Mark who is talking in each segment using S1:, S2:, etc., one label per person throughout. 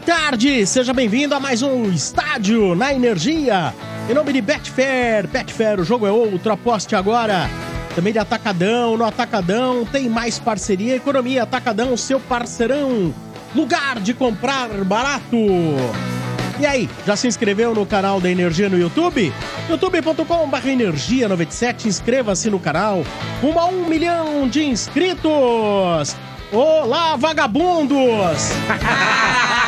S1: tarde, seja bem-vindo a mais um Estádio na Energia. Em nome de Betfair, Betfair, o jogo é outro, aposte agora. Também de Atacadão, no Atacadão tem mais parceria, economia, Atacadão, seu parceirão. Lugar de comprar barato. E aí, já se inscreveu no canal da Energia no YouTube? youtube.com.br energia97, inscreva-se no canal. Uma um milhão de inscritos! Olá, vagabundos!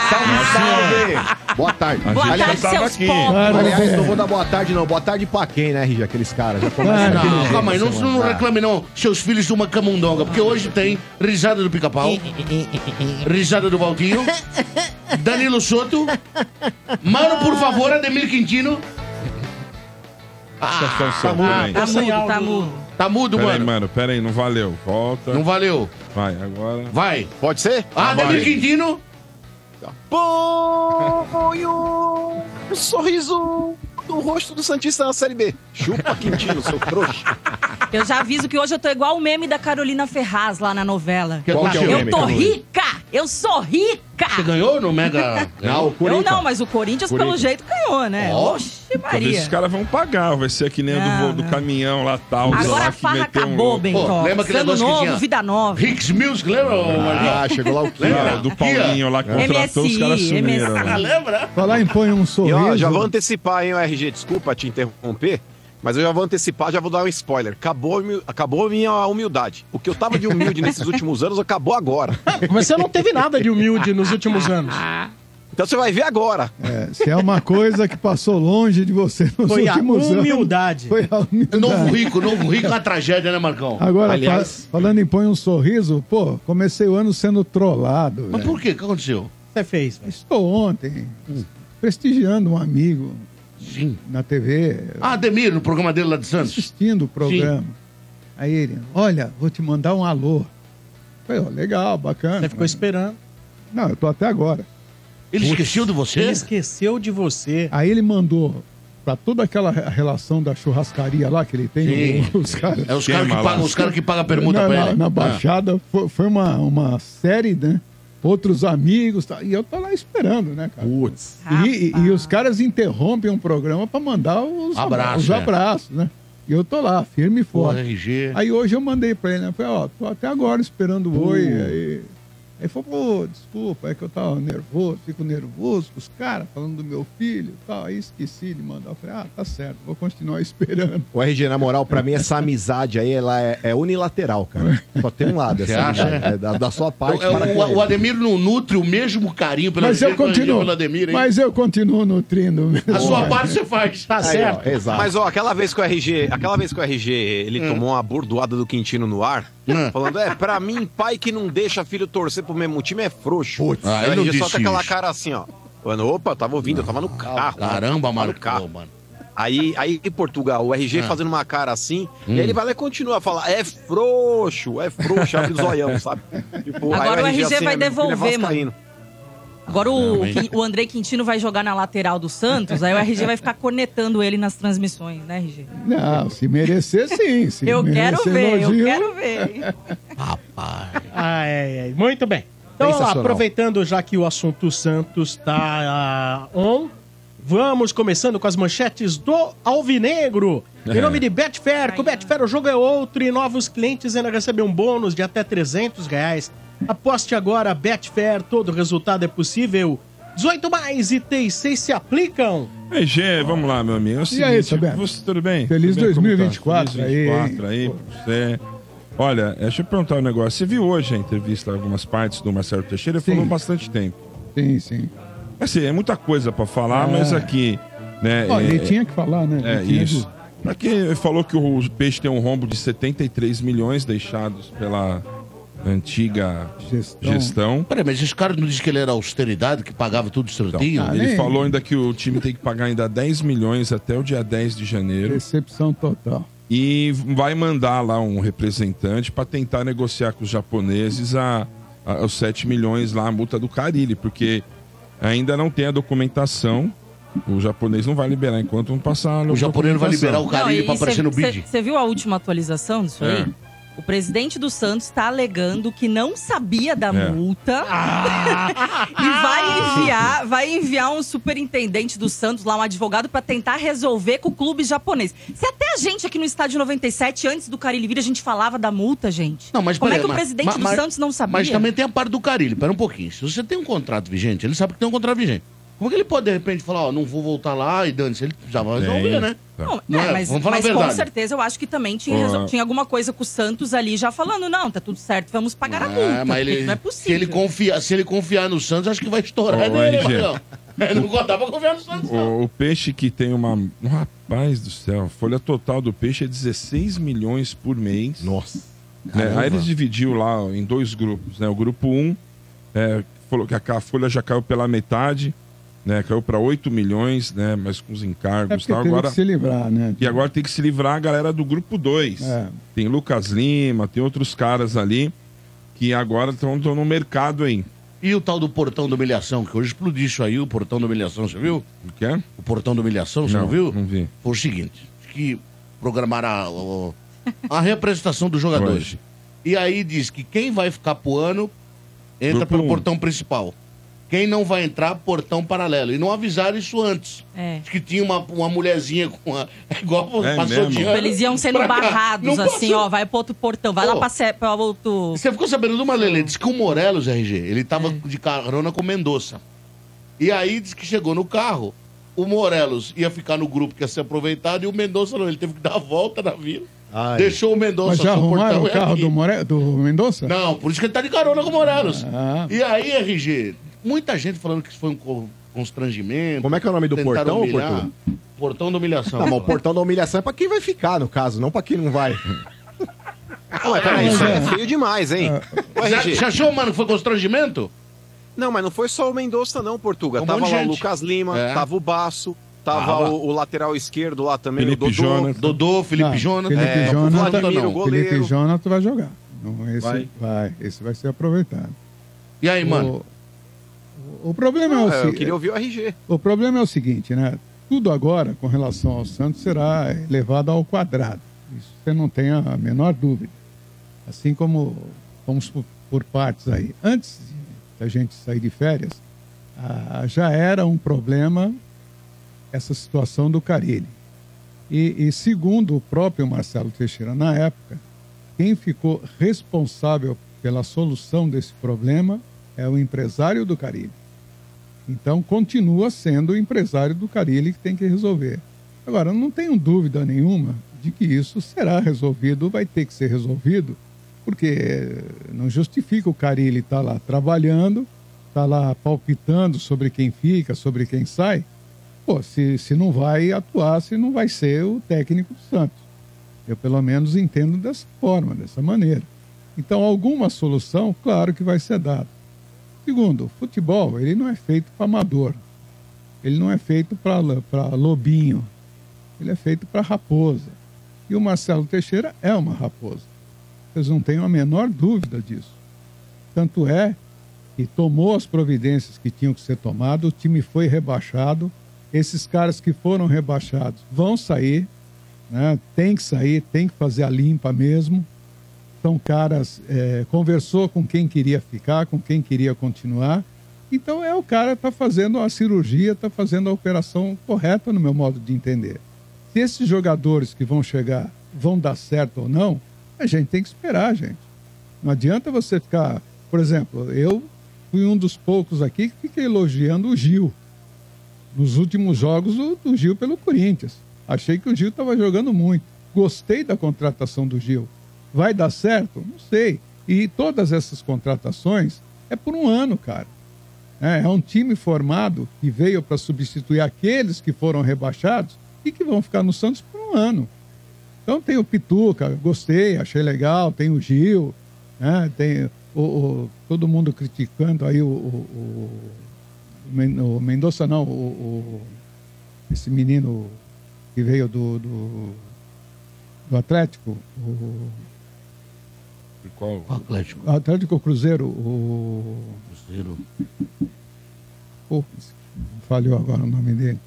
S2: Salve, salve! Boa tarde.
S3: Boa tarde, seus pobres.
S2: Aliás, não vou dar boa tarde, não. Boa tarde pra quem, né, RG? Aqueles caras. Já começa
S4: Não,
S2: daquele jeito,
S4: calma aí, não,
S2: semana.
S3: tá.
S4: não reclame não, seus filhos de uma camundonga, porque hoje tem risada do pica-pau, risada do Valtinho, Danilo Soto, Mano, por favor, Ademir Quintino. Ah,
S5: Deixa só o seu também.
S3: Tá
S1: sem
S3: mudo, tá
S1: áudio.
S3: mudo.
S4: Tá mudo,
S5: Pera aí,
S4: mano.
S5: mano, pera aí, não valeu. Volta.
S4: Não valeu.
S5: Vai, agora.
S4: Vai.
S2: Pode ser?
S4: Ah, Ademir Quintino.
S2: Ponho um sorriso no rosto do Santista na Série B. Chupa Quintino, seu trouxa.
S3: Eu já aviso que hoje eu tô igual o meme da Carolina Ferraz lá na novela.
S4: Que
S2: Qual que é o
S4: aconteceu?
S3: Eu
S2: meme,
S3: tô
S2: Carolina?
S3: rica! Eu sou rica!
S4: Você ganhou no Mega...
S2: Não, o
S3: Eu
S2: Corinthians.
S3: não, mas o Corinthians, pelo
S2: Corinthians.
S3: jeito, ganhou, né?
S4: Ó,
S3: Oxe,
S5: Talvez
S3: Maria.
S5: esses caras vão pagar. Vai ser que nem a do,
S3: Não,
S5: voo do
S3: não.
S5: caminhão lá, tal. sei
S3: Agora
S5: lá,
S3: a
S5: que
S3: farra
S5: meteu um
S3: acabou,
S5: louco.
S4: Pô,
S3: Bentó.
S4: lembra aquele
S3: Ano
S4: negócio que
S3: novo,
S4: tinha?
S3: vida nova.
S4: Hicks Music, lembra? ô, Marquinhos?
S2: Ah, chegou lá o Kiko.
S4: Lembra?
S5: Não, do Paulinho lá que contratou, os caras
S3: MSI,
S5: sumiram.
S4: Ah,
S5: né?
S4: lembra?
S6: Falar em põe um
S2: E
S6: sorriso.
S2: ó, já vou antecipar, hein, o RG, desculpa te interromper, mas eu já vou antecipar, já vou dar um spoiler. Acabou, a humil- acabou a minha humildade. O que eu tava de humilde nesses últimos anos acabou agora.
S1: Mas você não teve nada de humilde nos últimos anos.
S2: Então você vai ver agora.
S6: É, se é uma coisa que passou longe de você nos
S1: Foi a
S6: últimos anos.
S1: humildade.
S6: Foi a humildade.
S4: Novo Rico, Novo Rico é uma tragédia, né, Marcão?
S6: Agora,
S2: Aliás-
S6: fa- falando em põe um sorriso, pô, comecei o ano sendo trollado.
S4: Mas
S6: velho.
S4: por quê? O que aconteceu?
S1: Você fez, velho.
S6: Estou ontem prestigiando um amigo
S4: Sim.
S6: na TV,
S4: Ah, Ademir, no programa dele lá de Santos.
S6: assistindo o programa. Aí ele, olha, vou te mandar um alô. Falei, ó, legal, bacana.
S1: Você ficou esperando.
S6: Não, eu tô até agora.
S4: Ele esqueceu de você?
S1: Ele esqueceu de você.
S6: Aí ele mandou pra toda aquela re- relação da churrascaria lá que ele tem,
S4: Sim.
S6: os caras.
S4: É os
S5: Quem
S4: caras que
S5: malandro?
S4: pagam, os caras que pagam a permuta
S6: na,
S4: pra
S6: na-
S4: ele. Ah.
S6: na Baixada foi, foi uma, uma série, né? Outros amigos, tá? e eu tô lá esperando, né, cara?
S5: Putz.
S6: E, e- e os caras interrompem um programa pra mandar os,
S4: Abraço,
S6: os
S4: é.
S6: abraços, né? E eu tô lá, firme e
S4: Porra,
S6: forte.
S4: RG.
S6: Aí hoje eu mandei pra ele, né? Falei, ó, tô até agora esperando o oi. Aí, aí falou, pô, desculpa, é que eu tava nervoso, fico nervoso com os caras falando do meu filho e tal. Aí esqueci de mandar. Eu falei, ah, tá certo, vou continuar esperando.
S2: O RG, na moral, pra mim essa amizade aí, ela é, é unilateral, cara. Só tem um lado
S4: Você
S2: essa
S4: acha?
S2: amizade. É da, da sua parte.
S4: É,
S2: para com
S4: o,
S2: ele.
S4: o Ademir não nutre o mesmo carinho pela
S6: Mas eu
S4: pelo
S6: continuo.
S4: Ademir, hein?
S6: Mas eu continuo nutrindo.
S4: A sua parte você faz. Tá
S2: Aí, ó,
S4: certo.
S2: exato.
S7: Mas ó, aquela vez que o RG, aquela vez que o RG, ele
S4: Hum.
S7: tomou uma bordoada do Quintino no ar, falando, é, pra mim, pai que não deixa filho torcer pro mesmo time é frouxo.
S4: Putz, ah,
S7: Aí o
S4: ele não
S7: RG só
S4: disse
S7: com aquela
S4: isso.
S7: cara assim, ó. Mano, opa, eu tava ouvindo, eu tava no carro.
S4: Ah, Caramba,
S7: mano. Tava no
S4: mano.
S7: carro.
S4: mano. Ah.
S7: Aí, aí em Portugal, o RG fazendo uma cara assim, e
S4: Hum.
S7: aí ele vai lá e continua a falar, é frouxo, é frouxo, abre o zoião, sabe? Tipo,
S3: Agora o RG vai
S7: "Ah, meu filho é
S3: devolver, mano."
S7: vascaíno."
S3: Agora o,
S4: Não, hein?
S3: Qui- o André Quintino vai jogar na lateral do Santos, aí o RG vai ficar cornetando ele nas transmissões, né, RG?
S6: Não, se merecer, sim. Se
S3: Eu
S6: merecer
S3: quero ver, eu
S6: elogio,
S3: quero ver.
S1: Ah, é, é. Muito bem. Então, vamos lá,
S2: Sensacional.
S1: aproveitando já que o assunto Santos tá ah, on, vamos começando com as manchetes do Alvinegro. Em
S5: É.
S1: nome de Betfair, com Betfair o jogo é outro e novos clientes ainda recebem um bônus de até 300 reais. Aposte agora, Betfair, todo resultado é possível. 18 mais e 6 se aplicam.
S5: EG, vamos lá, meu amigo. É o seguinte,
S6: aí, Beto?
S5: você, tudo bem?
S6: Feliz
S5: Tudo bem, como tá?
S6: 2024 aí,
S5: Feliz 2024 aí,
S6: hein?
S5: pra você. Olha, deixa eu perguntar um negócio. Você viu hoje a entrevista, algumas partes do Marcelo Teixeira? Ele
S6: Sim.
S5: falou bastante tempo.
S6: Sim, sim. É.
S5: Assim, é muita coisa pra falar, mas aqui, né?
S6: Ó,
S5: é-
S6: ele tinha que falar, né?
S5: É
S6: Ele tinha
S5: isso.
S6: que-
S5: Pra quem falou que o peixe tem um rombo de 73 milhões deixados pela antiga
S6: Gestão.
S5: Ah, gestão.
S4: Peraí, mas esse cara não disse que ele era austeridade, que pagava tudo certinho?
S6: Ah,
S5: então, Ele
S6: nem-
S5: falou ainda que o time tem que pagar ainda 10 milhões até o dia 10 de janeiro
S6: Decepção total.
S5: e vai mandar lá um representante pra tentar negociar com os japoneses a, a- os 7 milhões lá, a multa do Carilli, porque ainda não tem a documentação. O japonês não vai liberar enquanto não passar a
S4: o japonês vai
S5: documentação.
S4: liberar o carinho pra aparecer no bid.
S3: Você viu a última atualização disso aí? O presidente do Santos está alegando que não sabia da
S5: É.
S3: multa
S4: Ah!
S3: e vai enviar, vai enviar um superintendente do Santos lá, um advogado, para tentar resolver com o clube japonês. Se até a gente aqui no estádio 97, antes do Carilho vir, a gente falava da multa, gente.
S4: Não, mas
S3: Como
S4: peraí,
S3: é que o
S4: mas-
S3: presidente
S4: mas-
S3: do
S4: mas-
S3: Santos não sabia?
S4: Mas também tem a parte do Carilho. Pera um pouquinho. Se você tem um contrato vigente, ele sabe que tem um contrato vigente. Como é que ele pode, de repente, falar, ó, não vou voltar lá e dane-se? Ele precisava resolver, né?
S3: Não,
S4: Não
S3: é,
S4: é?
S3: mas,
S4: Vamos falar a
S3: mas com
S4: verdade.
S3: certeza eu acho que também tinha, resol-
S5: Pô, é.
S3: tinha alguma coisa com o Santos ali já falando, não, tá tudo certo, vamos pagar a multa.
S4: É, mas ele,
S3: não é
S4: se,
S3: possível.
S4: ele confiar, se ele confiar no Santos, acho que vai estourar
S5: Ô,
S4: nele,
S5: RG.
S4: Marcão. É, Não dá pra confiar no Santos, não.
S5: O, o peixe que tem uma. Rapaz do céu, a folha total do peixe é 16 milhões por mês.
S2: Nossa.
S5: Né? Aí eles dividiu lá em dois grupos, né? O grupo 1 um, é, falou que a, ca- a folha já caiu pela metade, né? Caiu para 8 milhões, né? Mas com os
S6: É
S5: encargos e
S6: porque
S5: tal.
S6: teve
S5: Agora,
S6: que se livrar, né?
S5: E agora tem que se livrar a galera do grupo 2.
S6: É.
S5: Tem Lucas Lima, tem outros caras ali que agora estão no mercado aí.
S4: E o tal do portão da humilhação, que hoje explodiu isso aí, o portão da humilhação, você viu?
S5: O que é?
S4: O portão da humilhação, você não, viu?
S5: Não vi.
S4: Foi o seguinte, que programaram a, o- a representação dos jogadores.
S5: Hoje.
S4: E aí diz que quem vai ficar pro ano entra
S5: Grupo
S4: pelo
S5: um.
S4: portão principal. Quem não vai entrar, portão paralelo. E não avisaram isso antes.
S3: É.
S4: Diz que tinha uma, uma mulherzinha com a. é Igual
S5: É
S4: passou
S5: mesmo?
S4: de
S5: Tipo,
S4: ano.
S3: Eles iam sendo
S4: pra cá.
S3: barrados,
S4: Não
S3: assim,
S4: passou.
S3: ó, vai pro outro portão, vai
S4: Pô.
S3: lá pra, se- pra outro... É.
S4: Você ficou sabendo de uma Lele? Diz que o Morelos, RG, ele tava de carona com Mendonça. E aí diz que chegou no carro, o Morelos ia ficar no grupo que ia ser aproveitado e o Mendonça não. Ele teve que dar a volta na vila. Deixou o
S6: Mas
S4: Mendonça
S6: já
S4: no
S6: arrumaram o
S4: e
S6: carro
S4: aqui.
S6: do, More... do Mendonça?
S4: Não, por isso que ele tá de carona com o Morelos.
S6: Ah.
S4: E aí, RG, muita gente falando que isso foi um co- constrangimento.
S7: Como é que é o nome do
S4: tentaram
S7: portão,
S4: humilhar.
S7: Portugal?
S4: Portão da humilhação.
S7: Não, mas o portão da humilhação é pra quem vai ficar, no caso, não pra quem não vai.
S4: Ah,
S7: Não, mas peraí, isso aí é feio demais, hein?
S6: Ah.
S7: Ô,
S4: Já,
S7: RG,
S4: já achou, mano, que foi constrangimento?
S7: Não, mas não foi só o Mendonça, não, Portuga.
S4: Um monte
S7: tava
S4: de
S7: lá o
S4: gente.
S7: Lucas Lima,
S4: É.
S7: tava o Baço, tava,
S4: Tava.
S7: O, o lateral esquerdo lá também,
S5: Felipe
S7: o Dodô.
S5: Jonas.
S4: Dodô, Felipe
S6: Não,
S4: Jonas.
S6: Felipe
S4: É,
S6: Jonas-
S4: Jonathan
S7: Vladimir,
S4: não.
S7: o goleiro.
S6: Felipe Jonathan vai jogar. Não, esse
S5: Vai.
S6: vai. Esse vai ser aproveitado.
S4: E aí, mano?
S6: O, o problema é o
S7: Ah, eu
S6: seguinte.
S7: queria ouvir o RG.
S6: O problema é o seguinte, né? Tudo agora, com relação ao Santos, será elevado ao quadrado. Isso você não tem a menor dúvida. Assim como vamos por, por partes aí. Antes da gente sair de férias, ah, já era um problema essa situação do Carilli. E, e segundo o próprio Marcelo Teixeira, na época, quem ficou responsável pela solução desse problema é o empresário do Carilli. Então, continua sendo o empresário do Carilli que tem que resolver. Agora, não tenho dúvida nenhuma de que isso será resolvido, vai ter que ser resolvido, porque eh, não justifica o Carilli estar lá trabalhando, estar lá palpitando sobre quem fica, sobre quem sai. Pô, se, se não vai atuar, se não vai ser o técnico do Santos. Eu, pelo menos, entendo dessa forma, dessa maneira. Então, alguma solução, claro que vai ser dada. Segundo, futebol, ele não é feito para amador. Ele não é feito para lobinho. Ele é feito para raposa. E o Marcelo Teixeira é uma raposa. Vocês não tenham a menor dúvida disso. Tanto é que tomou as providências que tinham que ser tomadas, o time foi rebaixado. Esses caras que foram rebaixados vão sair, né? tem que sair, tem que fazer a limpa mesmo. São caras, eh, conversou com quem queria ficar, com quem queria continuar. Então é o cara tá fazendo a cirurgia, tá fazendo a operação correta no meu modo de entender. Se esses jogadores que vão chegar vão dar certo ou não, a gente tem que esperar, gente. Não adianta você ficar, por exemplo, eu fui um dos poucos aqui que fiquei elogiando o Gil nos últimos jogos o do Gil pelo Corinthians. Achei que o Gil estava jogando muito. Gostei da contratação do Gil. Vai dar certo? Não sei. E todas essas contratações é por um ano, cara. É, é um time formado que veio para substituir aqueles que foram rebaixados e que vão ficar no Santos por um ano. Então tem o Pituca, gostei, achei legal, tem o Gil, né? tem o, o- todo mundo criticando aí o, o- o- o Men- o Mendonça não, o, o- esse menino que veio do, do, do Atlético, o
S5: Qual?
S4: O Atlético.
S6: o Atlético Cruzeiro, o,
S4: Cruzeiro.
S6: o- falhou agora o nome dele.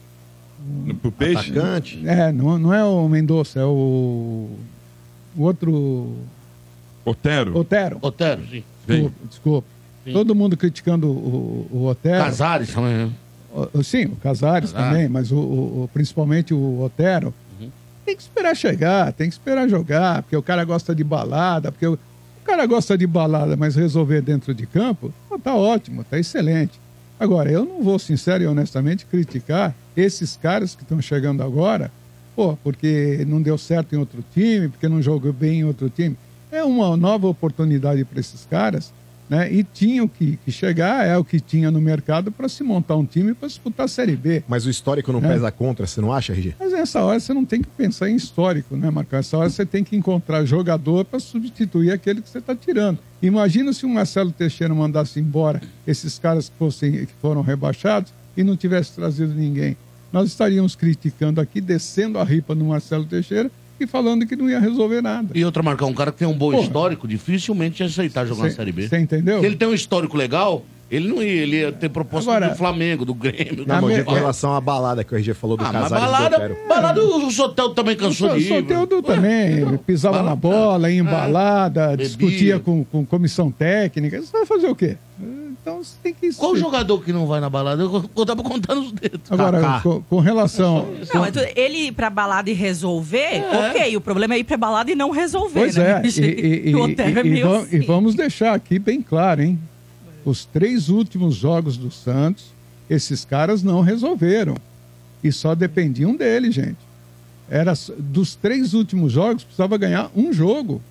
S5: Pro peixe?
S7: Atacante.
S6: É, não, não é o Mendonça, é o, o outro
S5: Otero.
S6: Otero.
S4: Otero, sim.
S5: Vem.
S6: Desculpa, desculpa.
S4: Sim.
S6: Todo mundo criticando o, o Otero.
S4: Casares
S6: Então,
S4: também,
S6: é.
S4: né?
S6: O- o- Sim, o Casares
S4: Casares.
S6: também, mas o, o- o- principalmente o Otero. Tem que esperar chegar, tem que esperar jogar, porque o cara gosta de balada, porque o, o cara gosta de balada, mas resolver dentro de campo, pô, tá ótimo, tá excelente. Agora, eu não vou, sincero e honestamente, criticar esses caras que estão chegando agora, pô, porque não deu certo em outro time, porque não jogou bem em outro time. É uma nova oportunidade para esses caras né? E tinham que, que chegar, é o que tinha no mercado para se montar um time para disputar a Série B.
S7: Mas o histórico não
S6: É.
S7: pesa contra, você não acha, RG?
S6: Mas nessa hora você não tem que pensar em histórico, né, Marcão? Nessa hora você tem que encontrar jogador para substituir aquele que você está tirando. Imagina se o Marcelo Teixeira mandasse embora esses caras que, fossem, que foram rebaixados e não tivesse trazido ninguém. Nós estaríamos criticando aqui, descendo a ripa no Marcelo Teixeira e falando que não ia resolver nada.
S4: E outra, Marcão, um cara que tem um bom
S6: Porra.
S4: histórico, dificilmente ia aceitar jogar na Série B.
S6: Você entendeu?
S4: Se ele tem um histórico legal, ele não ia. Ele ia ter proposta
S6: Agora-
S4: do Flamengo, do Grêmio.
S6: Na
S4: do...
S6: me-
S7: Mas com relação à balada que o RG falou do
S4: Ah, mas
S7: Casares e do
S4: balada,
S7: Otero.
S4: balada o Sotel também cansou
S6: Então,
S4: de ir.
S6: Soteudo também, pisava na bola, ia embalada,
S4: Bebia.
S6: discutia com, com comissão técnica. Você vai fazer o quê? Então você tem que.
S4: né? Qual jogador que não vai na balada? Eu, eu tava contando os dedos.
S6: Agora,
S7: Kaká?
S6: com, com relação.
S3: Não, é tu- ele ir pra balada e resolver, ok. O problema é ir pra balada e não resolver,
S6: Pois
S3: né?
S6: é, e, e- e-
S3: o Otero é
S6: e- e
S3: meio
S6: vam-
S3: assim.
S6: e vamos deixar aqui bem claro, hein? Os três últimos jogos do Santos, esses caras não resolveram. E só dependiam dele, gente. Era, s- dos três últimos jogos, precisava ganhar um jogo.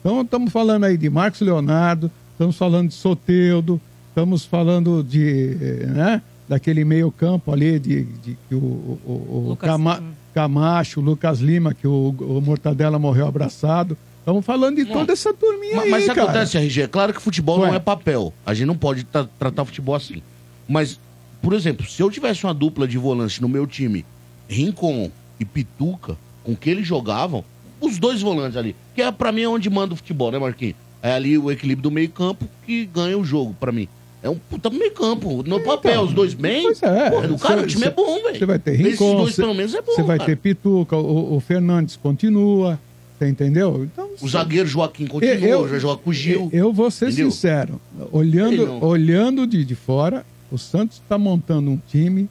S6: Então, estamos falando aí de Marcos Leonardo, estamos falando de Soteudo, estamos falando de, eh, né, daquele meio campo ali de, de que o, o- o- o
S3: Lucas
S6: Cama-
S3: Lima.
S6: Camacho, Lucas Lima, que o, o Mortadela morreu abraçado. Estamos falando
S3: É.
S6: de toda essa turminha
S4: Ma-
S6: aí,
S4: Mas isso
S6: cara.
S4: acontece, RG. É claro que futebol
S6: Ué.
S4: não é papel. A gente não pode tra- tratar o futebol assim. Mas, por exemplo, se eu tivesse uma dupla de volante no meu time, Rincon e Pituca, com que eles jogavam, os dois volantes ali, que é pra mim é onde manda o futebol, né, Marquinhos? É ali o equilíbrio do meio-campo que ganha o jogo, pra mim. É um puta meio-campo. No papel, os dois bem.
S6: É, então. Pois é.
S4: Porra, do cara,
S6: Cê-
S4: o time
S6: cê-
S4: é bom, velho.
S6: Você vai ter
S4: Esses
S6: Rincon,
S4: dois,
S6: cê-
S4: pelo menos, é bom.
S6: você vai
S4: cara.
S6: ter Pituca, o, o Fernandes continua, você entendeu? Então,
S4: O zagueiro Joaquim continua,
S6: Eu- eu-
S4: joga com o Gil.
S6: Eu vou ser
S4: Entendeu?
S6: sincero.
S4: Ele
S6: Olhando,
S4: não.
S6: olhando de, de fora, o Santos está montando um time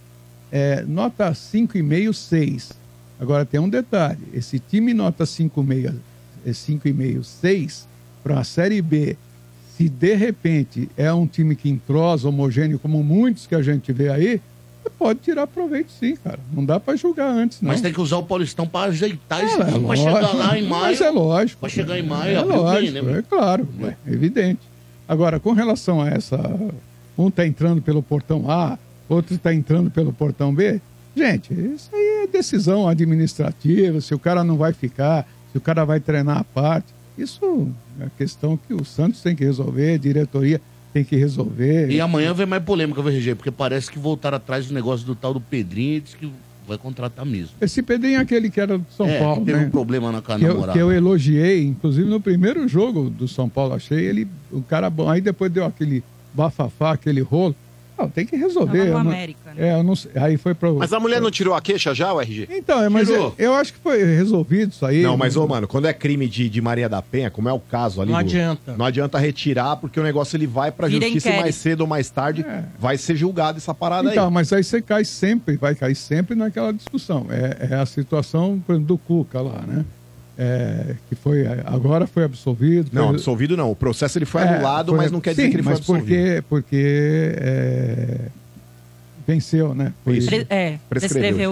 S6: é, nota 5,5, 6. Agora tem um detalhe: esse time nota 5,5, é, 5,5, 6 para a Série B. Se de repente é um time que entrosa, homogêneo, como muitos que a gente vê aí, pode tirar proveito sim, cara. Não dá para julgar antes, não.
S4: Mas tem que usar o Paulistão pra ajeitar esse
S6: Ah, Né? é
S4: time, pra chegar
S6: lógico.
S4: lá em maio.
S6: Mas é lógico.
S4: pra chegar em maio,
S6: é
S4: abril tem,
S6: lógico,
S4: né, meu?
S6: É claro, é evidente. Agora, com relação a essa... Um tá entrando pelo portão A, outro tá entrando pelo portão B. Gente, isso aí é decisão administrativa, se o cara não vai ficar, se o cara vai treinar a parte. Isso é questão que o Santos tem que resolver, a diretoria tem que resolver.
S4: E amanhã vem mais polêmica, viu, RG? Porque parece que voltaram atrás do negócio do tal do Pedrinho e disse que vai contratar mesmo.
S6: Esse Pedrinho é aquele que era do São
S4: é,
S6: Paulo,
S4: teve
S6: né?
S4: um problema na, na
S6: que eu,
S4: namorada.
S6: que eu elogiei, inclusive no primeiro jogo do São Paulo, achei ele um cara bom. Aí depois deu aquele bafafá, aquele rolo. Não, tem que resolver.
S3: Tava no
S6: eu não-
S3: América, né?
S6: é, eu não sei. Aí foi pro.
S7: Mas a mulher não tirou a queixa já, o RG?
S6: Então, é, mas eu,
S4: Tirou.
S6: eu acho que foi resolvido isso aí.
S7: Não, mas, ô, mano, quando é crime de, de Maria da Penha, como é o caso ali.
S1: Não
S7: do-
S1: adianta.
S7: Não adianta retirar, porque o negócio ele vai pra
S3: Vira
S7: justiça e
S3: inquérito.
S7: mais cedo ou mais tarde
S6: É.
S7: vai ser julgado essa parada
S6: Então,
S7: aí.
S6: mas aí você cai sempre, vai cair sempre naquela discussão. É, é a situação por exemplo, do Cuca lá, né? É, que foi agora foi absolvido.
S7: Não,
S6: foi-
S7: absolvido não. O processo ele foi
S6: É,
S7: anulado,
S6: foi-
S7: mas não quer dizer
S6: sim,
S7: que ele foi
S6: mas
S7: absolvido.
S6: porque, porque é, venceu, né? Foi
S7: Isso.
S3: Pre- é,
S7: Prescreveu.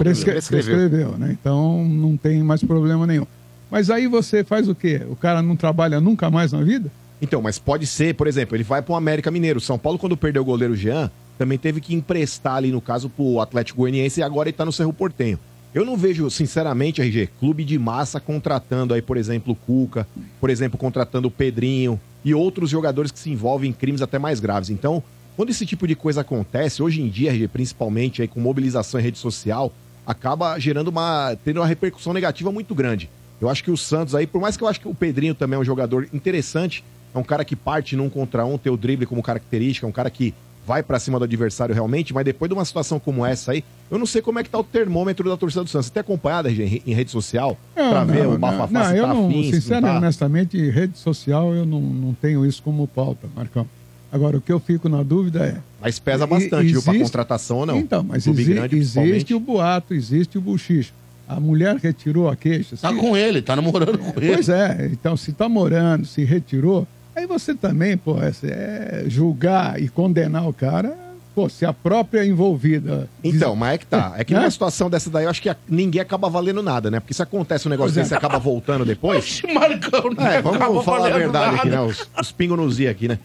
S3: prescreveu.
S6: Prescre-
S7: Prescreveu.
S6: prescreveu. né? Então não tem mais problema nenhum. Mas aí você faz o quê? O cara não trabalha nunca mais na vida?
S7: Então, mas pode ser, por exemplo, ele vai para o América Mineiro. São Paulo, quando perdeu o goleiro Jean, também teve que emprestar ali, no caso, para o Atlético Goianiense e agora ele está no Cerro Portenho. Eu não vejo, sinceramente, RG, clube de massa contratando aí, por exemplo, o Cuca, por exemplo, contratando o Pedrinho e outros jogadores que se envolvem em crimes até mais graves. Então, quando esse tipo de coisa acontece, hoje em dia, RG, principalmente aí com mobilização em rede social, acaba gerando uma. tendo uma repercussão negativa muito grande. Eu acho que o Santos aí, por mais que eu acho que o Pedrinho também é um jogador interessante, é um cara que parte num contra um, tem o drible como característica, é um cara que
S2: vai pra cima do adversário realmente, mas depois de uma situação como essa aí, eu não sei como é que tá o termômetro da torcida do Santos. Você tem acompanhado RG, em- em rede social
S6: Não,
S2: pra
S6: não,
S2: ver o
S6: não.
S2: bafafá
S6: Não,
S2: se
S6: eu
S2: tá
S6: não,
S2: afim, se não
S6: sincero, e
S2: tá?
S6: honestamente, rede social eu não, não tenho isso como pauta, Marcão. Agora, o que eu fico na dúvida é.
S2: Mas pesa bastante,
S6: E-
S2: viu, pra
S6: existe-
S2: contratação ou não.
S6: Então, mas
S2: Clube
S6: exi-
S2: grande,
S6: existe
S2: principalmente.
S6: o boato, existe o buchicho. A mulher retirou a queixa.
S4: Tá
S6: se-
S4: com ele, tá namorando com ele.
S6: Pois é, então se tá morando, se retirou, aí você também, pô, é, é, julgar e condenar o cara, pô, se a própria envolvida.
S2: Então, mas é que tá. É que
S6: Né?
S2: numa situação dessa daí, eu acho que a- ninguém acaba valendo nada, né? Porque se acontece um negócio
S6: Pois é.
S2: desse, você acaba voltando depois.
S4: Oxe, Marcão, não
S2: É,
S4: acabou
S2: vamos falar a
S4: falando
S2: verdade
S4: nada.
S2: aqui, né? Os, os pingos nos i aqui, né?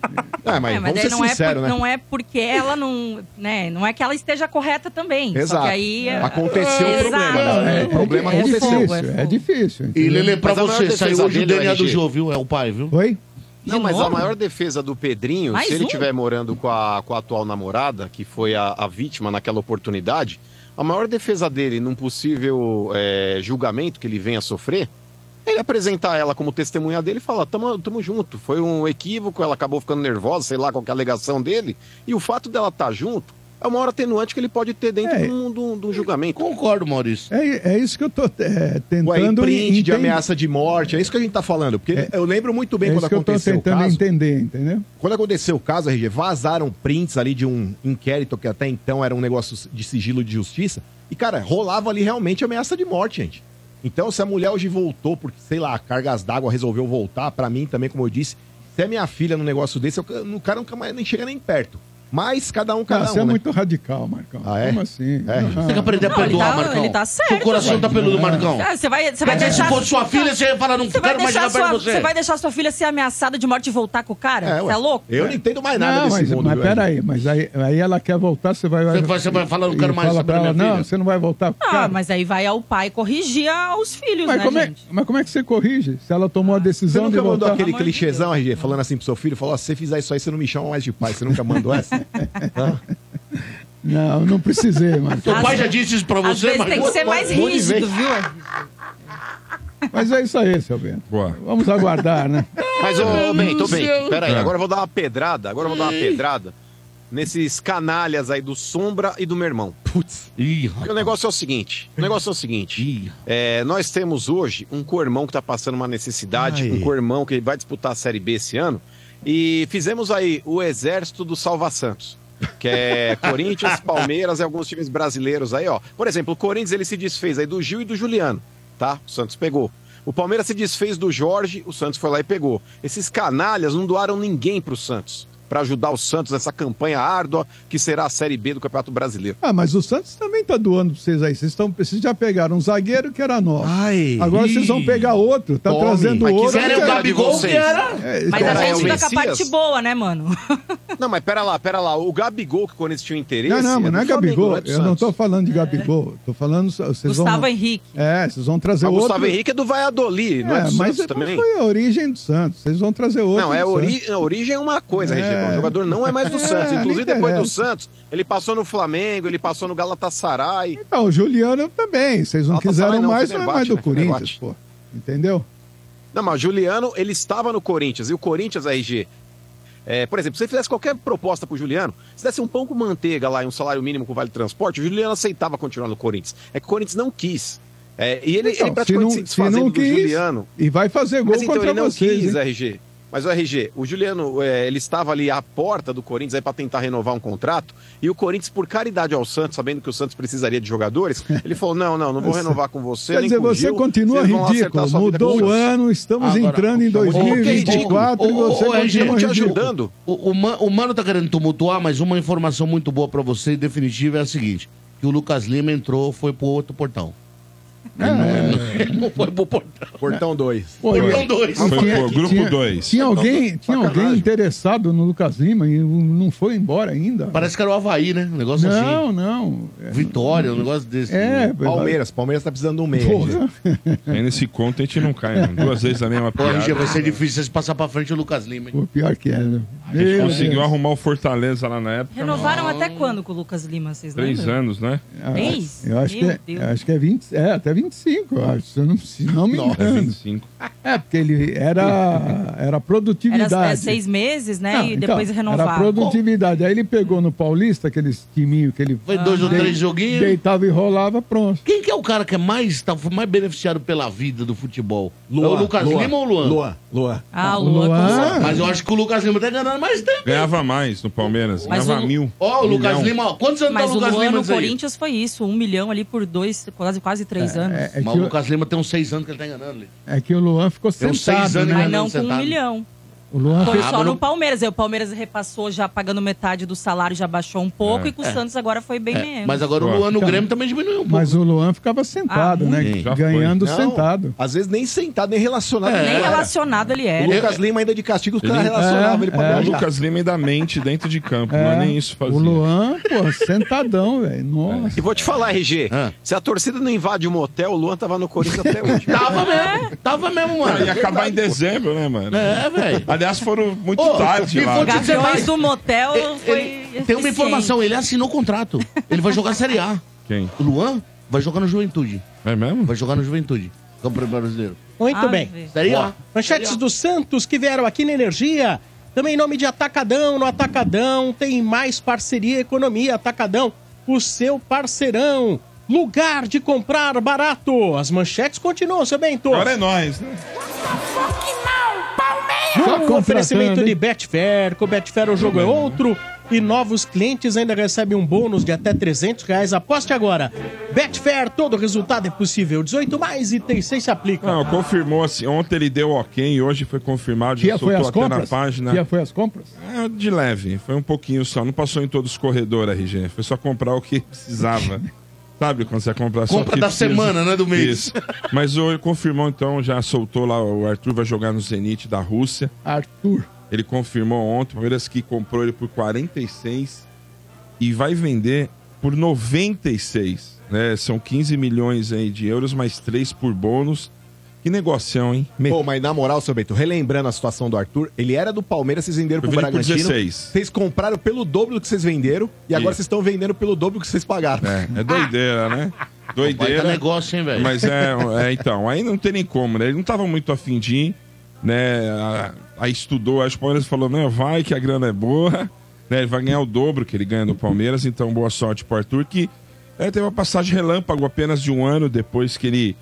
S2: É, mas
S3: É,
S2: vamos
S3: daí
S2: ser
S3: não, é por-
S2: sinceros, né?
S3: não é porque ela não. Né, não é que ela esteja correta também. Só
S2: Exato.
S3: que aí. é-
S2: Aconteceu o
S3: Exato.
S2: problema. né? O problema
S6: é
S2: aconteceu.
S6: difícil,
S3: é fogo.
S6: é difícil.
S4: E
S6: entendeu?
S4: Lele, pra
S7: Mas a maior
S4: você, saiu
S7: defesa
S4: hoje o
S7: dele é o
S4: DNA do
S7: RG.
S4: Jô, viu? É o pai, viu?
S6: Oi?
S7: Não,
S3: De
S7: mas a
S3: novo?
S7: maior defesa do Pedrinho,
S3: Mais
S7: se ele
S3: um?
S7: estiver morando com a, com a atual namorada, que foi a, a vítima naquela oportunidade, a maior defesa dele num possível é, julgamento que ele venha a sofrer, é ele apresentar ela como testemunha dele e falar: tamo, tamo junto, foi um equívoco, ela acabou ficando nervosa, sei lá qual que é a alegação dele, e o fato dela estar junto é uma hora atenuante que ele pode ter dentro
S6: É.
S7: de, um, de um- de um julgamento.
S4: Concordo, Maurício.
S6: É, é isso que eu tô é, tentando
S2: Ué, e print
S6: entender.
S2: de ameaça de morte, é isso que a gente tá falando. Porque
S6: É.
S2: eu lembro muito bem
S6: é
S2: quando
S6: isso que eu tô
S2: aconteceu o
S6: tentando
S2: caso.
S6: entender, entendeu?
S2: Quando aconteceu o caso, RG, vazaram prints ali de um inquérito que até então era um negócio de sigilo de justiça. E, cara, rolava ali realmente ameaça de morte, gente. Então, se a mulher hoje voltou, porque, sei lá, cargas d'água resolveu voltar, pra mim também, como eu disse, se é minha filha num negócio desse, eu, o cara nunca mais nem chega nem perto. Mas cada um,
S6: Cara,
S2: cada
S6: você é
S2: um. né?
S6: muito radical, Marcão.
S2: Ah, é?
S6: Como assim?
S2: É.
S6: Ah,
S4: Você tem que aprender a
S3: Não, ele
S4: perdoar,
S3: tá-
S4: Marcão.
S3: ele tá
S4: Seu
S3: certo,
S4: coração tá peludo, Marcão.
S3: Ah, Você vai, você vai
S4: Mas É, se
S3: deixar.
S4: fosse sua filha, você ia falar, não
S3: Você vai,
S4: quero mais
S3: deixar
S4: chegar perto
S3: sua,
S4: de
S3: você
S4: você.
S3: vai deixar sua filha ser ameaçada de morte e voltar com o cara?
S2: É,
S3: Você
S2: ué.
S3: é louco?
S2: Eu não entendo mais nada
S6: não,
S2: desse
S6: mas,
S2: mundo.
S6: mas
S2: viu,
S6: peraí, mas aí, aí ela quer voltar, você vai...
S4: Você vai- você vai falar, não quero
S6: e
S4: mais
S6: fala
S4: saber
S6: pra
S4: da
S6: ela,
S4: minha
S6: Não,
S4: filha.
S6: você não vai voltar.
S3: Ah,
S6: Cara,
S3: mas aí vai ao pai corrigir aos filhos,
S6: mas
S3: né,
S6: como é,
S3: gente?
S6: mas como é que você corrige? Se ela tomou a
S2: Você
S6: decisão de
S2: nunca mandou
S6: voltar...
S2: aquele
S3: Pelo amor de
S2: clichêzão, RG, falando assim pro seu filho, falou, ó, se você fizer isso aí, você não me chama mais de pai. Você nunca mandou essa?
S6: Não, não precisei, Marcão.
S4: Seu pai
S3: Às-
S4: já disse isso pra
S3: Às
S4: você,
S3: vezes tem que
S4: Marcão.
S3: ser mais
S2: Vou dizer
S3: rígido, viu?
S6: Mas é isso aí, seu Bento.
S5: Boa.
S6: Vamos aguardar, né?
S7: Mas, ô, bem, tô bem.
S4: céu.
S7: Peraí,
S6: Ah.
S5: É.
S7: agora eu vou dar uma pedrada, agora eu vou dar uma pedrada nesses canalhas aí do Sombra e do meu irmão.
S2: Putz.
S4: Ih,
S7: Porque o negócio é o seguinte, o negócio é o seguinte,
S4: rapaz.
S7: é, nós temos hoje um co-irmão que tá passando uma necessidade,
S2: Ai.
S7: um co-irmão que vai disputar a Série B esse ano, e fizemos aí o Exército do Salva Santos, que é Corinthians, Palmeiras e alguns times brasileiros aí, ó. Por exemplo, o Corinthians ele se desfez aí do Gil e do Juliano, tá? O Santos pegou. O Palmeiras se desfez do Jorge, o Santos foi lá e pegou. Esses canalhas não doaram ninguém pro Santos. Pra ajudar o Santos nessa campanha árdua que será a Série B do Campeonato Brasileiro.
S6: Ah, mas o Santos também tá doando pra vocês aí. Vocês, estão, vocês já pegaram um zagueiro que era nosso.
S2: Ai.
S6: Agora vocês vão pegar outro. Tá
S2: Tome.
S6: trazendo
S2: Mas
S6: outro.
S7: quiserem
S4: Era é o
S7: Verdade,
S4: Gabigol que
S7: vocês.
S4: era...
S6: É,
S3: Mas
S7: Cara,
S3: a
S7: é o
S3: gente fica com a parte
S7: Messias?
S3: boa, né, mano?
S7: Não, mas pera lá, pera lá. O Gabigol que o Corinthians tinha interesse.
S6: Não, não, mas não é
S7: do Flamengo,
S6: Gabigol.
S7: do
S6: Eu não tô
S7: Santos.
S6: falando de Gabigol. Tô falando. só- Vocês
S3: Gustavo
S6: vão...
S3: Henrique.
S6: É, vocês vão trazer
S7: Mas o
S6: outro.
S7: Gustavo Henrique é do Valladolid, não é,
S6: É,
S7: do
S6: mas
S7: Santos
S6: também.
S7: também?
S6: foi a origem do Santos. Vocês vão trazer outro.
S7: Não, é
S6: do Santos.
S7: ori... a origem é uma coisa,
S6: É.
S7: Regina. O jogador não é mais do
S6: É,
S7: Santos.
S6: não
S7: Inclusive, depois do
S6: interessa.
S7: Santos, ele passou no Flamengo, ele passou no Galatasaray.
S6: Então, o Juliano também. Vocês não
S7: Nossa,
S6: quiseram
S7: vai tá não,
S6: mais, não é
S7: Fenerbahçe,
S6: mais do
S7: né?
S6: Corinthians,
S7: Fenerbahçe.
S6: pô. Entendeu?
S7: Não, mas o Juliano, ele estava no Corinthians. E o Corinthians, RG, é, por exemplo, se você fizesse qualquer proposta pro Juliano, se desse um pão com manteiga lá e um salário mínimo com vale transporte, o Juliano aceitava continuar no Corinthians. É que o Corinthians não quis. É, e ele,
S6: Então,
S7: ele praticamente se, desfazendo do Juliano.
S6: E vai fazer gol
S7: Mas então
S6: um contra
S7: ele não
S6: vocês.
S7: quis,
S6: hein?
S7: RG. Mas o RG, o Juliano, é, ele estava ali à porta do Corinthians aí para tentar renovar um contrato. E o Corinthians, por caridade ao Santos, sabendo que o Santos precisaria de jogadores, ele falou: não, não, não vou renovar com você.
S6: Quer
S7: nem
S6: dizer,
S7: com o
S6: você
S7: Gil,
S6: continua
S7: vocês vão lá
S6: ridículo.
S7: acertar sua vida com
S6: Mudou o
S7: Santos."
S6: ano, estamos
S4: Agora,
S6: entrando em
S4: ô,
S7: que ridículo.
S6: 2024 e
S4: Ô, ô,
S6: você
S4: ô, RG,
S6: continua
S7: Te
S6: ridículo.
S7: ajudando.
S4: O, o Ma- o Mano tá querendo tumultuar, mas uma informação muito boa pra você e definitiva é a seguinte: que o Lucas Lima entrou, foi pro outro portão.
S6: É.
S4: Ele não foi pro portão.
S2: Portão 2.
S6: Pô,
S4: Portão 2.
S5: Foi pro grupo
S6: tinha-
S5: 2.
S6: Tinha alguém, tinha alguém
S2: Sacanagem.
S6: interessado no Lucas Lima e não foi embora ainda?
S4: Parece que era o Havaí, né? Um negócio assim.
S6: Não, não.
S4: Vitória, um negócio desse.
S6: É, é
S2: Palmeiras, Palmeiras tá precisando de um meia.
S6: Porra.
S2: RG.
S5: Aí nesse conto a gente não cai, não. Duas vezes a mesma
S4: Pô, RG, vai
S5: piada.
S4: ser difícil você é passar pra frente o Lucas Lima, hein?
S6: Pô, pior que é. né?
S5: A gente
S6: Meu
S5: conseguiu
S6: Deus.
S5: arrumar o Fortaleza lá na época.
S3: Renovaram até quando com o Lucas Lima, vocês
S5: Três
S3: lembram?
S5: anos, né?
S6: Ah,
S3: Três?
S6: Eu acho que,
S3: Meu
S6: é,
S3: Deus.
S6: eu acho que é 20, é, até era 25, eu acho, se eu não, se não me
S5: Nossa,
S6: engano.
S5: 25.
S6: É, porque ele era, era
S3: Era
S6: produtividade.
S3: é, seis meses, né?
S6: Não,
S3: e
S6: então,
S3: depois
S6: Era
S3: renovar.
S6: produtividade. Aí ele pegou no Paulista, aqueles timinhos que ele
S4: Foi dois ou
S6: dei-
S4: três joguinhos.
S6: deitava e rolava, pronto.
S4: Quem que é o cara que é mais, tá, foi mais beneficiado pela vida do futebol? é o Lucas Lima ou o Luan?
S7: Luan, Luan.
S3: Ah, Luan.
S6: Luan.
S3: Luan.
S4: Mas eu acho que o Lucas Lima tá ganhando mais tempo.
S5: Ganhava mais no Palmeiras,
S3: Mas
S5: ganhava
S3: o-
S5: mil.
S4: Ó, o Lucas
S5: milhão.
S4: Lima, ó. Quantos anos
S3: Mas
S4: tá
S3: o
S4: o Lucas
S3: Luan
S4: Lima
S3: no
S4: nisso aí?
S3: Corinthians foi isso. Um milhão ali por dois, quase, quase três anos.
S6: É, é
S4: Mas
S6: que,
S4: o
S6: o-
S4: Lucas Lima tem uns seis anos que ele tá enganando. Lê.
S6: é que o Luan ficou sentado.
S4: Tem uns seis anos
S6: né?
S3: Mas não
S4: Não,
S3: com
S4: você
S3: um
S4: tá-
S3: milhão.
S6: O Luan
S3: Foi
S6: fez...
S4: Ah,
S3: só
S4: mas
S3: no
S4: não-
S3: Palmeiras. Aí o Palmeiras repassou já pagando metade do salário, já baixou um pouco. E com o Santos agora foi bem menos.
S4: É. Mas agora o
S5: Ó.
S4: Luan
S7: Então,
S4: no Grêmio também diminuiu um pouco.
S6: Mas o Luan ficava sentado,
S3: Ah,
S6: né?
S5: muito. Já foi.
S6: Ganhando
S7: Não,
S6: sentado.
S7: Às vezes nem sentado, nem
S4: É.
S7: relacionado.
S3: Nem
S7: Ele era.
S3: relacionado ele é.
S7: O
S3: era.
S7: Lucas Lima ainda de castigo, os caras
S5: Ele-
S7: relacionavam ele pra
S5: É,
S7: viajar.
S5: o Lucas Lima ainda mente dentro de campo, não é nem isso fazia.
S6: O Luan, pô, sentadão, velho. Nossa.
S2: E vou te falar, RG,
S4: Ah.
S2: se a torcida não invade um motel, o Luan tava no Corinthians até hoje.
S4: Tava
S3: É.
S4: mesmo, tava mesmo,
S5: Ah,
S4: mano.
S5: ia acabar em dezembro, né, mano?
S4: É, velho.
S5: Aliás, foram muito
S4: Ô,
S5: tarde
S4: me
S5: lá.
S4: vou te- É,
S3: Gaviões do motel
S4: Ele-
S3: foi.
S4: ele- tem uma
S3: eficiente.
S4: informação, ele assinou o contrato. Ele vai jogar a Série A.
S5: Quem?
S4: O Luan vai jogar no Juventude.
S5: É mesmo?
S4: Vai jogar no Juventude. Campeonato Brasileiro.
S1: Muito
S3: Ah,
S1: bem.
S3: vê.
S4: Série A.
S1: Manchetes do Santos que vieram aqui na Energia. Também em nome de Atacadão. No Atacadão tem mais parceria e economia. Atacadão, o seu parceirão. Lugar de comprar barato. As manchetes continuam, seu Bento.
S5: Agora é nós, né?
S6: Só
S1: Um
S6: contratando,
S1: oferecimento
S6: hein?
S1: de Betfair. Com Betfair o jogo é outro. E novos clientes ainda recebem um bônus de até 300 reais. Aposte agora. Betfair, todo resultado é possível. 18 mais e tem 6 se aplica.
S5: Não, confirmou assim. Ontem ele deu ok, hoje foi confirmado.
S6: Tia
S5: Já
S6: foi
S5: soltou
S6: às
S5: até na
S6: compras?
S5: página.
S6: Tia foi às compras?
S5: É, de leve, foi um pouquinho só. Não passou em todos os corredores, RG. Foi só comprar o que precisava. Sabe quando você compra é só o
S4: Compra
S5: que
S4: da semana, né, do mês.
S5: Isso. Mas hoje confirmou, então, já soltou lá. O Arthur vai jogar no Zenit da Rússia.
S6: Arthur.
S5: Ele confirmou ontem. O Palmeiras que comprou ele por 46 e vai vender por 96. Né? São 15 milhões aí de euros, mais 3 por bônus. Que negocião, hein? Me-
S7: Pô, mas na moral, seu Bento, relembrando a situação do Arthur, ele era do Palmeiras, vocês venderam pro
S5: Eu vendi por
S7: Bragantino.
S5: 16.
S7: Vocês compraram pelo dobro do que vocês venderam e agora
S5: Isso.
S7: vocês estão vendendo pelo dobro do que vocês pagaram.
S5: É, é doideira, né?
S4: Vai dar
S5: Doideira.
S4: negócio, hein, velho.
S5: Mas é, é, então, aí não tem nem como, né? Ele não tava muito afim de ir, né? A- Aí estudou, acho que o Palmeiras falou, não, vai que a grana é boa, né? Ele vai ganhar o dobro que ele ganha no Palmeiras, então boa sorte pro Arthur, que é, teve uma passagem relâmpago apenas de um ano depois que ele.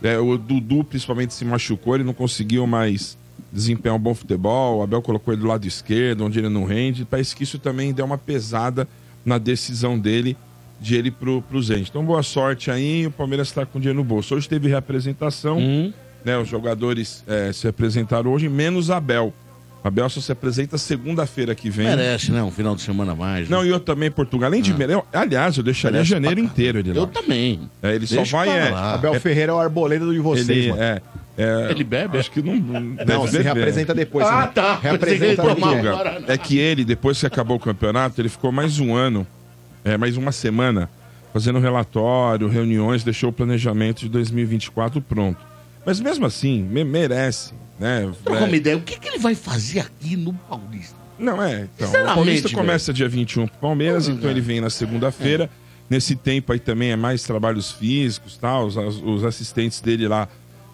S5: é, o Dudu principalmente se machucou, ele não conseguiu mais desempenhar um bom futebol. O Abel colocou ele do lado esquerdo, onde ele não rende. Parece que isso também deu uma pesada na decisão dele de ele pro, pro Zenit. Então, boa sorte aí. O Palmeiras está com dinheiro no bolso. Hoje teve reapresentação,
S4: Hum.
S5: né? Os jogadores eh, se apresentaram hoje, menos Abel. Abel só se apresenta segunda-feira que vem.
S4: Merece, né? Um final de semana a mais. né? Ah.
S5: Não, e eu também, Portugal. Além de. mere- Aliás, eu deixaria
S4: Merece
S5: janeiro
S4: pra
S5: inteiro ele lá.
S4: Eu também.
S5: É, ele só
S4: Deixa
S5: vai.
S4: pra
S5: É,
S4: lá.
S7: Abel Ferreira é o arboleda de vocês,
S5: ele,
S7: mano.
S5: é, é,
S4: Ele bebe?
S5: Acho que não. Não,
S7: Não, você reapresenta depois.
S4: Ah,
S7: né?
S4: tá.
S7: Reapresenta
S4: Pensei que ele
S7: aqui,
S4: tomava.
S7: é.
S4: agora, não.
S5: É que ele, depois que acabou o campeonato, ele ficou mais um ano, é, mais uma semana, fazendo relatório, reuniões, deixou o planejamento de 2024 pronto. Mas mesmo assim, me- merece, né?
S4: Troca Tá uma
S5: É,
S4: ideia. O que, que ele vai fazer aqui no Paulista?
S5: não é, então. O
S4: Sinceramente,
S5: Paulista
S4: velho.
S5: começa dia 21 pro Palmeiras,
S4: Uhum.
S5: então ele vem na
S4: É.
S5: segunda-feira. Nesse tempo aí também é mais trabalhos físicos, tá? Os, as- os assistentes dele lá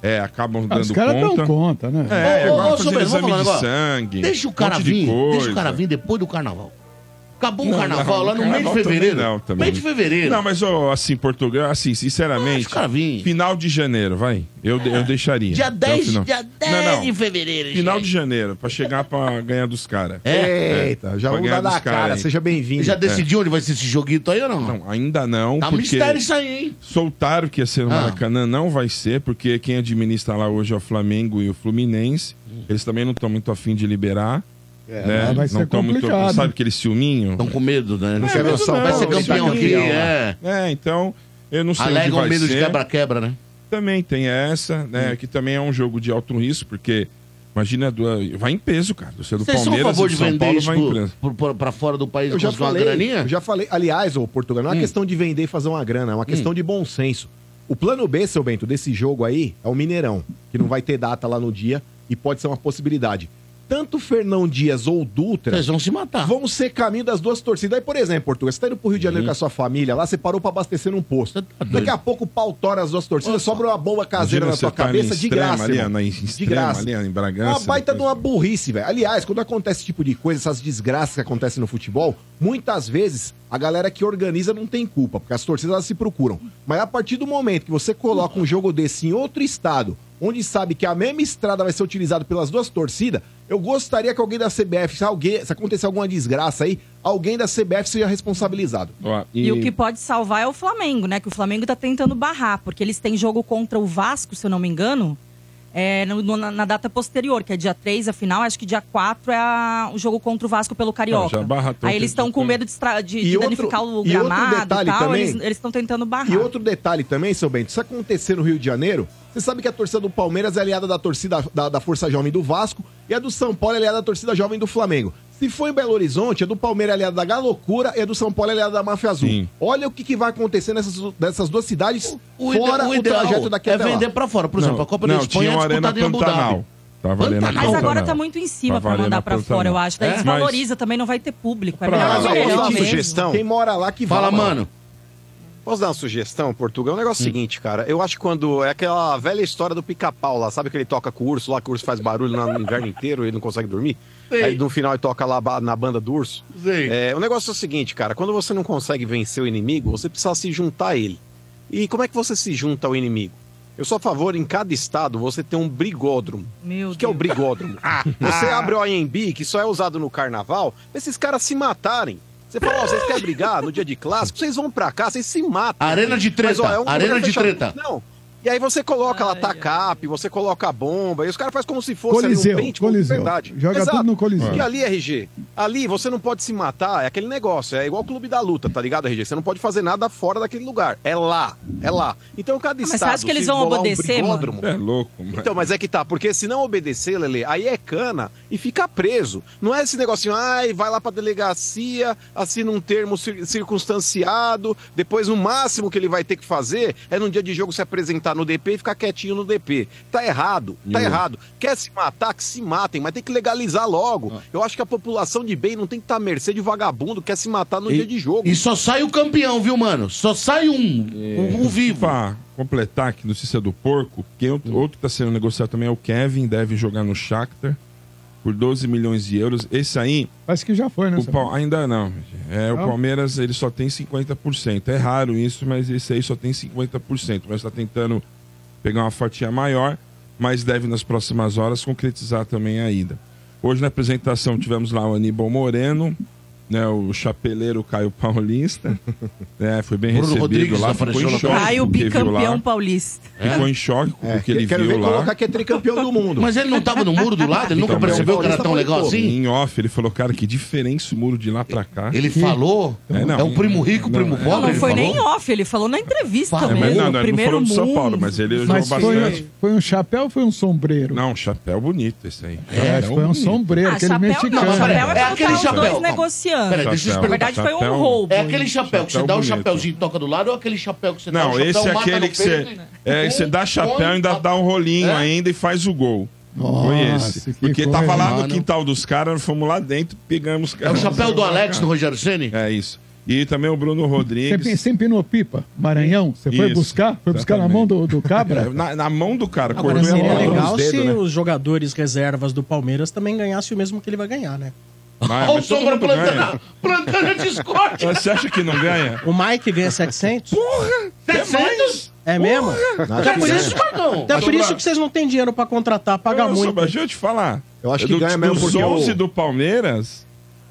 S5: é, acabam
S6: Ah,
S5: dando
S6: os caras dão conta, né?
S5: É,
S4: Ô, ô, ô,
S5: agora fazendo
S4: Silveira, vamos
S5: exame
S4: falar
S5: de
S4: agora.
S5: sangue.
S4: Deixa o
S5: um
S4: cara
S5: monte de
S4: vir. Deixa o
S5: coisa.
S4: cara vir depois do carnaval. Acabou
S5: Não,
S4: o carnaval
S5: não,
S4: lá no mês de
S5: carnaval
S4: fevereiro.
S5: também não, também.
S4: Mês de fevereiro. Ah,
S5: Não, mas ó, assim, Portugal, assim,
S4: Deixa
S5: sinceramente,
S4: o cara vir. É.
S5: final de janeiro, vai. Eu, eu deixaria.
S4: Dia
S5: Até o
S4: 10,
S5: final.
S4: dia
S5: Não,
S4: 10
S5: não,
S4: de fevereiro.
S5: Final
S4: gente. É.
S5: de janeiro, pra chegar pra ganhar dos caras.
S7: Eita,
S5: Pra
S7: já vamos
S5: ganhar
S7: dar
S5: dos
S7: na
S5: caras
S7: cara,
S5: aí.
S7: seja bem-vindo.
S5: É.
S4: Já decidiu onde vai ser esse joguito aí ou não?
S5: Não, ainda não,
S4: Tá um
S5: porque
S4: mistério isso aí, hein?
S5: soltaram que ia ser no
S4: Ah.
S5: Maracanã, não vai ser, porque quem administra lá hoje é o Flamengo e o Fluminense. Eles também não estão muito afim de liberar.
S4: É,
S5: né?
S6: lá
S5: não
S6: vai ser
S5: tão muito.
S6: complicado.
S5: Sabe aquele ciúminho?
S4: Estão com medo, né?
S7: Não quer ver o São
S4: vai
S7: Paulo
S4: ser campeão
S7: tá
S4: aqui, é.
S5: É, então, eu não sei onde
S4: Alegam
S5: vai
S4: medo de
S5: ser.
S4: quebra-quebra, né?
S5: Também tem essa,
S4: Hum.
S5: né? Que também é um jogo de alto risco, porque imagina, do- vai em peso, cara. Você é do
S4: Vocês são a
S5: Palmeiras,
S4: favor
S5: e
S4: de
S5: do São
S4: vender
S5: Paulo
S4: isso
S5: vai em peso.
S4: pro- pro- pra fora do país
S7: Eu já,
S4: com uma
S7: falei,
S4: graninha? Hum.
S7: eu já falei. Aliás, ô Portugal, não é uma questão de vender e fazer uma grana, é uma questão de bom senso. O plano B, seu Bento, desse jogo aí é o Mineirão, que não vai ter data lá no dia e pode ser uma possibilidade. tanto Fernão Dias ou Dutra.
S4: Vocês vão se matar. Uhum.
S7: Vão ser caminho das duas torcidas. Aí, por exemplo, Portugal, você tá indo pro Rio de Janeiro com a sua família, lá você parou pra abastecer num posto.
S4: tá
S7: Daqui a pouco o pau tora as duas torcidas, sobra uma bomba caseira
S5: Imagina
S7: na
S5: você
S7: sua
S5: tá na
S7: cabeça de
S5: Extrema,
S7: graça.
S5: ali,
S7: irmão.
S5: na
S7: de
S5: Extrema,
S7: graça. Ah,
S5: ali, em Bragança, né?
S7: Uma baita de
S5: depois-
S7: uma burrice, velho. Aliás, quando acontece esse tipo de coisa, essas desgraças que acontecem no futebol, muitas vezes a galera que organiza não tem culpa, porque as torcidas elas se procuram. Mas a partir do momento que você coloca um jogo desse em outro estado, onde sabe que a mesma estrada vai ser utilizada pelas duas torcidas, eu gostaria que alguém da CBF, se, alguém, se acontecer alguma desgraça aí, alguém da CBF seja responsabilizado.
S3: E... o que pode salvar é o Flamengo, né? Que o Flamengo tá tentando barrar, porque eles têm jogo contra o Vasco, se eu não me engano, é, no- no- na, na data posterior, que é dia 3, afinal, acho que dia 4 é a- o jogo contra o Vasco pelo Carioca.
S5: Ah, já barra tanto
S3: Aí eles estão
S5: tempo.
S3: com medo de, estra- de-
S7: E
S3: de
S7: outro-
S3: danificar o
S7: e outro
S3: gramado e
S7: detalhe
S3: tal,
S7: também-
S3: eles estão tentando barrar.
S7: E outro detalhe também, seu Bento, se acontecer no Rio de Janeiro, você sabe que a torcida do Palmeiras é aliada da torcida da, da Força Jovem do Vasco e a do São Paulo é aliada da torcida jovem do Flamengo. Se for em Belo Horizonte, a do Palmeiras é aliada da Galocura e a do São Paulo é aliada da Máfia Azul.
S5: Sim.
S7: Olha o que, que vai acontecer nessas, nessas duas cidades
S4: O ide-
S7: fora o,
S4: ideal
S7: trajeto daqui
S4: é
S7: até lá.
S4: vender pra fora. Por exemplo, a Copa da
S5: não, tinha
S4: Espanha é
S5: uma
S4: disputada em
S5: Arena
S4: Abu Dhabi.
S5: Pantanal. Tava ali na
S4: Pantanal.
S3: Mas agora
S5: Pantanal.
S3: tá muito em cima
S5: Tava
S3: pra
S5: ali na
S3: mandar pra fora, eu
S5: Pantanal.
S3: acho. Daí
S5: É?
S3: desvaloriza, também não vai ter público. É
S5: Pra-
S3: melhor
S5: Mas,
S3: no
S5: ó,
S2: posso dar
S3: verão
S2: uma
S3: mesmo.
S2: sugestão?
S7: Quem mora lá que
S4: Fala,
S7: vai. lá.
S4: mano. Hum.
S2: Posso dar uma sugestão, Portugal? É um negócio seguinte, cara. Eu acho que quando. É aquela velha história do pica-pau lá, sabe que ele toca com o urso lá, que o urso faz barulho no inverno inteiro e ele não consegue dormir?
S4: Sei.
S2: Aí no final ele toca lá ba- na banda do urso.
S4: Sei.
S2: É, o negócio é o seguinte, cara. Quando você não consegue vencer o inimigo, você precisa se juntar a ele. E como é que você se junta ao inimigo? Eu sou a favor, em cada estado, você ter um brigódromo.
S3: Meu
S2: O que é o
S3: Deus.
S2: brigódromo? Você abre o AMB, que só é usado no carnaval, pra esses caras se matarem. Você fala, ó, vocês querem brigar no dia de clássico? Vocês vão pra cá, vocês se matam. é
S4: Arena de treta, arena de
S2: um fechado.
S4: treta.
S2: Não. E aí você coloca lá
S3: Ai,
S2: TACAP, você coloca a bomba, e os caras fazem como se fosse
S6: Coliseu,
S2: ali um paintball de
S6: Coliseu.
S2: verdade.
S6: Joga tudo no Coliseu.
S2: Porque ali, RG, ali você não pode se matar, é aquele negócio, é igual o clube da luta, tá ligado, RG? Você não pode fazer nada fora daquele lugar. É lá, é lá. Então cada
S3: mas você
S2: estado...
S3: acha que eles
S2: se
S3: vão
S2: bolar um
S3: obedecer, mano?
S2: brigódromo-
S5: É louco, mano.
S2: então, mas é que tá, porque se não obedecer, Lele, aí é cana e fica preso. Não é esse negocinho, ai, vai lá pra delegacia, assina um termo cir- circunstanciado, depois no máximo que ele vai ter que fazer é num dia de jogo se apresentar no DP e ficar quietinho no DP. Tá errado, tá
S5: Hum.
S2: errado. Quer se matar, que se matem, mas tem que legalizar logo.
S5: Ah.
S2: Eu acho que a população de bem não tem que estar à mercê de vagabundo que quer se matar
S7: é
S2: no dia de jogo.
S4: E só sai o campeão, viu, mano? Só sai
S5: É,
S4: um. Um, um vivo.
S5: Pra completar que notícia é do porco, que outro, outro que tá sendo negociado também é o Kevin, deve jogar no Shakhtar por 12 milhões de euros. Esse aí,
S6: Parece que já foi, né?
S5: o
S6: Samuel?
S5: Pal- ainda não. É, o
S6: Não?
S5: Palmeiras, ele só tem 50%. É raro isso, mas esse aí só tem 50%. Mas tá tentando pegar uma fatia maior, mas deve nas próximas horas concretizar também a ida. Hoje na apresentação tivemos lá o Aníbal Moreno, né, o chapeleiro Caio Paulista, né, foi bem
S4: Bruno
S5: recebido
S4: Rodrigues
S5: lá,
S4: apareceu
S5: ficou em
S4: na
S5: choque
S3: Caio
S5: com o que viu lá.
S3: bicampeão paulista.
S5: Ficou em choque com
S7: É,
S5: o que ele
S7: quero ver
S5: viu lá.
S7: colocar que é tricampeão do mundo.
S4: Mas ele não tava no muro do lado? Ele nunca
S5: Então,
S4: percebeu que era
S7: Paulista
S4: tão legal
S7: foi, pô.
S4: assim?
S5: Em off, ele falou, cara, que diferença o muro de lá pra cá.
S4: Ele falou?
S5: É, não.
S4: É um primo rico,
S5: Não,
S4: primo
S5: é.
S4: pobre?
S3: Não, não
S4: ele
S3: foi
S4: falou?
S3: nem off, ele falou na entrevista
S4: Fala,
S5: É, mas
S3: mesmo.
S5: não, não, ele não
S3: primeiro
S5: falou do São Paulo,
S3: mundo.
S5: mas ele jogou
S6: Mas foi,
S5: bastante.
S6: foi um chapéu ou foi um sombreiro?
S5: Não, chapéu bonito esse aí.
S6: É, acho que foi um sombreiro,
S3: Ah,
S6: aquele
S3: chapéu
S6: mexicano.
S3: não, chapéu
S4: É
S3: é, quando
S4: aquele
S3: tá os
S4: chapéu,
S3: dois
S4: calma.
S3: negociando.
S4: Pera, deixa eu
S5: Chapéu.
S3: Na
S4: explicar.
S3: verdade, foi um
S5: Chapéu-
S3: roubo.
S4: É aquele chapéu que você
S5: Chapéu
S4: dá o
S5: bonito.
S4: chapéuzinho e toca do lado ou aquele chapéu que você dá o
S5: Não,
S4: chapéu,
S5: esse é
S4: mata
S5: aquele
S4: no
S5: que você.
S4: peito, né?
S5: É, que você dá chapéu e ainda dá um rolinho
S4: É.
S5: ainda e faz o gol.
S6: Nossa,
S5: Foi esse.
S6: que
S5: Porque
S6: coisa,
S5: tava
S7: Ah,
S5: lá no
S4: mano.
S5: quintal dos caras, fomos lá dentro, pegamos.
S4: É o chapéu do Alex do Rogério Ceni?
S5: É isso. E também o Bruno
S6: Você pen-
S5: Rodrigues.
S6: sem pinopipa, Maranhão, você foi
S5: Isso,
S6: buscar? Foi buscar na
S5: exatamente.
S6: mão do, do
S5: É,
S6: cabra?
S5: Na, na mão do cara,
S1: Agora
S5: cortou
S1: seria
S5: ela com os
S1: legal
S5: dedos,
S1: se
S5: né?
S1: os jogadores reservas do Palmeiras também ganhassem o mesmo que ele vai ganhar, né?
S5: Mas-
S4: Olha o
S5: mas todo
S4: sombra
S5: mundo ganha.
S4: plantando, plantando a discórdia.
S5: Você acha que não ganha?
S1: O Mike ganha 700?
S4: 700?
S1: É mesmo?
S4: É por isso, Marcão.
S1: Até por isso que vocês não têm dinheiro pra contratar, paga
S5: Não,
S1: muito.
S5: Sombra, deixa eu te falar.
S7: Eu acho que
S5: É Do-
S7: ganha mesmo,
S5: Dos
S7: porque o-
S5: 11 do Palmeiras,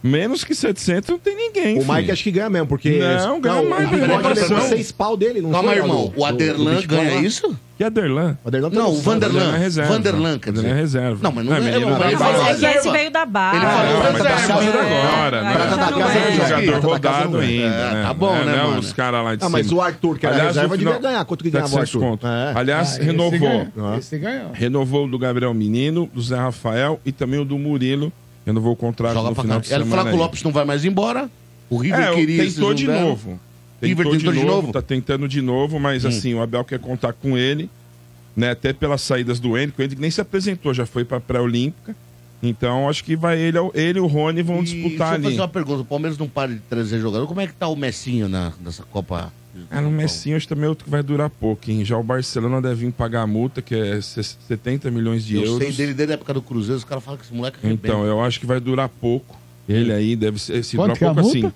S5: menos que 700 não tem ninguém.
S7: O Mike
S5: filho.
S7: acho que ganha mesmo, porque.
S5: Não, ganha mais,
S7: O
S4: ganha
S7: bigode
S4: mais.
S7: levou seis pau dele, não
S4: Calma,
S7: foi,
S4: irmão.
S7: do-
S4: O
S7: do- do
S4: Aderlan
S7: Bitcoin lá?
S4: ganha isso?
S5: E a Derlan?
S7: O Aderlan tá
S4: Não,
S7: no
S4: o
S7: Santos.
S4: Vanderlan.
S5: é reserva.
S4: Vanderlan, quer dizer.
S5: Vanderlan é reserva.
S4: Não, mas não
S5: é,
S4: ganha, não, mas ele
S5: vai-
S4: fala-
S3: Mas é que esse
S4: reserva.
S3: veio da barra.
S4: Ele falou
S5: Ah, mas tá
S4: reserva.
S5: saindo
S4: É,
S5: agora, né?
S3: agora
S7: tá na
S5: Não é
S7: casa do Jair,
S5: jogador
S7: tá na casa É,
S5: rodado
S7: do Jair.
S5: ainda, né?
S4: tá bom,
S5: Não,
S4: né,
S5: não,
S4: mano?
S5: os caras lá de
S7: Ah,
S5: cima.
S7: mas o Arthur, que era
S5: Aliás,
S7: reserva,
S5: no
S7: devia
S5: final-
S7: ganhar. Quanto que ganhava o
S5: 700
S7: Arthur?
S5: conto.
S7: É.
S5: Aliás,
S6: Ah, Esse
S5: renovou.
S6: ganhou, Esse ganhou.
S5: Renovou o do Gabriel Menino, do Zé Rafael e também o do Murilo. Renovou o contrato
S4: Joga
S5: no
S4: pra
S5: final
S4: cá.
S5: de
S4: Ele
S5: semana.
S4: fala que o
S5: aí.
S4: Lopes não vai mais embora. O River
S5: É,
S4: queria
S5: tentou
S4: esses
S5: de
S4: não deram.
S5: novo.
S4: River
S5: Tentou,
S4: tentou
S5: de,
S4: de
S5: novo,
S4: novo? Hum.
S5: tá tentando de novo, mas assim, o Abel quer contar com ele, né? Até pelas saídas do Henrique, o Henrique nem se apresentou, já foi pra pré-olímpica, Então, acho que vai ele, ele e o Rony vão disputar
S4: Deixa eu
S5: tá ali.
S4: fazer uma pergunta. O Palmeiras não para de trazer jogador. Como é que tá o Messinho na, nessa Copa?
S5: Ah, no Messinho hoje também é outro que vai durar pouco, hein? Já o Barcelona deve vir pagar a multa, que é 70 milhões de
S4: eu
S5: euros.
S4: sei dele desde a época do Cruzeiro. Os caras falam que esse moleque
S5: Então, eu acho que vai durar pouco. Ele aí deve ser. Se
S4: Quanto
S5: durar
S4: que é a
S5: pouco
S4: multa?
S5: assim.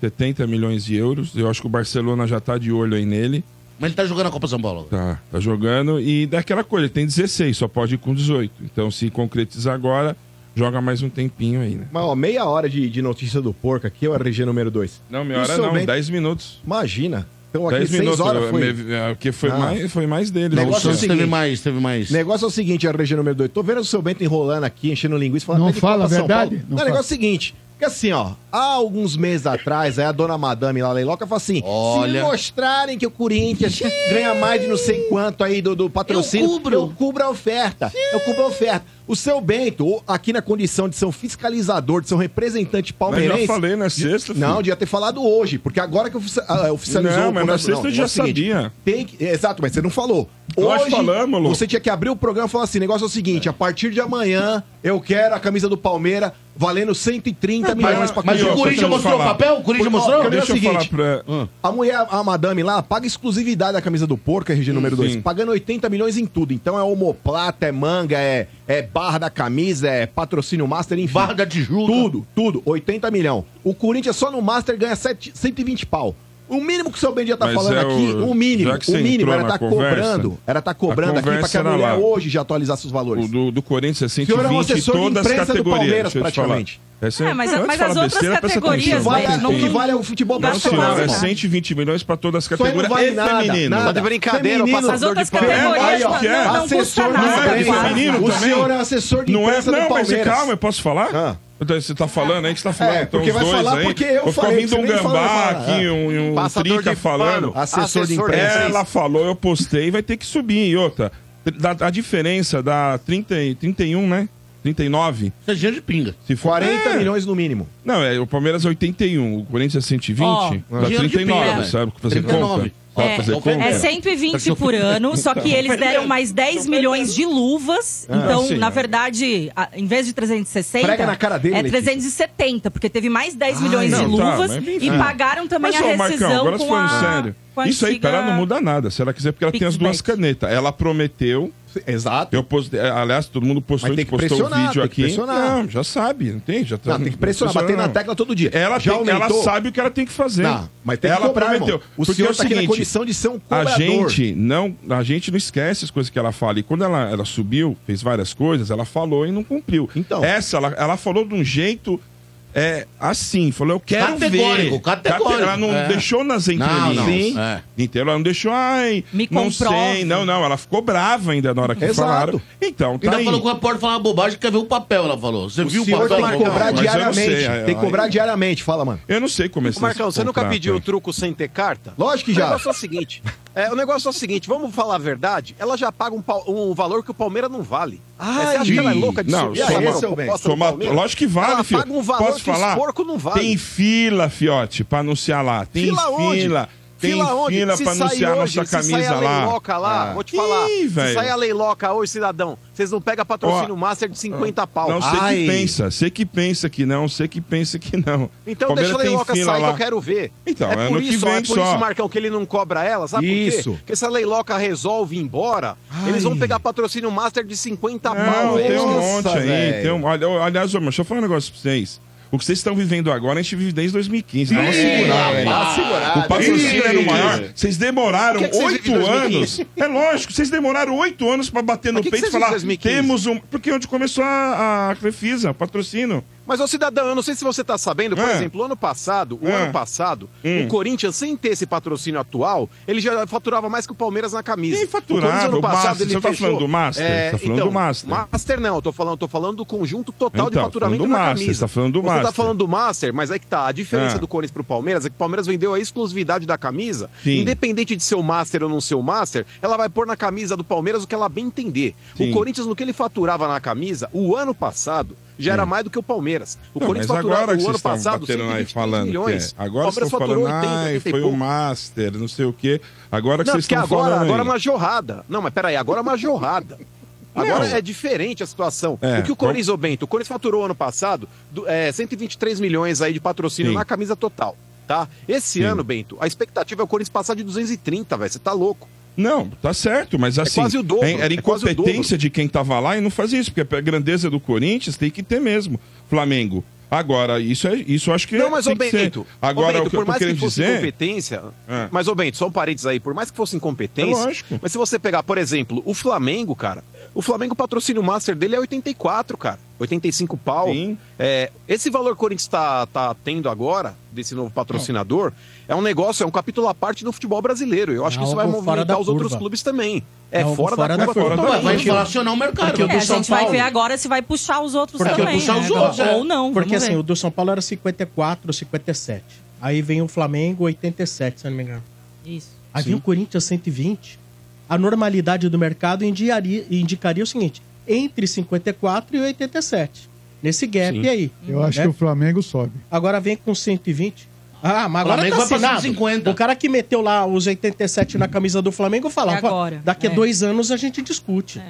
S5: 70 milhões de euros. Eu acho que o Barcelona já tá de olho aí nele.
S4: Mas ele tá jogando a Copa São Paulo.
S5: Tá, tá jogando. E daquela coisa, ele tem 16, só pode ir com 18. Então, se concretizar agora, joga mais um tempinho aí, né?
S7: Mas, ó, meia hora de, de notícia do porco aqui, é o RG número 2.
S5: Não, meia hora não, 10 minutos.
S7: Imagina. Então aqui
S5: 10
S7: seis
S5: minutos.
S7: horas
S5: eu-
S7: foi.
S5: me- é, Porque foi,
S7: Ah.
S5: mais, foi mais dele. né?
S7: Negócio
S5: Luciano.
S7: é o seguinte-
S4: teve mais.
S7: Negócio é o seguinte, RG número 2. Tô vendo o seu Bento enrolando aqui, enchendo linguiça, falando
S6: Não
S7: até de
S6: fala
S7: Copa
S6: a
S7: São
S6: verdade?
S7: Paulo.
S6: Não
S7: Não, o
S6: fala.
S7: negócio é o seguinte. Porque assim, ó, há alguns meses atrás, aí a dona Madame lá, Leiloca, fala assim:
S4: Olha.
S7: se mostrarem que o Corinthians ganha mais de não sei quanto aí do, do patrocínio, eu cubro. a oferta. Eu cubro a oferta. O seu Bento, o- aqui na condição de ser um fiscalizador, de ser um representante palmeirense.
S5: Mas já falei na sexta, filho.
S7: Não, devia ter falado hoje, porque agora que ofici- ah, oficializou
S5: Não, mas
S7: o
S5: na
S7: contrato-
S5: sexta eu
S7: é
S5: já
S7: o seguinte,
S5: sabia.
S7: tem que- é, Exato, mas você não falou.
S5: Nós falamos, Lu.
S7: Você tinha que abrir o programa e falar assim: negócio é o seguinte, a partir de amanhã eu quero a camisa do Palmeiras valendo 130 milhões
S5: mas-
S7: pra
S5: É. mas
S7: camisa.
S5: o Corinthians
S7: Deixa eu
S5: mostrou
S7: falar.
S5: o papel? O Corinthians
S7: Ó,
S5: mostrou?
S7: quero dizer
S5: Deixa
S7: o
S5: eu falar
S7: seguinte, A mulher, a madame lá, paga exclusividade da camisa do porco, RG número 2, pagando 80 milhões em tudo. Então é homoplata, é manga, é, é barra da camisa, é patrocínio master, enfim. Barra
S4: da Tijuca.
S7: Tudo, tudo, 80 milhão. O Corinthians só no master ganha sete- 120 pau. O mínimo que o seu Bendia tá
S5: Mas
S7: falando
S5: é
S7: aqui,
S5: o-
S7: o mínimo,
S5: já que
S7: o
S5: você
S7: mínimo
S5: entrou
S7: era
S5: na
S7: tá
S5: conversa,
S7: cobrando, era tá cobrando
S5: a
S7: aqui pra que a
S5: conversa era
S7: mulher
S5: lá.
S7: hoje já atualizasse os valores.
S5: O do, do Corinthians é
S7: O senhor é um
S5: 120 em
S7: assessor de
S5: todas as
S7: imprensa do
S5: categorias.
S7: Palmeiras,
S5: deixa eu te falar.
S7: praticamente.
S5: Essa-
S3: É, mas-
S5: antes
S3: mas
S5: de falar
S3: as outras
S5: besteira, presta
S3: categorias,
S5: atenção.
S7: Vai, não, o que vale é o futebol
S5: Não, senhor, é
S7: profissional.
S5: 120 milhões pra todas as
S7: Isso aí não
S5: categorias. É,
S7: vale
S5: e
S7: nada,
S5: feminino.
S7: nada. Feminino.
S5: As outras categorias
S7: ó,
S5: não- não custa
S7: assessor
S5: nada,
S7: de imprensa.
S5: quase. Feminino
S7: O
S5: é também.
S7: senhor é assessor de
S5: Não é,
S7: imprensa do
S5: não, mas
S7: Palmeiras.
S5: calma, eu posso falar? Então, você tá falando aí que você tá falando.
S7: Ah. É,
S5: então,
S7: porque
S5: os
S7: vai
S5: dois
S7: falar
S5: aí,
S7: porque eu
S5: vou ficar
S7: falei,
S5: ouvindo
S7: você
S5: um
S7: nem falou,
S5: gambá
S7: fala,
S5: aqui,
S7: é.
S5: um, um, um
S7: Passador
S5: trinca
S7: de
S5: falando.
S7: pano, assessor de imprensa.
S5: Ela falou, eu postei, vai ter que subir. E outra, da- a diferença da 30, e- 31, né? 39.
S4: Isso é dinheiro de pinga.
S5: Se for
S7: 40
S5: É.
S7: milhões no mínimo.
S5: Não, é, o Palmeiras é 81, o Corinthians é 120,
S3: Ó,
S5: dá
S3: dinheiro de
S5: 39,
S3: pinga,
S5: sabe? Fazer
S4: 39.
S5: conta. Sabe fazer conta?
S3: É, é 120 por
S5: Tá
S3: ano, só que eles deram mais 10 milhões de luvas.
S5: Ah,
S3: então,
S5: sim,
S3: na
S5: é.
S3: verdade, a- em vez de 360,
S7: Prega na cara dele,
S3: é
S7: Letícia.
S3: 370, porque teve mais 10
S5: Ah,
S3: milhões de
S5: não, tá,
S3: luvas
S5: mas
S3: e
S5: enfim.
S3: pagaram também
S5: Mas,
S3: a
S5: ô,
S3: rescisão
S5: Marcão, agora
S3: com
S5: falando
S3: a...
S5: sério.
S3: com a
S5: Isso aí pra ela não
S3: antiga-
S5: muda nada. Se ela quiser, porque ela tem as duas canetas. Ela prometeu.
S7: Exato.
S5: Eu postei, aliás, todo mundo postou,
S7: Mas tem
S5: a
S7: que
S5: gente postou o
S7: pressionar,
S5: vídeo
S7: tem que
S5: aqui.
S7: pressionar.
S5: Não, já sabe, não tem? Já tá,
S7: Não, tem que pressionar, bater na
S5: não.
S7: tecla todo dia.
S5: Ela,
S7: Já
S5: tem que- ela
S7: aumentou?
S5: sabe o que ela tem que fazer.
S7: Não, mas tem que
S5: ela
S7: cobrar,
S5: prometeu.
S7: irmão. O
S5: Porque
S7: senhor
S5: é
S7: tá aqui na
S5: seguinte,
S7: condição de ser um
S5: a
S7: cobrador.
S5: gente não, a gente não esquece as coisas que ela fala. E quando ela, ela subiu, fez várias coisas, ela falou e não cumpriu. Então, essa ela, ela falou de um jeito é, assim, falou eu quero
S4: Categórico,
S5: ver.
S4: categórico.
S5: Cate- Ela não
S4: É.
S5: deixou nas entrelinhas.
S4: Não, não,
S5: Sim.
S4: é.
S5: Entendeu? Ela não deixou, ai,
S4: Me
S5: não
S4: comprova.
S5: sei, não, não, ela ficou brava ainda na hora que
S4: Exato.
S5: falaram. Então, tá
S4: Ainda
S5: aí.
S4: falou que o repórter falou uma bobagem quer ver o papel, ela falou. Você
S5: O
S4: viu o
S5: senhor tem
S4: papel?
S5: que
S4: Marcão?
S5: cobrar
S4: Mas eu não
S5: diariamente,
S4: sei,
S5: tem
S4: é,
S7: Tem que
S4: aí-
S7: cobrar diariamente, fala, mano.
S5: Eu não sei como é
S7: Ô,
S5: esse
S2: Marcão, você nunca
S5: contrato,
S2: pediu
S5: é.
S2: o truco sem ter carta?
S7: Lógico que já.
S2: O negócio é o seguinte: é, o negócio é o seguinte, vamos falar a verdade, ela já paga um, pau- um valor que o Palmeiras não vale.
S5: Ai,
S2: você acha que ela é louca de
S5: não,
S2: subir
S5: soma-
S2: agora, o proposta do
S5: soma-
S2: Palmeiras?
S5: lógico que vale,
S2: Ela
S5: filho.
S2: paga um valor
S5: Posso
S2: que os
S5: falar?
S2: porco não vale.
S5: Tem fila, fiote, pra anunciar lá. Tem
S2: Fila
S5: fila.
S2: onde?
S5: Tem
S2: Fila
S5: fila,
S2: onde?
S5: pra
S2: sair
S5: anunciar
S2: hoje,
S5: nossa camisa
S2: se sair a
S5: lá.
S2: leiloca lá,
S5: Ah.
S2: vou te falar.
S5: Ih,
S2: se
S5: velho.
S2: sair a leiloca hoje, cidadão, vocês não pegam patrocínio master de 50 pau.
S5: Não, você que pensa, você que pensa que não, você que pensa que não.
S2: Então
S5: Palmeiras
S2: deixa a
S5: tem
S2: leiloca
S5: fila
S2: sair
S5: lá.
S2: que eu quero ver.
S5: Então, é,
S2: por
S5: ano
S2: isso,
S5: que
S2: ó,
S5: vem
S2: é por
S5: só.
S2: isso, Marcão, que ele não cobra ela, sabe por
S5: Isso.
S2: quê? Porque se a leiloca resolve ir embora, eles vão pegar patrocínio master de 50 pau. é
S5: Não, tem um
S2: Nossa,
S5: monte aí.
S2: velho.
S5: Tem um, olha, olha, aliás, ô, meu, deixa eu falar um negócio pra vocês. O que vocês estão vivendo agora, a gente vive desde 2015. Dá uma
S2: Ih,
S5: segurada,
S2: rapaz.
S5: velho.
S2: Dá uma segurada.
S5: O patrocínio
S2: Ih.
S5: era o maior. Vocês demoraram
S2: O que que vocês
S5: oito
S2: viram em 2015?
S5: anos. É lógico, vocês demoraram oito anos pra bater no
S2: que que
S5: peito e
S2: vocês viram em
S5: falar:
S2: 2015?
S5: temos um. Porque é onde começou a, a Crefisa, o patrocínio.
S2: Mas, ô cidadão, eu não sei se você tá sabendo, por
S5: É.
S2: exemplo, ano passado, o
S5: É.
S2: ano passado,
S5: Hum.
S2: o Corinthians, sem ter esse patrocínio atual, ele já faturava mais que o Palmeiras na camisa.
S5: Quem faturava?
S2: O Corinthians, ano
S5: O
S2: passado,
S5: Master,
S2: ele
S5: você tá
S2: fechou-
S5: falando do Master?
S2: É,
S5: Você tá falando
S2: então,
S5: do Master.
S2: Master não, eu tô falando, tô falando do conjunto total de
S5: Então,
S2: faturamento
S5: falando do
S2: na
S5: Master,
S2: camisa.
S5: você tá falando do
S2: você tá
S5: Master.
S2: falando do Master, mas é que tá, a diferença
S5: É.
S2: do Corinthians pro Palmeiras é que o Palmeiras vendeu a exclusividade da camisa,
S5: Sim.
S2: independente de ser o Master ou não ser o Master, ela vai pôr na camisa do Palmeiras o que ela bem entender.
S5: Sim.
S2: O Corinthians, no que ele faturava na camisa, o ano passado, já era
S5: Hum.
S2: mais do que o Palmeiras. O
S5: Não,
S2: Corinthians
S5: mas
S2: faturava
S5: agora que
S2: o ano
S5: vocês estão
S2: passado
S5: batendo aí
S2: 123
S5: falando que é.
S2: milhões.
S5: Agora
S2: o
S5: vocês
S2: Palmeiras
S5: estão
S2: faturou
S5: falando,
S2: 80,
S5: ai,
S2: 80 e
S5: foi um o
S2: pouco.
S5: Master, não sei o quê. Agora que
S2: Não,
S5: vocês
S2: porque
S5: estão
S2: agora,
S5: falando.
S2: agora é
S5: aí.
S2: uma jorrada. Não, mas peraí, agora é uma jorrada. Agora
S5: Não.
S2: é diferente a situação.
S5: É,
S2: o que o Corinthians, ô Bento, o Corinthians faturou ano passado do- é, 123 milhões aí de patrocínio
S5: Sim.
S2: na camisa total, tá? Esse ano, Bento, a expectativa é o Corinthians passar de 230, velho. Você tá louco.
S5: Não, tá certo, mas assim.
S2: quase o dobro,
S5: é- Era
S2: é quase o
S5: incompetência de quem tava lá e não fazia isso, porque a grandeza do Corinthians tem que ter mesmo. Flamengo. Agora, isso, é, isso acho que.
S2: Não, mas
S5: tem
S2: ô
S5: que ser.
S2: Bento,
S5: Agora,
S2: ô,
S5: o
S2: Bento,
S5: que eu
S2: por
S5: tô
S2: mais que
S5: querendo
S2: fosse
S5: dizer.
S2: incompetência.
S5: É.
S2: Mas, ô Bento, só um parênteses aí, por mais que fosse incompetência.
S5: É lógico.
S2: Mas se você pegar, por exemplo, o Flamengo, cara, o Flamengo o patrocínio master dele é 84, cara. 85 pau.
S5: Sim.
S2: É, esse valor que o Corinthians tá, tá tendo agora, desse novo patrocinador, é um negócio, é um capítulo à parte do futebol brasileiro. Eu acho
S1: É
S2: que isso vai
S1: algo fora da
S2: movimentar os outros
S1: curva.
S2: clubes também. É,
S1: É algo
S2: fora,
S1: fora da
S2: da curva
S1: curva.
S2: totalmente.
S4: Ué, vai inflacionar o mercado.
S1: Porque o
S3: É,
S1: do
S3: a gente vai ver agora se vai puxar os outros
S4: Porque
S3: também.
S4: puxar
S3: né?
S4: os outros, é.
S3: Ou não.
S1: Porque
S3: vamos
S1: assim,
S3: ver.
S1: o do São Paulo era 54, 57. Aí vem o Flamengo, 87, se eu não me engano.
S3: Isso.
S1: Aí vem o Corinthians, 120. A normalidade do mercado indiaria- indicaria o seguinte, entre 54 e 87. Nesse gap
S2: Sim.
S1: aí.
S6: Eu acho
S4: É?
S1: né?
S6: que o Flamengo sobe.
S1: Agora vem com 120. Ah, mas agora
S4: Flamengo
S1: tá
S4: vai passar de
S1: assinado.
S4: 50.
S1: O cara que meteu lá os 87 na camisa do Flamengo fala,
S3: É
S1: "Pô,
S3: agora."
S1: daqui a
S3: É.
S1: dois anos a gente discute.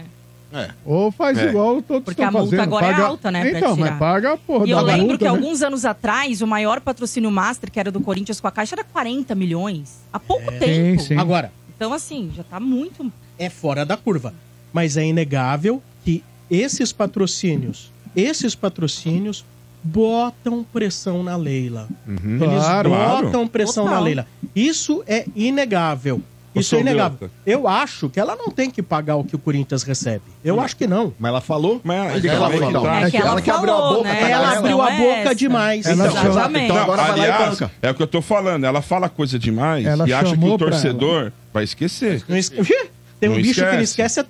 S3: É.
S6: Ou faz
S2: É.
S6: igual todos
S3: Porque
S6: estão
S3: a multa
S6: fazendo.
S3: agora é
S6: paga-
S3: alta, né, pra
S6: Então, mas
S3: tirar.
S6: paga a porra
S3: E eu
S6: da
S3: lembro
S6: multa,
S3: que
S6: né?
S3: alguns anos atrás, o maior patrocínio master, que era do Corinthians com a Caixa, era 40 milhões. Há pouco tempo.
S6: Sim, sim.
S1: Agora,
S3: Então, assim, já tá muito.
S1: é fora da curva. Mas é inegável que esses patrocínios, esses patrocínios botam pressão na Leila. Eles
S6: Claro,
S1: botam pressão
S3: Total.
S1: na Leila. Isso é inegável. Isso
S5: Ô,
S1: é inegável.
S5: Sandrota.
S1: Eu acho que ela não tem que pagar o que o Corinthians recebe. Eu acho que não.
S7: Mas ela falou?
S5: Mas,
S7: Ele
S5: ela
S7: falou,
S5: falou.
S7: então.
S5: Tá.
S7: É
S3: É
S7: que
S3: que ela
S7: ela que abriu a
S3: falou,
S7: boca,
S3: né?
S7: tá
S1: Ela
S7: ela-
S1: abriu a
S3: não é
S1: boca
S3: essa.
S1: demais.
S6: Ela
S1: Então,
S6: chama-
S3: Exatamente.
S7: Então, agora vai lá e
S5: aliás,
S7: banca.
S5: é o que eu tô falando. Ela fala coisa demais
S6: Ela
S5: e acha que
S6: chamou
S5: o
S6: pra
S5: torcedor vai esquecer.
S1: não esque- Ih, Tem um
S5: Não
S1: bicho que
S5: esquece.
S1: não esquece é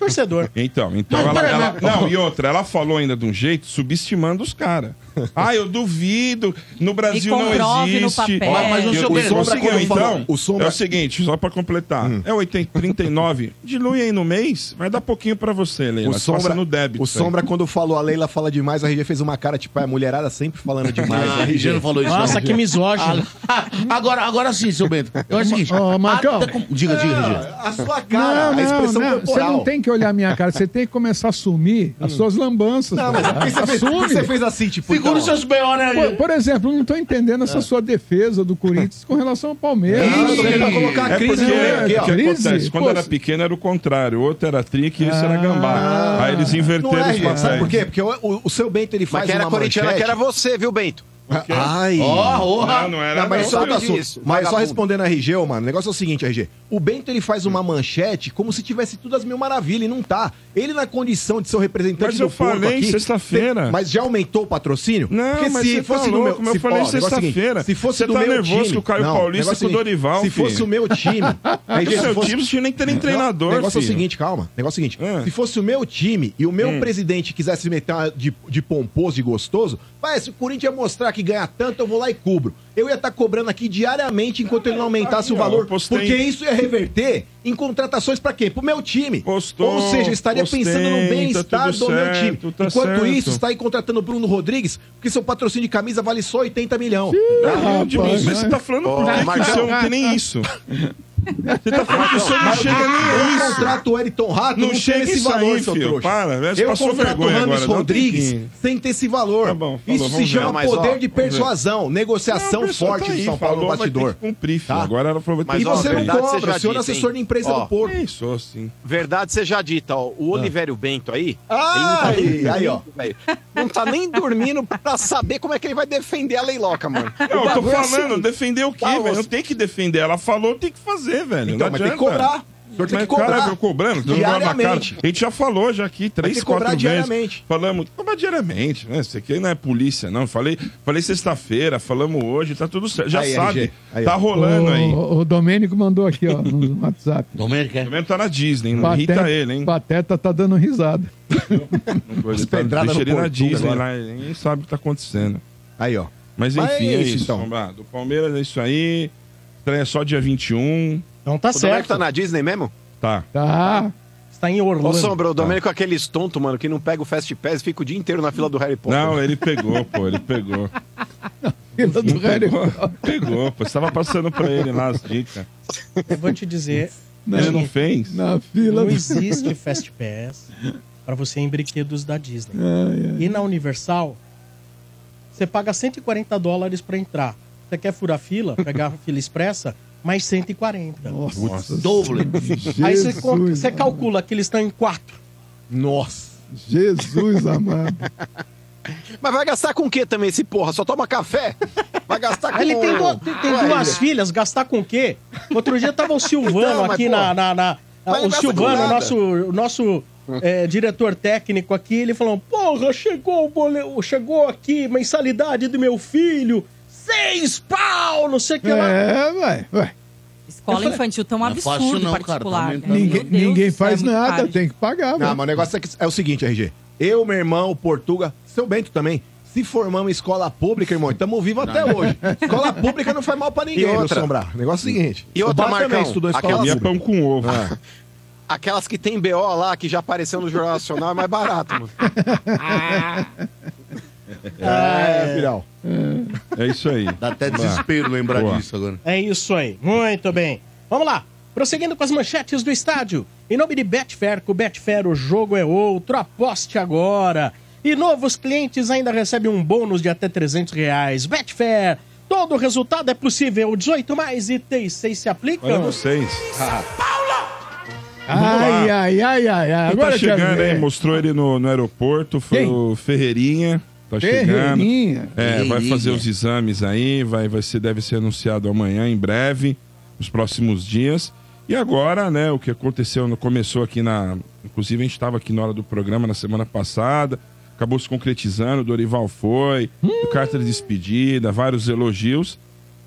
S1: torcedor.
S5: Então, então ela, ela- Não, e outra, ela falou ainda de um jeito subestimando os caras. Ah, eu duvido, no Brasil
S3: E
S5: não
S3: comprove no
S5: existe.
S3: papel. Ó, mas
S5: E
S4: o seu
S5: o
S4: Bento,
S5: Sombra,
S7: é quando
S5: então,
S7: falou- o Hum. Sombra-
S5: é o seguinte, só pra completar, é 80, 39, dilui aí no mês, vai dar pouquinho pra você, Leila.
S7: O
S5: Passa
S7: Sombra,
S5: no débito.
S7: o
S5: aí.
S7: Sombra quando falou, a Leila fala demais, a RG fez uma cara, tipo, é, a mulherada sempre falando demais.
S4: Ah, a RG não falou isso.
S1: Nossa,
S4: não.
S1: que misógino.
S4: Ah, agora, agora sim, seu Bento. Eu acho o seguinte.
S6: Ô, Marcão.
S4: até com- Diga, diga, RG.
S7: a sua
S6: Não,
S7: cara, a
S6: não,
S7: expressão
S6: não. Você
S7: corporal. Hum.
S6: não tem que olhar a minha cara. Você tem que começar a assumir as suas lambanças.
S7: Não, mas por que
S6: cara.
S7: você fez, por que você fez assim, tipo,
S4: Segura os
S7: então,
S4: seus B.O., né,
S6: Por,
S4: RG?
S6: por exemplo, eu não estou entendendo
S7: É.
S6: essa sua defesa do Corinthians com relação ao Palmeiras.
S7: Não, eu tô tentando
S6: Ih,
S7: É, colocar tá a
S5: É
S7: crise
S5: porque,
S7: no
S5: é,
S7: meio aqui,
S5: o que
S7: ó.
S6: Crise?
S5: acontece? Quando
S6: Pô,
S5: era
S6: se-
S5: pequeno era o contrário. O outro era trick e esse era gambá. Aí eles
S7: Ah. Não
S5: inverteram
S7: é,
S5: os
S7: gente, sabe
S5: papéis.
S7: por quê? Porque o, o- o seu Bento, ele
S2: Mas
S7: faz
S2: quem era
S7: uma
S2: corintiano
S7: manchete... Ah,
S2: que era você, viu, Bento?
S7: Ai...
S4: Ó, oh,
S5: Não, não era.
S7: Não, mas
S5: não.
S7: só,
S2: Eu
S7: assunto,
S2: disse,
S7: mas só
S2: vagabundo.
S7: respondendo a RG, ô, mano, o negócio é o seguinte, RG. O Bento ele faz uma manchete como se tivesse tudo às mil maravilhas e não tá. Ele na condição de ser o representante
S5: Mas
S7: do
S5: eu
S7: povo
S5: falei
S7: aqui,
S5: sexta-feira.
S7: tem- Mas já aumentou o patrocínio?
S5: Não, mas você tá
S7: no
S5: louco, mas eu
S7: se-
S5: falei
S7: ó, o negócio é o seguinte,
S5: sexta-feira.
S7: Se fosse
S5: Você
S7: do
S5: tá
S7: meu
S5: nervoso
S7: time,
S5: que o Caio Paulista
S7: negócio é
S5: com o
S7: seguinte,
S5: Dorival,
S7: Se fosse
S5: filho. é
S7: o meu time...
S5: O
S7: RG, se
S5: seu
S7: fosse-
S5: time tinha nem que ter nem treinador,
S7: o negócio é o
S5: filho.
S7: seguinte, calma. O negócio é o seguinte:
S5: Ah.
S7: se fosse o meu time e o meu
S5: Hum.
S7: presidente quisesse me meter uma de, de pomposo e gostoso, parece o Corinthians ia mostrar que ganha tanto, eu vou lá e cubro. Eu ia estar cobrando aqui diariamente enquanto ele não aumentasse
S5: tá
S7: o
S5: aqui, ó,
S7: valor.
S5: eu postei.
S7: Porque isso ia reverter em contratações pra quem? Pro meu time.
S5: Postou,
S7: Ou seja, eu estaria
S5: postei,
S7: pensando no
S5: tá
S7: bem-estar
S5: tudo
S7: do meu
S5: certo,
S7: time.
S5: tá
S7: Enquanto
S5: certo.
S7: isso, está aí contratando o Bruno Rodrigues, porque seu patrocínio de camisa vale só Ah, 80 milhões.
S5: Não, de mim,
S6: rapaz,
S5: Ah, mas você tá falando por
S2: Ó,
S5: que que o
S2: Marcão.
S5: seu não tem nem isso? Você tá falando que o seu não chega nem a
S7: Eu
S5: isso.
S7: contrato o Elton Rato,
S5: Não
S7: não,
S5: chega
S7: tem esse
S5: isso
S7: valor,
S5: aí,
S7: seu
S5: filho.
S7: trouxa.
S5: Para, né? Você
S7: eu
S5: passou
S7: contrato o
S5: vergonha
S7: Rames
S5: agora, não tem
S7: Rodrigues
S5: que-
S7: sem ter esse valor.
S5: Tá bom, falou,
S7: Isso se
S5: vamos ver.
S7: chama
S2: Não, mas, ó,
S7: poder de
S2: vamos ver.
S7: persuasão, negociação
S5: Não, a pessoa
S7: forte
S5: tá
S7: de
S5: aí,
S7: São Paulo no
S5: falou, vai ter
S7: bastidor.
S5: que um- cumprir, filho.
S7: Tá?
S5: Agora ela aproveitou.
S2: Mas,
S7: e
S2: ó,
S7: você não
S2: verdade seja
S7: cobra, o senhor é
S2: dita,
S7: assessor
S2: hein?
S7: de imprensa
S2: Ó.
S7: do Porto.
S5: Sou assim.
S2: Verdade seja dita, ó. O Olivério Bento aí.
S7: Ah,
S2: ele não tá nem
S7: aí, aí, ó.
S2: velho. Não tá nem dormindo pra saber como é que ele vai defender a Leiloca, mano.
S5: Não,
S2: O
S5: eu tô
S2: bagulho é o
S5: falando,
S2: seguinte,
S5: defender o quê,
S2: Tá,
S5: velho?
S2: você-
S5: Não tem que defender. Ela falou, tem que fazer, velho.
S7: Então,
S5: não
S7: mas tem que
S5: adianta.
S7: cobrar. O senhor tem
S5: Mas,
S7: que cobrar.
S5: cara, eu cobrando, tô jogando na cara.
S7: Diariamente.
S5: A gente já falou já aqui,
S7: Tem
S5: três,
S7: que cobrar
S5: quatro vezes.
S7: diariamente.
S5: Falamos, cobrar diariamente, né? Isso aqui não é polícia, não. Falei, falei sexta-feira, falamos hoje, tá tudo certo. Já
S7: Aí,
S5: sabe,
S7: LG, aí,
S5: tá
S7: ó.
S5: rolando aí.
S6: O, o Domênico mandou aqui, ó, no WhatsApp.
S4: Domênico, é?
S5: Também tá na Disney, não irrita ele, hein?
S6: Pateta tá dando risada.
S5: Ele tá,
S7: pedradas
S5: deixa
S7: no
S5: ele na
S7: portão
S5: Disney
S7: agora.
S5: lá, ele nem sabe o que tá acontecendo.
S7: Aí, ó.
S5: Mas
S7: Mas
S5: enfim,
S7: é
S5: é
S7: isso,
S5: isso.
S7: então.
S5: Lombardo. O Palmeiras é isso aí. Estreia só dia 21.
S1: Então tá
S2: O Domênico tá
S1: certo.
S2: na Disney mesmo?
S5: Tá.
S6: Tá.
S1: Está em
S2: Ô,
S1: Orlando.
S2: Sombra, o Domênico é aqueles tontos, mano, que não pega o Fast Pass e fica o dia inteiro na fila do Harry Potter.
S5: Não, ele pegou, pô, ele pegou.
S6: Fila do
S5: Não
S6: Harry
S5: pegou, pegou, pô. Você tava passando pra ele lá as dicas.
S1: Eu vou te dizer,
S5: Ele não fez?
S6: Na fila
S1: não
S6: do...
S1: existe Fast Pass. Pra você em brinquedos da Disney.
S6: Ai, ai.
S1: E na Universal, você paga 140 dólares pra entrar. Você quer furar fila, pegar a fila expressa, mais 140.
S6: Nossa.
S4: Doble.
S1: Aí você, con-
S6: Jesus,
S1: você calcula que eles estão em quatro.
S7: Nossa.
S6: Jesus amado.
S2: Mas vai gastar com o que também esse porra? Só toma café? Vai gastar com...
S1: Aí ele tem, du- tem- tem
S2: Ué,
S1: duas filhas, gastar com o quê? Outro dia tava o Silvano
S2: Então, mas,
S1: aqui
S2: pô,
S1: na. na- na-
S2: mas não
S1: o
S2: gasta com
S1: Silvano,
S2: nada.
S1: nosso, o nosso é, diretor técnico aqui, ele falou: Porra, chegou o bole... chegou aqui, mensalidade do meu filho, seis pau, não sei o que lá.
S6: É, vai, vai.
S3: Escola infantil tão
S4: Não é
S3: absurdo
S4: fácil não, cara,
S3: particular.
S4: também
S3: né?
S4: tá-
S3: Meu
S6: Ninguém,
S3: Deus
S6: ninguém
S3: do céu,
S6: faz
S3: é muito
S6: nada,
S3: caro.
S6: tem que pagar, né?
S7: Não,
S6: velho.
S7: mas o negócio é, que é o seguinte, RG. Eu, meu irmão, o Portuga, seu Bento também, se formamos em escola pública, irmão, estamos vivos até hoje. Escola pública não faz mal pra ninguém,
S2: E
S7: meu
S2: outra?
S7: Sombra. O negócio é o seguinte.
S2: E outra,
S7: o Bar também
S2: Marcão,
S7: estudou em escola
S5: E é
S2: aquela-
S7: pública. Ah.
S5: pão com ovo.
S2: Aquelas que tem BO lá, que já apareceu no Jornal Nacional, é mais barato, mano.
S1: Ah.
S4: Ah,
S7: É, viral.
S5: É isso aí.
S4: Dá até desespero lembrar
S5: Boa.
S4: disso agora.
S1: É isso aí. Muito bem. Vamos lá. Prosseguindo com as manchetes do estádio. Em nome de Betfair, com Betfair o jogo é outro. Aposte agora. E novos clientes ainda recebem um bônus de até 300 reais. Betfair, todo resultado é possível. 18 mais e 36 se
S5: Olha
S1: aplicam.
S5: vocês.
S7: Ah.
S6: Ai, ai, ai, ai, ai.
S5: Agora
S6: Agora
S5: tá
S6: eu quero
S5: chegando,
S6: ver.
S5: hein? Mostrou ele no, no aeroporto. Foi
S6: Quem?
S5: o Ferreirinha. Tá chegando.
S6: Ferreirinha.
S5: É, vai
S4: Ferreirinha.
S5: fazer os exames aí, vai, vai ser, deve ser anunciado amanhã, em breve, nos próximos dias. E agora, né, o que aconteceu, no- começou aqui na. Inclusive, a gente estava aqui na hora do programa na semana passada, acabou se concretizando, o Dorival foi,
S6: Hum.
S5: o carta de despedida, vários elogios.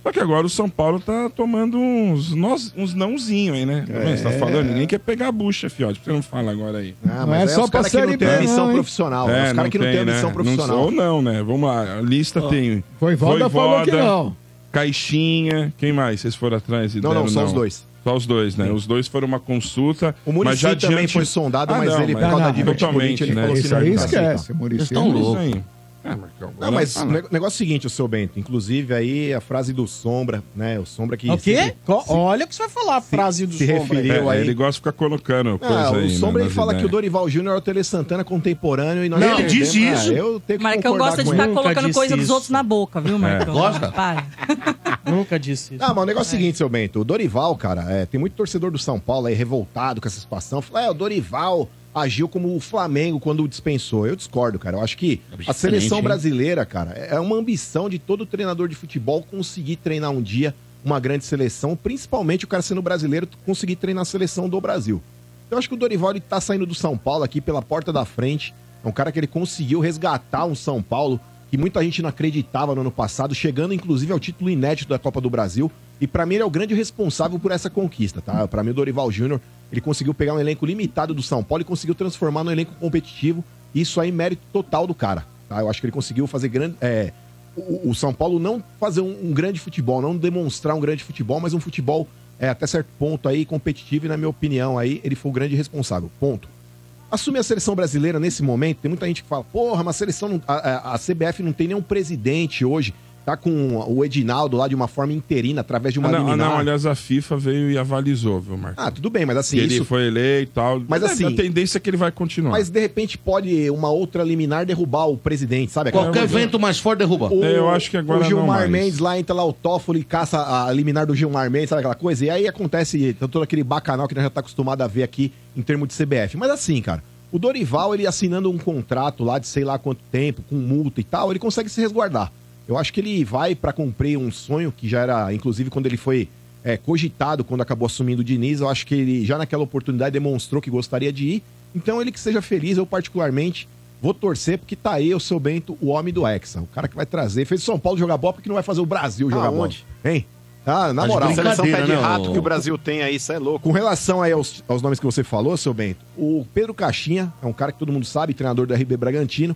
S5: Só que agora o São Paulo tá tomando uns, nós, uns nãozinho aí, né? Você tá falando, ninguém quer pegar a bucha, fiote. Por que não fala agora aí?
S7: Ah,
S6: É. Não é
S7: aí
S6: só
S7: os
S6: pra
S7: caras que
S6: Série
S7: não
S6: B,
S7: tem missão
S6: não, hein?
S7: profissional. é os caras que não tem missão
S5: né?
S7: profissional.
S5: Não, sou, não, né? Vamos lá, a lista tem.
S6: Voivoda falou que não.
S5: Caixinha, quem mais? Vocês foram atrás e
S7: Não,
S5: deram,
S7: não, só os dois.
S5: Só os dois, né? Os dois foram uma consulta.
S7: O Muricy
S5: mas já
S7: também
S5: adiante- Ah,
S7: foi sondado, Ah, mas ele, por
S6: causa da
S7: diverticulite,
S5: totalmente,
S7: ele
S5: né?
S7: falou que
S6: Isso
S7: Esse não
S6: aí
S7: é assim,
S6: esquece, Maurício.
S4: Eles tão loucos.
S5: Isso aí. Ah, Marcão,
S7: Não, mas o ne- negócio é o seguinte, o seu Bento. Inclusive, aí a frase do Sombra, né? O Sombra que.
S1: O quê?
S7: sempre
S1: Co- Olha o que você vai falar, a frase do
S7: se
S1: Sombra.
S7: referiu
S5: É,
S7: Eu aí-
S5: Ele gosta de ficar colocando coisa
S7: Ah,
S5: aí.
S7: o
S5: né,
S7: Sombra ele
S5: nas
S7: fala que o
S5: ideias.
S7: Dorival Júnior é o Tele Santana contemporâneo e nós
S4: Não,
S7: não, Ah,
S4: ele diz isso.
S7: eu tenho que
S3: Marcão
S7: concordar
S3: gosta de
S7: com
S3: estar
S7: ele.
S1: Nunca
S3: colocando
S1: disse
S3: coisa dos
S1: isso.
S3: outros na boca, viu, Marcão?
S4: Gosta?
S3: Para.
S1: Nunca disse isso.
S7: Ah, mas o negócio é o seguinte, seu Bento. O Dorival, cara, é, tem muito torcedor do São Paulo aí revoltado com essa situação. Fala, é, o Dorival agiu como o Flamengo quando o dispensou. Eu discordo, cara. Eu acho que a
S4: É Excelente,
S7: seleção
S4: hein?
S7: brasileira, cara, é é uma ambição de todo treinador de futebol conseguir treinar um dia uma grande seleção, principalmente o cara sendo brasileiro conseguir treinar a seleção do Brasil. Eu acho que o Dorival ele tá saindo do São Paulo aqui pela porta da frente. É um cara que ele conseguiu resgatar um São Paulo que muita gente não acreditava no ano passado, chegando inclusive ao título inédito da Copa do Brasil. E pra mim ele é o grande responsável por essa conquista, tá? Pra mim o Dorival Júnior, ele conseguiu pegar um elenco limitado do São Paulo e conseguiu transformar num elenco competitivo. Isso aí é mérito total do cara, tá? Eu acho que ele conseguiu fazer grande é, o, o São Paulo não fazer um, um grande futebol, não demonstrar um grande futebol, mas um futebol é, até certo ponto aí competitivo e na minha opinião aí ele foi o grande responsável. Ponto. Assumir a seleção brasileira nesse momento, tem muita gente que fala, porra, mas a seleção, não- a, a- a CBF não tem nenhum presidente hoje, tá com o Edinaldo lá de uma forma interina, através de uma
S5: Ah, não, ah,
S7: liminar.
S5: não, aliás, a FIFA veio e avalizou, viu, Marcão?
S7: Ah, tudo bem, mas assim,
S5: ele
S7: isso,
S5: foi eleito e tal.
S7: Mas assim-
S5: A tendência é que ele vai continuar.
S7: mas de repente pode uma outra liminar derrubar o presidente, sabe? Aquela
S4: Qualquer
S7: coisa-
S4: vento mais forte derruba.
S7: O-
S5: É, eu acho que agora
S7: O Gilmar
S5: não mais.
S7: Mendes lá entra lá o Toffoli, caça a liminar do Gilmar Mendes, sabe aquela coisa? E aí acontece todo aquele bacanal que a gente já tá acostumado a ver aqui em termos de CBF. Mas assim, cara, o Dorival, ele assinando um contrato lá de sei lá quanto tempo, com multa e tal, ele consegue se resguardar. Eu acho que ele vai pra cumprir um sonho que já era, inclusive, quando ele foi é, cogitado, quando acabou assumindo o Diniz. Eu acho que ele já naquela oportunidade demonstrou que gostaria de ir. Então ele que seja feliz, eu particularmente Vou torcer porque tá aí o seu Bento, o homem do Hexa. O cara que vai trazer. Fez o São Paulo jogar bola porque não vai fazer o Brasil jogar
S2: Aonde?
S7: bola. Hein? Ah, na
S4: Mas
S7: moral.
S2: A seleção pé de
S4: Brincadeira, né,
S2: rato
S4: ô?
S2: que o Brasil tem aí, isso é louco.
S7: Com relação aí aos, aos nomes que você falou, seu Bento, o Pedro Caixinha é um cara que todo mundo sabe, treinador do RB Bragantino.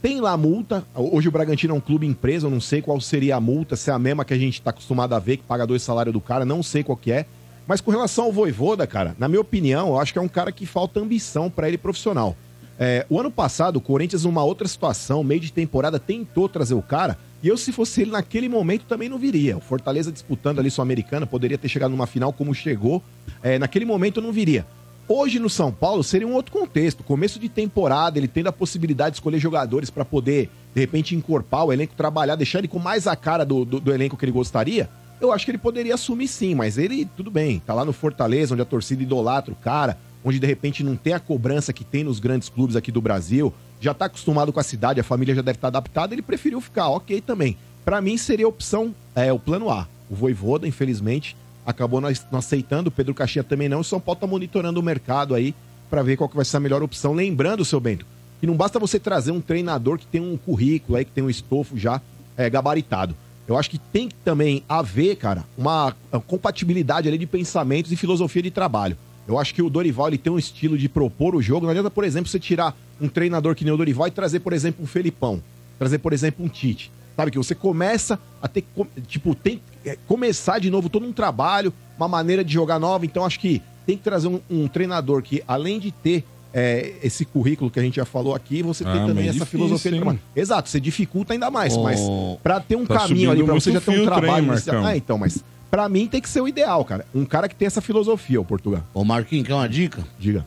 S7: Tem lá a multa. Hoje o Bragantino é um clube empresa, eu não sei qual seria a multa, se é a mesma que a gente tá acostumado a ver, que paga dois salários do cara, não sei qual que é. Mas com relação ao Voivoda, cara, na minha opinião, eu acho que é um cara que falta ambição pra ele profissional. É, o ano passado, o Corinthians, numa outra situação, meio de temporada, tentou trazer o cara. E eu, se fosse ele naquele momento, também não viria. O Fortaleza disputando ali sua americana, poderia ter chegado numa final como chegou. É, naquele momento eu não viria. Hoje no São Paulo seria um outro contexto. Começo de temporada, ele tendo a possibilidade de escolher jogadores para poder, de repente, encorpar o elenco, trabalhar, deixar ele com mais a cara do, do, do elenco que ele gostaria. Eu acho que ele poderia assumir sim, mas ele, tudo bem, tá lá no Fortaleza, onde a torcida idolatra o cara, onde de repente não tem a cobrança que tem nos grandes clubes aqui do Brasil, já tá acostumado com a cidade, a família já deve estar adaptada, ele preferiu ficar, ok também. Pra mim seria a opção, é, o plano A. O Voivoda, infelizmente, acabou não não aceitando, o Pedro Caixinha também não, e o São Paulo tá monitorando o mercado aí pra ver qual que vai ser a melhor opção. Lembrando, seu Bento, que não basta você trazer um treinador que tem um currículo aí, que tem um estofo já é, gabaritado. Eu acho que tem que também haver, cara, uma eh, compatibilidade ali de pensamentos e filosofia de trabalho. Eu acho que o Dorival ele tem um estilo de propor o jogo. Não adianta, por exemplo, você tirar um treinador que nem o Dorival e trazer, por exemplo, um Felipão. Trazer, por exemplo, um Tite. Sabe que você começa a ter. que com- Tipo, tem que eh, começar de novo todo um trabalho, uma maneira de jogar nova. Então, acho que tem que trazer um, um treinador que, além de ter eh, esse currículo que a gente já falou aqui, você
S5: Ah,
S7: tem também
S5: mas
S7: essa
S5: difícil,
S7: filosofia de
S5: hein?
S7: trabalho. Exato, você dificulta ainda mais, mas
S5: Oh.
S7: pra ter um
S5: Tá
S7: caminho ali,
S5: subindo
S7: pra você já
S5: muito
S7: ter um
S5: filtro, hein,
S7: trabalho inicial.
S5: Marcão?
S7: Ah, então, mas pra mim tem que ser o ideal, cara. Um cara que tem essa filosofia, o Portugal.
S4: Ô Marquinhos, quer uma dica?
S7: Diga.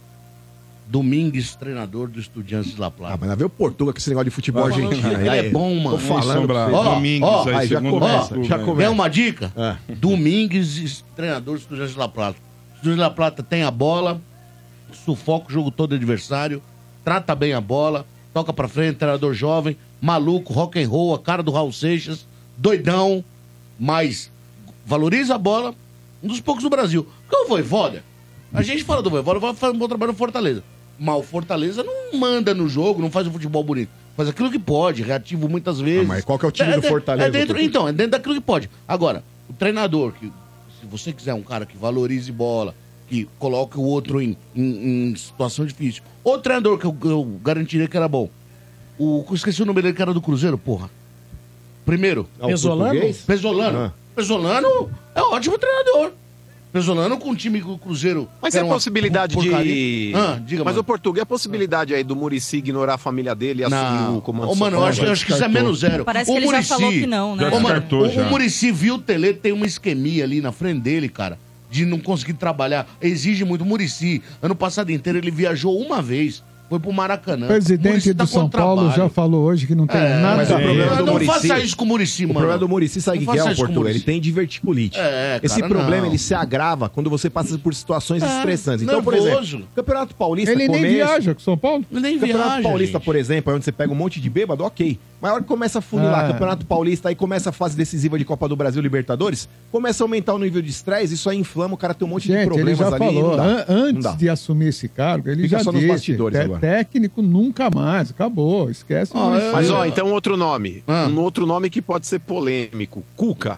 S4: Domingues, treinador do Estudiantes de La
S7: Ah,
S4: Plata.
S7: mas lá vê o Portugal com esse negócio de futebol
S5: Ah,
S7: argentino.
S4: ele é bom, mano.
S7: Tô falando.
S5: Sombra,
S7: pra você.
S4: Ó,
S5: Domingues
S4: ó,
S5: aí,
S7: aí já
S5: segundo
S7: começa,
S5: tempo,
S7: já
S5: né?
S7: começa.
S4: Quer uma dica?
S7: Ah.
S4: Domingues, es- treinador do Estudiantes de La Plata. Estudiantes de La Plata tem a bola, sufoca o jogo todo do adversário, trata bem a bola, toca pra frente, treinador jovem, maluco, rock and roll, a cara do Raul Seixas, doidão, mas valoriza a bola, um dos poucos do Brasil. Porque o Voivoda, a gente fala do Voivoda, vai fazer um bom trabalho no Fortaleza. Mas o Fortaleza não manda no jogo, não faz um futebol bonito. Faz aquilo que pode, reativo muitas vezes.
S7: Ah, mas qual que é o time do
S4: de-
S7: Fortaleza,
S4: É dentro,
S7: Tutu?
S4: então, é dentro daquilo que pode. Agora, o treinador, que se você quiser um cara que valorize bola, que coloque o outro em, em- em situação difícil. Outro treinador que eu, eu garantiria que era bom. O, eu esqueci o nome dele, que era do Cruzeiro, porra. Primeiro,
S2: É
S7: Ah, o
S1: Pesolano?
S7: português?
S4: Pesolano.
S7: Ah.
S4: Pesolano é um ótimo treinador. Pesolano com o time do Cruzeiro.
S2: Mas
S4: que
S2: é a
S4: era uma
S2: possibilidade de.
S4: porcaria. Ah, diga,
S2: Mas o
S4: mano.
S2: Português, a possibilidade aí do Murici ignorar a família dele e assumir
S4: Não,
S2: o comando.
S4: Ô, mano, eu
S2: São
S4: acho, eu acho que isso é menos zero.
S3: Parece
S4: O
S3: que ele já
S4: Muricy-
S3: falou que não, né?
S5: Já
S4: Ô, mano,
S5: descartou
S4: o,
S5: já.
S4: o Murici viu o Tele tem uma isquemia ali na frente dele, cara, de não conseguir trabalhar. Exige muito. O Murici, ano passado inteiro, ele viajou uma vez. Foi pro Maracanã.
S6: O
S4: Muricy
S6: presidente
S4: tá
S6: do
S4: com
S6: São Paulo
S4: trabalho.
S6: já falou hoje que não tem
S4: É,
S6: nada
S4: mas
S7: o
S6: a ver.
S7: problema
S4: Não,
S7: do
S4: não
S7: Muricy-
S4: faça isso com o Murici,
S7: O
S4: mano.
S7: problema do Murici, sabe o que
S4: Não
S7: que é,
S4: faça
S7: o
S4: isso com o
S7: Portugal? Ele
S4: Muricy.
S7: tem diverticulite.
S4: É, cara,
S7: Esse problema,
S4: não. É,
S7: ele se agrava quando você passa por situações estressantes. Então, por
S4: nervoso.
S7: exemplo, Campeonato Paulista,
S2: é
S6: Ele nem
S7: começo,
S6: viaja com o São Paulo?
S4: Ele nem
S7: Campeonato
S4: viaja,
S7: Paulista,
S4: gente.
S7: por exemplo, é onde você pega um monte de bêbado, ok. Mas a hora que começa a funilar
S6: Ah.
S7: Campeonato Paulista, aí começa a fase decisiva de Copa do Brasil Libertadores, começa a aumentar o nível de estresse, isso aí inflama, o cara tem um monte de
S6: Gente, ele
S7: problemas
S6: já
S7: ali.
S6: falou,
S7: não dá,
S6: an-
S7: não dá.
S6: antes de assumir esse cargo, ele
S7: Fica
S6: já
S7: só nos
S6: disse,
S7: bastidores
S6: "Té-
S7: agora."
S6: técnico nunca mais, acabou, esquece o
S4: Ah,
S6: Muricy.
S2: Mas, ó, então outro nome.
S4: Ah.
S2: Um outro nome que pode ser polêmico. Cuca.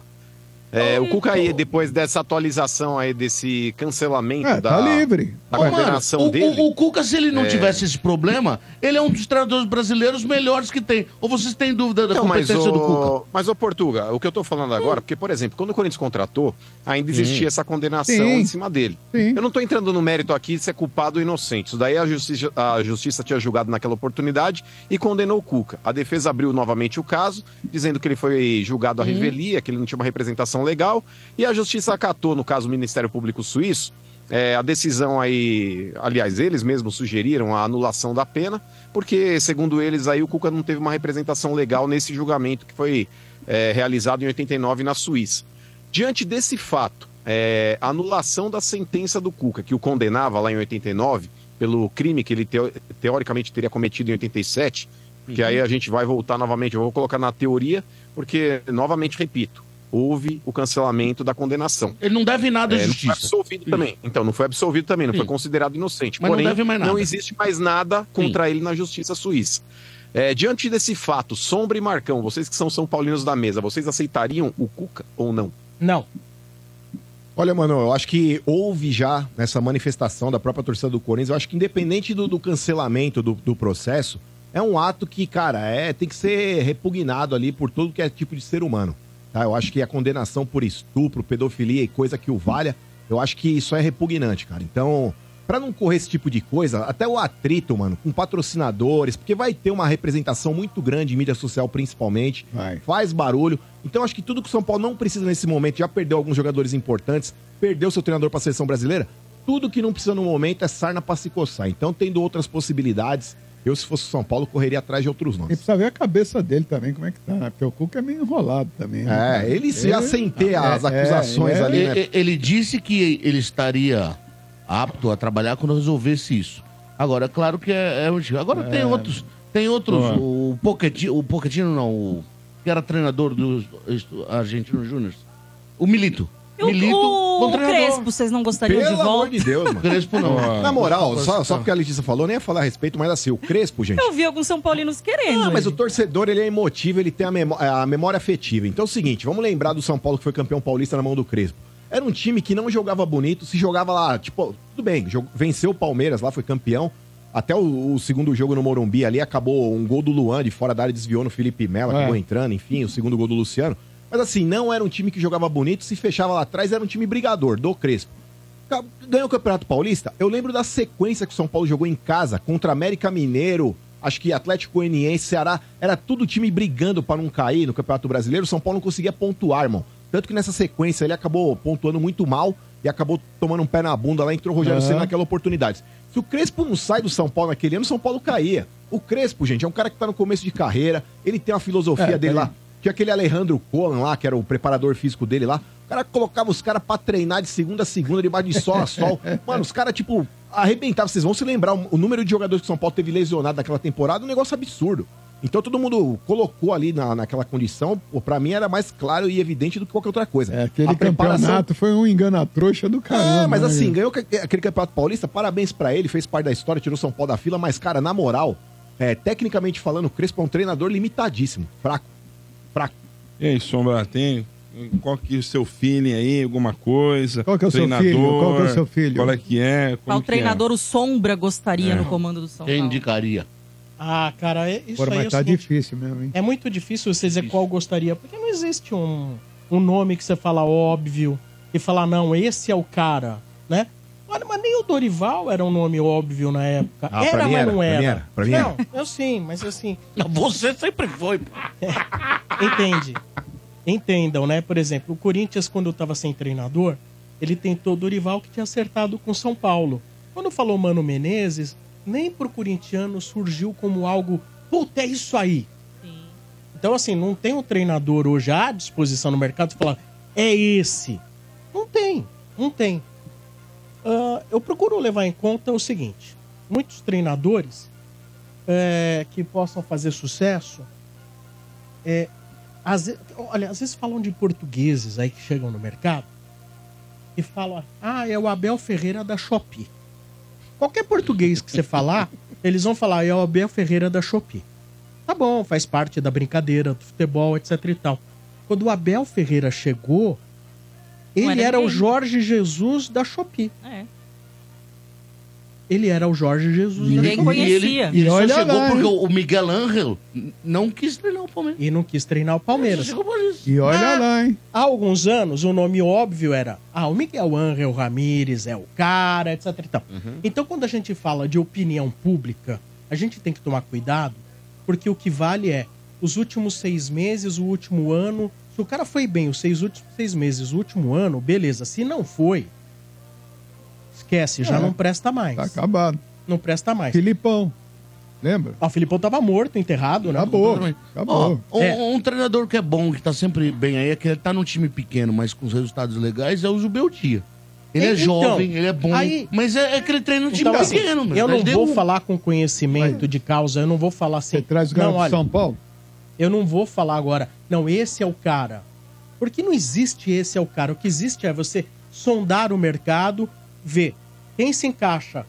S2: É, o Cuca aí, depois dessa atualização aí, desse cancelamento
S6: É,
S2: da,
S6: tá livre.
S2: da
S4: Ô, mano,
S2: condenação
S4: o,
S2: dele. é.
S4: o- o Cuca, se ele não
S7: É.
S4: tivesse esse problema, ele é um dos treinadores brasileiros melhores que tem. Ou vocês têm dúvida da
S2: Não, mas
S4: competência
S2: o,
S4: do Cuca?
S2: mas o Portuga, o que eu tô falando agora, porque, por exemplo, quando o Corinthians contratou, ainda existia essa condenação
S6: Sim.
S2: em cima dele.
S6: Sim.
S2: Eu não tô entrando no mérito aqui de ser culpado ou inocente. Isso daí a justiça, a justiça tinha julgado naquela oportunidade e condenou o Cuca. A defesa abriu novamente o caso, dizendo que ele foi julgado à revelia, que ele não tinha uma representação legal, e a justiça acatou, no caso, o Ministério Público Suíço. é, a decisão aí, aliás, eles mesmos sugeriram a anulação da pena, porque, segundo eles, aí o Cuca não teve uma representação legal nesse julgamento que foi é, realizado em 89 na Suíça. Diante desse fato, é, a anulação da sentença do Cuca, que o condenava lá em 89, pelo crime que ele teo- teoricamente teria cometido em 87, que aí a gente vai voltar novamente, eu vou colocar na teoria, porque, novamente, repito, houve o cancelamento da condenação.
S4: Ele não deve nada à
S2: É, não foi
S4: justiça.
S2: absolvido também. Então, não foi absolvido também, não
S4: Sim.
S2: foi considerado inocente.
S4: Mas não
S2: Porém, não,
S4: deve mais nada.
S2: existe mais nada contra ele na justiça suíça. É, diante desse fato, Sombra e Marcão, vocês que são São Paulinos da mesa, vocês aceitariam o Cuca ou não?
S1: Não.
S7: Olha, mano, eu acho que houve já nessa manifestação da própria torcida do Corinthians, eu acho que independente do, do cancelamento do, do processo, é um ato que, cara, é, tem que ser repugnado ali por todo que é tipo de ser humano. tá? Eu acho que a condenação por estupro, pedofilia e coisa que o valha, eu acho que isso é repugnante, cara. Então, pra não correr esse tipo de coisa, até o atrito, mano, com patrocinadores, porque vai ter uma representação muito grande em mídia social, principalmente
S6: Vai.
S7: faz barulho. Então acho que tudo que o São Paulo não precisa nesse momento, já perdeu alguns jogadores importantes, perdeu seu treinador para a seleção brasileira, tudo que não precisa no momento é sarna pra se coçar. Então, tendo outras possibilidades, eu, se fosse São Paulo, correria atrás de outros
S6: E
S7: nomes.
S6: precisa ver a cabeça dele também, como é que tá, né? Porque o Cuca é meio enrolado também. né?
S7: É, ele se assentei as acusações
S6: é,
S7: ali,
S4: E-
S7: né?
S4: e- Ele disse que ele estaria apto a trabalhar quando resolvesse isso. Agora, é claro que é, é um desgaste. Agora tem outros. Tem outros.
S6: Boa.
S4: O Pochettino, o Pochettino não, o que era treinador do estu- Argentino Júnior. O Milito.
S3: E o-
S4: Milito,
S3: o,
S4: bom
S3: o
S4: treinador.
S3: Crespo, vocês não gostariam
S7: Pelo
S3: de
S7: amor
S3: volta?
S7: de Deus, mano.
S4: Crespo não.
S5: Ó.
S7: Na moral, só,
S6: tá.
S7: só porque a Letícia falou, nem ia falar a respeito, mas assim, o Crespo, gente.
S3: Eu vi alguns São Paulinos querendo.
S7: Não, Ah, mas o
S3: ele.
S7: torcedor, ele é emotivo, ele tem a, memó- a memória afetiva. Então é o seguinte, vamos lembrar do São Paulo que foi campeão paulista na mão do Crespo. Era um time que não jogava bonito, se jogava lá, tipo, tudo bem, jog- venceu o Palmeiras lá, foi campeão. Até o, o segundo jogo no Morumbi ali, acabou um gol do Luan de fora da área, desviou no Felipe Melo, acabou entrando, enfim, o segundo gol do Luciano. Mas assim, não era um time que jogava bonito, se fechava lá atrás, era um time brigador, do Crespo. Ca- Ganhou o Campeonato Paulista? Eu lembro da sequência que o São Paulo jogou em casa contra América Mineiro, acho que Atlético Goianiense, Ceará. Era tudo time brigando para não cair no Campeonato Brasileiro. O São Paulo não conseguia pontuar, irmão. Tanto que nessa sequência ele acabou pontuando muito mal e acabou tomando um pé na bunda lá, entrou o Rogério Ceni naquela oportunidade. Se o Crespo não sai do São Paulo naquele ano, o São Paulo caía. O Crespo, gente, é um cara que tá no começo de carreira, ele tem uma filosofia
S6: É,
S7: dele
S6: tá
S7: lá. Tinha aquele Alejandro Colan lá, que era o preparador físico dele lá. O cara colocava os caras pra treinar de segunda a segunda, debaixo de sol a sol. Mano, os caras, tipo, arrebentavam. Vocês vão se lembrar o, o número de jogadores que o São Paulo teve lesionado naquela temporada, um negócio absurdo. Então todo mundo colocou ali na, naquela condição, pô, pra mim era mais claro e evidente do que qualquer outra coisa.
S6: É, aquele
S7: A preparação-
S6: campeonato foi um engana-trouxa do caramba.
S7: é, mas
S6: né,
S7: assim,
S6: gente?
S7: ganhou ca- aquele campeonato paulista, parabéns pra ele, fez parte da história, tirou São Paulo da fila, mas, cara, na moral, é, tecnicamente falando, o Crespo é um treinador limitadíssimo, fraco. Fraco.
S5: E aí, Sombra, tem. Qual que é o seu feeling aí? Alguma coisa?
S6: Qual que é o seu
S5: Treinador?
S6: filho? Qual que é o seu filho?
S5: Qual é que é?
S3: Qual
S5: Como que é?
S3: treinador o Sombra gostaria
S5: É.
S3: no comando do São
S4: Quem
S3: Paulo?
S4: indicaria?
S1: Ah, cara, é- isso
S6: Agora,
S1: aí é,
S6: mas
S1: o
S6: tá
S1: seguinte,
S6: difícil mesmo, hein?
S1: é muito difícil você dizer qual gostaria, porque não existe um, um nome que você fala óbvio e falar, não, esse é o cara, né? Olha, mas nem o Dorival era um nome óbvio na época.
S7: Ah,
S1: era,
S7: pra mim
S1: mas
S7: era,
S1: não
S7: pra
S1: era.
S7: mim era, pra mim era.
S1: não, eu sim, mas assim,
S4: Você sempre foi. pô.
S1: Entende? Entendam, né? Por exemplo, o Corinthians, quando estava sem treinador, ele tentou o Dorival que tinha acertado com São Paulo. Quando falou Mano Menezes, nem pro corintiano surgiu como algo, puta, é isso aí. Então, assim, não tem um treinador hoje à disposição no mercado que fala, é esse. Não tem, não tem. Ah, eu procuro levar em conta o seguinte: muitos treinadores eh, que possam fazer sucesso é, às vezes, olha, às vezes falam de portugueses aí que chegam no mercado e falam, ah, é o Abel Ferreira da Shopee. Qualquer português que você falar, eles vão falar, é o Abel Ferreira da Shopee. Tá bom, faz parte da brincadeira, do futebol, etc e tal. Quando o Abel Ferreira chegou,
S3: Não
S1: ele
S3: era
S1: era, o
S3: ninguém.
S1: Jorge Jesus da Shopee.
S3: É.
S1: Ele era o Jorge Jesus da
S3: Ninguém
S1: Shopee.
S4: E ele,
S3: conhecia.
S4: e ele só
S6: olha
S4: chegou
S6: lá,
S4: porque
S6: hein?
S4: o Miguel Ángel n- não quis treinar o Palmeiras.
S1: E não quis treinar o
S4: Só
S1: Palmeiras.
S4: chegou por isso.
S6: E olha
S1: Ah,
S6: lá, hein?
S1: né? há alguns anos, o nome óbvio era ah, o Miguel Angel Ramírez é o cara, etc. e tal.
S4: Uhum.
S1: Então, quando a gente fala de opinião pública, a gente tem que tomar cuidado, porque o que vale é os últimos seis meses, o último ano. Se o cara foi bem os seis últimos seis meses, o último ano, beleza. Se não foi, esquece, já
S6: É.
S1: não presta mais.
S6: Tá acabado.
S1: Não presta mais.
S6: Filipão. Lembra?
S1: Ah, o Filipão tava morto, enterrado, né?
S6: Acabou.
S4: Ó,
S6: Acabou.
S4: um,
S1: É.
S4: um treinador que é bom, que tá sempre bem aí, é que ele tá num time pequeno, mas com os resultados legais, é o Zubeldia. Ele é
S1: Então,
S4: jovem, ele é bom,
S1: aí-
S4: mas é, é que ele treina num time
S1: Então, assim,
S4: pequeno. mano.
S1: eu não
S4: Ele deu
S1: vou
S4: um-
S1: falar com conhecimento de causa, eu não vou falar assim.
S6: Você traz o cara
S1: não,
S6: de
S1: olha,
S6: São Paulo?
S1: Eu não vou falar agora, não, esse é o cara. Porque não existe esse é o cara. O que existe é você sondar o mercado, ver quem se encaixa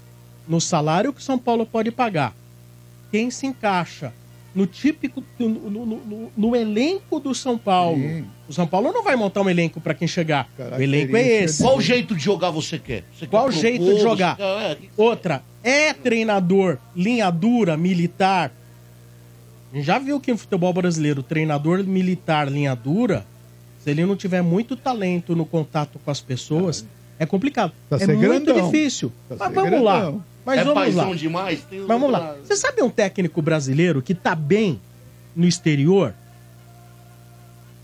S1: no salário que o São Paulo pode pagar, quem se encaixa no típico, no, no- no- no elenco do São Paulo.
S6: Sim.
S1: O São Paulo não vai montar um elenco para quem chegar. O elenco é
S6: Característica
S1: esse.
S4: Qual jeito de jogar você quer? Você quer
S1: Qual
S4: propor,
S1: jeito de
S4: você
S1: jogar?
S4: quer- é, que-
S1: Outra, é treinador linha dura, militar. A gente Já viu que no futebol brasileiro, treinador militar, linha dura, se ele não tiver muito talento no contato com as pessoas, é complicado.
S6: Pra
S1: é
S6: Tá. ser
S1: muito
S6: Tá grandão.
S1: difícil.
S6: Pra
S1: Mas
S6: ser
S1: vamos lá.
S6: grandão.
S1: Mas
S4: é
S1: vamos lá.
S4: paizão demais? Tem
S1: Mas vamos lá. Você sabe um técnico brasileiro que tá bem no exterior?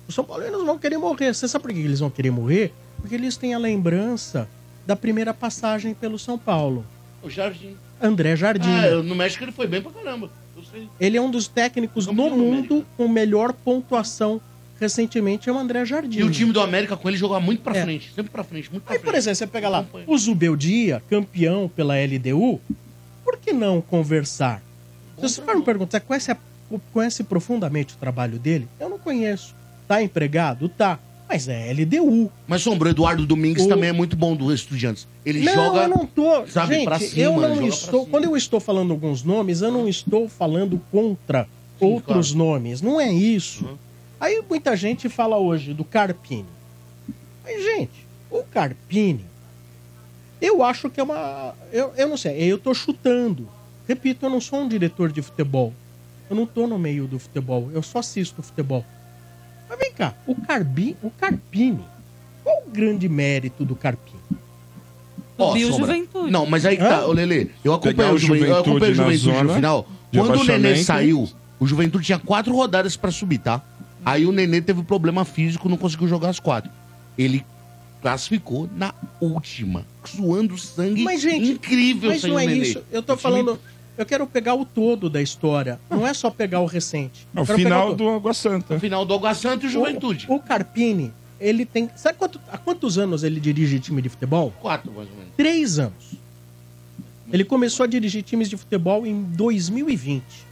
S1: Os São Paulinos vão querer morrer. Você sabe por que eles vão querer morrer? Porque eles têm a lembrança da primeira passagem pelo São Paulo.
S4: O Jardim.
S1: André Jardim.
S4: Ah, eu- no México ele foi bem pra caramba. Eu sei.
S1: Ele é um dos técnicos no mundo com melhor pontuação recentemente, é o André Jardim.
S4: E o time do América com ele jogava muito pra
S1: É.
S4: frente, sempre pra frente, muito pra
S1: Aí,
S4: frente.
S1: por exemplo, você pega lá
S4: Acompanha.
S1: o Zubeldia, campeão pela LDU, por que não conversar? Se você for me perguntar, conhece, a- conhece profundamente o trabalho dele? Eu não conheço. Tá empregado? Tá. Mas é LDU.
S4: Mas Sombra, Eduardo Domingues
S1: O-
S4: também é muito bom do Estudiantes. Ele
S1: não,
S4: joga.
S1: eu não tô.
S4: sabe,
S1: gente,
S4: pra cima,
S1: eu
S4: joga
S1: não
S4: pra
S1: estou.
S4: cima.
S1: Quando eu estou falando alguns nomes, eu não estou falando contra outros nomes. Não é isso.
S4: Uhum.
S1: Aí muita gente fala hoje do Carpini. Mas, gente, o Carpini, eu acho que é uma. Eu, eu não sei, eu tô chutando. Repito, eu não sou um diretor de futebol. Eu não tô no meio do futebol. Eu só assisto futebol. Mas vem cá, o, Carbi, o Carpini. Qual o grande mérito do Carpini?
S4: Ó,
S3: Subiu o
S4: Sombra.
S3: Juventude.
S4: Não, mas aí que
S1: Hã?
S4: tá, ô Lele, eu acompanhei o,
S5: o
S4: Juventude, eu acompanhei o
S5: Juventude na
S4: Juventude no
S5: zona
S4: final.
S5: de
S4: Quando o Nenê
S5: rebaixamento.
S4: saiu, o Juventude tinha quatro rodadas pra subir, tá? Aí o Nenê teve problema físico, não conseguiu jogar as quatro. Ele classificou na última, suando sangue
S1: Mas, gente,
S4: incrível
S1: Mas
S4: sem
S1: não
S4: o
S1: é
S4: Nenê.
S1: isso. Eu tô
S4: O time-
S1: falando. Eu quero pegar o todo da história. Não é só pegar o recente.
S5: É o
S1: Eu quero pegar
S5: final
S1: todo.
S5: do Água Santa.
S4: Final do Água Santa e o Juventude.
S1: O, o Carpini, ele tem. Sabe quanto- há quantos anos ele dirige time de futebol?
S4: Quatro, mais ou menos.
S1: Três anos. Ele começou a dirigir times de futebol em 2020.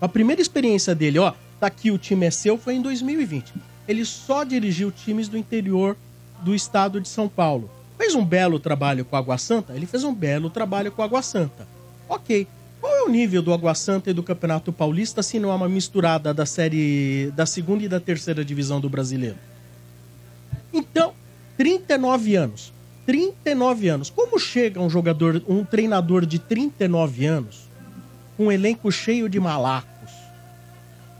S1: A primeira experiência dele, ó, tá aqui o time é seu, foi em 2020. Ele só dirigiu times do interior do estado de São Paulo. Fez um belo trabalho com o Água Santa? Ele fez um belo trabalho com o Água Santa. Ok. Qual é o nível do Água Santa e do Campeonato Paulista se não há uma misturada da série da segunda e da terceira divisão do brasileiro? Então, 39 anos. 39 anos. Como chega um jogador, um treinador de 39 anos com um elenco cheio de malacos?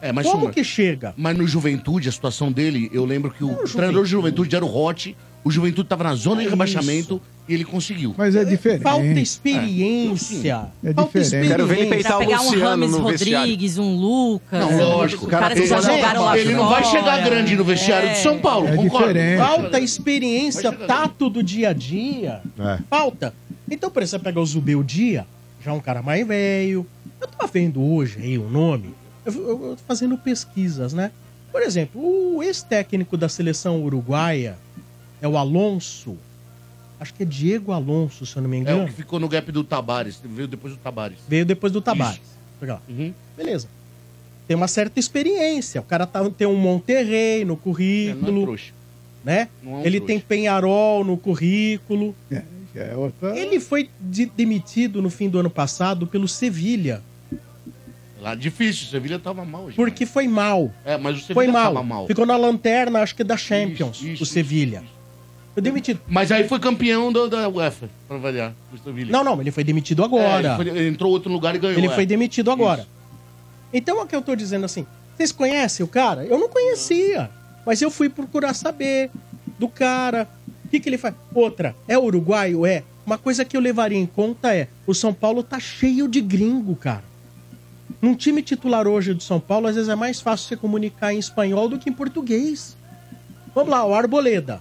S4: É, mas
S1: Como
S4: Sombra,
S1: que chega?
S4: Mas no Juventude, a situação dele, eu lembro que o
S1: Juventude.
S4: treinador do Juventude era o Rotti, o Juventude tava na zona de
S1: É
S4: rebaixamento e ele conseguiu.
S6: Mas é diferente.
S1: Falta experiência.
S6: É
S1: Falta
S6: diferente.
S1: experiência.
S2: Quero ver ele
S3: Pra
S2: peitar o
S3: pegar um
S2: Luciano
S3: Rames
S2: no vestiário.
S3: Rodrigues, um Lucas.
S4: Não, lógico.
S3: Os caras que
S4: ele,
S3: já
S1: Cara,
S3: jogaram lá
S4: ele não vai chegar grande no vestiário
S3: É.
S4: de São Paulo,
S6: É
S4: concordo.
S6: diferente.
S1: Falta experiência, tato do dia a dia.
S7: É.
S1: Falta. Então, por exemplo, você pega o Zubeldia, já é um cara mais velho. Eu tava vendo hoje aí o nome. Eu, eu, eu tô fazendo pesquisas, né? Por exemplo, o ex-técnico da seleção uruguaia é o Alonso. Acho que é Diego Alonso, se eu não me
S4: É
S1: engano.
S4: o que ficou no gap do Tabares, veio depois do Tabares.
S1: Veio depois do Tabares. Legal.
S4: Uhum.
S1: Beleza. Tem uma certa experiência. O cara tá, tem um Monterrey no
S4: É, não é
S1: currículo,
S4: trouxa.
S1: né?
S4: Não é um
S1: Ele
S4: trouxa.
S1: tem Penharol no currículo.
S6: Já é outra...
S1: Ele foi de- demitido no fim do ano passado pelo Sevilha,
S4: Lá difícil, o Sevilha tava mal. gente.
S1: porque foi mal.
S4: É, mas o Sevilha
S1: Foi mal.
S4: tava mal.
S1: Ficou na lanterna, acho que é da Champions,
S4: Isso, isso,
S1: o Sevilha. Foi demitido.
S4: Mas aí foi campeão do- da UEFA, pra avaliar, o Sevilha.
S1: Não, não, ele foi demitido agora.
S4: É, ele, foi- ele entrou outro lugar e ganhou.
S1: Ele
S4: é.
S1: foi demitido agora.
S4: Isso.
S1: Então é o que eu tô dizendo assim. Vocês conhecem o cara? Eu não conhecia. Mas eu fui procurar saber do cara. O que, que ele faz? Outra, é uruguaio? É. Uma coisa que eu levaria em conta é: o São Paulo tá cheio de gringo, cara. Num time titular hoje do São Paulo, às vezes é mais fácil você comunicar em espanhol do que em português. Vamos lá, o Arboleda.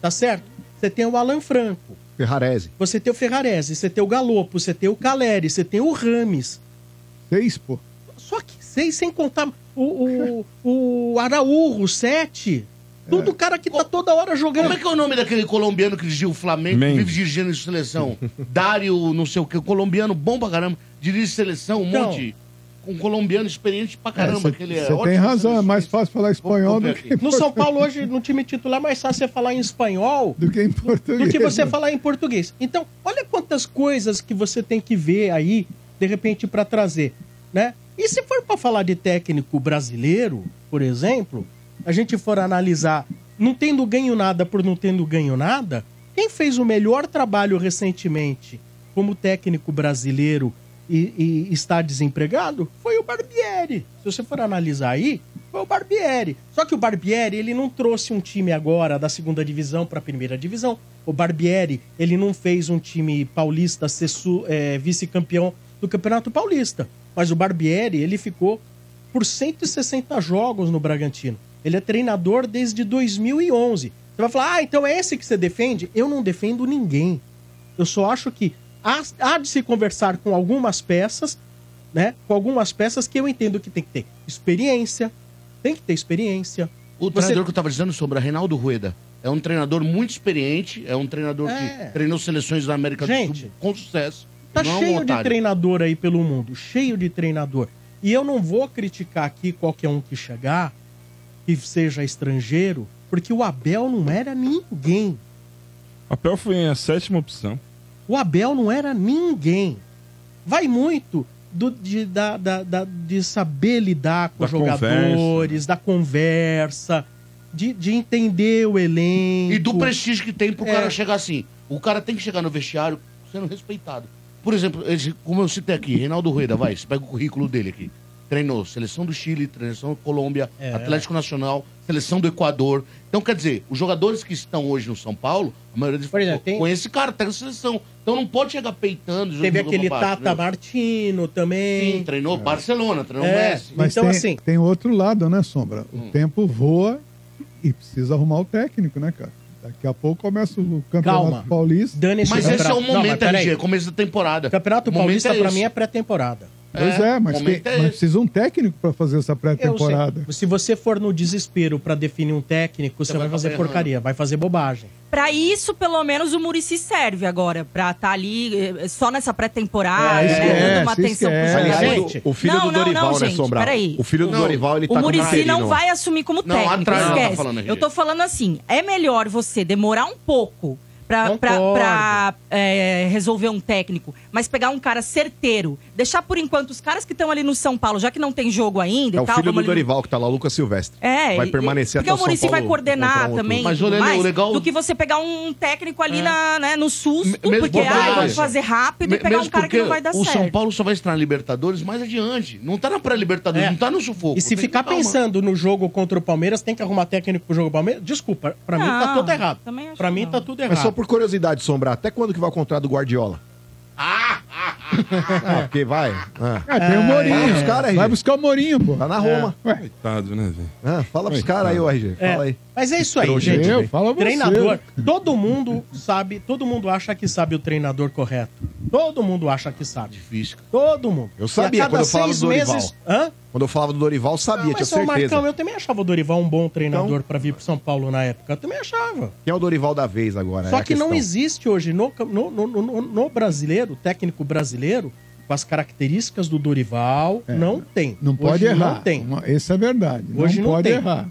S1: Tá certo? Você tem o Alan Franco
S7: Ferrarese.
S1: você tem o Ferrarese, você tem o Galopo, você tem o Caleri, você tem o Rames.
S6: Seis, pô.
S1: Só que seis, sem contar o, o, o Araújo, sete. Tudo
S6: É.
S1: cara que tá toda hora
S4: Como é
S1: jogando.
S4: que é o nome daquele colombiano que dirigiu o Flamengo, que
S5: Mendes.
S4: vive dirigindo em seleção? Dário, não sei o que, colombiano bom pra caramba, dirige seleção um
S1: Então.
S4: monte. Um colombiano experiente pra
S6: É,
S4: caramba,
S6: Você
S4: que ele é
S6: você tem
S4: ótimo
S6: razão, é mais fácil falar espanhol
S4: Vou
S6: do
S4: copiar
S6: que,
S1: No São Paulo hoje, no time titular, é mais fácil você falar em espanhol
S6: do que em
S1: do
S6: português.
S1: que você
S6: né?
S1: falar em português. Então, olha quantas coisas que você tem que ver aí, de repente, pra trazer, né? E se for pra falar de técnico brasileiro, por exemplo, a gente for analisar, não tendo ganho nada por não tendo ganho nada, quem fez o melhor trabalho recentemente como técnico brasileiro e, e está desempregado foi o Barbieri. Se você for analisar aí, foi o Barbieri. Só que o Barbieri, ele não trouxe um time agora da segunda divisão para a primeira divisão. O Barbieri, ele não fez um time paulista ser su- eh, vice-campeão do Campeonato Paulista. Mas o Barbieri, ele ficou por 160 jogos no Bragantino. Ele é treinador desde 2011. Você vai falar, ah, então é esse que você defende? Eu não defendo ninguém. Eu só acho que há, há de se conversar com algumas peças, né? Com algumas peças que eu entendo que tem que ter experiência, tem que ter experiência.
S4: O
S1: Você-
S4: treinador que eu estava dizendo sobre a Reinaldo Rueda. É um treinador muito experiente, é um treinador
S1: É.
S4: que treinou seleções da América do
S1: Gente,
S4: Sul com sucesso.
S1: Tá
S4: Não é um
S1: cheio de
S4: otário.
S1: treinador aí pelo mundo, cheio de treinador. E eu não vou criticar aqui qualquer um que chegar, que seja estrangeiro, porque o Abel não era ninguém.
S5: Papel foi a sétima opção.
S1: O Abel não era ninguém. Vai muito do- de, da- da- da- de saber lidar com
S5: Da
S1: os jogadores, da conversa, de, de entender o elenco.
S4: E do prestígio que tem pro
S1: É.
S4: cara chegar assim. O cara tem que chegar no vestiário sendo respeitado. Por exemplo, esse- como eu citei aqui, Reinaldo Rueda, vai, você pega o currículo dele aqui. Treinou seleção do Chile, seleção da Colômbia,
S1: É.
S4: Atlético Nacional, seleção do Equador. Então, quer dizer, os jogadores que estão hoje no São Paulo, a maioria deles
S1: Por exemplo,
S4: pô,
S1: tem-
S4: conhece esse cara, tá na seleção. Então não pode chegar peitando. jogando
S1: Teve aquele
S4: bobagem,
S1: Tata
S4: entendeu?
S1: Martino também.
S4: Sim, treinou Barcelona, treinou
S1: É.
S4: Messi.
S6: Mas
S1: Então,
S6: tem,
S1: assim-
S6: tem outro lado, né, Sombra? O tempo voa e precisa arrumar o técnico, né, cara? Daqui a pouco começa o Campeonato
S1: Calma.
S6: Paulista.
S1: Dane
S4: Mas esse é o momento, RG,
S1: RG.
S4: começo da temporada.
S1: O Campeonato
S4: O momento
S1: Paulista, pra
S4: esse.
S1: mim, é pré-temporada.
S6: Pois é, mas,
S4: o momento
S6: tem-
S4: é
S6: mas
S4: esse.
S6: precisa um técnico para fazer essa
S1: Eu
S6: pré-temporada.
S1: sei. Se você for no desespero pra definir um técnico, você,
S4: vai
S1: vai fazer
S4: acabar errando.
S1: porcaria, vai fazer bobagem.
S3: Pra isso, pelo menos, o Murici serve agora, pra estar ali eh, só nessa pré-temporada,
S1: É,
S3: né,
S6: esquece,
S3: dando uma atenção
S6: esquece.
S3: pros
S7: Aliás,
S3: jogadores.
S1: gente.
S7: o, o filho
S3: Não,
S7: do
S3: não,
S7: Dorival,
S3: não,
S7: né,
S3: gente,
S7: Sombra?
S3: peraí.
S7: O filho do
S4: Não,
S7: Dorival, ele tá
S3: o
S7: com
S3: Murici
S7: interino.
S3: não vai assumir como
S4: Não,
S3: técnico.
S4: atrás ela tá
S3: esquece.
S4: falando, Regina.
S3: eu tô falando assim: é melhor você demorar um pouco pra, pra-
S1: Concordo.
S3: pra, é, resolver um técnico, mas pegar um cara certeiro, deixar por enquanto os caras que estão ali no São Paulo, já que não tem jogo ainda
S7: É
S3: e
S7: o
S3: tal.
S7: filho
S3: vamos
S7: do
S3: ali no-
S7: Dorival que tá lá, o Lucas Silvestre.
S3: É,
S7: Vai
S3: e-
S7: permanecer
S3: porque o
S7: até
S3: Murici vai coordenar também
S4: Mas,
S3: e tudo
S4: olha,
S3: mais,
S4: o legal- É.
S3: do que você pegar um técnico ali na, né, no susto,
S4: Me- mesmo
S3: porque ah,
S4: bobagem.
S3: vamos fazer rápido e
S4: Me-
S3: pegar um
S4: mesmo
S3: cara que
S4: porque
S3: não vai dar
S4: O
S3: certo.
S4: São Paulo só vai entrar na Libertadores mais adiante. Não tá na pré-Libertadores,
S1: É.
S4: não tá no sufoco.
S1: E se
S4: Tem
S1: ficar
S4: que calma.
S1: pensando no jogo contra o Palmeiras, tem que arrumar técnico pro jogo do Palmeiras? Desculpa, pra mim tá
S3: Não,
S1: tudo errado.
S3: também acho
S1: Pra
S3: que
S1: mim
S3: não.
S1: tá tudo
S7: Mas
S1: errado.
S7: É só por curiosidade, Sombra, até quando que vai o contrato do Guardiola? Ah, porque vai. Ah,
S6: Ah,
S1: É.
S6: tem o
S3: É.
S6: Mourinho.
S7: Vai buscar, né, RG.
S6: Vai buscar o Mourinho, pô. É.
S7: tá na Roma.
S6: Ué,
S5: Coitado, né, velho?
S7: Ah, fala pros caras aí, ô RG.
S1: É,
S7: Fala aí.
S1: Mas é isso aí,
S7: Trouxa,
S1: gente.
S6: eu, fala você.
S1: Treinador, todo mundo sabe, todo mundo acha que sabe o treinador correto. Todo mundo acha que sabe.
S4: Difícil.
S1: Todo mundo.
S7: Eu
S1: E a
S7: sabia
S1: cada
S7: quando eu falava
S1: seis
S7: do Dorival.
S1: Hã?
S7: Quando eu falava do Dorival, sabia,
S1: Não,
S7: tinha
S1: mas o
S7: certeza.
S1: Marcão, eu também achava o Dorival um bom treinador
S7: Então-
S1: pra vir pro São Paulo na época. Eu também achava.
S7: Quem é o Dorival da vez
S6: Né,
S7: agora? é
S1: Só
S7: a
S1: que não
S7: questão.
S1: existe hoje no, no, no, no- no brasileiro, técnico brasileiro, com as características do Dorival, não tem.
S6: É. Não
S1: Hoje
S6: pode errar.
S1: Não tem.
S6: Uma- Isso é verdade.
S1: Hoje
S6: não,
S1: não
S6: pode
S1: tem.
S6: errar.
S5: Tá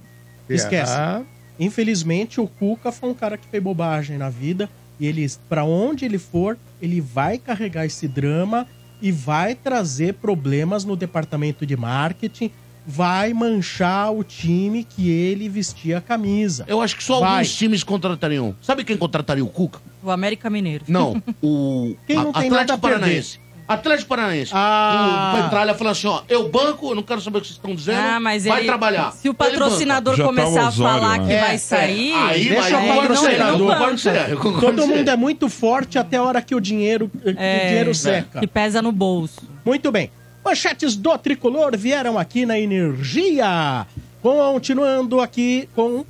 S6: Se
S1: Esquece.
S6: errar,
S1: Infelizmente, o Cuca foi um cara que fez bobagem na vida. E ele, pra onde ele for, ele vai carregar esse drama e vai trazer problemas no departamento de marketing. Vai manchar o time que ele vestia a camisa.
S4: Eu acho que só
S1: Vai.
S4: alguns times contratariam. Sabe quem contrataria o Cuca?
S3: O América Mineiro.
S4: Não, o
S1: Quem não
S4: a-
S1: tem
S4: Atlético
S1: nada a perder.
S4: Paranaense. Atlético Paranaense.
S1: Ah.
S4: O Petralha falou assim, ó, eu banco, eu não quero saber o que vocês estão dizendo,
S3: Ah, mas
S4: vai
S3: ele-
S4: trabalhar.
S3: Se o
S4: Ele banca.
S3: patrocinador
S5: Já tá o
S3: começar
S5: Osório
S3: a falar
S5: lá.
S3: que
S5: É,
S3: vai sair,
S4: Aí,
S1: Deixa
S4: aí,
S1: eu falar
S4: eu concordo
S1: com
S4: com
S1: você,
S4: você, eu
S1: não
S4: concordo
S3: banca.
S4: com você, eu concordo
S1: Todo
S4: com você.
S1: mundo é muito forte até a hora que o dinheiro, que o
S3: É.
S1: dinheiro seca.
S3: que pesa no bolso.
S1: Muito bem. Manchetes do Tricolor vieram aqui na Energia. Continuando aqui com.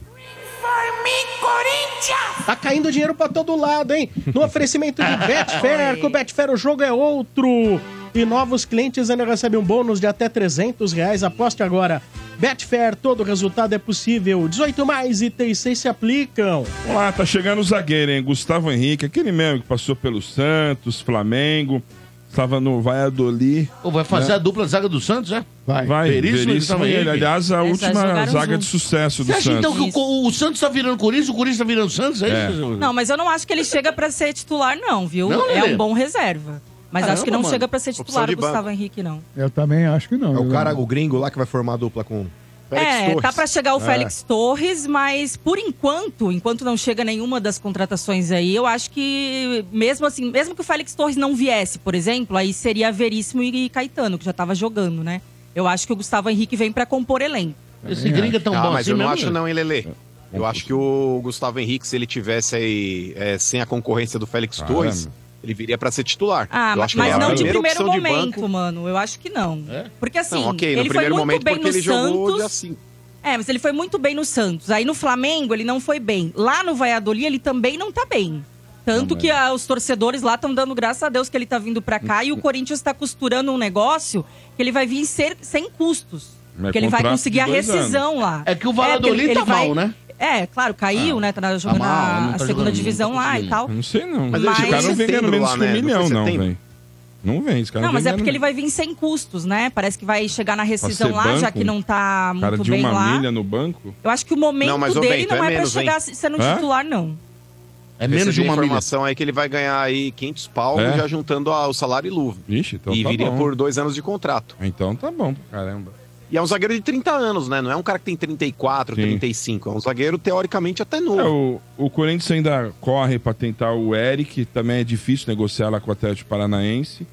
S1: Tá caindo dinheiro pra todo lado, hein? No oferecimento de Betfair. Com o Betfair o jogo é outro. E novos clientes ainda recebem um bônus de até 300 reais. Aposte agora. Betfair, todo resultado é possível. 18 mais e 36 se aplicam.
S5: Vamos lá, tá chegando o zagueiro, hein? Gustavo Henrique, aquele mesmo que passou pelo Santos, Flamengo, estava no Valladolid. né?
S4: Ô, Vai fazer a dupla zaga do Santos, é?
S6: vai.
S5: Vai,
S4: Veríssimo e
S5: Veríssimo,
S4: Gustavo
S5: ele.
S4: Henrique.
S5: Aliás, a
S3: Eles
S5: última
S3: jogaram
S5: zaga de
S3: juntos.
S5: sucesso do
S4: Você acha
S5: Santos.
S4: então que o, Co- o Santos tá virando Corinthians, o Corinthians tá virando Santos, é,
S5: É.
S4: isso?
S3: Não, mas eu não acho que ele chega pra ser titular, não, viu?
S4: Não,
S3: é
S4: Lelê?
S3: um bom reserva. Mas
S4: Caramba,
S3: acho que não
S4: mano.
S3: chega pra ser
S2: Opção
S3: titular
S2: de
S3: o Gustavo
S2: banco.
S3: Henrique, não.
S6: Eu também acho que não.
S7: É o
S6: viu?
S7: cara, o gringo lá que vai formar a dupla com. Félix
S3: é,
S7: Torres.
S3: tá pra chegar o
S7: É.
S3: Félix Torres, mas por enquanto, enquanto não chega nenhuma das contratações aí, eu acho que mesmo assim, mesmo que o Félix Torres não viesse, por exemplo, aí seria Veríssimo e Caetano, que já tava jogando, né? Eu acho que o Gustavo Henrique vem pra compor elenco.
S4: Esse gringo é tão
S2: Ah,
S4: bom
S2: mas
S4: assim
S2: eu não
S4: mesmo, é
S2: acho
S4: né?
S2: não, hein, Lelê? Eu acho que o Gustavo Henrique, se ele tivesse aí é, sem a concorrência do Félix
S5: Caramba.
S2: Torres, ele viria pra ser titular.
S3: Ah,
S2: Eu
S3: mas,
S2: acho que ele é a
S3: não de
S2: primeira
S3: primeiro
S2: opção de
S3: momento,
S2: banco.
S3: mano. Eu acho que não.
S4: É?
S3: Porque assim,
S2: não, ok, no
S3: ele foi
S2: primeiro
S3: muito
S2: momento
S3: bem
S2: porque
S3: no
S2: ele jogou de
S3: Santos.
S2: assim.
S3: É, mas ele foi muito bem no Santos. Aí no Flamengo ele não foi bem. Lá no Valladolid ele também não tá bem. Tanto que ah, os torcedores lá estão dando graças a Deus que ele tá vindo pra cá e
S2: Hum.
S3: o Corinthians tá costurando um negócio que ele vai vir ser- sem custos.
S5: Mas
S3: Porque ele vai
S5: contrato de
S3: conseguir a
S5: dois
S3: rescisão
S5: anos.
S3: lá.
S4: É que o
S3: porque
S4: Valladolid
S3: ele-
S4: tá
S3: ele vai-
S4: mal, né?
S3: É, claro,
S2: Ah.
S3: caiu, né? Tá na- jogando
S4: mal,
S3: a-
S4: não tá
S3: a segunda
S4: jogando, não tá
S3: divisão lá e
S4: conseguindo.
S3: tal.
S5: Eu Não sei
S3: Mas
S5: não. Mas
S3: ele
S5: esse
S4: tá
S5: cara
S3: chegou
S5: não
S3: em
S5: vendendo
S7: setembro
S5: menos
S7: lá,
S5: que um
S7: né? Não foi
S5: milhão, não,
S7: setembro?
S5: velho. Não vem, esse cara
S3: Não, mas é
S5: vem
S3: porque
S5: ganhando-
S3: ele vai vir sem custos, né? Parece que vai chegar na rescisão
S5: ser
S3: lá, já
S5: banco,
S3: que não tá muito
S5: Cara de
S3: bem
S5: uma
S3: lá.
S5: milha no banco.
S3: Eu acho que o momento
S7: Não, mas, ô,
S3: dele não
S7: Bento, é
S3: é, pra
S7: menos,
S3: chegar
S7: hein?
S3: sendo
S5: Hã?
S3: titular, não.
S4: É menos de uma milha.
S7: informação aí que ele vai ganhar aí 500 pau
S5: É?
S7: já juntando a- o salário e luva.
S5: Ixi, então
S7: e
S5: tá
S7: viria
S5: bom.
S7: por dois anos de contrato.
S5: Então tá bom, pra caramba.
S7: E é um zagueiro de 30 anos, né? Não é um cara que tem 34,
S5: Sim.
S7: 35. É um zagueiro, teoricamente, até
S5: É,
S7: novo.
S5: o, o Corinthians ainda corre pra tentar o Eric, também é difícil negociar lá com o Atlético Paranaense.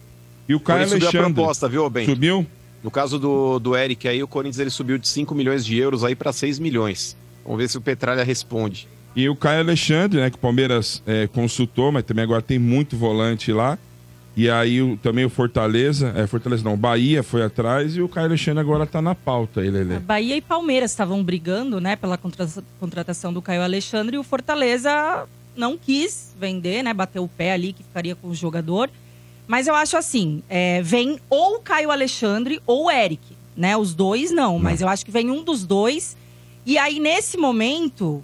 S5: E o
S7: Por
S5: Caio
S7: isso subiu a
S5: Alexandre
S7: proposta, viu, Ben?
S5: subiu?
S7: No caso do, do Eric aí, o Corinthians ele subiu de 5 milhões de euros aí para 6 milhões. Vamos ver se o Petralha responde.
S5: E o Caio Alexandre, né, que o Palmeiras é, consultou, mas também agora tem muito volante lá. E aí o- também o Fortaleza, é, Fortaleza não, o Bahia foi atrás e o Caio Alexandre agora tá na pauta aí, Lelê.
S3: Bahia e Palmeiras estavam brigando, né, pela contra- contratação do Caio Alexandre e o Fortaleza não quis vender, né, bateu o pé ali que ficaria com o jogador. Mas eu acho assim, é, vem ou o Caio Alexandre ou o Eric, né? Os dois não, mas eu acho que vem um dos dois. E aí nesse momento,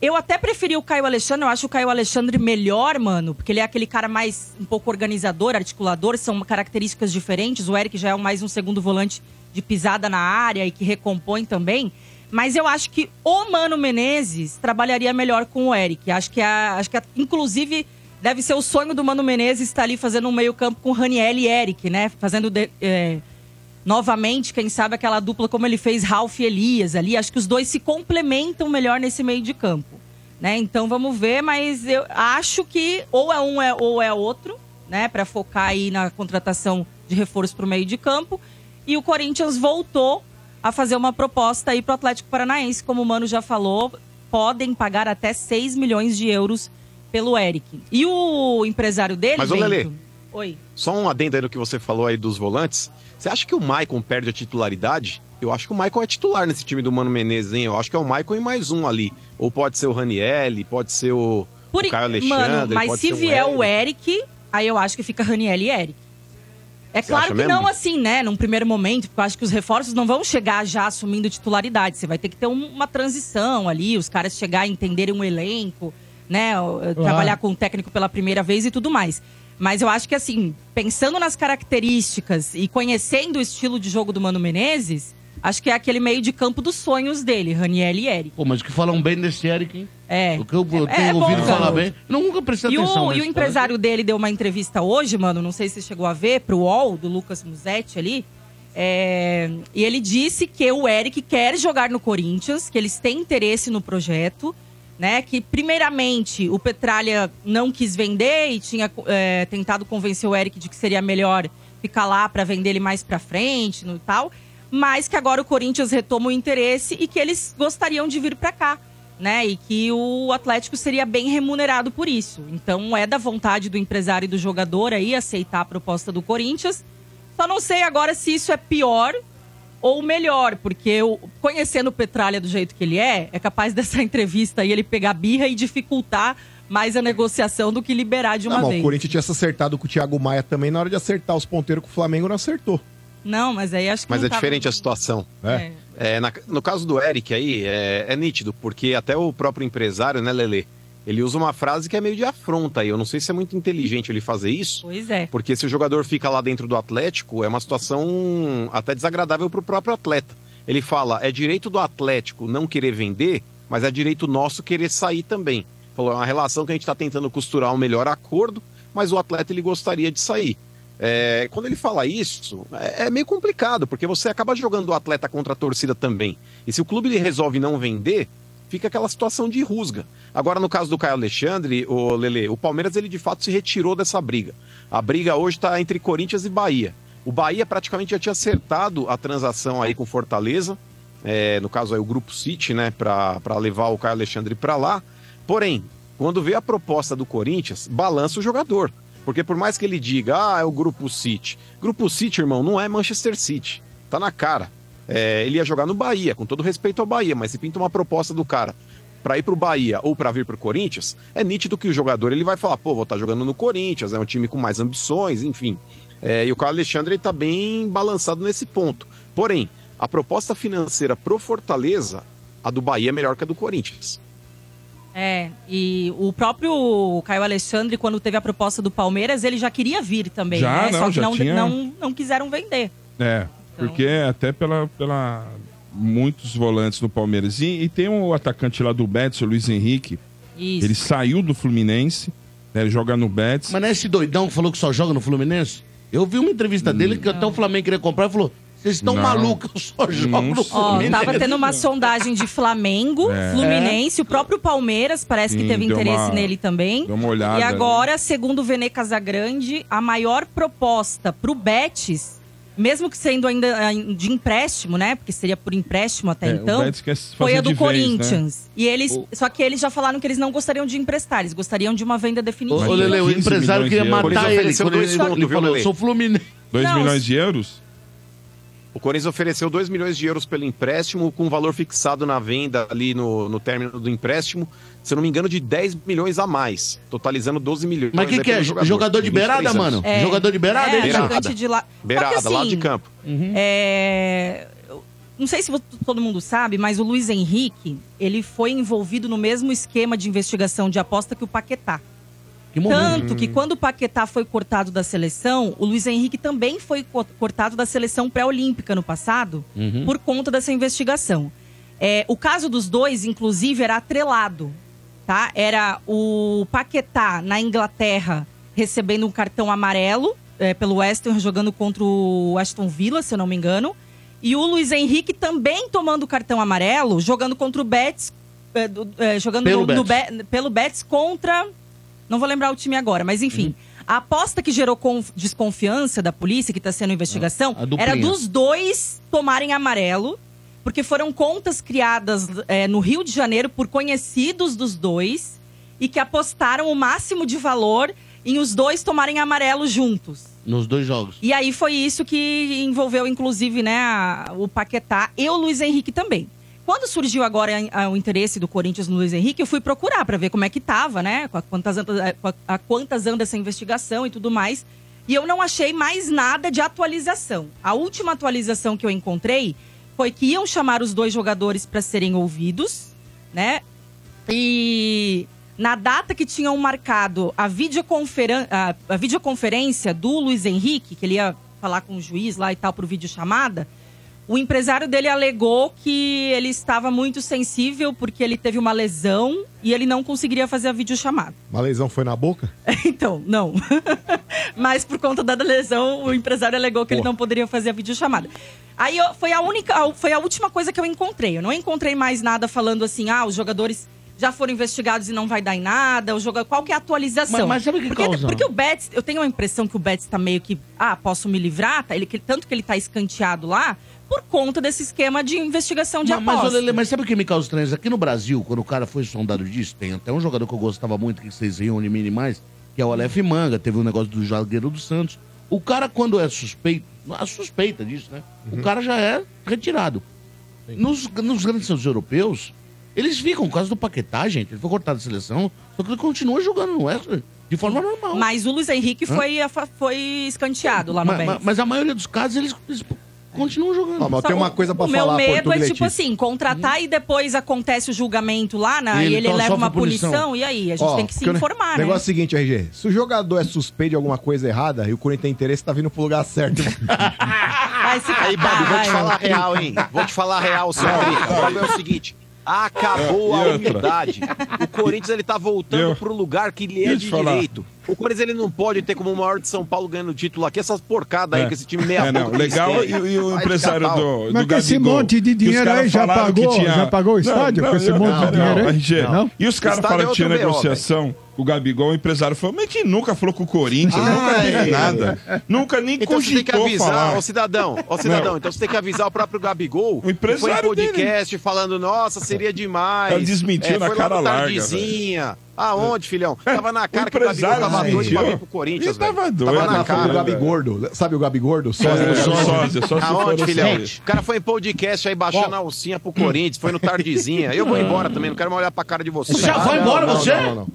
S3: eu até preferi o Caio Alexandre, eu acho o Caio Alexandre melhor, mano, porque ele é aquele cara mais um pouco organizador, articulador, são características diferentes. O Eric já é mais um segundo volante de pisada na área e que recompõe também. Mas eu acho que o Mano Menezes trabalharia melhor com o Eric. Acho que, a, acho que a- inclusive, deve ser o sonho do Mano Menezes estar ali fazendo um meio-campo com Raniel e Eric, né? Fazendo de- eh, novamente, quem sabe aquela dupla como ele fez Ralf e Elias ali. Acho que os dois se complementam melhor nesse meio de campo, né? Então vamos ver, mas eu acho que ou é um é, ou é outro, né? Para focar aí na contratação de reforço para o meio de campo. E o Corinthians voltou a fazer uma proposta aí para o Atlético Paranaense, como o Mano já falou, podem pagar até 6 milhões de euros pelo Eric. E o empresário dele,
S7: Mas, ô, Lelê,
S3: Bento? Oi.
S7: Só um adendo aí no que você falou aí dos volantes. Você acha que o Maicon perde a titularidade? Eu acho que o Maicon é titular nesse time do Mano Menezes, hein? Eu acho que é o Maicon e mais um ali. Ou pode ser o Ranielli, pode ser o,
S3: Por
S7: o
S3: in-
S7: Caio Alexandre.
S3: Mano, mas
S7: pode
S3: se
S7: ser um o
S3: vier
S7: Eric.
S3: o Eric, aí eu acho que fica Raniel e Eric. É claro
S7: acha
S3: que
S7: mesmo?
S3: não assim, né? Num primeiro momento, porque eu acho que os reforços não vão chegar já assumindo titularidade. Você vai ter que ter um- uma transição ali, os caras chegar a entenderem um elenco, né? O- Trabalhar com o técnico pela primeira vez e tudo mais. Mas eu acho que, assim, pensando nas características e conhecendo o estilo de jogo do Mano Menezes, acho que é aquele meio de campo dos sonhos dele, Raniel e Eric.
S4: Pô, mas que falam bem desse Eric, hein?
S3: É.
S4: O que eu, eu
S3: É,
S4: tenho
S3: é bom,
S4: ouvido falar
S3: garoto.
S4: bem. Eu nunca prestei
S3: E
S4: atenção
S3: o,
S4: nesse
S3: e o
S4: cara.
S3: empresário dele deu uma entrevista hoje, mano, não sei se você chegou a ver, pro UOL, do Lucas Musetti ali. É, e ele disse que o Eric quer jogar no Corinthians, que eles têm interesse no projeto, né? Que, primeiramente, o Petralha não quis vender e tinha é, tentado convencer o Eric de que seria melhor ficar lá pra vender ele mais pra frente no tal. Mas que agora o Corinthians retoma o interesse e que eles gostariam de vir pra cá né? E que o Atlético seria bem remunerado por isso. Então é da vontade do empresário e do jogador aí aceitar a proposta do Corinthians. Só não sei agora se isso é pior ou melhor, porque eu, conhecendo o Petralha do jeito que ele é, é capaz dessa entrevista aí ele pegar birra e dificultar mais a negociação do que liberar de uma
S8: Não, mas Tá o
S3: vez.
S8: Corinthians tinha se acertado com o Thiago Maia também. Na hora de acertar os ponteiros com o Flamengo, não acertou.
S3: Não, mas aí acho que
S7: Mas
S3: não
S7: é
S3: tava-
S7: diferente a situação.
S3: É.
S7: É, na- no caso do Eric aí, é, é nítido, porque até o próprio empresário, né, Lele, ele usa uma frase que é meio de afronta aí. Eu não sei se é muito inteligente ele fazer isso,
S3: Pois é.
S7: porque se o jogador fica lá dentro do Atlético, é uma situação até desagradável para o próprio atleta. Ele fala, é direito do Atlético não querer vender, mas é direito nosso querer sair também. Falou, é uma relação que a gente está tentando costurar um melhor acordo, mas o atleta ele gostaria de sair. É, quando ele fala isso, é, é meio complicado, porque você acaba jogando o atleta contra a torcida também. E se o clube ele resolve não vender, fica aquela situação de rusga. Agora, no caso do Caio Alexandre, o Lele, o Palmeiras ele de fato se retirou dessa briga. A briga hoje está entre Corinthians e Bahia. O Bahia praticamente já tinha acertado a transação aí com Fortaleza, é, no caso aí o Grupo City, né, para levar o Caio Alexandre para lá. Porém, quando vê a proposta do Corinthians, balança o jogador. Porque por mais que ele diga, ah, é o Grupo City. Grupo City, irmão, não é Manchester City. Tá na cara.
S2: É, ele ia jogar no Bahia, com todo respeito ao Bahia, mas se pinta uma proposta do cara para ir pro Bahia ou para vir pro Corinthians, é nítido que o jogador ele vai falar, pô, vou estar jogando no Corinthians, é um time com mais ambições, enfim. É, e o Carlos Alexandre está bem balançado nesse ponto. Porém, a proposta financeira pro Fortaleza, a do Bahia é melhor que a do Corinthians.
S3: É, e o próprio Caio Alexandre, quando teve a proposta do Palmeiras, ele já queria vir também,
S5: Já,
S3: né?
S5: não,
S3: Só que
S5: já
S3: não,
S5: tinha-
S3: não, não quiseram vender.
S5: É,
S3: Então-
S5: porque até pela, pela muitos volantes no Palmeiras. E, e tem um atacante lá do Betis, o Luiz Henrique.
S3: Isso.
S5: Ele saiu do Fluminense, né, ele joga no Betis.
S4: Mas não é esse doidão que falou que só joga no Fluminense? Eu vi uma entrevista dele que até o Flamengo queria comprar e falou: vocês estão
S5: Não.
S4: malucos, eu só jogo
S5: Não
S4: no
S5: sei.
S3: Ó,
S4: Fluminense.
S3: tava tendo uma sondagem de Flamengo,
S5: É.
S3: Fluminense, o próprio Palmeiras parece que
S5: Sim,
S3: teve
S5: deu
S3: interesse
S5: uma-
S3: nele também.
S5: Dá uma olhada.
S3: E
S5: né?
S3: agora, segundo o Vene Casagrande, a maior proposta pro Betis, mesmo que sendo ainda eh, de empréstimo, né? Porque seria por empréstimo até
S5: É,
S3: então.
S5: o Betis quer fazer
S3: Foi a do
S5: de vez, né?
S3: Corinthians. E eles, só que eles já falaram que eles não gostariam de emprestar, eles gostariam de uma venda
S4: Ô,
S3: definitiva.
S4: ô, Lele, o
S5: 15
S4: empresário
S5: milhões
S4: queria
S5: de euros.
S4: matar
S2: Eles
S4: ele.
S2: ofereceram
S4: Quando ele,
S2: dois conto,
S4: ele
S2: viu,
S4: falou:
S2: Lele?
S4: sou Fluminense.
S5: 2
S3: Não,
S5: milhões de euros?
S2: O Corinthians ofereceu 2 milhões de euros pelo empréstimo, com valor fixado na venda ali no, no término do empréstimo, se eu não me engano, de 10 milhões a mais, totalizando 12 milhões.
S4: Mas o que,
S2: aí
S4: que é?
S2: pelo
S4: Jogador, de
S2: 23
S4: beirada,
S2: anos.
S4: mano?
S3: É.
S4: Jogador de beirada?
S3: é,
S4: ele tá-
S2: beirada.
S3: atacante de lá.
S2: Beirada,
S3: Só que, assim,
S2: lado de campo.
S3: É, eu Não sei se vo- todo mundo sabe, mas o Luiz Henrique, ele foi envolvido no mesmo esquema de investigação de aposta que o Paquetá.
S4: Que momento.
S3: Tanto
S2: Hum.
S3: que quando o Paquetá foi cortado da seleção, o Luiz Henrique também foi co- cortado da seleção pré-olímpica no passado,
S4: Uhum.
S3: por conta dessa investigação. É, o caso dos dois, inclusive, era atrelado. Tá? Era o Paquetá na Inglaterra recebendo um cartão amarelo é, pelo West Ham jogando contra o Aston Villa, se eu não me engano. E o Luiz Henrique também tomando cartão amarelo, jogando contra o Betis, é, do- é, jogando
S4: Pelo
S3: no- no
S4: Betis.
S3: Be- pelo Betis contra não vou lembrar o time agora, mas enfim.
S4: Uhum.
S3: A aposta que gerou conf- desconfiança da polícia, que está sendo investigação,
S4: A duplinha.
S3: era dos dois tomarem amarelo, porque foram contas criadas é, no Rio de Janeiro por conhecidos dos dois e que apostaram o máximo de valor em os dois tomarem amarelo juntos.
S4: Nos dois jogos.
S3: E aí foi isso que envolveu, inclusive, né, a- o Paquetá e o Luiz Henrique também. Quando surgiu agora a- o interesse do Corinthians no Luiz Henrique, eu fui procurar para ver como é que tava, né? com a quantas anda, com a- a quantas anda essa investigação e tudo mais. E eu não achei mais nada de atualização. A última atualização que eu encontrei foi que iam chamar os dois jogadores para serem ouvidos, né? E na data que tinham marcado a, videoconferan- a- a videoconferência do Luiz Henrique, que ele ia falar com o juiz lá e tal por videochamada, o empresário dele alegou que ele estava muito sensível porque ele teve uma lesão e ele não conseguiria fazer a videochamada.
S7: Uma lesão foi na boca?
S3: Então, não. Mas por conta da lesão, o empresário alegou que ele não poderia fazer a videochamada. Aí eu- foi a única, foi a última coisa que eu encontrei. Eu não encontrei mais nada falando assim, ah, os jogadores já foram investigados e não vai dar em nada. O jogo, qual que é a atualização?
S4: Mas- mas sabe o que
S3: porque,
S4: causa?
S3: Porque o Betts, eu tenho a impressão que o Betts tá meio que, ah, posso me livrar, tá? Ele, que- tanto que ele tá escanteado lá por conta desse esquema de investigação de
S4: Mas, é mas, ô,
S3: aposta.
S4: Lele, mas sabe o que me causa estranheza? Aqui no Brasil, quando o cara foi sondado disso, tem até um jogador que eu gostava muito, que vocês riam de mim demais, que é o Aleph Manga, teve um negócio do Jagueiro dos Santos. O cara, quando é suspeito, a suspeita disso, né? O cara já é retirado. Nos, nos grandes centros europeus, eles ficam, por causa do Paquetá, gente, ele foi cortado da seleção, só que ele continua jogando no Wesley de forma normal.
S3: Mas o Luiz Henrique foi, afa- foi escanteado lá no
S4: Ma-
S3: Betts.
S4: ma- mas a maioria dos casos, eles, eles continuam jogando.
S7: Ó, mas eu
S3: Só
S7: tenho uma
S3: o-
S7: coisa pra
S3: o
S7: falar,
S3: meu medo é
S7: Português.
S3: tipo assim, contratar e depois acontece o julgamento lá, na,
S4: E
S3: e
S4: ele tá
S3: ele,
S4: to-
S3: leva
S4: sofre
S3: uma punição.
S4: punição.
S3: e aí? A gente
S7: Ó,
S3: tem que se
S7: porque o ne-
S3: informar,
S7: O
S3: né?
S7: negócio é o seguinte, RG. Se o jogador é suspeito de alguma coisa errada e o Corinthians tem interesse, tá vindo pro lugar certo.
S3: Vai se
S2: Aí, Babi, vou te
S3: catar,
S2: falar real, hein? Vou te falar real, seu amigo. O problema é o seguinte. Acabou
S5: É, E
S2: a
S5: outra?
S2: humildade. O Corinthians ele tá
S5: E
S2: voltando
S5: eu-
S2: pro lugar que ele é
S5: Deixa eu
S2: de
S5: te falar.
S2: direito. O Corinthians ele não pode ter como o maior de São Paulo ganhando título aqui essas porcadas aí
S5: É.
S2: com esse time meia
S5: É, não,
S2: boca que
S5: legal. E,
S2: eles têm.
S5: e o
S2: Vai
S5: empresário
S2: descatar, ó.
S5: do, do
S6: Mas com esse
S5: Gabigol,
S6: monte de
S5: que os
S6: dinheiro
S5: caras
S6: aí, já
S5: falaram que
S6: pagou- já pagou o
S5: Não,
S6: estádio com
S5: não,
S6: esse
S5: eu-
S6: monte de
S5: não,
S6: dinheiro aí?
S5: não, RG,
S6: Não?
S5: E os caras
S2: Estádio é
S5: falaram que tinha
S2: outro BO,
S5: negociação com o Gabigol, o empresário falou, mas que nunca falou com o Corinthians, nunca teve nada. Nunca nem
S7: Então você tem que
S5: cogitou
S7: avisar,
S5: falar.
S7: ô cidadão, ô cidadão, então você tem que avisar o próprio Gabigol, o foi em
S5: empresário dele.
S7: podcast falando, nossa, seria demais. É,
S5: Ela desmentiu na
S7: foi
S5: cara
S7: logo
S5: larga, É,
S7: Tardezinha. Aonde, filhão? Tava na cara que o Gabigol
S5: empresário
S7: tava doido pra
S5: desmentiu.
S7: vir pro Corinthians,
S5: Ele tava
S7: velho.
S5: doido,
S7: Tava na
S5: né,
S7: cara.
S2: o Gabi Gordo. Sabe o Gabi Gordo? Sósia
S5: É,
S2: do Sósia.
S5: sósia, só se for
S7: Aonde,
S5: no
S7: filhão?
S5: sósia.
S7: O cara foi em podcast aí baixando a alcinha pro Corinthians, foi no Tardezinha. Eu vou embora também, não quero mais olhar pra cara de você.
S1: Você já
S7: Ah,
S1: vai
S7: não,
S1: embora,
S7: não,
S1: você?
S7: não, não, não.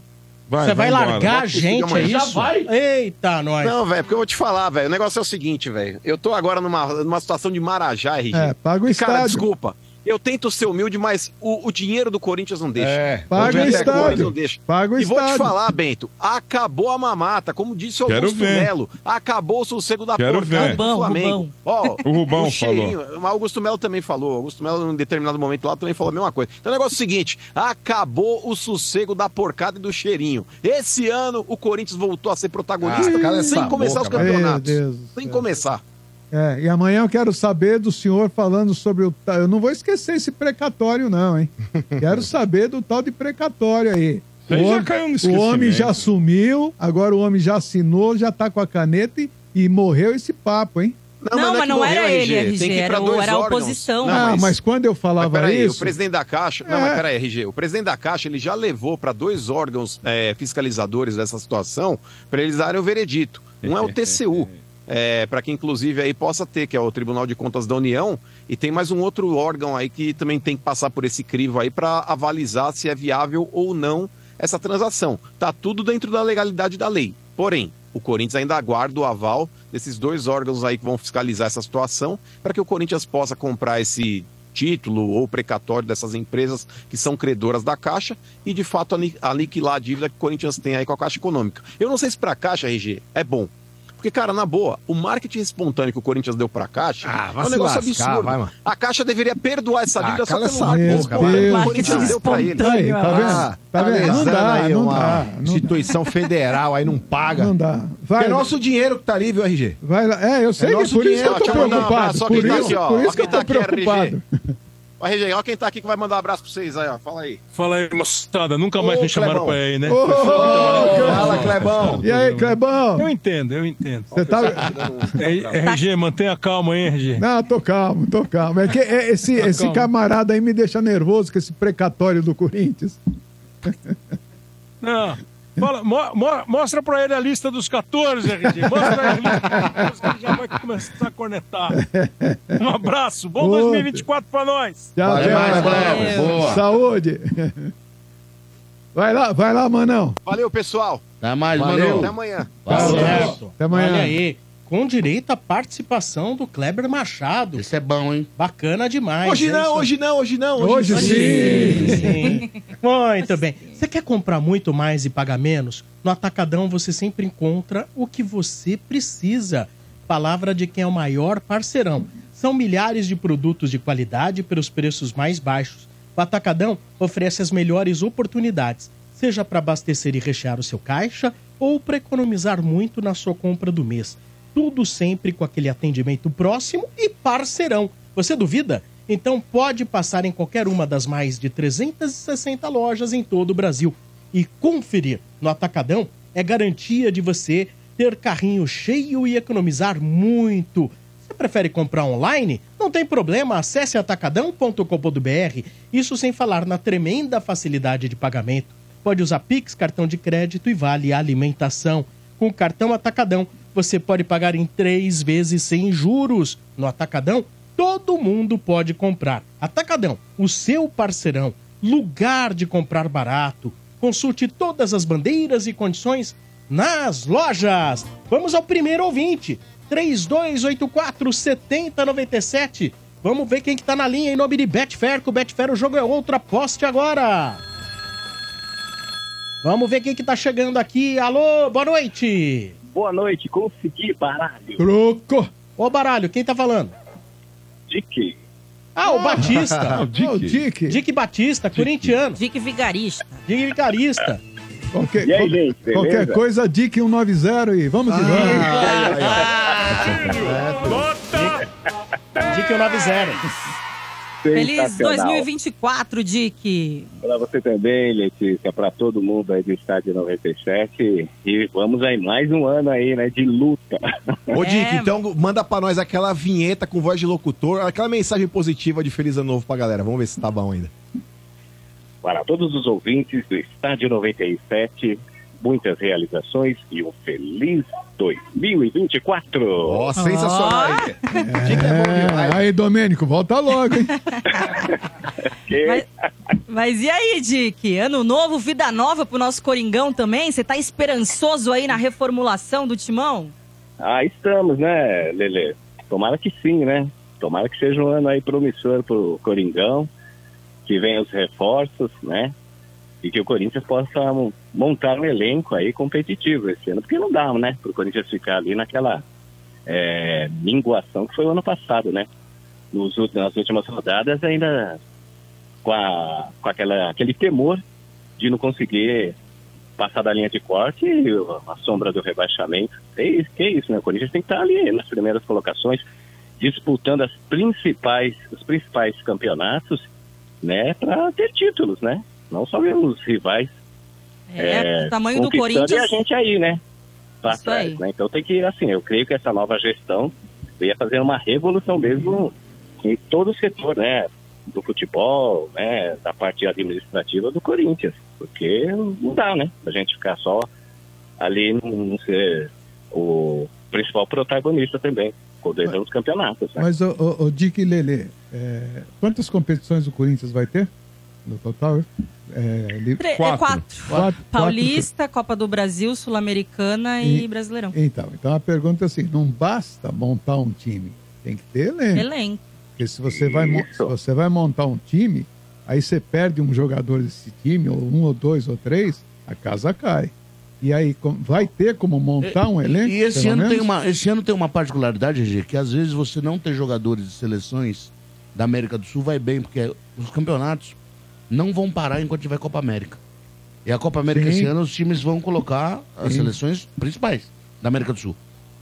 S5: Vai,
S1: Você vai
S5: embora.
S1: largar a
S7: Vou te
S1: gente,
S7: ligar
S1: é
S7: amanhã.
S1: isso?
S7: Já
S1: vai. Eita, nós.
S7: Não, velho, porque eu vou te falar, velho. O negócio é o seguinte, velho. Eu tô agora numa, numa situação de Marajá, RG.
S6: É, paga o
S7: E, Cara,
S6: estádio.
S7: desculpa. Eu tento ser humilde, mas o, o dinheiro do Corinthians não deixa.
S2: É.
S7: Vamos
S6: Paga o
S7: ver até agora,
S6: estádio.
S7: não deixa.
S6: Paga o
S7: E vou te
S6: estádio.
S7: falar, Bento, acabou a mamata, como disse o
S5: Quero
S7: Augusto
S5: ver.
S7: Melo. Acabou o sossego da
S5: Quero
S7: porcada
S5: ver.
S7: do
S3: Rubão,
S7: Flamengo.
S3: Rubão.
S7: Ó, um
S5: O Rubão
S7: cheirinho, O Augusto Melo também falou. O Augusto Melo, em determinado momento lá, também falou a mesma coisa. Então, o negócio é o seguinte: acabou o sossego da porcada e do cheirinho. Esse ano, o Corinthians voltou a ser protagonista
S2: Ah, cala essa
S7: sem começar
S2: boca,
S7: os campeonatos.
S6: Meu Deus do
S7: Sem
S6: céu.
S7: começar.
S6: É, e amanhã eu quero saber do senhor falando sobre o. ta- Eu não vou esquecer esse precatório, não, hein? Quero saber do tal de precatório aí.
S5: Isso aí já caiu no
S6: o homem já
S5: esquecimento.
S6: sumiu, agora o homem já assinou, já tá com a caneta e, e morreu esse papo, hein?
S3: Não,
S7: é
S3: mas
S7: que
S3: não era ele, RG,
S7: Tem que ir pra
S3: era o-
S7: dois
S3: era a
S7: órgãos.
S3: oposição.
S7: Não,
S6: ah, mas...
S7: mas-
S6: quando eu
S7: Mas
S6: falava
S7: peraí, o
S6: isso.
S7: presidente da Caixa. Não,
S6: É.
S7: mas peraí, RG. O presidente da Caixa ele já levou para dois órgãos é, fiscalizadores dessa situação para eles darem o veredito. Um é o TCU. para é, que inclusive aí possa ter, que é o Tribunal de Contas da União, e tem mais um outro órgão aí que também tem que passar por esse crivo aí para avalizar se é viável ou não essa transação. Tá tudo dentro da legalidade da lei. Porém, o Corinthians ainda aguarda o aval desses dois órgãos aí que vão fiscalizar essa situação para que o Corinthians possa comprar esse título ou precatório dessas empresas que são credoras da Caixa e, de fato, ali- aniquilar a dívida que o Corinthians tem aí com a Caixa Econômica. Eu não sei se para a Caixa, RG, é bom. Porque, cara, na boa, o marketing espontâneo que o Corinthians deu para a Caixa
S2: Ah,
S7: é
S2: vai
S7: um
S2: se
S7: negócio
S2: lascar,
S7: absurdo.
S2: vai, mano.
S7: a Caixa deveria perdoar essa
S2: Ah,
S7: dívida só
S2: cala
S7: pelo
S2: essa
S7: marketing
S6: boca,
S7: espontâneo
S6: vai.
S7: que o Corinthians
S3: Marketing
S7: deu para ele.
S6: Aí, tá vendo?
S2: Ah,
S6: tá vendo? Não
S2: lesando
S6: dá,
S2: aí
S6: não
S2: uma
S6: dá. Não dá.
S2: Instituição federal aí não paga.
S6: Não dá.
S2: É
S6: Vai,
S2: nosso dinheiro que tá ali, viu, RG?
S6: vai lá. É, eu sei,
S2: nosso
S6: por isso que eu
S7: dinheiro,
S6: tô
S7: ó, deixa eu mandar um
S6: preocupado.
S7: abraço, ó,
S6: por,
S7: quem tá
S6: isso,
S7: aqui, ó,
S6: por
S7: ó,
S6: isso que
S7: quem
S6: eu
S7: tá
S6: tô
S7: aqui, RG.
S6: preocupado.
S7: Ó, RG, ó quem tá aqui que vai mandar um abraço para vocês aí, ó. Fala aí.
S9: Fala aí, moçada, nunca mais
S2: Ô,
S9: me chamaram
S2: Clebão.
S9: pra ir, né?
S2: Fala, Clebão.
S6: E aí, Clebão?
S9: Eu entendo, eu entendo.
S6: Você tá.
S9: É, RG, mantenha calma, hein, RG.
S6: Não, tô calmo, tô calmo. É que é, esse,
S9: Tá
S6: esse
S9: calmo.
S6: camarada aí me deixa nervoso com esse precatório do Corinthians.
S9: Não. Fala, mo- mo- mostra pra ele a lista dos 14, RG. Mostra pra ele a lista dos 14 que ele já vai começar a cornetar. Um abraço, bom
S6: Outro.
S9: 2024 pra nós.
S6: Tchau,
S10: Valeu,
S6: tchau.
S10: mais, Cleber. Boa.
S6: Saúde. Vai lá, vai lá, Manão.
S7: Valeu, pessoal.
S10: Tá mais,
S2: Valeu.
S7: Até
S10: mano.
S7: amanhã.
S6: Tchau,
S10: Valeu.
S6: tchau. Até amanhã.
S1: Olha aí, com direito à participação do Kleber Machado.
S10: Isso é bom, hein?
S1: Bacana demais.
S2: Hoje
S1: é
S9: né,
S2: não,
S1: isso?
S2: hoje não, hoje não.
S6: Hoje
S2: não.
S6: sim.
S1: Sim. Muito bem. Você quer comprar muito mais e pagar menos? No Atacadão você sempre encontra o que você precisa. Palavra de quem é o maior parceirão. São milhares de produtos de qualidade pelos preços mais baixos. O Atacadão oferece as melhores oportunidades, seja para abastecer e rechear o seu caixa ou para economizar muito na sua compra do mês. Tudo sempre com aquele atendimento próximo e parceirão. Você duvida? Então pode passar em qualquer uma das mais de 360 lojas em todo o Brasil e conferir no Atacadão é garantia de você ter carrinho cheio e economizar muito. Você prefere comprar online? Não tem problema, acesse atacadão.com.br. Isso sem falar na tremenda facilidade de pagamento. Pode usar Pix, cartão de crédito e vale alimentação. Com o cartão Atacadão, você pode pagar em três vezes sem juros. No Atacadão, todo mundo pode comprar. Atacadão, o seu parceirão, lugar de comprar barato. Consulte todas as bandeiras e condições nas lojas. Vamos ao primeiro ouvinte, 3284 7097. Vamos ver quem que tá na linha em nome de Betfair, que o Betfair o jogo é outro, aposte agora. Vamos ver quem que tá chegando aqui. Alô, boa noite.
S11: Boa noite, consegui baralho.
S6: Troco.
S1: Ô, Baralho, quem tá falando?
S11: Dick.
S1: Ah, o
S5: Ah, o
S1: Batista.
S5: Dick.
S6: Ó, o Dick.
S1: Dick Batista, corintiano.
S3: Dick Vigarista.
S1: Dick Vicarista.
S6: Qualquer,
S11: E aí, gente, beleza?
S6: qualquer coisa, Dick 190 e
S7: Ah,
S6: vamos que vamos.
S9: Nota!
S7: né?
S1: Dick 190.
S3: Feliz
S12: Sensacional.
S3: 2024, Dick.
S12: Pra você também, Letícia, pra todo mundo aí do estádio 97. E vamos aí, mais um ano aí, né, de luta.
S7: Ô,
S3: É,
S7: Dick,
S3: mano.
S7: então manda pra nós aquela vinheta com voz de locutor, aquela mensagem positiva de Feliz Ano Novo pra galera. Vamos ver se tá bom ainda.
S12: Para todos os ouvintes do Estádio 97, muitas realizações e um feliz 2024.
S7: Ó, sensacional. hein? Dick é bom demais.
S6: Aí, Domênico, volta logo, hein?
S12: Que-
S3: Mas, mas e aí, Dick? Ano novo, vida nova pro nosso Coringão também? Você tá esperançoso aí na reformulação do timão?
S12: Ah, estamos, né, Lele? Tomara que sim, né? Tomara que seja um ano aí promissor pro Coringão, que venham os reforços, né? E que o Corinthians possa mo- montar um elenco aí competitivo esse ano, porque não dá, né? Pro Corinthians ficar ali naquela é, minguação que foi o ano passado, né? Nos, ú- nas últimas rodadas ainda com, a, com aquela, aquele temor de não conseguir passar da linha de corte e a sombra do rebaixamento. É isso, que é isso, né? O Corinthians tem que estar ali nas primeiras colocações, disputando as principais, os principais campeonatos, né, para ter títulos, né? Não só ver os rivais
S3: É, pro tamanho do
S12: conquistando e a
S3: Corinthians.
S12: gente aí, né? Pra
S3: Isso
S12: trás,
S3: aí.
S12: né? Então tem que ir assim, eu creio que essa nova gestão ia fazer uma revolução mesmo em todo o setor, né? Do futebol, né? Da parte administrativa do Corinthians. Porque não dá, né? A gente ficar só ali não- não ser o principal protagonista também, coordenando os campeonatos, né?
S6: Mas, ô, ô, ô, Dick e Lelê, é, quantas competições o Corinthians vai ter? No total? É, li-
S3: Tre- é,
S5: Quatro.
S3: quatro.
S6: quatro-
S3: Paulista, Copa do Brasil, Sul-Americana e,
S6: E-
S3: Brasileirão.
S6: quatro- Então, então a pergunta é assim: não basta montar um time, tem que ter elenco.
S3: Elenco.
S6: Porque se você, vai, mo-
S12: Isso.
S6: se você vai montar um time, aí você perde um jogador desse time, ou um, ou dois, ou três, a casa cai. E aí com- vai ter como montar um elenco?
S4: É, E esse
S6: pelo
S4: ano, tem
S6: menos?
S4: uma, esse ano tem uma particularidade, GG, que às vezes você não ter jogadores de seleções da América do Sul vai bem, porque os campeonatos não vão parar enquanto tiver Copa América. E a Copa América
S6: Sim.
S4: esse ano os times vão colocar as
S6: Sim.
S4: seleções principais da América do Sul.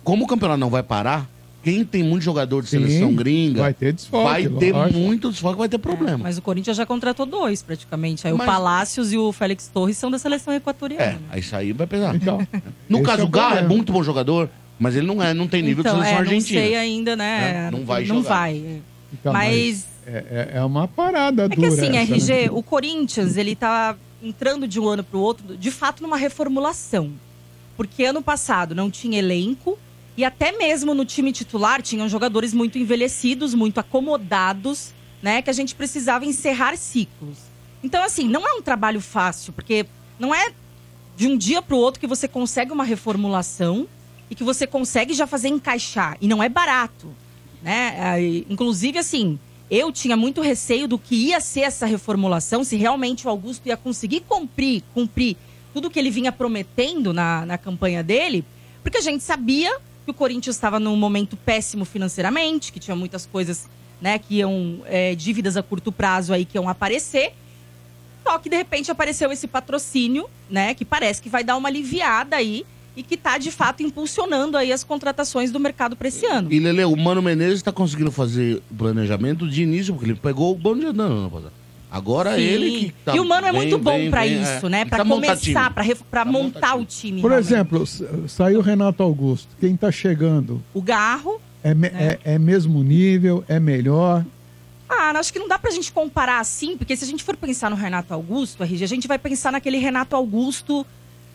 S4: Como o campeonato não vai parar, quem tem muito jogador de
S6: Sim,
S4: seleção gringa
S6: Vai ter desfoque.
S4: vai ter
S6: lógico.
S4: muito desfoque, vai ter problema.
S3: É, Mas o Corinthians já contratou dois, praticamente. Aí
S4: Mas-
S3: o Palácios e o Félix Torres são da seleção
S4: É,
S3: equatoriana.
S4: aí isso aí vai pesar.
S6: Então,
S4: No
S6: esse
S4: caso,
S6: é o
S4: o Garra é
S6: problema.
S4: muito bom jogador, mas ele não, é, não tem nível
S3: então,
S4: de seleção
S3: é, não
S4: argentina.
S3: sei ainda, né?
S4: É, não vai
S3: Não
S4: jogar.
S3: vai.
S6: então,
S3: mas
S6: É, é- é uma parada
S3: É que
S6: dura.
S3: assim,
S6: essa, né?
S3: RG, o Corinthians, ele tá entrando de um ano pro outro, de fato, numa reformulação. Porque ano passado não tinha elenco e até mesmo no time titular tinham jogadores muito envelhecidos, muito acomodados, né? Que a gente precisava encerrar ciclos. Então, assim, não é um trabalho fácil, porque não é de um dia pro outro que você consegue uma reformulação e que você consegue já fazer encaixar. E não é barato, né? Aí, Inclusive, assim, eu tinha muito receio do que ia ser essa reformulação, se realmente o Augusto ia conseguir cumprir, cumprir tudo que ele vinha prometendo na, na campanha dele, porque a gente sabia que o Corinthians estava num momento péssimo financeiramente, que tinha muitas coisas, né, que iam, é, dívidas a curto prazo aí que iam aparecer. Só que de repente apareceu esse patrocínio, né, que parece que vai dar uma aliviada aí e que tá de fato impulsionando aí as contratações do mercado para esse ano.
S4: E Lele, o Mano Menezes está conseguindo fazer planejamento de início, porque ele pegou o bando de andando ano passado. Agora
S3: Sim.
S4: ele que tá
S3: e o Mano é
S4: bem,
S3: muito bom
S4: bem,
S3: pra
S4: bem,
S3: isso,
S4: é.
S3: né?
S4: Ele
S3: Pra
S4: tá montado
S3: começar,
S4: time.
S3: pra, re- pra
S4: Tá
S3: montar
S4: montado
S3: o time. né,
S6: Por
S3: realmente.
S6: exemplo, s- saiu o Renato Augusto. Quem tá chegando
S3: o Garro.
S6: é, me-
S4: Né?
S6: é. é mesmo nível, é melhor.
S3: Ah, acho que não dá pra gente comparar assim, porque se a gente for pensar no Renato Augusto, RG, a gente vai pensar naquele Renato Augusto,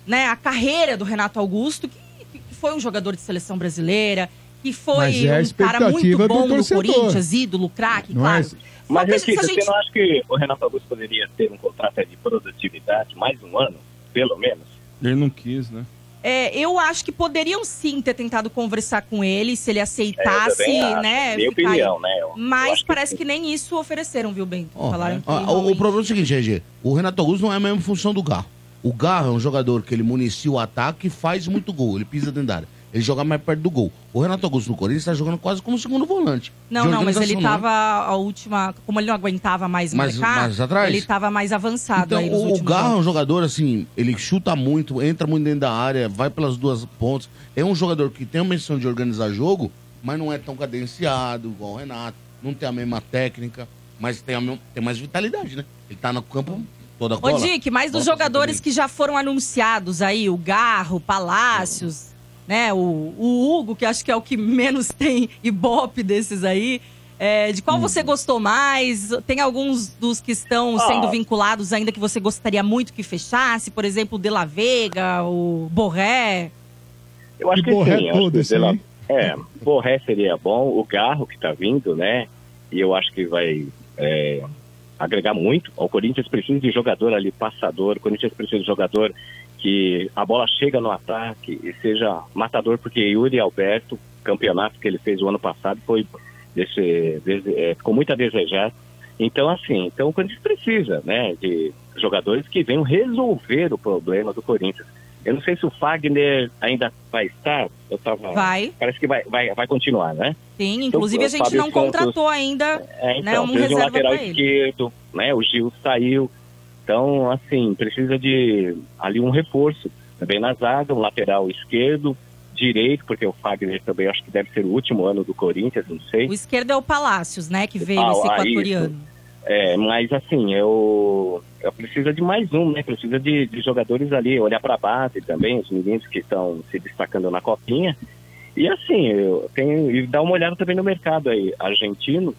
S3: né? A carreira do Renato Augusto, que, que foi um jogador de seleção brasileira, que
S6: Mas
S3: foi
S6: é a
S3: um cara muito
S6: expectativa do
S3: bom do,
S6: torcedor.
S3: Corinthians, ídolo, craque,
S6: Não
S3: claro.
S6: é?
S3: Só
S12: Mas,
S3: que assim, se a
S12: Letícia,
S3: gente-
S12: você não acha que o Renato Augusto poderia ter um contrato aí de produtividade, mais um ano, pelo menos?
S5: Ele não quis, né?
S3: É, eu acho que poderiam sim ter tentado conversar com ele, se ele
S12: É, Eu
S3: aceitasse,
S12: também acho.
S3: né?
S12: Minha
S3: ficar aí.
S12: opinião, né? Eu- eu
S3: Mas
S12: acho que
S3: parece que nem isso ofereceram, viu, Bento?
S4: Ó,
S3: Falaram que.
S4: ó, o, o
S3: realmente-
S4: problema é o seguinte, RG. O Renato Augusto não é a mesma função do Garro. O Garro é um jogador que ele municia o ataque e faz muito gol. Ele pisa dentro da área. Ele joga mais perto do gol. O Renato Augusto no Corinthians tá jogando quase como segundo volante.
S3: Não,
S4: De
S3: não, mas ele tá
S4: organização,
S3: tava a última. Como ele não aguentava mais
S4: né? Mais-
S3: marcar,
S4: mais atrás?
S3: ele tava mais avançado
S4: Então,
S3: aí nos
S4: o, o
S3: últimos
S4: Garra é
S3: jogos.
S4: um jogador, assim, ele chuta muito, entra muito dentro da área, vai pelas duas pontas. É um jogador que tem a menção de organizar jogo, mas não é tão cadenciado igual o Renato, não tem a mesma técnica. mas tem, a mesma- tem mais vitalidade, né? Ele tá no campo toda
S3: Ô,
S4: cola.
S3: Dick, mas dos
S4: Bola pra
S3: jogadores
S4: frente.
S3: que já foram anunciados aí, o Garro, Palácios, né? O, o Hugo, que acho que é o que menos tem ibope desses aí. é, de qual
S4: Hum.
S3: você gostou mais? Tem alguns dos que estão
S12: Ah.
S3: sendo vinculados ainda que você gostaria muito que fechasse? Por exemplo, o De La Vega, o Borré.
S12: Eu acho
S6: E
S12: que
S6: Borré
S12: sim.
S6: todo
S12: acho que,
S6: esse,
S12: sei lá,
S4: né?
S6: hein?
S12: é, Borré seria bom, o Garro que tá vindo, né? E eu acho que vai é, agregar muito. O Corinthians precisa de jogador ali, passador. O Corinthians precisa de jogador que a bola chega no ataque e seja matador, porque Yuri Alberto, o campeonato que ele fez o ano passado, foi desse, desse- é, ficou muito a desejar. Então, assim, então o Corinthians precisa, né, de jogadores que venham resolver o problema do Corinthians. Eu não sei se o Fagner ainda vai estar. Eu tava.
S3: Vai,
S12: Parece que vai, vai, vai continuar, né?
S3: tem. Inclusive, a
S12: o
S3: gente
S12: Fábio
S3: não
S12: Santos-
S3: contratou ainda.
S12: É,
S3: Né,
S12: então,
S3: um
S12: precisa de um
S3: reserva
S12: lateral
S3: pra ele.
S12: esquerdo, né? O Gil saiu. Então, assim, precisa de ali um reforço. Também na zaga, um lateral esquerdo, direito, porque o Fagner também acho que deve ser o último ano do Corinthians, não sei.
S3: O esquerdo é o Palácios, né? Que veio
S12: Ah,
S3: esse
S12: ah, isso.
S3: equatoriano.
S12: É, mas assim, eu, eu precisa de mais um, né? Precisa de, de jogadores ali, olhar para base também, os meninos que estão se destacando na copinha. E assim, eu tenho, e dar uma olhada também no mercado aí, argentino,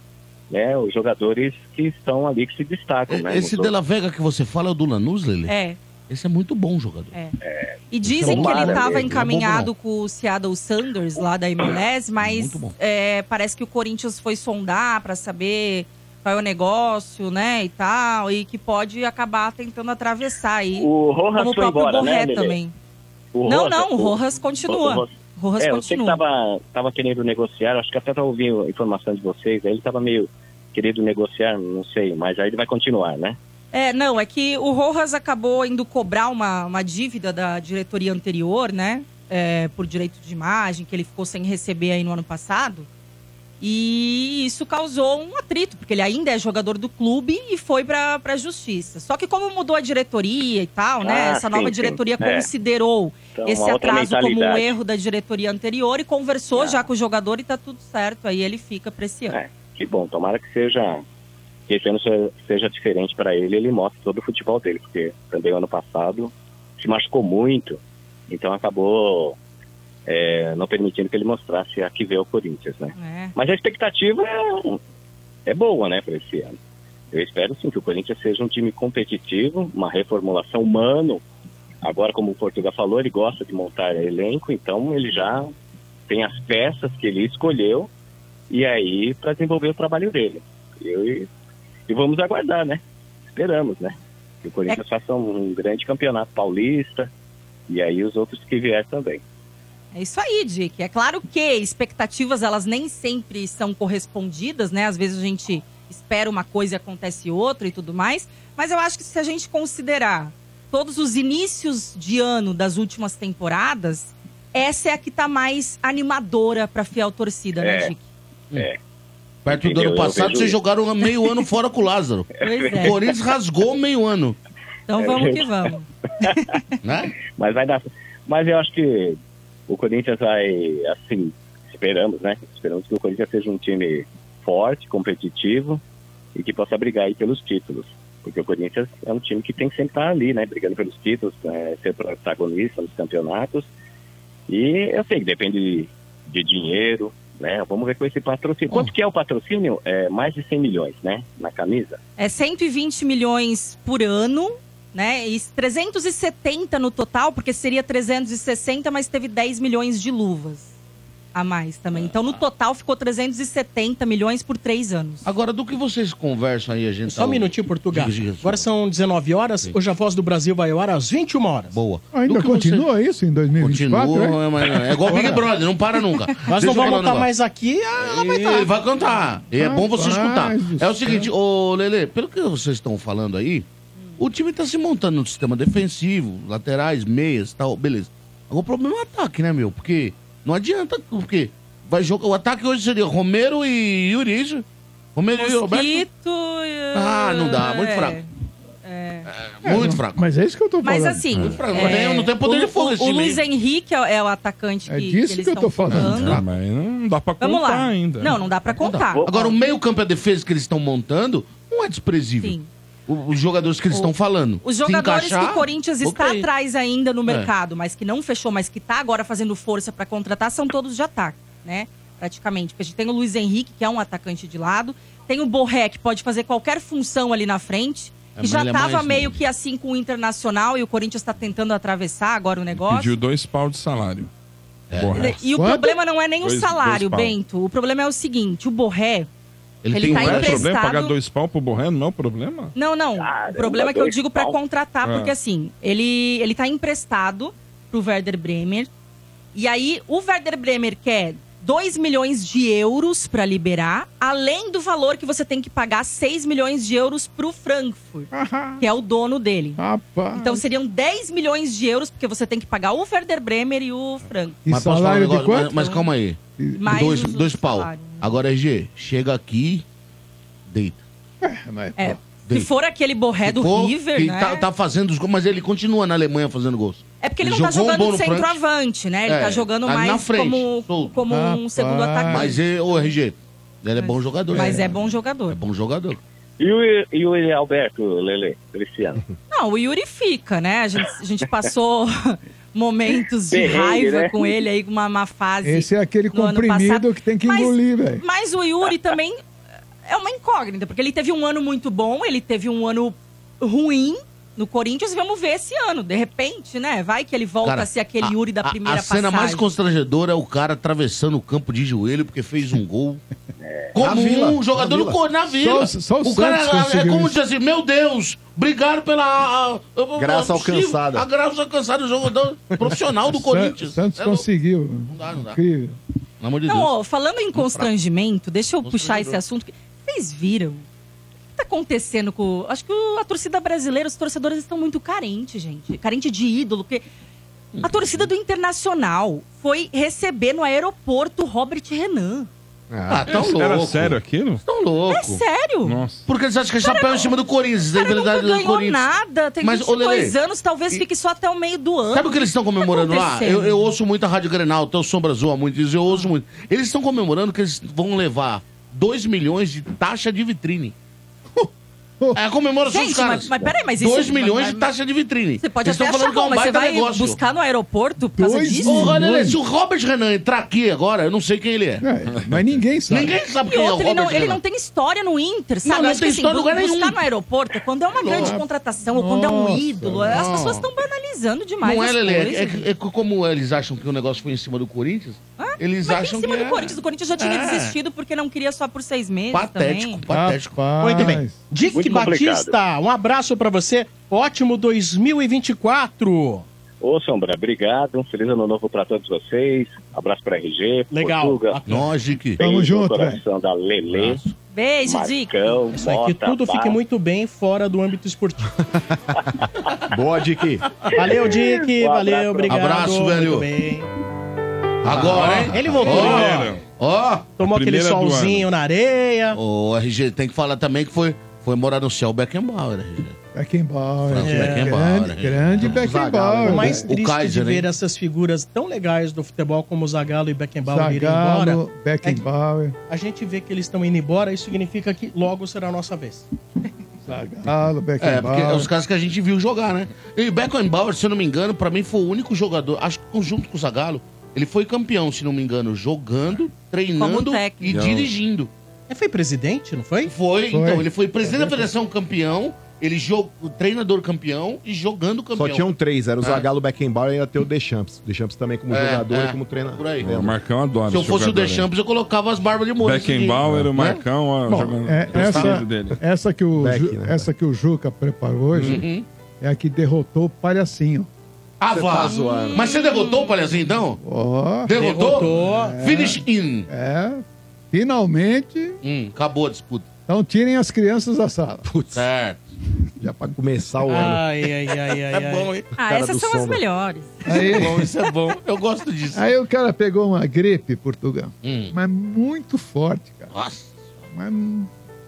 S12: né? Os jogadores que estão ali, que se destacam, né?
S4: Esse
S12: Nos
S4: De La Vega que você fala é o do Lanús, Lele?
S3: É.
S4: Esse é muito bom jogador.
S12: É.
S3: E
S4: é
S3: dizem que
S12: Tomara,
S3: ele estava
S12: mesmo.
S3: encaminhado com o Seattle Sanders lá da MLS, mas
S4: Muito bom.
S3: é, parece que o Corinthians foi sondar para saber qual é o negócio, né, e tal, e que pode acabar tentando atravessar aí,
S12: O Rojas
S3: como o
S12: foi
S3: próprio
S12: embora,
S3: Borré
S12: né, Lelê?
S3: também.
S12: O
S3: não,
S12: Rojas-
S3: não, o Rojas
S12: o
S3: continua.
S12: Rojas-
S3: O Rojas
S12: É, eu sei que
S3: continua.
S12: tava, tava querendo negociar, acho que até tava ouvindo a informação de vocês, aí ele tava meio querendo negociar, não sei, mas aí ele vai continuar, né?
S3: É, não, é que o Rojas acabou indo cobrar uma, uma dívida da diretoria anterior, né? é, por direito de imagem, que ele ficou sem receber aí no ano passado. E isso causou um atrito, porque ele ainda é jogador do clube e foi pra, pra justiça. Só que como mudou a diretoria e tal, né?
S12: Ah,
S3: Essa
S12: sim,
S3: nova
S12: sim.
S3: diretoria
S12: É.
S3: considerou
S12: Então,
S3: esse
S12: uma outra
S3: atraso como um
S12: mentalidade.
S3: erro da diretoria anterior e conversou já com o jogador e tá tudo certo. Aí ele fica pra esse ano.
S12: É. Que bom, tomara que seja que esse ano se- seja diferente para ele, ele mostra todo o futebol dele, porque também ano passado se machucou muito, então acabou é, não permitindo que ele mostrasse a que veio o Corinthians, né?
S3: né?
S12: Mas a expectativa é, é boa, né, para esse ano. Eu espero sim que o Corinthians seja um time competitivo, uma reformulação humano. Agora, como o Portugal falou, ele gosta de montar elenco, então ele já tem as peças que ele escolheu e é aí para desenvolver o trabalho dele. Eu, e, e vamos aguardar, né? Esperamos, né? Que o Corinthians faça um grande campeonato paulista e aí os outros que vier também.
S3: É isso aí, Dick. É claro que expectativas, elas nem sempre são correspondidas, né? Às vezes a gente espera uma coisa e acontece outra e tudo mais. Mas eu acho que se a gente considerar todos os inícios de ano das últimas temporadas, essa é a que tá mais animadora pra fiel torcida, né,
S12: É.
S3: Dick?
S4: Perto do
S12: Entendeu?
S4: ano
S12: Eu
S4: passado,
S12: vejo
S4: vocês
S12: isso.
S4: jogaram meio ano fora com o Lázaro.
S3: Pois
S4: O
S3: é.
S4: Corinthians rasgou meio ano,
S3: Então vamos que vamos.
S4: É, né?
S12: Mas vai dar. Mas eu acho que o Corinthians vai, assim, esperamos, né? Esperamos que o Corinthians seja um time forte, competitivo e que possa brigar aí pelos títulos. Porque o Corinthians é um time que tem que sempre estar ali, né? Brigando pelos títulos, né? ser protagonista nos campeonatos. E eu sei que depende de, de dinheiro, né? Vamos ver com esse patrocínio. Quanto que é o patrocínio? É mais de 100 milhões, né? Na camisa.
S3: É 120 milhões por ano, né? E 370 no total, porque seria 360, mas teve 10 milhões de luvas a mais também. Então, no total, ficou 370 milhões por três anos.
S4: Agora, do que vocês conversam aí, a gente... tá
S1: Só um minutinho, Portugal.
S4: Diga, diga,
S1: Agora são 19 horas. Hoje a Voz do Brasil vai ao ar às 21 horas.
S4: Boa.
S6: Ainda
S4: Do que você-
S6: continua isso em 2024?
S4: Continua, é, mas é igual Big Brother, não para nunca.
S1: Nós
S4: Deixa eu
S1: não
S4: falar um
S1: vamos estar
S4: negócio.
S1: mais aqui. Ela vai
S4: Ele
S1: estar.
S4: vai cantar. E é bom você escutar.
S6: é Rapaz do
S4: É o seguinte, ô Lele, pelo que vocês estão falando aí, o time tá se montando no sistema defensivo, laterais, meias tal, beleza. Agora o problema é o ataque, né, meu? Porque não adianta, porque vai jogar. O ataque hoje seria Romero e Yuri, é isso? Romero e Roberto.
S3: Mosquito, eh,
S4: Ah, não dá, muito
S3: é.
S4: fraco. Muito
S6: não,
S4: fraco.
S6: Mas é isso que eu tô falando.
S3: Mas assim,
S4: fraco. Não tem- não tem poder
S3: o,
S4: de fogo
S3: o-
S4: esse
S3: o
S4: time aí.
S3: Luiz Henrique é, é o atacante que,
S6: É disso
S3: eles
S6: que eu
S3: estão
S6: tô falando.
S5: Ah, mas não dá pra
S3: Vamos
S5: contar
S3: lá.
S5: ainda.
S3: Não, não dá pra contar.
S4: Agora, o meio-campo e a defesa que eles estão montando não é desprezível.
S3: Sim.
S4: O- os jogadores que eles estão falando.
S3: Os
S4: Se
S3: jogadores que
S4: encaixar,
S3: o Corinthians está
S4: ok.
S3: atrás ainda no
S4: É.
S3: mercado, mas que não fechou, mas que está agora fazendo força para contratar, são todos de ataque, né? Praticamente. Porque a gente tem o Luiz Henrique, que é um atacante de lado, tem o Borré, que pode fazer qualquer função ali na frente, que
S4: É, mas
S3: já
S4: ele é
S3: estava
S4: mais
S3: meio
S4: novo.
S3: que assim com o Internacional e o Corinthians está tentando atravessar agora o negócio.
S5: Pediu dois pau de salário.
S3: É.
S5: Borra.
S3: E o
S6: Quanto?
S3: problema não é nem o
S5: Dois-
S3: salário,
S5: dois pau.
S3: Bento. O problema é o seguinte: o Borré.
S4: Ele,
S3: Ele
S4: tem
S3: tá
S4: um
S5: Não é
S4: resto-
S3: emprestado.
S5: problema pagar dois pau pro Borré? Não é o problema?
S3: Não, não.
S12: Caramba,
S3: o problema é que eu
S12: dois
S3: digo para
S12: pau.
S3: contratar,
S5: Ah.
S3: porque assim, ele, ele tá emprestado pro Werder Bremer. E aí, o Werder Bremer quer 2 milhões de euros para liberar, além do valor que você tem que pagar 6 milhões de euros pro Frankfurt, que é o dono dele.
S6: Rapaz.
S3: Então seriam 10 milhões de euros, porque você tem que pagar o Werder Bremer e o Frank.
S6: e
S4: Mas posso falar um
S6: salário de
S4: negócio?
S6: quanto?
S4: Mas, mas calma aí.
S3: Mais os
S4: dois
S3: outros
S4: dois pau.
S3: salários. né?
S4: Agora, RG, chega aqui, deita.
S6: Mas-
S3: É. Se
S4: Deita.
S3: for aquele borré do
S4: Ficou,
S3: River,
S4: que
S3: né?
S4: Tá, tá fazendo os gols, mas ele continua na Alemanha fazendo gols.
S3: É porque ele,
S4: Ele
S3: não tá
S4: jogou um
S3: jogando
S4: bom
S3: de
S4: no frente.
S3: centroavante, né? Ele
S4: É,
S3: tá jogando
S4: tá na
S3: mais
S4: frente,
S3: como,
S4: solto.
S3: como um
S6: Rapaz.
S3: segundo atacante.
S4: Mas ele, ô RG, ele é bom jogador.
S3: Mas
S4: né?
S3: é bom jogador.
S4: É bom jogador.
S12: E o, e o Alberto, Lele, Cristiano?
S3: Não, o Yuri fica, né? A gente, a gente passou momentos de
S12: Perrengue,
S3: raiva
S12: né?
S3: com ele aí, uma má fase.
S6: Esse é aquele
S3: No ano
S6: comprimido
S3: passado.
S6: que tem que
S3: Mas-
S6: engolir, velho.
S3: Mas o Yuri também é uma incógnita, porque ele teve um ano muito bom, ele teve um ano ruim no Corinthians, e vamos ver esse ano, de repente, né? Vai que ele volta
S4: Cara,
S3: a ser aquele
S4: a-
S3: Yuri da
S4: a-
S3: primeira
S4: A cena
S3: passagem.
S4: mais constrangedora é o cara atravessando o campo de joelho porque fez um gol.
S7: É. Na
S4: Como
S7: Vila,
S4: um
S7: na
S4: jogador do
S7: Vila.
S4: Cor- na vila.
S6: Só o- só o
S4: o cara
S6: Santos
S4: é, é
S6: conseguiu
S4: como
S6: isso.
S4: dizer assim: Meu Deus, obrigado pela. a- a- a-
S7: Graça
S4: a- possível-
S7: alcançada.
S4: A graça alcançada do jogador profissional do
S6: Sa-
S4: Corinthians.
S6: Santos
S4: É louco.
S6: conseguiu.
S4: Não dá, não dá.
S6: Incrível.
S4: Pelo amor de
S3: Não,
S4: Deus.
S3: ó, falando em constrangimento, deixa eu puxar
S4: Constrangedor.
S3: esse assunto. que- Vocês viram? O que tá acontecendo com. Acho que o- a torcida brasileira, os torcedores estão muito carentes, gente. Carente de ídolo, porque. A torcida do Internacional foi receber no aeroporto Robert Renan.
S7: É.
S4: Ah, tão louco.
S5: Era sério aquilo?
S4: Tão louco.
S3: É sério?
S5: Nossa.
S4: Porque eles acham que é chapéu em cima do Corinthians, da
S3: O cara nunca
S4: verdade do
S3: ganhou
S4: Corinthians.
S3: nada, tem
S4: Mas, ô,
S3: 22
S4: Lelê,
S3: anos, talvez fique só até o meio do ano. tá
S4: Sabe o que eles estão comemorando lá?
S3: acontecendo?
S4: Eu, eu ouço muito a Rádio Grenal, até o Sombra zoa muito isso, eu ouço muito. Eles estão comemorando que eles vão levar 2 milhões de taxa de vitrine. É a comemoração
S3: Gente,
S4: dos caras.
S3: mas, mas peraí, mas isso. é
S4: 2 milhões
S3: mas-
S4: de taxa de vitrine.
S3: Você pode
S4: eles
S3: até
S4: estão
S3: achar
S4: falando que é
S3: bom,
S4: um
S3: mas você
S4: baita
S3: vai
S4: negócio.
S3: buscar no aeroporto por causa
S6: Dois
S3: disso?
S4: Ô, olha, Lelê,
S6: milhões?
S4: se o Robert Renan entrar aqui agora, eu não sei quem ele é.
S6: É, mas ninguém sabe.
S4: Ninguém sabe
S3: E
S4: quem é
S3: outra,
S4: o Robert
S3: ele não, ele
S4: Renan.
S3: não tem história no Inter, sabe?
S4: Não, não
S3: Acho que
S4: tem
S3: assim,
S4: história em lugar
S3: bu- buscar
S4: nenhum.
S3: no aeroporto é quando é uma grande
S4: Nossa.
S3: contratação ou quando é um
S6: Nossa,
S3: ídolo. As
S4: não.
S3: pessoas estão banalizando demais
S4: Não é,
S3: as
S4: Lelê.
S3: coisas.
S4: É, que- é que como eles acham que o negócio foi em cima do Corinthians,
S3: assim. Hã?
S4: eles
S3: Mas
S4: acham
S3: em cima
S4: que
S3: do
S4: é.
S3: Corinthians, o Corinthians já tinha
S4: É.
S3: desistido porque não queria só por seis meses
S4: Patético,
S3: também.
S4: patético.
S6: Rapaz.
S1: Muito bem. Dick
S12: Muito complicado.
S1: Batista, um abraço pra você. Ótimo 2024.
S12: Ô, Sombra, obrigado. Um Feliz ano novo pra todos vocês. Abraço pra RG. pro
S1: Legal.
S12: Portuga.
S4: Lógico.
S12: Beijo
S6: Tamo
S12: no
S6: junto,
S12: coração da Lele.
S3: Beijo, Dick.
S12: Marcão,
S1: Isso aqui
S12: Mota,
S1: tudo fique
S12: Bar-
S1: muito bem fora do âmbito esportivo.
S7: Boa, Dick.
S1: Valeu, Dick.
S12: Um abraço.
S1: valeu, obrigado.
S4: Abraço,
S1: Muito
S4: velho.
S1: bem.
S4: Agora, hein?
S1: Ele voltou.
S5: Primeiro.
S4: Ó,
S1: Tomou aquele
S5: Primeira do ano.
S1: solzinho na areia.
S4: o RG tem que falar também que foi, foi morar no céu Beckenbauer, RG.
S6: Beckenbauer.
S4: Franz
S6: É.
S4: Beckenbauer.
S6: Grande, grande
S4: É,
S7: Zagallo,
S6: Beckenbauer.
S1: O mais
S4: o
S1: triste
S4: Kaiser,
S1: de ver
S4: hein?
S1: essas figuras tão legais do futebol como o Zagallo e Beckenbauer irem embora,
S6: Zagallo, Beckenbauer.
S1: a gente vê que eles estão indo embora, isso significa que logo será a nossa vez.
S6: Zagallo,
S4: É, porque é
S6: Beckenbauer.
S4: os caras que a gente viu jogar, né? E Beckenbauer, se eu não me engano, pra mim foi o único jogador, acho que junto com o Zagallo, ele foi campeão, se não me engano, jogando, treinando
S3: Como técnico.
S4: e dirigindo.
S1: Ele foi presidente, não foi?
S4: Foi,
S6: Foi.
S4: então, ele foi presidente da federação campeão, ele jogou, treinador campeão e jogando campeão.
S7: Só tinham três, era o Zagallo, Beckenbauer e ainda tem o Deschamps. Deschamps também como
S4: É,
S7: jogador
S4: é,
S7: e como treinador.
S4: por aí.
S5: O Marcão adora
S4: Se eu
S5: esse
S4: fosse o
S5: jogador,
S4: Deschamps, eu colocava as barbas de
S5: hein?
S4: molho.
S5: Beckenbauer, o Marcão, ó,
S6: Bom,
S5: jogando
S6: é,
S5: o
S6: essa,
S5: essa... dele.
S6: essa, que o,
S7: Beck,
S6: Ju-
S7: né?
S6: essa que o Juca preparou hoje
S4: Uhum.
S6: é a que derrotou o Palhacinho.
S4: Ah,
S7: Você tá
S4: vá.
S7: zoando.
S4: Mas você derrotou o palhacinho, então?
S6: Ó,
S4: Derrotou?
S1: Derrotou.
S4: Finish in.
S6: é. Finalmente.
S4: Hum, acabou a disputa.
S6: Então tirem as crianças da sala.
S7: Putz,
S4: Certo.
S7: já pra começar o ano.
S1: Ai, ai, ai, ai, ai.
S4: É hein?
S3: Ah,
S7: Cara
S3: essas
S7: do
S3: são as
S7: Sombra.
S3: melhores.
S4: Isso é bom, isso é bom. Eu gosto disso.
S6: Aí o cara pegou uma gripe, Portugal.
S4: Hum.
S6: Mas muito forte, cara.
S4: Nossa.
S6: Mas, hum,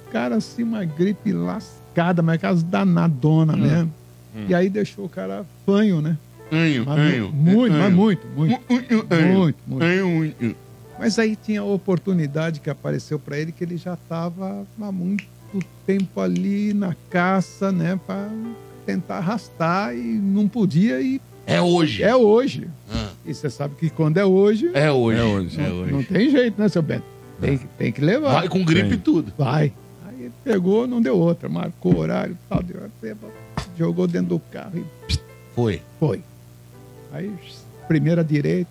S6: cara, assim, uma gripe lascada, mas aquelas
S4: Hum.
S6: danadona mesmo. E aí deixou o cara fanho, né?
S4: Anho,
S6: Mas mu- muito, mas muito, muito.
S4: Muito,
S6: Muito, muito.
S4: Anho, anho.
S6: Mas aí tinha a oportunidade que apareceu para ele que ele já estava há muito tempo ali na caça, né, para tentar arrastar e não podia e
S4: É hoje. Ah.
S6: é hoje. E você sabe que quando é hoje,
S4: É hoje.
S5: É hoje.
S4: É
S6: não,
S4: hoje.
S6: não tem jeito, né, seu Beto? Tem, que- tem que levar.
S4: Vai com gripe
S5: Sim.
S4: e tudo.
S6: Vai. Aí ele pegou, não deu outra, marcou o horário, tal, deu, jogou dentro do carro e
S4: Foi.
S6: foi. Aí, primeira direita,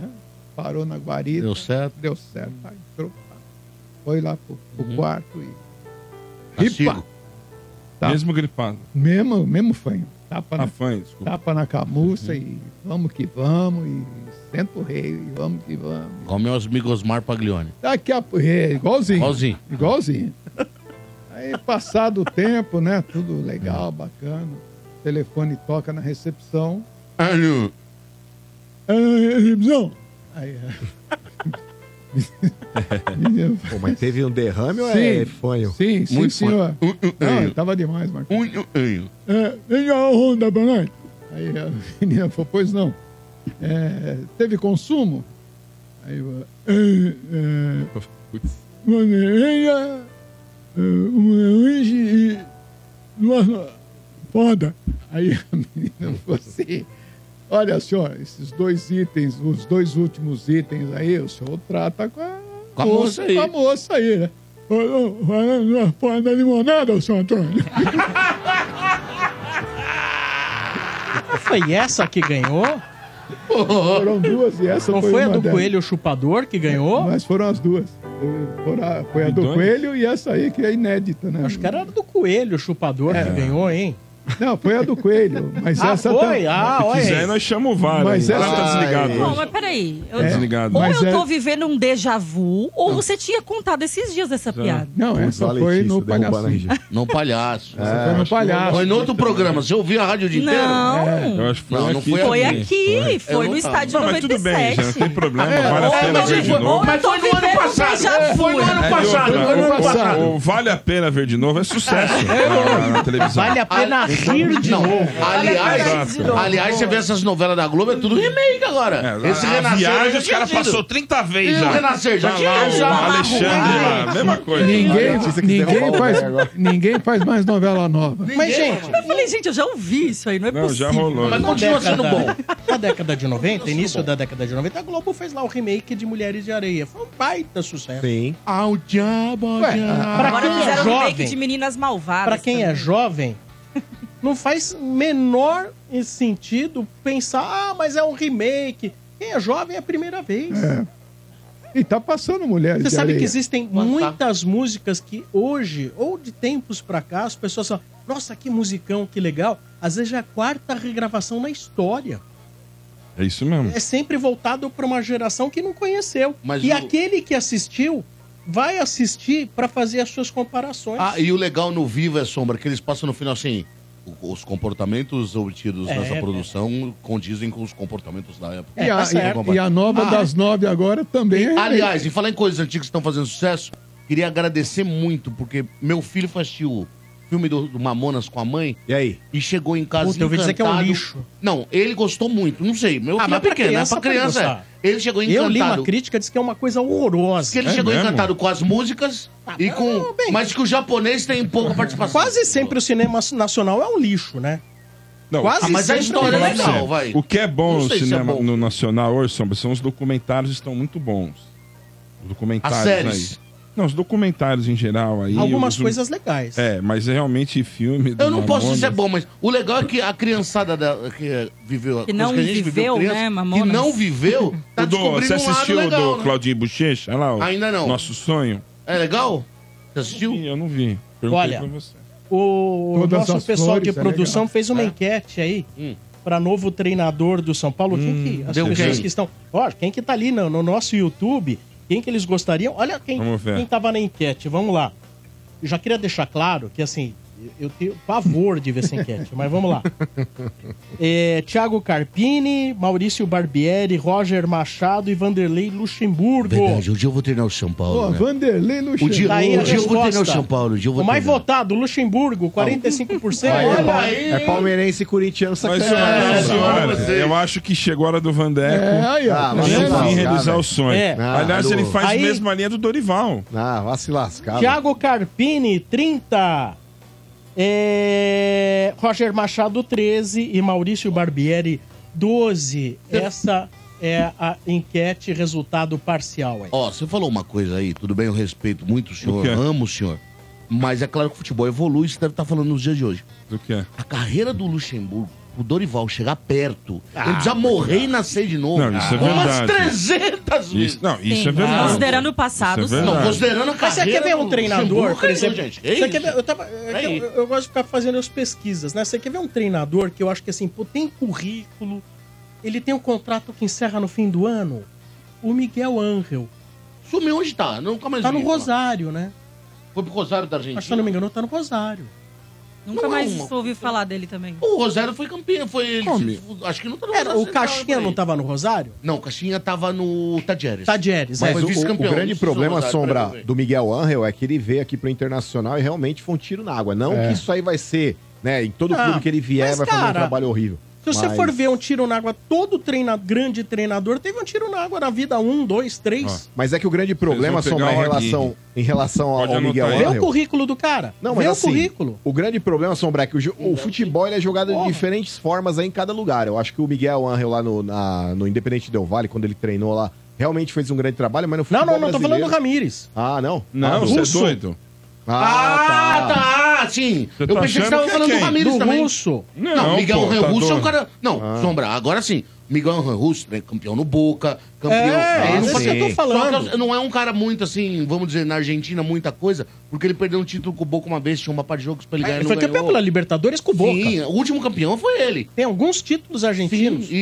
S6: né? parou na guarita,
S4: Deu certo.
S6: deu certo. Aí entrou, pá. foi lá pro, pro
S4: Uhum.
S6: quarto e.
S4: Castigo.
S6: Tá.
S5: Mesmo gripado.
S6: Mesmo, mesmo fanho. Tapa na,
S5: Afã, desculpa.
S6: tapa na
S4: Uhum.
S6: camuça e vamos que vamos, e senta o rei, e vamos que vamos.
S4: Comeu os Migosmar Paglione.
S6: Daqui a pouco. É, igualzinho.
S4: Igualzinho.
S6: Igualzinho. Aí, passado o tempo, né? Tudo legal, bacana. O telefone toca na recepção.
S4: Alô.
S6: É, recepção. Aí, é. Menino,
S7: Pô, mas teve um derrame ou é
S6: Sim.
S7: fanho?
S6: Sim, sim,
S4: Muito
S6: senhor.
S4: fã. Uh, uh,
S6: Não,
S4: uh.
S6: tava demais, Marcos.
S4: Ui, ui, ui.
S6: É, vem a onda, Banante. Aí a menina falou, pois não. É, teve consumo? Aí eu, é, é,
S5: Putz.
S6: Maneirinha, Maneirinha é, um e. Nossa, foda. Aí a menina falou assim: Olha, senhor, esses dois itens, os dois últimos itens aí, o senhor trata com a,
S4: Com a moça aí."
S6: Com a moça aí, né? Ô, ô, Vai na- vai na limonada, ô, seu Antônio.
S1: Foi essa que ganhou?
S6: Foram duas e essa
S1: Não
S6: foi,
S1: foi a
S6: uma
S1: do
S6: delas.
S1: coelho chupador que ganhou?
S6: Mas foram as duas. Foram a- foi a do
S5: Doido.
S6: coelho e essa aí que é inédita, né?
S1: Acho que era do coelho chupador
S6: É.
S1: que ganhou, hein?
S6: Não, foi a do coelho, mas
S1: Ah,
S6: essa
S1: foi?
S6: tam-
S1: Ah,
S5: Se
S1: olha.
S5: quiser,
S1: aí.
S5: nós chamamos o VAR.
S6: Mas
S5: aí. O
S6: essa-
S5: VAR tá desligado
S3: Não,
S5: hoje.
S3: Ah, mas peraí. Eu-
S5: Tá desligado.
S3: Ou
S6: Mas
S3: eu
S6: é-
S3: tô vivendo um déjà vu, ou você tinha contado esses dias essa piada.
S6: Não,
S7: Putz,
S6: essa
S7: olha
S6: foi
S7: isso,
S6: no
S7: derrubaram a
S6: palhaço.
S7: RG.
S4: Não palhaço.
S6: Foi no palhaço.
S4: Foi em outro programa. Você ouviu a rádio de inteiro?
S3: Não.
S5: É, Eu acho que foi
S4: Não, não
S5: aqui.
S4: foi
S3: Foi
S5: também.
S3: aqui, foi
S4: não
S3: no
S4: tava.
S3: estádio
S5: Não, mas tudo bem, já não
S3: 97.
S5: tem problema. Vale a
S3: Ou
S5: pena
S3: eu tô
S5: ver de
S3: vivi-
S5: novo.
S3: ou eu tô vivendo um déjà vu. né?
S5: É, e outra, o- o- o vale a pena ver de novo é sucesso na, na- na televisão.
S1: Vale a
S5: Ah,
S1: pena
S5: é,
S1: rir de
S4: Não,
S1: novo.
S4: aliás,
S5: Exato.
S4: aliás, você vê essas novelas da Globo, é tudo remake agora.
S5: É,
S4: Esse
S5: a
S4: Renascer.
S5: viagem,
S4: já
S5: os
S4: tinha
S5: caras
S4: tido.
S5: passaram 30
S4: E
S5: vezes
S4: o
S5: já.
S4: Renascer, já
S5: Tá
S4: tinha
S5: lá
S4: tido. já. né?
S5: o
S1: Ah,
S5: Alexandre lá, mesma coisa.
S6: Ninguém,
S7: Notícia que
S6: ninguém,
S7: derruba
S6: faz,
S7: o negócio.
S6: ninguém faz mais novela nova.
S1: Mas, gente,
S3: Eu falei, gente, eu já ouvi isso aí, não é
S5: Não,
S3: possível.
S5: já rolou.
S4: Mas
S5: já.
S4: continua sendo bom.
S1: na década de 90, início da década de 90, a Globo fez lá o remake de Mulheres de Areia. Foi um baita sucesso.
S7: Sim.
S4: Ao diabo, ao
S1: Ué,
S4: diabo.
S1: pra
S3: Agora
S1: quem é
S3: fizeram um remake
S1: jovem-
S3: de Meninas Malvadas.
S1: Pra quem é
S3: também.
S1: jovem, não faz menor sentido pensar, ah, mas é um remake. Quem é jovem é a primeira vez.
S6: É. E tá passando mulheres.
S1: Você
S6: de
S1: sabe que
S6: areia.
S1: existem muitas músicas que hoje, ou de tempos pra cá, as pessoas falam, nossa, que musicão, que legal. Às vezes já é a quarta regravação na história.
S5: É isso mesmo.
S1: É sempre voltado pra uma geração que não conheceu.
S4: Mas
S1: e
S4: o-
S1: aquele que assistiu vai assistir pra fazer as suas comparações.
S4: Ah, e o legal no Vivo é Sombra, que eles passam no final assim. o- Os comportamentos obtidos
S1: É,
S4: nessa
S1: é.
S4: condizem com os comportamentos da época. Assim,
S1: É,
S6: E a,
S1: tá certo.
S6: e a nova
S4: Ah.
S1: é.
S6: das nove agora também é.
S4: Aliás, e falar em coisas antigas que estão fazendo sucesso, queria agradecer muito, porque meu filho foi assistir o filme do, do Mamonas com a mãe
S7: E aí?
S4: e chegou em casa
S1: Puta, eu ouvi dizer que é um
S4: encantado.
S1: lixo.
S4: Não, ele gostou muito, não sei. Meu
S1: Ah,
S4: filho
S1: mas
S4: é
S1: pra
S4: pequeno, é
S1: criança
S4: pra
S1: pode
S4: criança.
S1: gostar.
S4: é. Ele chegou
S1: Eu
S4: encantado.
S1: li uma crítica, diz que é uma coisa
S4: Que
S1: horrorosa. Ah,
S4: ele
S5: É
S4: chegou
S5: mesmo?
S4: encantado com as músicas e com.
S1: não, é um bem-
S4: Mas que o japonês tem pouca participação.
S1: Quase sempre o cinema nacional é um lixo, né?
S5: Não,
S1: Quase
S4: Ah, mas a
S1: sempre
S4: história é
S1: um
S5: Fala
S1: lixo.
S5: pra
S4: legal,
S5: você.
S4: vai.
S5: Então, O que é bom
S4: Não
S5: no
S4: sei se é
S5: cinema
S4: bom.
S5: no nacional hoje, Sombra, são os documentários estão muito bons. Os documentários
S4: As séries.
S5: aí. Não, os documentários em geral aí.
S1: Algumas
S5: os- um
S1: coisas legais.
S5: É, mas é realmente filme. do
S4: Eu não posso dizer
S5: Mamonas.
S4: bom, mas o legal é que a criançada da- que viveu
S3: Que
S4: coisa
S3: não
S4: a gente
S3: viveu,
S4: criança,
S3: né,
S4: que
S3: Mamonas?
S4: não viveu, tá
S5: O do-
S4: descobrindo
S5: você assistiu
S4: um lado legal,
S5: o do
S4: né?
S5: Claudinho Bochecha? Olha lá, o
S4: Ainda não.
S5: Nosso sonho?
S4: É legal? Você assistiu?
S5: Ih, eu não vi. Perguntei
S1: Olha,
S5: pra você.
S1: O
S6: Todas
S1: nosso
S6: as
S1: pessoal
S6: flores,
S1: de
S6: é
S1: produção
S6: legal.
S1: fez uma enquete aí
S4: Hum.
S1: pra novo treinador do São Paulo.
S6: Hum,
S1: quem que as
S4: deu
S1: pessoas
S4: quem?
S1: que estão. Ó, quem que tá ali no, no nosso YouTube? Quem que eles gostariam? Olha quem,
S5: Vamos ver.
S1: quem tava na enquete. Vamos lá. Eu já queria deixar claro que, assim, Eu tenho pavor de ver essa enquete, mas vamos lá. É, Thiago Carpini, Maurício Barbieri, Roger Machado e Vanderlei Luxemburgo.
S4: Verdade, um dia eu vou treinar o São Paulo.
S1: Pô,
S4: né?
S1: Vanderlei
S4: O dia,
S1: Tá aí a
S4: um dia eu vou treinar o
S1: resposta.
S4: São Paulo. Um dia eu vou
S1: O mais
S4: treinar.
S1: votado, Luxemburgo, 45%.
S4: Aí,
S1: Olha
S4: ó.
S1: aí.
S7: É palmeirense e corintiano
S5: Mas,
S4: É,
S7: sacanagem.
S5: senhora, senhora, eu acho que chegou a hora do Vandeco.
S7: É, aí, ó. Ah,
S5: Mas
S7: vai
S5: enfim,
S7: se
S5: realizar
S7: lascar,
S5: o sonho.
S7: velho. É.
S5: Aliás,
S7: Ah,
S5: ele
S7: alô.
S5: faz
S1: Aí-
S5: a mesma linha do Dorival.
S7: Ah, vai se lascar.
S1: Thiago Carpini, 30. É, Roger Machado, 13. E Maurício Barbieri, 12. Essa é a enquete resultado parcial. Aí.
S4: Ó, você falou uma coisa aí, tudo bem, eu respeito muito o senhor,
S1: quê?
S4: amo o senhor. Mas é claro que o futebol evolui, você deve estar falando nos dias de hoje.
S5: Do que?
S4: A carreira do Luxemburgo, o Dorival chegar perto,
S1: Ah,
S4: ele
S1: é
S4: precisa morrer e nascer de novo.
S5: Não, isso é
S4: Umas
S5: verdade.
S4: 300 vezes.
S5: Isso- não, isso é verdade.
S3: Considerando o passado,
S5: Isso é verdade.
S4: Não, considerando a
S1: Mas você quer
S4: carreira
S1: ver um
S4: do
S1: treinador,
S4: Luxemburgo,
S1: por
S4: é isso,
S1: exemplo?
S4: gente, é
S1: Você
S4: isso.
S1: quer ver, eu, tava- eu-
S4: É isso.
S1: eu- eu gosto de ficar fazendo as pesquisas, né? Você quer ver um treinador que eu acho que assim, pô, tem currículo, ele tem um contrato que encerra no fim do ano? O Miguel Angel.
S4: Sumiu onde tá? Nunca mais
S1: Tá
S4: vi
S1: no
S4: falar.
S1: Rosário, né?
S4: Foi pro Rosário da Argentina.
S1: Mas se eu não me engano, tá no Rosário.
S3: Nunca
S4: Não, é
S3: mais
S4: não.
S3: ouvi falar dele também.
S4: O Rosário foi campeão, foi ele.
S5: Come.
S4: Acho que não tá no
S1: Era,
S4: Rosário
S1: o
S4: Central,
S1: Caixinha
S4: por aí.
S1: não tava no Rosário?
S4: Não, o Caixinha tava no Tadieres.
S1: Tadieres, é.
S4: Mas
S7: Mas o, o-
S4: foi
S7: o
S4: vice-campeão,
S7: grande
S4: isso
S7: problema,
S4: é verdade, pra
S7: Sombra,
S4: mim também.
S7: do Miguel Angel é que ele veio aqui pro Internacional e realmente foi um tiro na água. Não
S6: É.
S7: que isso aí vai ser, né? Em todo
S1: Não,
S7: clube que ele vier,
S1: Ah, mas,
S7: vai fazer um
S1: cara,
S7: trabalho horrível.
S1: Se você
S7: Mas-
S1: for ver um tiro na água, todo treina, grande treinador teve um tiro na água na vida, um, dois, três.
S7: Mas é que o grande problema,
S5: Vocês vão
S7: Sombra, em
S5: pegar o
S7: relação,
S5: Aguirre.
S7: em relação
S5: Pode
S7: ao, ao
S5: anotar
S7: Miguel
S5: aí.
S1: Vê o
S7: Angel.
S1: currículo do cara.
S7: Não, mas
S1: Vê o
S7: assim,
S1: currículo.
S7: o grande problema, Sombra, é que o, jo- o futebol ele é jogado
S1: Porra.
S7: de diferentes formas aí em cada lugar. Eu acho que o Miguel Angel lá no, na- no Independente Del Vale, quando ele treinou lá, realmente fez um grande trabalho, mas no
S1: Não,
S7: futebol
S1: não, não, tô falando
S7: brasileiro...
S1: do Ramires.
S7: Ah, não?
S5: Não,
S7: Ah,
S5: você é
S1: russo.
S5: doido?
S4: Ah, tá. sim.
S5: Você
S4: eu
S5: tá
S4: pensei que você
S5: achando
S4: tava
S5: que é quem?
S4: falando do Ramires
S1: Do
S4: também.
S1: Russo.
S5: Não,
S4: Não, Miguel
S5: pô,
S4: Angel
S5: tá
S4: Russo é um
S5: doido. Ah.
S4: cara. Não, Sombra, agora sim. Miguel Angel Russo, né, campeão no Boca, campeão.
S1: É,
S4: Ah,
S1: isso
S4: sim.
S1: que eu tô
S4: Só
S1: falando.
S4: que não é um cara muito assim, vamos dizer, na Argentina, muita coisa, porque ele perdeu um título com o Boca uma vez, tinha uma par de jogos pra ele ganhar
S1: Ele É,
S4: e
S1: foi
S4: não
S1: campeão
S4: ganhou.
S1: pela Libertadores com o Boca.
S4: Sim, o último campeão foi ele.
S1: Tem alguns títulos
S4: Sim,
S1: argentinos.
S4: e,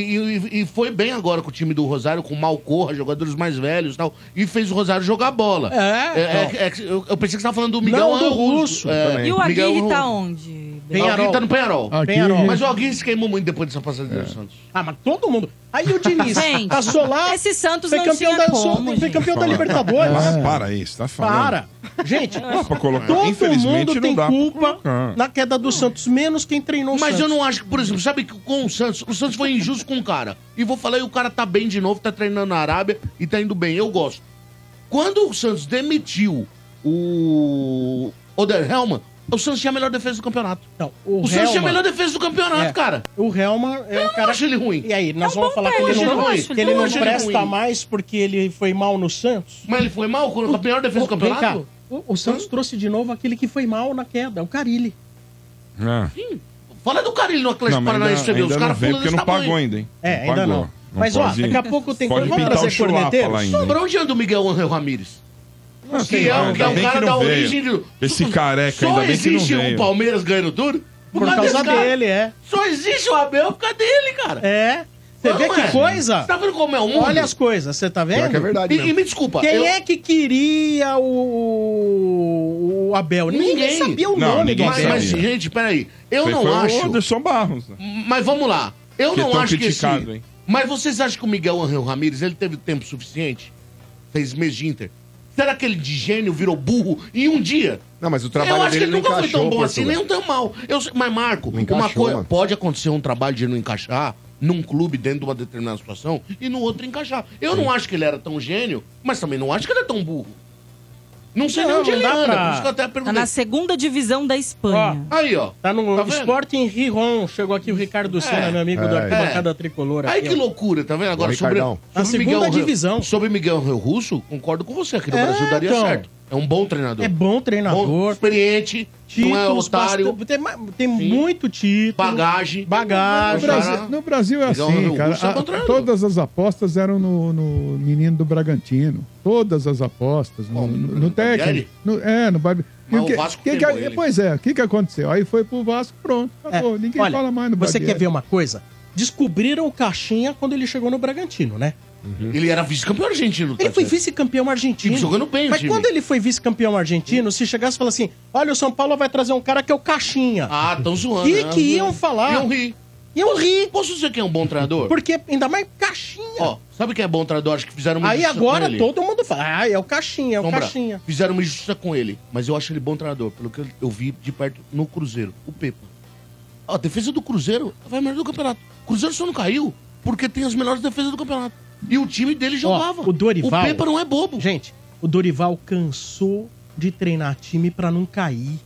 S4: e- e foi bem agora com o time do Rosário, com o Malcorra, jogadores mais velhos e tal, e fez o Rosário jogar bola.
S1: É,
S4: é, é que eu, eu pensei que você tava falando do Miguel
S1: Não, do
S4: Angel
S1: Russo
S4: É,
S3: E o Aguirre
S4: Miguel-
S3: tá onde?
S1: Bem-
S4: Alguém
S1: Penharol.
S4: tá no Penharol.
S6: Aqui,
S1: Penharol.
S4: Mas o Alguém se queimou muito depois dessa passagem do Santos.
S1: Ah, mas todo mundo. Aí o Diniz Tá
S3: Gente,
S1: passou lá,
S3: esse Santos
S1: foi
S3: não
S1: campeão,
S3: tinha
S1: da,
S3: como,
S1: foi
S3: gente.
S1: campeão da Libertadores.
S5: Ah, para aí, você tá falando.
S1: Para. Gente,
S5: Não dá pra colocar.
S1: todo
S5: Infelizmente,
S1: mundo
S5: não
S1: tem
S5: dá pra
S1: culpa
S5: colocar.
S1: na queda do Santos, menos quem treinou o
S4: Mas
S1: Santos.
S4: eu não acho que, por exemplo, sabe que com o Santos, o Santos foi injusto com o cara. E vou falar, e o cara tá bem de novo, tá treinando na Arábia e tá indo bem. Eu gosto. Quando o Santos demitiu o Oder Helman, o Santos tinha a melhor defesa do campeonato.
S1: Não, o
S4: O, Santos tinha a
S1: Helman-
S4: melhor defesa do campeonato,
S1: É.
S4: cara.
S1: O Helman é um
S4: Eu não
S1: cara.
S4: acho ele ruim.
S1: E aí, nós
S3: É um
S1: vamos
S3: bom
S1: falar que ele
S4: técnico,
S1: não,
S4: eu
S1: que
S4: acho ele
S1: ele não
S4: bom,
S3: é
S4: eu acho ele
S1: presta
S4: ruim.
S1: mais porque ele foi mal no Santos?
S4: Mas ele foi mal com a melhor defesa do
S1: Vem cá,
S4: campeonato?
S1: o, o Santos trouxe de novo aquele que foi mal na queda, o Carilli.
S5: Ah.
S1: É.
S4: Fala do cara ele no Atlético
S5: Não, mas
S4: Paranaense, você
S5: ainda,
S4: viu?
S5: ainda
S4: Os
S5: não
S4: caras
S5: veio
S4: pulam
S5: porque
S4: desse
S5: não pagou
S4: tamanho.
S5: ainda, hein?
S1: É,
S5: Não
S1: ainda
S5: pagou.
S1: não. Mas ó,
S5: pode ir.
S1: daqui a pouco tem
S5: Pode
S1: coisa. Vamos
S5: pintar o
S1: trazer
S5: chulapa lá
S1: corneteiros?
S5: ainda.
S4: Sombra, onde anda o Miguel Angel Ramírez?
S5: Não,
S4: Que
S5: sei
S4: é,
S5: lá,
S4: o- que é
S5: ainda
S4: o
S5: bem
S4: cara
S5: que
S4: da
S5: não veio.
S4: origem do.
S5: Esse careca,
S4: Só
S5: ainda bem que não
S4: existe
S5: veio.
S4: o Palmeiras ganhando tudo
S1: Por causa
S4: desse cara.
S1: dele, é.
S4: Só existe o Abel por causa dele, cara.
S1: É. Você vê
S4: Não,
S1: que
S4: é.
S1: coisa?
S4: Você tá vendo como é um?
S1: Olha as coisas, você tá
S7: Pior
S1: vendo?
S7: que é verdade
S4: E,
S7: mesmo.
S4: e me desculpa.
S1: Quem
S4: eu-
S1: é que queria o, o Abel? Ninguém,
S4: Ninguém.
S1: sabia o
S5: Não,
S1: nome do
S5: ninguém
S4: Mas,
S1: Abel.
S4: mas,
S5: sabia.
S4: gente, peraí. Eu
S5: Foi-
S4: não
S5: foi
S4: acho.
S5: O Anderson Barros. né?
S4: Mas vamos lá. Eu
S5: Que
S4: não
S5: tão
S4: acho que esse...
S5: criticado, hein?
S4: Mas vocês acham que o Miguel Angel Ramírez, ele teve tempo suficiente? Seis meses de Inter. Será que ele de gênio virou burro em um dia?
S7: Não, mas o
S4: eu
S7: trabalho
S4: acho que
S7: dele
S4: ele
S7: não
S4: nunca foi tão
S7: encaixou,
S4: bom assim,
S7: Portugal.
S4: nem tão mal. Eu sei- mas, Marco,
S7: Não encaixou,
S4: uma coisa.
S7: mano.
S4: Pode acontecer um trabalho de não encaixar num clube dentro de uma determinada situação e no outro encaixar. Eu não acho que ele era tão gênio, mas também não acho que ele é tão burro. Não sei
S1: Não,
S4: nem onde
S1: não
S4: ele
S1: dá
S4: anda.
S1: pra-
S4: Por isso que eu até
S3: Tá
S4: perguntei.
S3: na segunda divisão da Espanha.
S4: Aí, ó.
S1: Tá no
S4: Tá vendo?
S1: Sport em Riron. Chegou aqui o Ricardo Senna, meu amigo do Arquibancada Tricolor. aqui,
S4: Aí É. que
S1: ó.
S4: loucura, tá vendo? Agora
S7: Ô,
S4: sobre,
S7: Ricardão.
S1: Na
S4: sobre
S1: segunda
S4: Miguel Re-
S1: divisão.
S4: Sobre Miguel Re- Russo, concordo com você. Aqui no
S1: É,
S4: Brasil daria
S1: então.
S4: certo. É um bom treinador.
S1: É bom
S4: Bom,
S1: treinador.
S4: experiente, não é
S1: títulos,
S4: otário,
S1: bastante- tem, ma- tem muito título.
S4: bagagem.
S6: No
S1: Bagagem.
S6: Brasil, no Brasil é
S4: Miguel
S6: assim,
S4: Angel
S6: cara.
S4: Russo é
S6: A-
S4: contrário.
S6: todas as apostas eram no, no menino do Bragantino. Todas as apostas. No,
S4: Bom,
S6: no,
S4: no
S6: no técnico.
S4: Barbieri?
S6: No- é, no Barbieri. E
S4: Mas
S6: o que-
S4: o Vasco
S6: que- que-
S4: queimou ele.
S6: Pois é, o que, que aconteceu? Aí foi pro Vasco, pronto.
S1: É,
S6: Acabou. Ninguém
S1: olha,
S6: fala mais no
S1: Você
S6: Barbieri.
S1: quer ver uma coisa? Descobriram o Caixinha quando ele chegou no Bragantino, né?
S4: Ele era Uhum. vice-campeão argentino.
S1: Ele foi
S4: Tatiana.
S1: vice-campeão argentino.
S4: E jogando bem o
S1: Mas
S4: time.
S1: quando ele foi vice-campeão argentino, se chegasse e falasse assim: olha, o São Paulo vai trazer um cara que é o Caixinha.
S4: Ah, tão zoando.
S1: Que
S4: né?
S1: que iam falar?
S4: Iam rir.
S1: Iam rir.
S4: Posso dizer que é um bom treinador?
S1: Porque ainda mais Caixinha.
S4: Ó, sabe quem é bom treinador? Acho que fizeram uma
S1: Aí
S4: injustiça
S1: agora
S4: com ele.
S1: todo mundo fala: ah, é o Caixinha, é o
S4: Sombra,
S1: Caixinha.
S4: Fizeram uma injustiça com ele, mas eu acho ele bom treinador, pelo que eu vi de perto no Cruzeiro, o Pepa. Ó, A defesa do Cruzeiro vai melhor do campeonato. O Cruzeiro só não caiu porque tem as melhores defesas do campeonato. E o time dele jogava.
S1: o Dorival-
S4: O Pepa não é bobo.
S1: Gente, o Dorival cansou de treinar time pra não cair.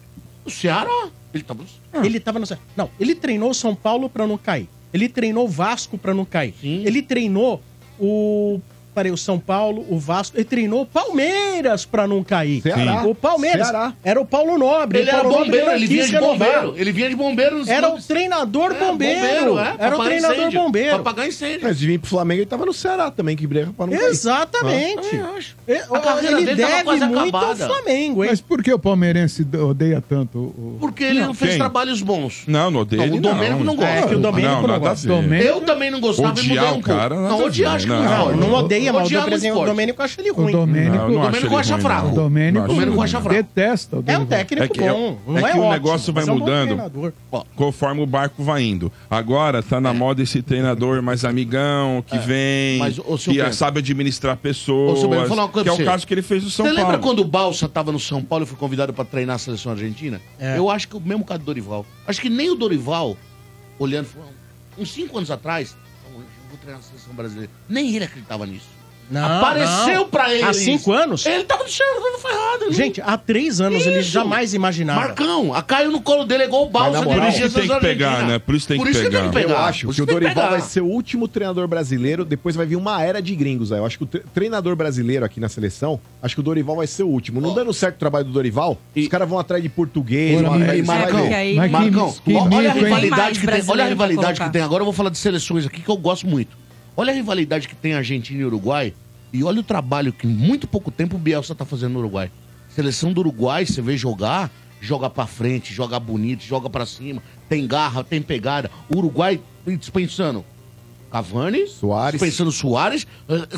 S4: O Ceará, ele tá.
S1: Ele tava no. Não, ele treinou o São Paulo pra não cair. Ele treinou o Vasco pra não cair.
S4: Sim.
S1: Ele treinou o. Parei, o São Paulo, o Vasco. Ele treinou o Palmeiras pra não cair.
S7: Ceará.
S1: O Palmeiras.
S7: Ceará.
S1: Era o Paulo Nobre.
S4: Ele
S1: o
S4: era
S1: Paulo Nobre
S4: bombeiro,
S1: não
S4: ele
S1: quis
S4: vinha de
S1: renovar.
S4: bombeiro. Ele vinha de bombeiro nos
S1: Era o
S4: clubes.
S1: treinador
S4: É,
S1: bombeiro.
S4: é, pra
S1: era o
S4: apagar
S1: treinador
S4: incêndio,
S1: bombeiro.
S4: Pra pagar incêndio.
S7: Antes de vir pro Flamengo, ele tava no Ceará também, que briga pra não Ah, é. cair.
S1: Exatamente.
S4: Eu acho.
S1: E-
S4: Ah. A carreira
S1: ele
S4: dele tava
S1: deve
S4: quase
S1: muito
S4: acabada.
S1: ao Flamengo, hein?
S6: Mas por que o palmeirense do- odeia tanto o. o-
S4: Porque ele não, fez
S5: quem?
S4: trabalhos bons.
S5: Não, não odeio
S4: Não, o
S5: ele,
S4: Domênico não gosta.
S1: É que o Domênico não
S5: nada a
S1: gosta.
S5: ver.
S6: Domênico-
S4: Eu também não gostava e
S5: Odiar
S4: mudei um
S5: o
S4: pouco.
S5: cara, nada
S4: não,
S5: a
S4: odiar
S5: ver,
S4: acho que não.
S5: não.
S1: Não, não odeia, mas o
S4: Odiar é muito
S1: Domênico- o
S4: forte.
S1: Domênico acha ele
S6: O
S1: ruim.
S5: Não, eu não
S6: Domênico.
S5: acho ele
S4: Domênico acha
S5: ruim,
S4: fraco.
S5: não.
S6: O Domênico.
S5: Não acho ele ruim,
S4: acha
S5: não.
S4: fraco.
S6: Detesta o
S1: É
S6: Dorival.
S1: um técnico
S5: É que é-
S1: bom.
S5: é
S1: não é
S5: que o
S1: ótimo,
S5: negócio vai
S1: mas é um bom
S5: mudando.
S1: treinador.
S5: Conforme o barco vai indo. Agora tá
S4: É.
S5: na moda esse treinador mais amigão, que vem,
S4: Mas, ô, seu
S5: que
S4: Bento.
S5: sabe administrar
S4: Ô,
S5: pessoas.
S4: seu Bento, vou falar uma coisa
S5: que é
S4: pra
S5: o
S4: você.
S5: caso que ele fez no São
S4: Você
S5: Paulo.
S4: lembra quando o Balsa tava no São Paulo e foi convidado pra treinar a seleção argentina?
S1: É.
S4: Eu acho que o mesmo caso do Dorival. Acho que nem o Dorival, olhando, falou, uns cinco anos atrás, "Não, hoje eu vou treinar a seleção brasileira. Nem ele acreditava nisso.
S1: Não,
S4: Apareceu
S1: não.
S4: pra ele.
S1: Há cinco anos?
S4: Ele tava no Xandro ferrado. né?
S1: Gente, há três anos
S4: Isso.
S1: ele jamais imaginava.
S4: Marcão, a caiu no colo dele é igual
S7: Mas,
S4: o Balsa
S7: na moral,
S4: dirigir a
S5: né? por isso que tem
S4: seleção
S5: que pegar,
S4: argentina.
S5: né? Por isso tem que pegar.
S7: Eu acho
S4: Por
S7: que
S4: isso
S7: o Dorival
S4: pegar.
S7: vai ser o último treinador brasileiro, depois vai vir uma era de gringos aí. Eu acho que o tre- treinador brasileiro aqui na seleção, acho que o Dorival vai ser o último. Não dando certo o trabalho do Dorival, os caras vão atrás de português,
S6: Porra,
S7: vão
S6: mas-
S7: atrás de-
S4: mas
S7: vai
S4: Marcão,
S7: ver.
S3: aí-
S6: Mas que-
S4: Marcão,
S6: que
S4: ó- olha a
S6: mico, hein?
S4: rivalidade
S3: Mais
S4: que tem. Olha a
S3: brasileiro pra
S4: rivalidade que
S3: colocar.
S4: tem. Agora eu vou falar de seleções aqui que eu gosto muito. Olha a rivalidade que tem Argentina e Uruguai. E olha o trabalho que em muito pouco tempo o Bielsa tá fazendo no Uruguai. Seleção do Uruguai, você vê jogar, joga pra frente, joga bonito, joga pra cima, tem garra, tem pegada. O Uruguai dispensando Cavani,
S7: Suárez.
S4: dispensando Soares,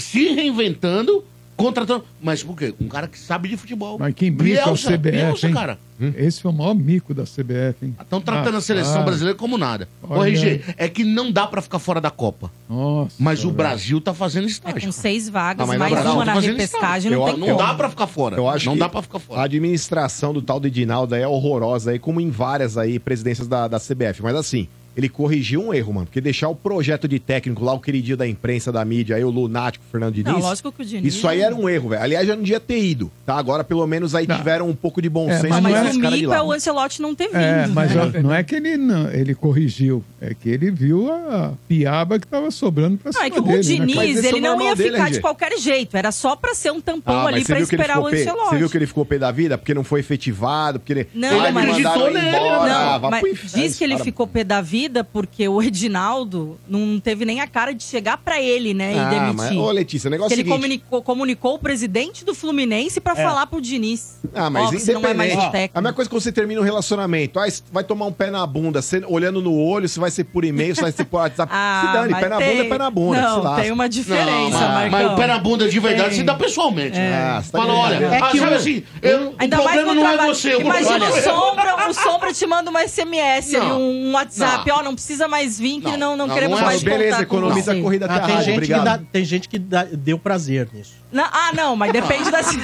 S4: se reinventando, contratando. Mas por quê? Um cara que sabe de futebol.
S6: Mas quem brinca é o
S4: Bielsa,
S6: CBF,
S4: Bielsa,
S6: hein? Hum?
S4: cara.
S6: Esse foi o maior mico da CBF, hein?
S4: Estão tratando
S6: Ah,
S4: a seleção
S6: ah,
S4: brasileira como nada. O
S6: Olha.
S4: RG, é que não dá pra ficar fora da Copa.
S6: Nossa.
S4: Mas o
S6: velho.
S4: Brasil tá fazendo
S3: É
S4: estágio.
S3: com seis vagas,
S7: Não, mas na
S3: mais
S7: moral,
S3: uma
S4: tá
S3: na
S4: fazendo
S3: repescagem,
S7: isso.
S3: não
S7: Eu-
S3: tem
S4: não
S3: como.
S4: dá pra ficar fora.
S7: Eu acho
S4: não
S7: que
S4: dá pra ficar fora.
S7: A administração do tal do Edinaldo aí é horrorosa aí, como em várias aí presidências da, da CBF. Mas assim, ele corrigiu um erro, mano. Porque deixar o projeto de técnico lá, o queridinho da imprensa, da mídia, aí o lunático Fernando Diniz.
S3: Não, lógico que o Diniz-
S7: Isso aí era um erro, velho. Aliás, já não devia ter ido, tá? Agora pelo menos aí
S6: Não.
S7: tiveram um pouco de bom
S6: É,
S7: senso.
S6: mas
S3: Ah,
S7: e
S6: não
S7: tiraram
S3: mas
S7: esse
S3: o
S7: cara de
S3: mico
S7: lá.
S3: é o Ancelotti não ter vindo.
S6: É, mas
S3: né?
S6: ó, não é que ele, não, ele corrigiu, é que ele viu a piaba que tava sobrando pra
S3: Não,
S6: cima
S3: é que o
S6: dele,
S3: Diniz,
S6: né?
S7: Mas esse é
S3: ele
S7: o
S3: não
S7: normal
S3: ia
S7: dele,
S3: ficar
S7: RG.
S3: de qualquer jeito. Era só pra ser um tampão
S7: Ah, mas
S3: ali
S7: você
S3: pra
S7: viu que ele
S3: esperar o
S7: ficou pe- Você viu que
S3: Ancelotti.
S7: ele ficou pé da vida? Porque não foi efetivado, porque ele...
S3: Não,
S7: Ah, me
S3: mas-
S7: mandaram
S4: Acreditou nele,
S7: embora.
S3: Não,
S7: Ah, vá
S3: mas
S7: pro inferno,
S3: diz que ele
S7: cara.
S3: ficou pé da vida porque o Edinaldo não teve nem a cara de chegar pra ele, né, e
S7: Ah,
S3: demitir.
S7: mas, ô Letícia, o negócio
S3: Que
S7: é o
S3: ele
S7: seguinte... É.
S3: comunicou, comunicou o presidente do Fluminense pra falar pro Diniz.
S7: Ah, mas
S3: Ó, você
S7: independente.
S3: não é mais
S7: Ó,
S3: técnico.
S7: a mesma coisa que você termina um relacionamento. Ah, você vai tomar um pé na bunda, você olhando no olho, se vai ser por e-mail, se vai ser por WhatsApp.
S3: Ah,
S7: se dane,
S3: mas
S7: pé na
S3: tem-
S7: bunda é pé na bunda.
S3: Não,
S7: se lasca.
S3: tem uma diferença,
S4: Não,
S3: Marcão.
S4: mas, mas o pé na bunda de verdade
S3: Tem.
S4: se dá pessoalmente.
S7: Ah, você tá
S4: Fala, olha,
S7: entendendo?
S1: É
S4: ah,
S1: que
S4: sabe
S1: um-
S4: assim, eu, o
S3: Ainda mais
S4: problema
S3: no
S4: não é
S3: trabalho.
S4: você. o
S3: Imagina
S4: problema
S3: o
S4: é eu.
S3: Sombra, o Sombra te manda um uma SMS, ali,
S4: Não.
S3: um WhatsApp, ó, não precisa mais vir, que
S4: Não.
S3: não, não,
S4: Não,
S3: queremos
S4: não é
S3: mais
S4: assim.
S7: Beleza,
S3: contar com
S7: economiza
S3: você.
S7: a corrida até
S1: Ah,
S7: a
S1: tem,
S7: rádio,
S1: gente que
S7: obrigado.
S1: dá, tem gente que dá- deu prazer nisso.
S3: Não, ah, não, mas depende da
S4: Mas,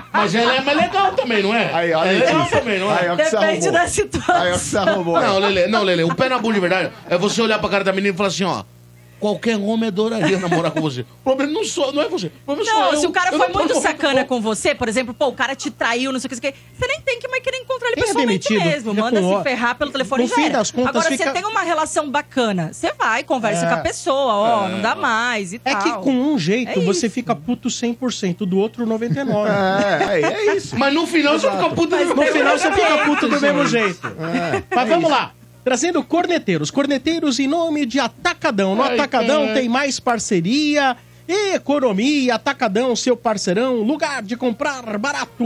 S4: mas ela é mais legal também, não é?
S7: Aí, ó,
S4: é legal
S7: Letícia.
S4: também, não é?
S7: Aí, ó, que você
S3: depende
S7: arrumou.
S3: da
S7: Aí, ó, que
S3: situação.
S7: você arrumou.
S4: Não, Lele, não, Lele, o pé na bunda de verdade é você olhar pra cara da menina e falar assim, ó. Qualquer homem adoraria namorar com você. O problema não, sou, não é você. O problema sou
S3: Não,
S4: eu.
S3: se o cara
S4: Eu
S3: foi
S4: não
S3: muito
S4: provoco-
S3: sacana com você, por exemplo, pô, o cara te traiu, não sei o que, não sei o que, você nem tem que mais querer encontrar ele
S1: Quem é
S3: pessoalmente
S1: demitido,
S3: mesmo.
S1: fica
S3: Manda
S1: com ó-
S3: se ferrar pelo telefone
S1: No
S3: e já
S1: fim
S3: era.
S1: das contas,
S3: Agora,
S1: fica-
S3: você tem uma relação bacana, você vai, conversa
S1: É.
S3: com a pessoa, ó, não dá mais e
S1: É
S3: tal.
S1: que com um jeito
S3: É isso.
S1: você fica puto 100%, do outro 99%.
S7: É, é, é isso.
S4: Mas no final você fica puto
S3: Mas
S1: No final você
S4: É
S1: fica puto do mesmo jeito.
S7: É.
S1: Mas vamos lá. Trazendo corneteiros. Corneteiros em nome de Atacadão. No
S4: Ai,
S1: Atacadão
S4: cara.
S1: tem mais parceria, economia. Atacadão, seu parceirão, lugar de comprar barato.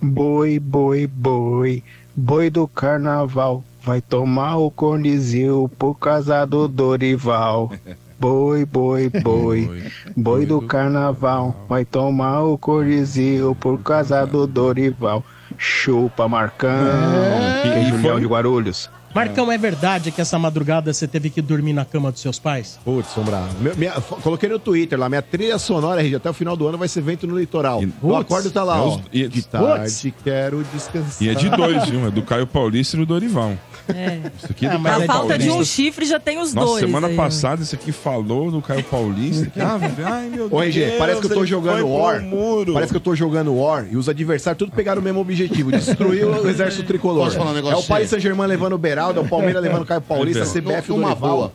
S13: Boi, boi, boi, boi do carnaval, vai tomar o cornizil pro casado Dorival. Boi, boi, boi, boi do carnaval, vai tomar o corizil por causa do Dorival. Chupa, Marcão, é,
S1: e
S13: Julião
S1: foi-
S13: de Guarulhos.
S1: Marcão, é verdade que essa madrugada você teve que dormir na cama dos seus pais?
S7: Putz, Sombra. Meu- minha- f- coloquei no Twitter lá, minha trilha sonora, RG, até o final do ano vai ser vento no litoral. O
S5: Putz,
S7: acordo tá lá,
S5: é
S7: ó.
S5: os- e-
S7: de
S5: Putz.
S7: tarde quero descansar.
S5: E é de dois, viu? É do Caio Paulista e do Dorival.
S3: É.
S5: Isso aqui é do
S3: Ah, mas
S5: Caio
S3: a falta de
S5: Paulista.
S3: um chifre já tem os
S5: Nossa,
S3: dois. é.
S5: semana
S3: aí, ó.
S5: passada esse aqui falou do Caio Paulista. Que, ah, velho, ai, meu
S7: Ô, RG,
S5: Deus,
S7: parece que eu tô
S5: ele
S7: jogando
S5: foi pro
S7: War.
S5: muro.
S7: Parece que eu tô jogando War e os adversários tudo pegaram o mesmo objetivo: destruir o exército tricolor.
S4: Posso falar um negócio
S7: é o Paris
S4: sério?
S7: Saint-Germain levando o Beraldo, é o Palmeiras levando o Caio Paulista, a CBF do
S4: Uma
S7: Dorival.
S4: boa.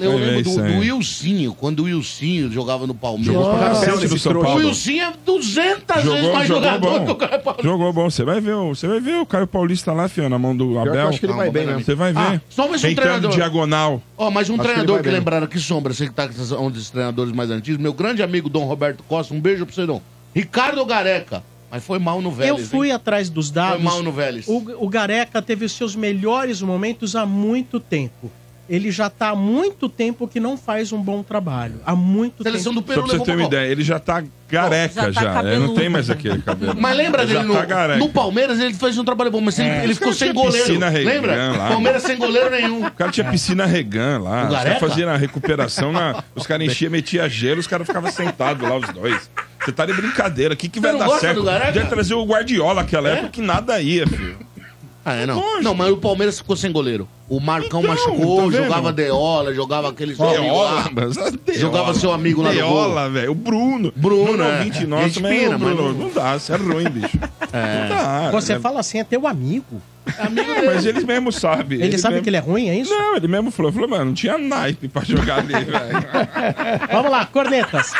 S4: Eu
S7: É,
S4: lembro do,
S7: isso aí.
S4: do Wilsinho, quando o Wilsinho jogava no Palmeiras.
S5: Jogou pra cacete
S4: Esse
S5: no São
S4: trouxa.
S5: Paulo.
S4: O Wilsinho é 200 vezes
S5: Jogou,
S4: mais
S5: jogou
S4: jogador do que o
S5: bom. Jogou bom. Você vai ver, o- você vai ver o Caio Paulista lá, fio, na mão do
S4: que eu
S5: Abel.
S4: acho que ele vai
S5: Não,
S4: bem mesmo.
S5: Você vai ver.
S4: Ah, só mais um
S5: Entrando
S4: treinador.
S5: diagonal.
S4: Ó, mas um treinador que,
S5: lembra.
S4: lembraram que sombra, você que tá com um dos treinadores mais antigos, meu grande amigo Dom Roberto Costa, um beijo pra você, Dom. Ricardo Gareca, mas foi mal no
S1: Eu
S4: Vélez.
S1: fui
S4: hein?
S1: atrás dos dados.
S4: Foi mal no Vélez.
S1: O, o Gareca teve os seus melhores momentos há muito tempo. Ele já tá há muito tempo que não faz um bom trabalho. Há muito
S4: Seleção
S1: tempo.
S4: do Peru
S5: Só pra você ter uma ideia, ele já tá
S1: Já
S5: careca
S1: tá
S5: já. É, não
S1: cabeludo.
S5: tem mais aquele cabelo.
S4: Mas lembra
S5: Ele
S4: dele
S5: já tá
S4: no,
S5: careca.
S4: no Palmeiras, ele fez um trabalho bom, mas ele,
S5: É.
S4: ele
S5: Os
S4: ficou
S5: caras
S4: sem
S5: tinham
S4: goleiro.
S5: piscina Regan
S4: Lembra?
S5: lá.
S4: Palmeiras sem goleiro nenhum.
S5: O cara tinha piscina regan lá.
S4: O
S5: Os caras
S4: Gareca?
S5: faziam a recuperação, na- os caras enchiam, metiam gelo, os caras ficavam sentados lá, os dois. Você tá de brincadeira. O que, que
S4: Você
S5: vai
S4: não
S5: dar
S4: gosta
S5: certo?
S4: do Gareca? É?
S5: Podia trazer o Guardiola aquela época que nada ia, filho.
S4: Ah, é, não. Não, mas o Palmeiras ficou sem goleiro. O Marcão
S5: tá
S4: machucou,
S5: vendo?
S4: jogava Deola, jogava aquele seu amigo
S5: Deola,
S4: lá.
S5: mas Deola.
S4: Jogava seu amigo lá no gol.
S5: Deola, velho. O Bruno.
S4: Bruno,
S5: Bruno é um
S4: é.
S5: ouvinte nosso,
S4: Gente
S5: mas,
S4: fina,
S5: ô, Bruno,
S4: mas
S5: não...
S4: não- É.
S5: dá, você é ruim, bicho. Não dá.
S1: Você
S5: né?
S1: fala assim, é teu amigo.
S5: É, mas ele mesmo sabe.
S1: Ele, sabe
S5: mesmo-
S1: que ele é ruim, é isso?
S5: Não, ele mesmo falou, falou, mano, não tinha naipe pra jogar ali, velho.
S1: Vamos lá, cornetas.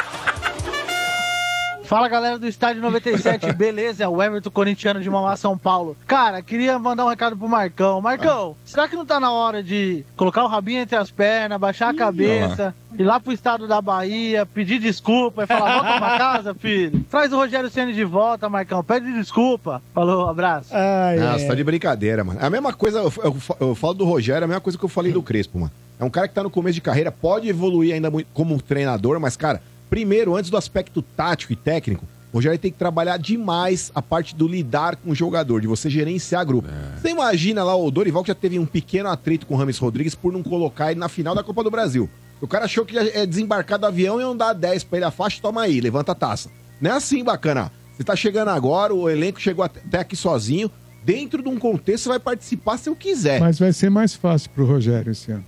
S14: Fala galera do Estádio 97, beleza? É o Everton Corintiano de Mauá, São Paulo. Cara, queria mandar um recado pro Marcão. Marcão,
S5: Ah.
S14: será que não tá na hora de colocar o rabinho entre as pernas, baixar a cabeça, ir lá pro estado da Bahia, pedir desculpa e falar, volta pra casa, filho? Traz o Rogério Ceni de volta, Marcão, pede desculpa. Falou, um abraço.
S1: é.
S7: Ah, você tá de brincadeira, mano. É A mesma coisa, eu, eu fa- eu falo do Rogério, é a mesma coisa que eu falei do Crespo, mano. É um cara que tá no começo de carreira, pode evoluir ainda muito como treinador, mas, cara, primeiro, antes do aspecto tático e técnico, o Rogério tem que trabalhar demais a parte do lidar com o jogador, de você gerenciar grupo. Você imagina lá o Dorival que já teve um pequeno atrito com o Rames Rodrigues por não colocar ele na final da Copa do Brasil. O cara achou que ia é, desembarcar do avião e iam dar 10 pra ele a faixa, toma aí, levanta a taça. Não é assim, bacana. Você tá chegando agora, o elenco chegou at- até aqui sozinho. Dentro de um contexto, você vai participar se eu quiser.
S6: Mas vai ser mais fácil pro Rogério esse ano.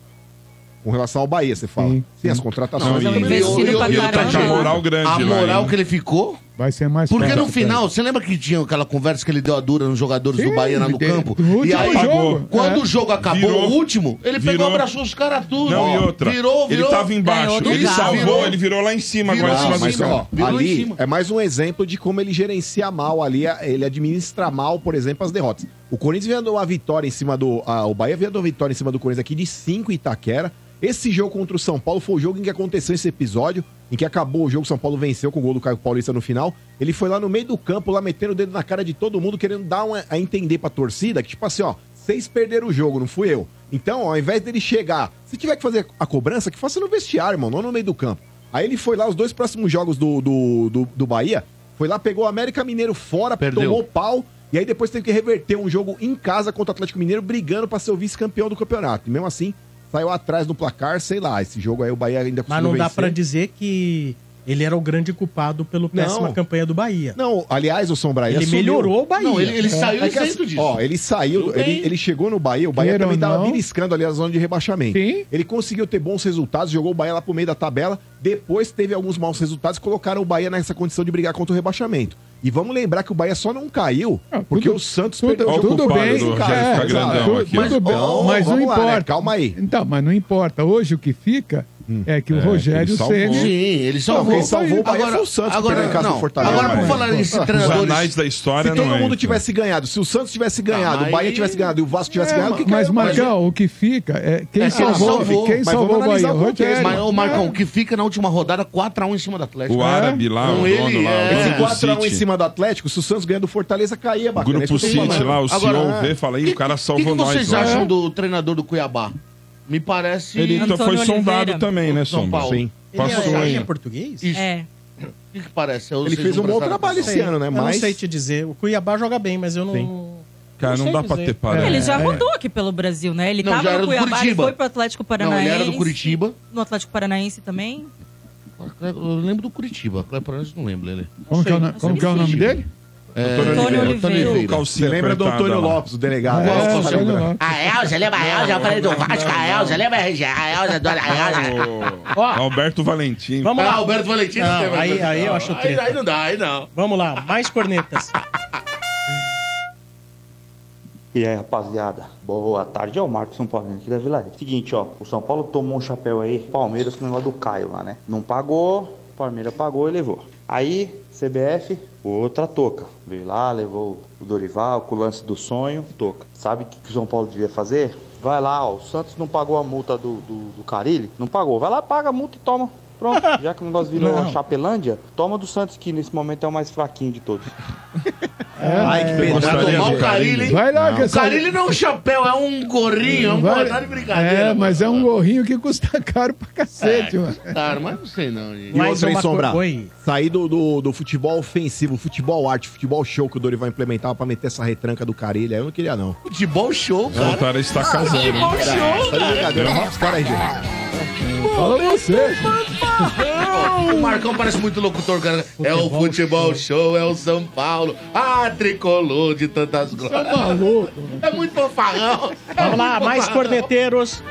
S7: Com relação ao Bahia, você fala. Sim, as contratações.
S5: Não, e-
S7: também.
S5: Investido
S4: E- e-
S5: pra
S4: e ele tá
S5: caramba.
S4: de
S5: moral grande
S4: A
S5: lá,
S4: moral
S5: hein?
S4: que ele ficou.
S6: Vai ser mais
S4: Porque
S6: fácil.
S4: no final, você lembra que tinha aquela conversa que ele deu a dura nos jogadores
S6: Sim,
S4: do Bahia lá no
S6: de-
S4: campo?
S6: do
S4: E
S6: último
S4: aí,
S6: jogo,
S4: quando
S6: é.
S4: o jogo acabou,
S5: Virou.
S4: o último, ele pegou
S5: Virou.
S4: e abraçou os caras tudo.
S5: Não,
S4: ó.
S5: e outra.
S4: Virou, virou.
S5: Ele tava embaixo.
S4: Ganhou
S5: ele
S4: do
S5: salvou,
S4: É, Galo. Virou.
S5: ele virou lá em cima,
S4: Virou
S5: agora
S4: lá
S5: em
S4: em
S5: cima,
S7: mas,
S5: assim,
S7: ó,
S5: ó.
S4: Virou em
S7: ali
S4: cima.
S7: é mais um exemplo de como ele gerencia mal ali, a- ele administra mal, por exemplo, as derrotas. O Corinthians vinha de uma vitória em cima do. a- o Bahia vinha de uma vitória em cima do Corinthians aqui de 5 Itaquera. Esse jogo contra o São Paulo foi o jogo em que aconteceu esse episódio, em que acabou o jogo, o São Paulo venceu com o gol do Caio Paulista no final. Ele foi lá no meio do campo, lá metendo o dedo na cara de todo mundo, querendo dar uma, a entender pra torcida que, tipo assim, ó, vocês perderam o jogo, não fui eu. Então, ó, ao invés dele chegar, se tiver que fazer a cobrança, que faça no vestiário, mano, não no meio do campo. Aí ele foi lá, os dois próximos jogos do, do, do, do Bahia, foi lá, pegou o América Mineiro fora,
S4: Perdeu.
S7: tomou pau, e aí depois teve que reverter um jogo em casa contra o Atlético Mineiro, brigando pra ser o vice-campeão do campeonato. E mesmo assim, saiu atrás no placar, sei lá, esse jogo aí o Bahia ainda
S1: Mas não dá pra dizer que ele era o grande culpado pela péssima
S7: Não.
S1: campanha do Bahia.
S7: Não, aliás, o Sombra,
S1: Ele melhorou o Bahia. Não, ele- ele saiu
S7: que
S1: isento
S7: assim,
S1: disso.
S7: Ó, ele saiu,
S1: Tudo
S7: ele,
S1: bem.
S7: ele chegou no Bahia, o Bahia
S6: Queira
S7: também
S6: ou
S7: tava
S6: não.
S7: beliscando ali a zona de rebaixamento.
S6: Sim.
S7: Ele conseguiu ter bons resultados, jogou o Bahia lá pro meio da tabela, depois teve alguns maus resultados, colocaram o Bahia nessa condição de brigar contra o rebaixamento. E vamos lembrar que o Bahia só não caiu porque
S6: Ah, tudo-
S7: o Santos
S6: tudo-
S7: perdeu o jogo
S6: tudo
S7: pro
S6: bem,
S7: Santos,
S6: cara,
S7: cara.
S6: fica
S7: Exato.
S5: grandão aqui,
S7: Mas,
S6: Tudo bem,
S7: bom,
S6: mas não
S7: vamos lá,
S6: importa.
S7: né? Calma aí.
S6: Então, mas não importa. Hoje o que fica é que o
S5: É,
S6: Rogério
S5: ele salvou.
S6: Ceni.
S4: Sim, ele
S7: Não,
S4: salvou.
S7: quem salvou o Bahia
S4: agora,
S7: foi o Santos, que
S4: agora,
S7: perdeu em casa
S4: não.
S7: do Fortaleza.
S4: Agora, por
S7: Mas-
S4: falar
S7: Os
S4: nesses
S5: Os
S4: treinadores...
S5: anais da
S7: Se
S5: história
S7: todo
S5: não é
S7: mundo
S5: entram.
S7: tivesse ganhado, se o Santos tivesse ganhado,
S1: Ah,
S4: mas
S7: o Bahia
S4: aí-
S7: tivesse ganhado e o Vasco tivesse
S6: É,
S7: ganhado, quem
S6: mas,
S7: caiu?
S6: Marcão, o que fica é quem
S4: É,
S6: salvou,
S4: quem salvou.
S6: quem
S7: Mas
S6: salvou
S7: vamos
S6: o Bahia.
S7: analisar um
S6: O
S7: o contexto,
S6: Rogério.
S4: Mas, ô,
S7: É.
S4: Marcão, o que fica na última rodada 4x1 em cima do Atlético.
S5: O árabe lá,
S4: Com
S5: o
S4: ele,
S5: dono lá,
S4: é.
S5: o
S7: Esse
S5: dono do
S7: 4x1 em
S5: City.
S7: cima do Atlético, se o Santos ganha do Fortaleza, caía, bacana. é isso que
S5: Grupo
S7: eu tô
S5: City
S7: falando.
S5: lá, o
S4: né? Agora,
S5: CEO vê, fala aí, o cara
S4: O que, que
S5: salvou nós.
S4: vocês
S5: lá.
S4: acham do treinador do Cuiabá? Me parece.
S5: Ele então foi sondado também, né,
S4: São
S5: Sombra?
S4: Paulo.
S5: Sim. Passou
S1: é,
S5: aí.
S1: é português?
S4: Isso. O que, que parece? Eu-
S1: Ele
S4: vocês
S1: fez um
S4: não
S1: bom
S4: prestaram
S1: trabalho
S4: atenção.
S1: esse ano, né? Mas... te dizer. O Cuiabá joga bem, mas eu não.
S5: Cara, não
S1: sei
S5: dá pra
S1: dizer.
S5: ter parado.
S3: Ele já
S5: É.
S3: rodou aqui pelo Brasil, né? Ele
S5: Não, já
S3: tava
S5: era
S3: no
S5: do
S3: Cuiabá, ele
S5: Curitiba.
S3: foi pro Atlético Paranaense.
S4: Não, ele era do Curitiba.
S3: No Atlético Paranaense também.
S4: Eu lembro do Curitiba. Cleber Paranaense não lembro, ele.
S6: Como que é o na- como que é o nome dele?
S4: É,
S6: Antônio Oliveira.
S7: Você lembra do Antônio Lopes, o delegado?
S4: É,
S7: É,
S4: Antônio
S7: lembra?
S15: A Elza, lembra a
S4: é,
S15: Elza? Eu falei do Vasco, a Elza, lembra a RG? A Elza, dona Elza.
S5: Alberto Valentim.
S1: Vamos lá.
S4: Ah, Alberto Valentim.
S1: Não,
S4: você lembra?
S1: aí- aí eu
S4: Não,
S1: acho
S4: aí,
S1: treta.
S4: aí não dá, aí não.
S1: Vamos lá, mais cornetas.
S16: E aí, rapaziada, boa tarde. É o Marcos São Paulo aqui da Vila Rica. Seguinte, ó, o São Paulo tomou um chapéu aí, Palmeiras com o negócio do Caio lá, né? Não pagou, Palmeiras pagou e levou. Aí, CBF, outra toca. Veio lá, levou o Dorival com o lance do sonho, toca. Sabe o que que o São Paulo devia fazer? Vai lá, ó, o Santos não pagou a multa do, do, do Carilli, não pagou. Vai lá, paga a multa e toma. Pronto, já que o negócio virou
S1: Não.
S16: a Chapelândia, toma do Santos, que nesse momento é o mais fraquinho de todos.
S4: Ai, que pedrada. Tomar o Carilho, hein?
S6: Vai lá,
S4: não.
S6: que
S4: O
S6: essa-
S4: Carilho não é um chapéu, é um gorrinho, é um
S6: Vai-
S4: botar de brincadeira.
S6: É, mas é um gorrinho que custa caro pra cacete, mano.
S4: Cara, tá, mas não sei não, gente. é
S7: E outra, hein, Sombra?
S1: Oi.
S7: Sair do, do, do futebol ofensivo, futebol arte, futebol show que o Dorival implementava pra meter essa retranca do Carilho, aí eu não queria, não.
S4: Futebol show, Ah,
S5: cara. Voltaram a estar casando. Futebol show,
S7: Tá de brincadeira,
S5: cara.
S7: né? Os caras aí, gente.
S6: Fala você.
S4: O Marcão parece muito locutor, cara. é o futebol show, é o São Paulo. Ah, tricolor de tantas glórias.
S6: Tá maluco.
S4: É muito fofarrão. É
S1: Vamos lá,
S4: muito
S1: mais
S4: fofarrão.
S1: corneteiros.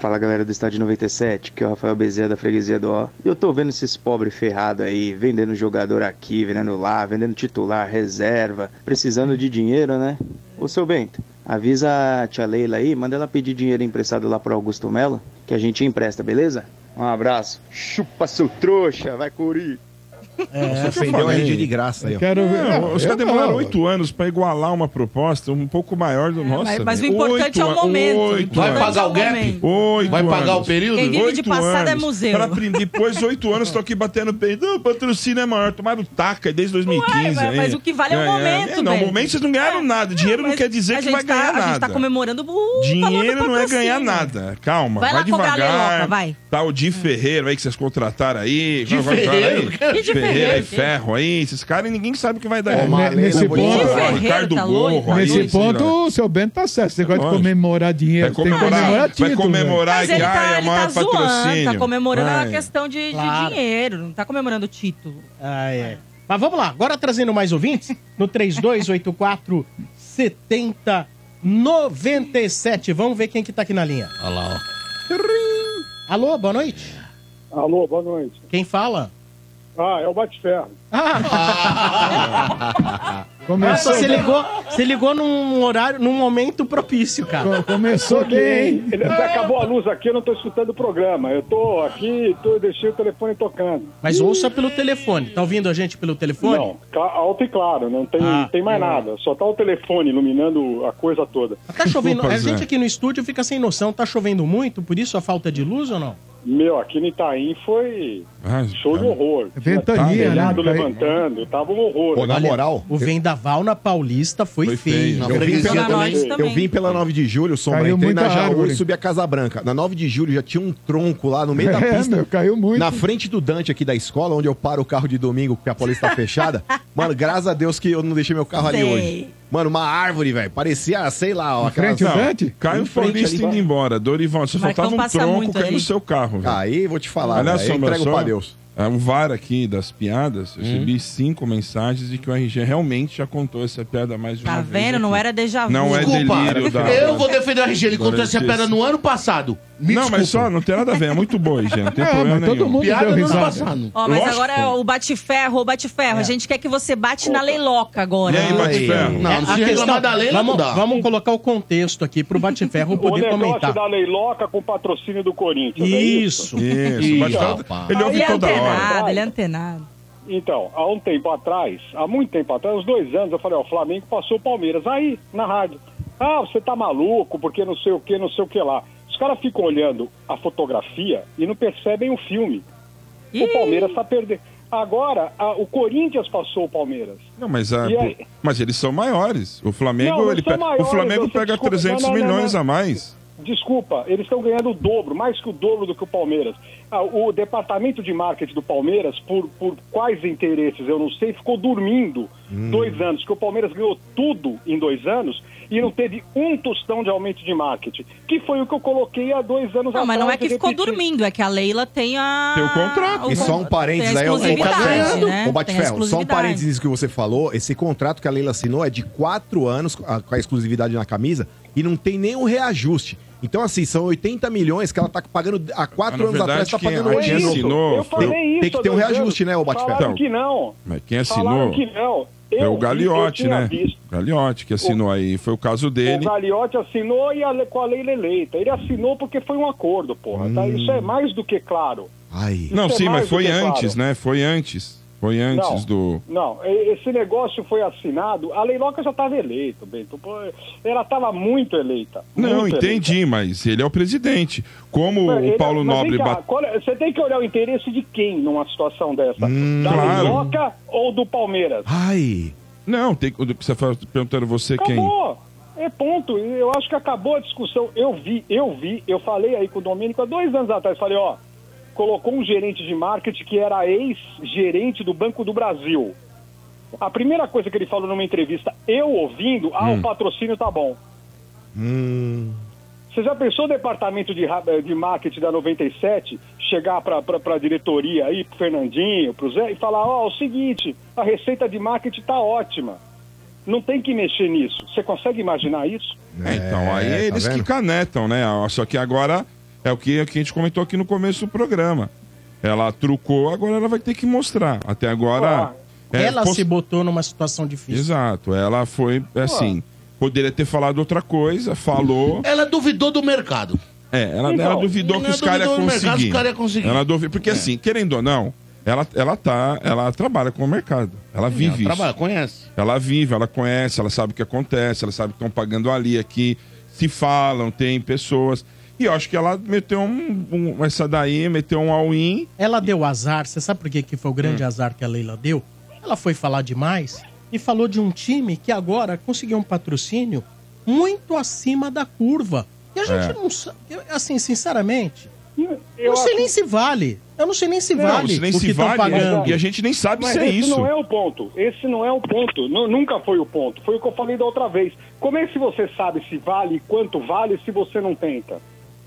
S16: Fala galera do Estádio 97, que é o Rafael Bezerra da Freguesia do O. E eu tô vendo esses pobres ferrados aí, vendendo jogador aqui, vendendo lá, vendendo titular, reserva, precisando de dinheiro, né? Ô seu Bento, avisa a tia Leila aí, manda ela pedir dinheiro emprestado lá pro Augusto Melo, que a gente empresta, beleza? Um abraço, chupa seu trouxa, vai Curi.
S1: É,
S7: Nossa, ofendeu a RG de graça aí, ó.
S6: Quero ver.
S5: Não,
S6: Não,
S5: os
S6: eu
S5: caras demoraram
S6: não.
S5: oito anos pra igualar uma proposta um pouco maior do nosso. né?
S3: mas- mas o importante é o momento. O
S5: Oito
S3: importante
S5: anos.
S3: Vai pagar é o o gap? momento.
S5: Oito
S4: Vai pagar
S5: anos.
S4: o período?
S3: Quem vive de
S5: Oito
S3: passada é
S5: anos.
S3: museu.
S5: Pra prim- depois de oito anos, tô aqui batendo peito. O patrocínio é maior. Tomaram taca desde 2015.
S3: Ué,
S5: aí.
S3: é, mas o que vale é o momento,
S5: Não,
S3: velho. É.
S5: o momento vocês não ganharam nada. Dinheiro não
S3: Mas
S5: quer
S3: a
S5: dizer que
S3: gente
S5: vai
S3: tá-
S5: ganhar
S3: A
S5: nada.
S3: gente tá comemorando o valor do
S5: Dinheiro não é
S3: patrocínio.
S5: ganhar nada.
S3: né?
S5: Calma,
S3: Vai
S5: vai,
S3: lá cobrar a
S5: devagar.
S3: leloca, vai.
S5: Tá o Di Ferreira aí que vocês contrataram aí.
S4: Di
S5: Vai- vai- vai-
S4: Ferreira?
S5: aí.
S4: Que Di
S5: Ferreira aí,
S4: Ferreira?
S5: Ferro aí. Esses caras ninguém sabe o que vai dar.
S6: É,
S5: errado.
S6: Malena, nesse
S5: Bonito,
S6: ponto- Di Ferreiro,
S5: Ricardo
S3: tá
S5: Gorro aí,
S6: Nesse
S5: sei
S6: ponto,
S5: lá.
S6: o seu Bento tá certo. Você gosta de
S5: Lógico.
S6: comemorar dinheiro.
S5: Vai comemorar,
S6: tem que comemorar
S5: vai
S6: título.
S5: comemorar
S3: Mas
S5: Ai,
S3: ele
S5: ai,
S3: tá,
S5: é o
S3: ele
S5: maior
S3: tá zoando,
S5: patrocínio. É.
S3: tá comemorando
S5: Vai.
S3: a questão de, de
S1: Claro.
S3: dinheiro, não tá comemorando o título.
S1: Ah, é. Mas vamos lá, agora trazendo mais ouvintes no 3284 7097. Vamos ver quem que tá aqui na linha.
S4: Olha lá, ó.
S1: Alô, boa noite.
S17: Alô, boa noite.
S1: Quem fala?
S17: Ah, é o Bate-Ferro.
S1: Nossa,
S6: Começou,
S1: você ligou, você ligou num horário, num momento propício, cara.
S6: co- começou bem, hein?
S17: Ele até acabou a luz aqui, eu não tô escutando o programa. Eu tô aqui, tô, eu deixei o telefone tocando.
S1: Mas ouça pelo telefone. Tá ouvindo a gente pelo telefone?
S17: Não, cla- alto e claro, não tem,
S1: Ah,
S17: não tem mais
S1: legal.
S17: nada. Só tá o telefone iluminando a coisa toda.
S1: Tá chovendo.
S17: Desculpa,
S1: a gente
S17: Zé.
S1: aqui no estúdio fica sem noção. Tá chovendo muito, por isso a falta de luz ou não?
S17: Meu, aqui no Itaim foi show de horror.
S1: É Ventania,
S17: Tinha telhado
S1: né?
S17: levantando, tava um horror. Olha,
S1: O vendaval na Paulista foi, feio.
S7: Eu vim, pela, eu vim pela 9 de julho, sombra,
S6: Caiu
S7: entrei na
S6: muita
S7: Jaú
S6: árvore.
S7: e subi a Casa Branca. Na 9 de julho já tinha um tronco lá no meio da
S6: É,
S7: pista.
S6: meu, caiu muito.
S7: Na frente do Dante aqui da escola, onde eu paro o carro de domingo, porque a Paulista tá fechada. Mano, graças a Deus que eu não deixei meu carro ali
S3: Sei.
S7: hoje. Mano, uma árvore, velho. Parecia, sei lá, ó. aquelas-
S5: Não,
S7: Em
S5: Caio
S7: frente
S5: Paulista
S7: ali.
S5: indo embora. Dorival, só
S7: Marcão
S5: faltava um
S7: passa
S5: tronco
S7: muito
S5: cair no
S7: ali.
S5: seu carro. velho.
S7: Aí, vou te falar,
S5: Olha
S7: velho,
S5: é só,
S7: eu entrego
S5: só,
S7: pra Deus.
S5: É um VAR aqui das piadas. Eu recebi cinco mensagens de que o RG realmente já contou essa piada mais de uma
S3: Tá
S5: vez.
S3: vendo? Não
S5: aqui.
S3: era déjà vu.
S5: Não é delírio da-
S4: Eu vou defender o RG, ele contou essa pedra no ano passado. Me
S5: não, mas
S4: desculpa.
S5: só, não tem nada a ver. É muito boa, gente. Não tem
S4: É,
S5: problema
S4: mas todo
S5: nenhum. é
S4: mundo Piada deu no ano risada. passado.
S3: Ó, mas
S5: Lógico.
S3: agora é o bate-ferro, o bate-ferro. A gente quer que você bate na leiloca agora.
S5: E aí, Bate-Ferro?
S4: Não,
S1: A
S4: se reclamar
S1: questão-
S4: da lei,
S1: vamos,
S4: não dá.
S1: vamos colocar o contexto aqui pro Bate-Ferro
S17: o
S1: poder
S17: negócio
S1: comentar.
S17: da leiloca com patrocínio do Corinthians. é
S1: Isso.
S5: Isso, mas
S17: Então,
S5: tá- ele ouve
S3: ele é
S5: toda hora.
S3: antenado, ele é antenado.
S17: Então, há um tempo atrás, há muito tempo atrás, uns dois anos, eu falei, ó, o Flamengo passou o Palmeiras aí, na rádio. Ah, você tá maluco, porque não sei o que, não sei o que lá. Os caras ficam olhando a fotografia e não percebem o filme. O Palmeiras tá perdendo. Agora, a- o Corinthians passou o Palmeiras.
S5: Não, mas, a-
S17: E aí?
S5: mas eles são maiores. O Flamengo,
S17: Não,
S5: ele
S17: eles são
S5: pe- o
S17: maiores,
S5: Flamengo
S17: você
S5: pega
S17: desculpa.
S5: 300
S17: Não, não, não,
S5: milhões
S17: não.
S5: a mais.
S17: Desculpa, eles estão ganhando o dobro, mais que o dobro do que o Palmeiras. Ah, o departamento de marketing do Palmeiras, por, por quais interesses eu não sei, ficou dormindo
S18: Hum.
S17: dois anos, que o Palmeiras ganhou tudo em dois anos e não teve um tostão de aumento de marketing, que foi o que eu coloquei há dois anos
S3: Não, mas não é
S17: atrás
S3: que
S17: e
S3: ficou
S17: repeti.
S3: dormindo, é que a Leila tem a.
S7: Tem o
S3: Ah, o
S7: contrato. E só um
S3: con-
S7: parênteses
S3: tem a
S7: aí, ó, ele tá
S3: exclusividade,
S7: ganhando.
S3: né?
S7: Ô, Bate-Ferro,
S3: Tem a
S7: só um
S3: exclusividade.
S7: parênteses nisso que você falou. Esse contrato que a Leila assinou é de quatro anos a- com a exclusividade na camisa e não tem nenhum reajuste. Então, assim, são 80 milhões que ela tá pagando há quatro
S5: Mas,
S7: anos
S5: na verdade,
S7: atrás, tá
S5: quem-
S7: pagando
S5: quem
S7: 80.
S5: assinou- Eu falei
S7: Tem- Tem
S17: isso há
S7: que ter um
S17: dois
S7: reajuste,
S17: anos.
S7: né, ô Bate-Ferro?
S17: Falaram que não.
S5: Mas quem
S17: Falaram
S5: assinou
S17: que não.
S5: é o
S17: Eu vi, eu
S5: Gagliotti,
S17: tinha
S5: né?
S17: visto. É,
S5: Gagliotti que assinou aí. Foi o caso
S17: O
S5: dele.
S17: Gagliotti assinou e a, le- com a Leila eleita. Ele assinou porque foi um acordo, porra. tá?
S5: Hum.
S17: Isso é mais do que claro.
S5: Não,
S17: Isso é
S5: sim,
S17: mais
S5: mas
S17: do
S5: foi
S17: que
S5: antes,
S17: claro.
S5: né? Foi antes. Foi antes do.
S17: Não, e- esse negócio foi assinado. A Leiloca já estava eleita, Bento. Pô, Ela estava muito eleita.
S5: Não,
S17: muito eleita.
S5: entendi, mas ele é o presidente. Como
S17: Ele- é assim,
S5: o Paulo
S17: mas vem
S5: Nobre
S17: cá,
S5: bateu.
S17: qual é- Você tem que olhar o interesse de quem numa situação dessa? da
S5: Hum, claro.
S17: Leiloca ou do Palmeiras?
S7: Ai.
S5: Não, tem que- você fala- perguntando você
S1: Tá
S5: quem.
S17: Acabou. É ponto. Eu acho que acabou a discussão. Eu vi, eu vi, eu falei aí com o Domênico há dois anos atrás. Falei, ó, colocou um gerente de marketing que era ex-gerente do Banco do Brasil. A primeira coisa que ele falou numa entrevista, eu ouvindo, ah,
S7: Hum.
S17: o patrocínio tá bom.
S7: Hum.
S17: Você já pensou o departamento de, ra- de marketing da 97 chegar para a diretoria aí, pro Fernandinho, pro Zé, e falar, ó, é o seguinte, a receita de marketing tá ótima. Não tem que mexer nisso. Você consegue imaginar isso?
S5: É, então, aí
S17: tá
S5: eles que canetam, né? Só que agora é o que, é o que a gente comentou aqui no começo do programa. Ela trucou, agora ela vai ter que mostrar. Até agora. é,
S1: Ela
S5: pos-
S1: se botou numa situação difícil.
S5: Exato, ela foi assim. Poderia ter falado outra coisa, falou.
S4: Ela duvidou do mercado.
S5: É, ela,
S4: Então,
S5: ela duvidou que
S4: ela
S5: os caras iam
S4: duvidou do mercado,
S5: conseguir.
S4: os caras É. iam conseguir.
S5: Ela duvi- Porque assim, querendo ou não, ela, ela tá. Ela trabalha com o mercado. Ela vive isso.
S4: trabalha, conhece.
S5: Ela vive, ela conhece, ela sabe o que acontece, ela sabe que estão pagando ali, aqui, se falam, tem pessoas. E eu acho que ela meteu um, um- essa daí, meteu um all-in. Hum.
S1: Ela deu azar, você sabe por que, que foi o grande azar que a Leila deu? Ela foi falar demais e falou de um time que agora conseguiu um patrocínio muito acima da curva. E a gente
S5: É.
S1: não sabe, eu- assim, sinceramente,
S17: eu
S1: não sei
S17: acho-
S1: nem se vale. Eu não sei nem se
S5: Não,
S1: vale
S5: se nem
S1: o
S5: se
S1: que estão
S5: vale,
S1: pagando.
S5: e a gente nem sabe
S17: Mas
S5: se é
S17: esse
S5: isso.
S17: não é o ponto. Esse não é o ponto. Nu- nunca foi o ponto. Foi o que eu falei da outra vez. Como é que você sabe se vale e quanto vale se você não tenta?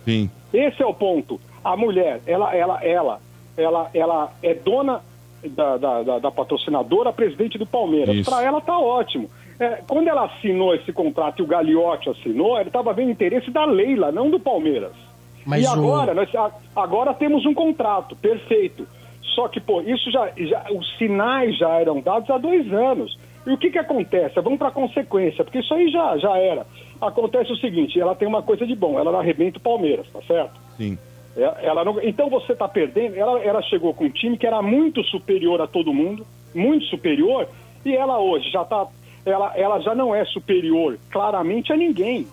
S5: Sim.
S17: Esse é o ponto. A mulher, ela, ela, ela, ela, ela é dona da, da, da- da patrocinadora, presidente do Palmeiras.
S19: Isso.
S17: Para ela tá ótimo. É, quando ela assinou esse contrato e o Gagliotti assinou, ele estava vendo interesse da Leila, não do Palmeiras.
S1: Mas
S17: e
S1: o-
S17: agora, nós, a- agora temos um contrato, perfeito. Só que, pô, isso já, já- Os sinais já eram dados há dois anos. E o que, que acontece? Vamos para a consequência, porque isso aí já, já era. Acontece o seguinte: ela tem uma coisa de bom, ela não arrebenta o Palmeiras, tá certo?
S5: Sim.
S17: É, Ela não- então você está perdendo. Ela, ela chegou com um time que era muito superior a todo mundo, muito superior, e ela hoje já tá. Ela, ela já não é superior claramente a ninguém.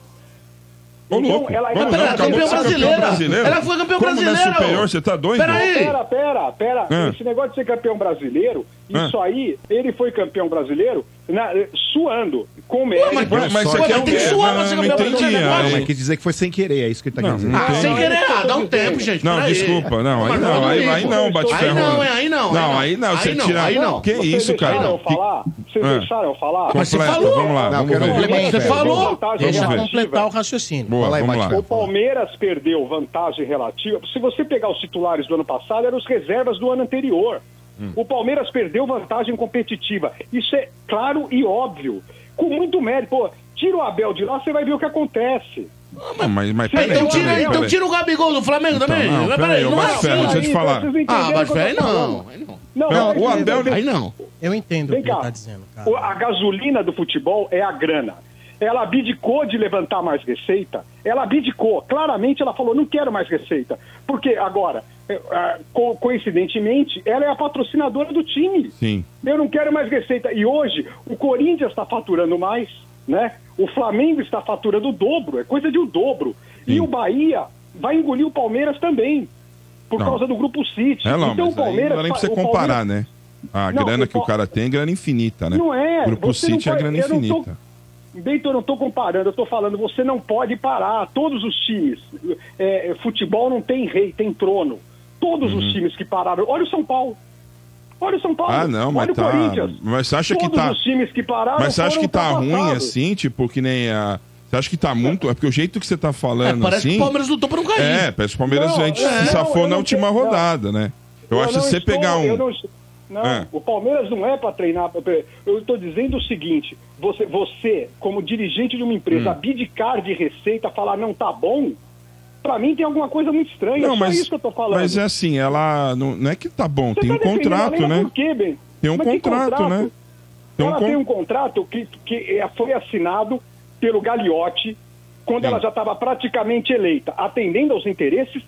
S5: Ô, louco, como não? Acabou de ser campeã brasileira. Como não é superior? Você tá doido?
S17: Peraí. Pera, pera, pera.
S5: Ah.
S17: Esse negócio de ser campeão brasileiro,
S5: Ah.
S17: isso aí, ele foi campeão brasileiro na- suando, com mérito.
S5: mas- mas isso aqui é um- mas- mas entendi,
S7: Não,
S5: aí-
S7: mas quis dizer que foi sem querer, é isso que ele tá
S5: Não,
S7: querendo dizer.
S5: não Ah, tem- sem
S4: querer, ah, dá um tempo, gente.
S5: Não,
S4: peraí.
S5: desculpa, não, aí
S4: Mas
S5: não,
S4: dá um
S5: aí-
S4: tempo.
S5: aí não, Bate-Ferro.
S4: Aí não, é, aí não.
S5: Não, aí não, você tira-
S4: Aí não.
S5: Que
S17: Vocês
S5: isso, cara?
S17: deixaram eu
S5: Que-
S17: falar? Vocês
S5: Ah.
S17: deixaram eu falar?
S5: Mas você Completa, falou. vamos lá,
S1: Não,
S5: vamos
S1: quero
S5: ver.
S1: ver,
S5: Você
S1: Bate-Ferro.
S5: falou.
S1: Vamos
S17: Deixa eu
S1: ver.
S17: completar
S1: o raciocínio.
S5: Boa, Fala aí, vamos lá.
S17: O Palmeiras perdeu vantagem relativa. Se você pegar os titulares do ano passado, eram os reservas do ano anterior.
S5: Hum.
S17: O Palmeiras perdeu vantagem competitiva. Isso é claro e óbvio. Com muito mérito. Pô, tira o Abel de lá, você vai ver o que acontece.
S5: Não, mas, mas
S4: Então,
S5: peraí,
S4: tira,
S5: peraí,
S4: então
S5: peraí.
S4: tira o Gabigol do Flamengo
S5: Então,
S4: também.
S5: não,
S4: Peraí,
S5: peraí, ô,
S4: não é
S5: Bate-Ferro,
S4: assim.
S5: deixa eu te falar.
S4: Ah, mas peraí, não.
S17: Não,
S5: Não,
S17: mas-
S5: o Abel-
S1: Aí
S4: não.
S1: Eu entendo o
S17: Vem
S1: que ele
S17: cá.
S1: tá dizendo, cara.
S17: O- a gasolina do futebol é a grana. Ela abdicou de levantar mais receita. Ela abdicou. Claramente ela falou, não quero mais receita. Porque agora, é, ah, co- coincidentemente, ela é a patrocinadora do time.
S5: Sim.
S17: Eu não quero mais receita. E hoje, o Corinthians está faturando mais, né? O Flamengo está faturando o dobro, é coisa de o dobro. E o Bahia vai engolir o Palmeiras também, por
S5: Não.
S17: causa do Grupo City.
S5: É, não,
S17: então
S5: mas
S17: o
S5: aí não
S17: Palmeiras...
S5: dá nem pra você
S17: o Palmeiras-
S5: comparar, né? A
S17: Não,
S5: grana
S17: o
S5: que o
S17: Pal-
S5: cara tem é grana infinita, né?
S17: Não é,
S5: Grupo
S17: você não
S5: City é
S17: pode-
S5: grana
S17: eu não tô-
S5: infinita.
S17: Bento, eu não estou comparando, eu estou falando, você não pode parar. Todos os times. É, futebol não tem rei, tem trono. Todos os times que pararam. Olha o São Paulo. Olha o São Paulo.
S5: Uhum. Ah, não, mas
S17: olha o
S5: tá.
S17: Corinthians.
S5: Mas você acha que
S17: Todos
S5: tá.
S17: os times que pararam
S5: Mas você acha
S17: foram
S5: que tá ruim
S17: ultrapassados.
S5: assim, tipo, que nem a. Você acha que tá muito. É porque o jeito que você tá falando.
S17: É, parece
S5: assim,
S17: que o Palmeiras lutou pra não cair.
S5: É, parece que o Palmeiras
S17: Não,
S5: a gente
S17: é.
S5: se
S17: Não,
S5: safou
S17: eu
S5: na
S17: não
S5: última
S17: sei, não.
S5: rodada, né? Eu, acho que
S17: não
S5: se você
S17: estou-
S5: pegar um.
S17: eu não estou- não,
S5: É.
S17: o Palmeiras não é para treinar. pra- pra- Eu estou dizendo o seguinte: você, você, como dirigente de uma
S5: Hum.
S17: empresa, abdicar de receita, falar não tá bom, para mim tem alguma coisa muito estranha. é só isso que eu tô falando.
S5: mas é assim, ela. Não, não é que tá bom, tem um
S17: defendendo a
S5: contrato,
S17: lei, mas
S5: né?
S17: por quê, Ben?
S5: Tem um
S17: Mas que
S5: contrato, né? Tem um
S17: ela
S5: con-
S17: tem um contrato que, que é, foi assinado pelo Gagliotti quando ela já estava praticamente eleita, atendendo aos interesses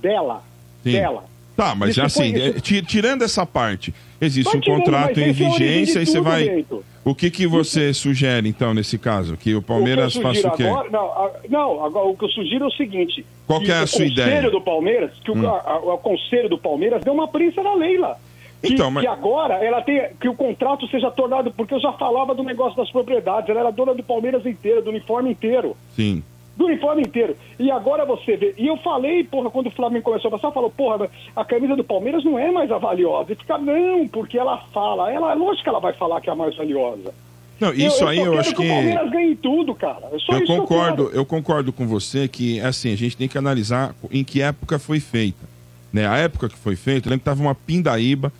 S17: dela.
S5: Sim.
S17: Dela.
S5: Tá, mas
S17: Isso
S5: já assim,
S17: foi-
S5: é, ti- tirando essa parte, existe
S17: Vai
S5: um
S17: tirando,
S5: contrato
S17: mas
S5: em
S17: esse é a origem de
S5: vigência e você
S17: tudo,
S5: vai.
S17: Bento.
S5: O que, que você sugere, então, nesse caso? Que o Palmeiras
S17: que eu
S5: faça
S17: sugiro
S5: o quê?
S17: Agora, não, a- não, agora o que eu sugiro é o seguinte.
S5: Qual que é a
S17: o
S5: sua ideia?
S17: conselho do Palmeiras, que o,
S5: Hum.
S17: a- a- o conselho do Palmeiras deu uma prensa na Leila. Que,
S5: Então, mas-
S17: que agora ela tem que o contrato seja tornado, porque eu já falava do negócio das propriedades, ela era dona do Palmeiras inteiro, do uniforme inteiro.
S5: Sim.
S17: Do uniforme inteiro. E agora você vê. E eu falei, porra, quando o Flamengo começou a passar, falou, porra, a camisa do Palmeiras não é mais a valiosa. E fica, não, porque ela fala. Ela, lógico que ela vai falar que é a mais valiosa.
S5: Não, isso
S17: eu,
S5: aí
S17: só
S5: eu
S17: quero
S5: acho
S17: o
S5: que-
S17: Palmeiras ganhe tudo, cara. É só
S5: eu
S17: isso que
S5: concordo,
S17: quero.
S5: eu concordo com você que assim, a gente tem que analisar em que época foi feita. Né? A época que foi feita, eu lembro que tava uma pindaíba.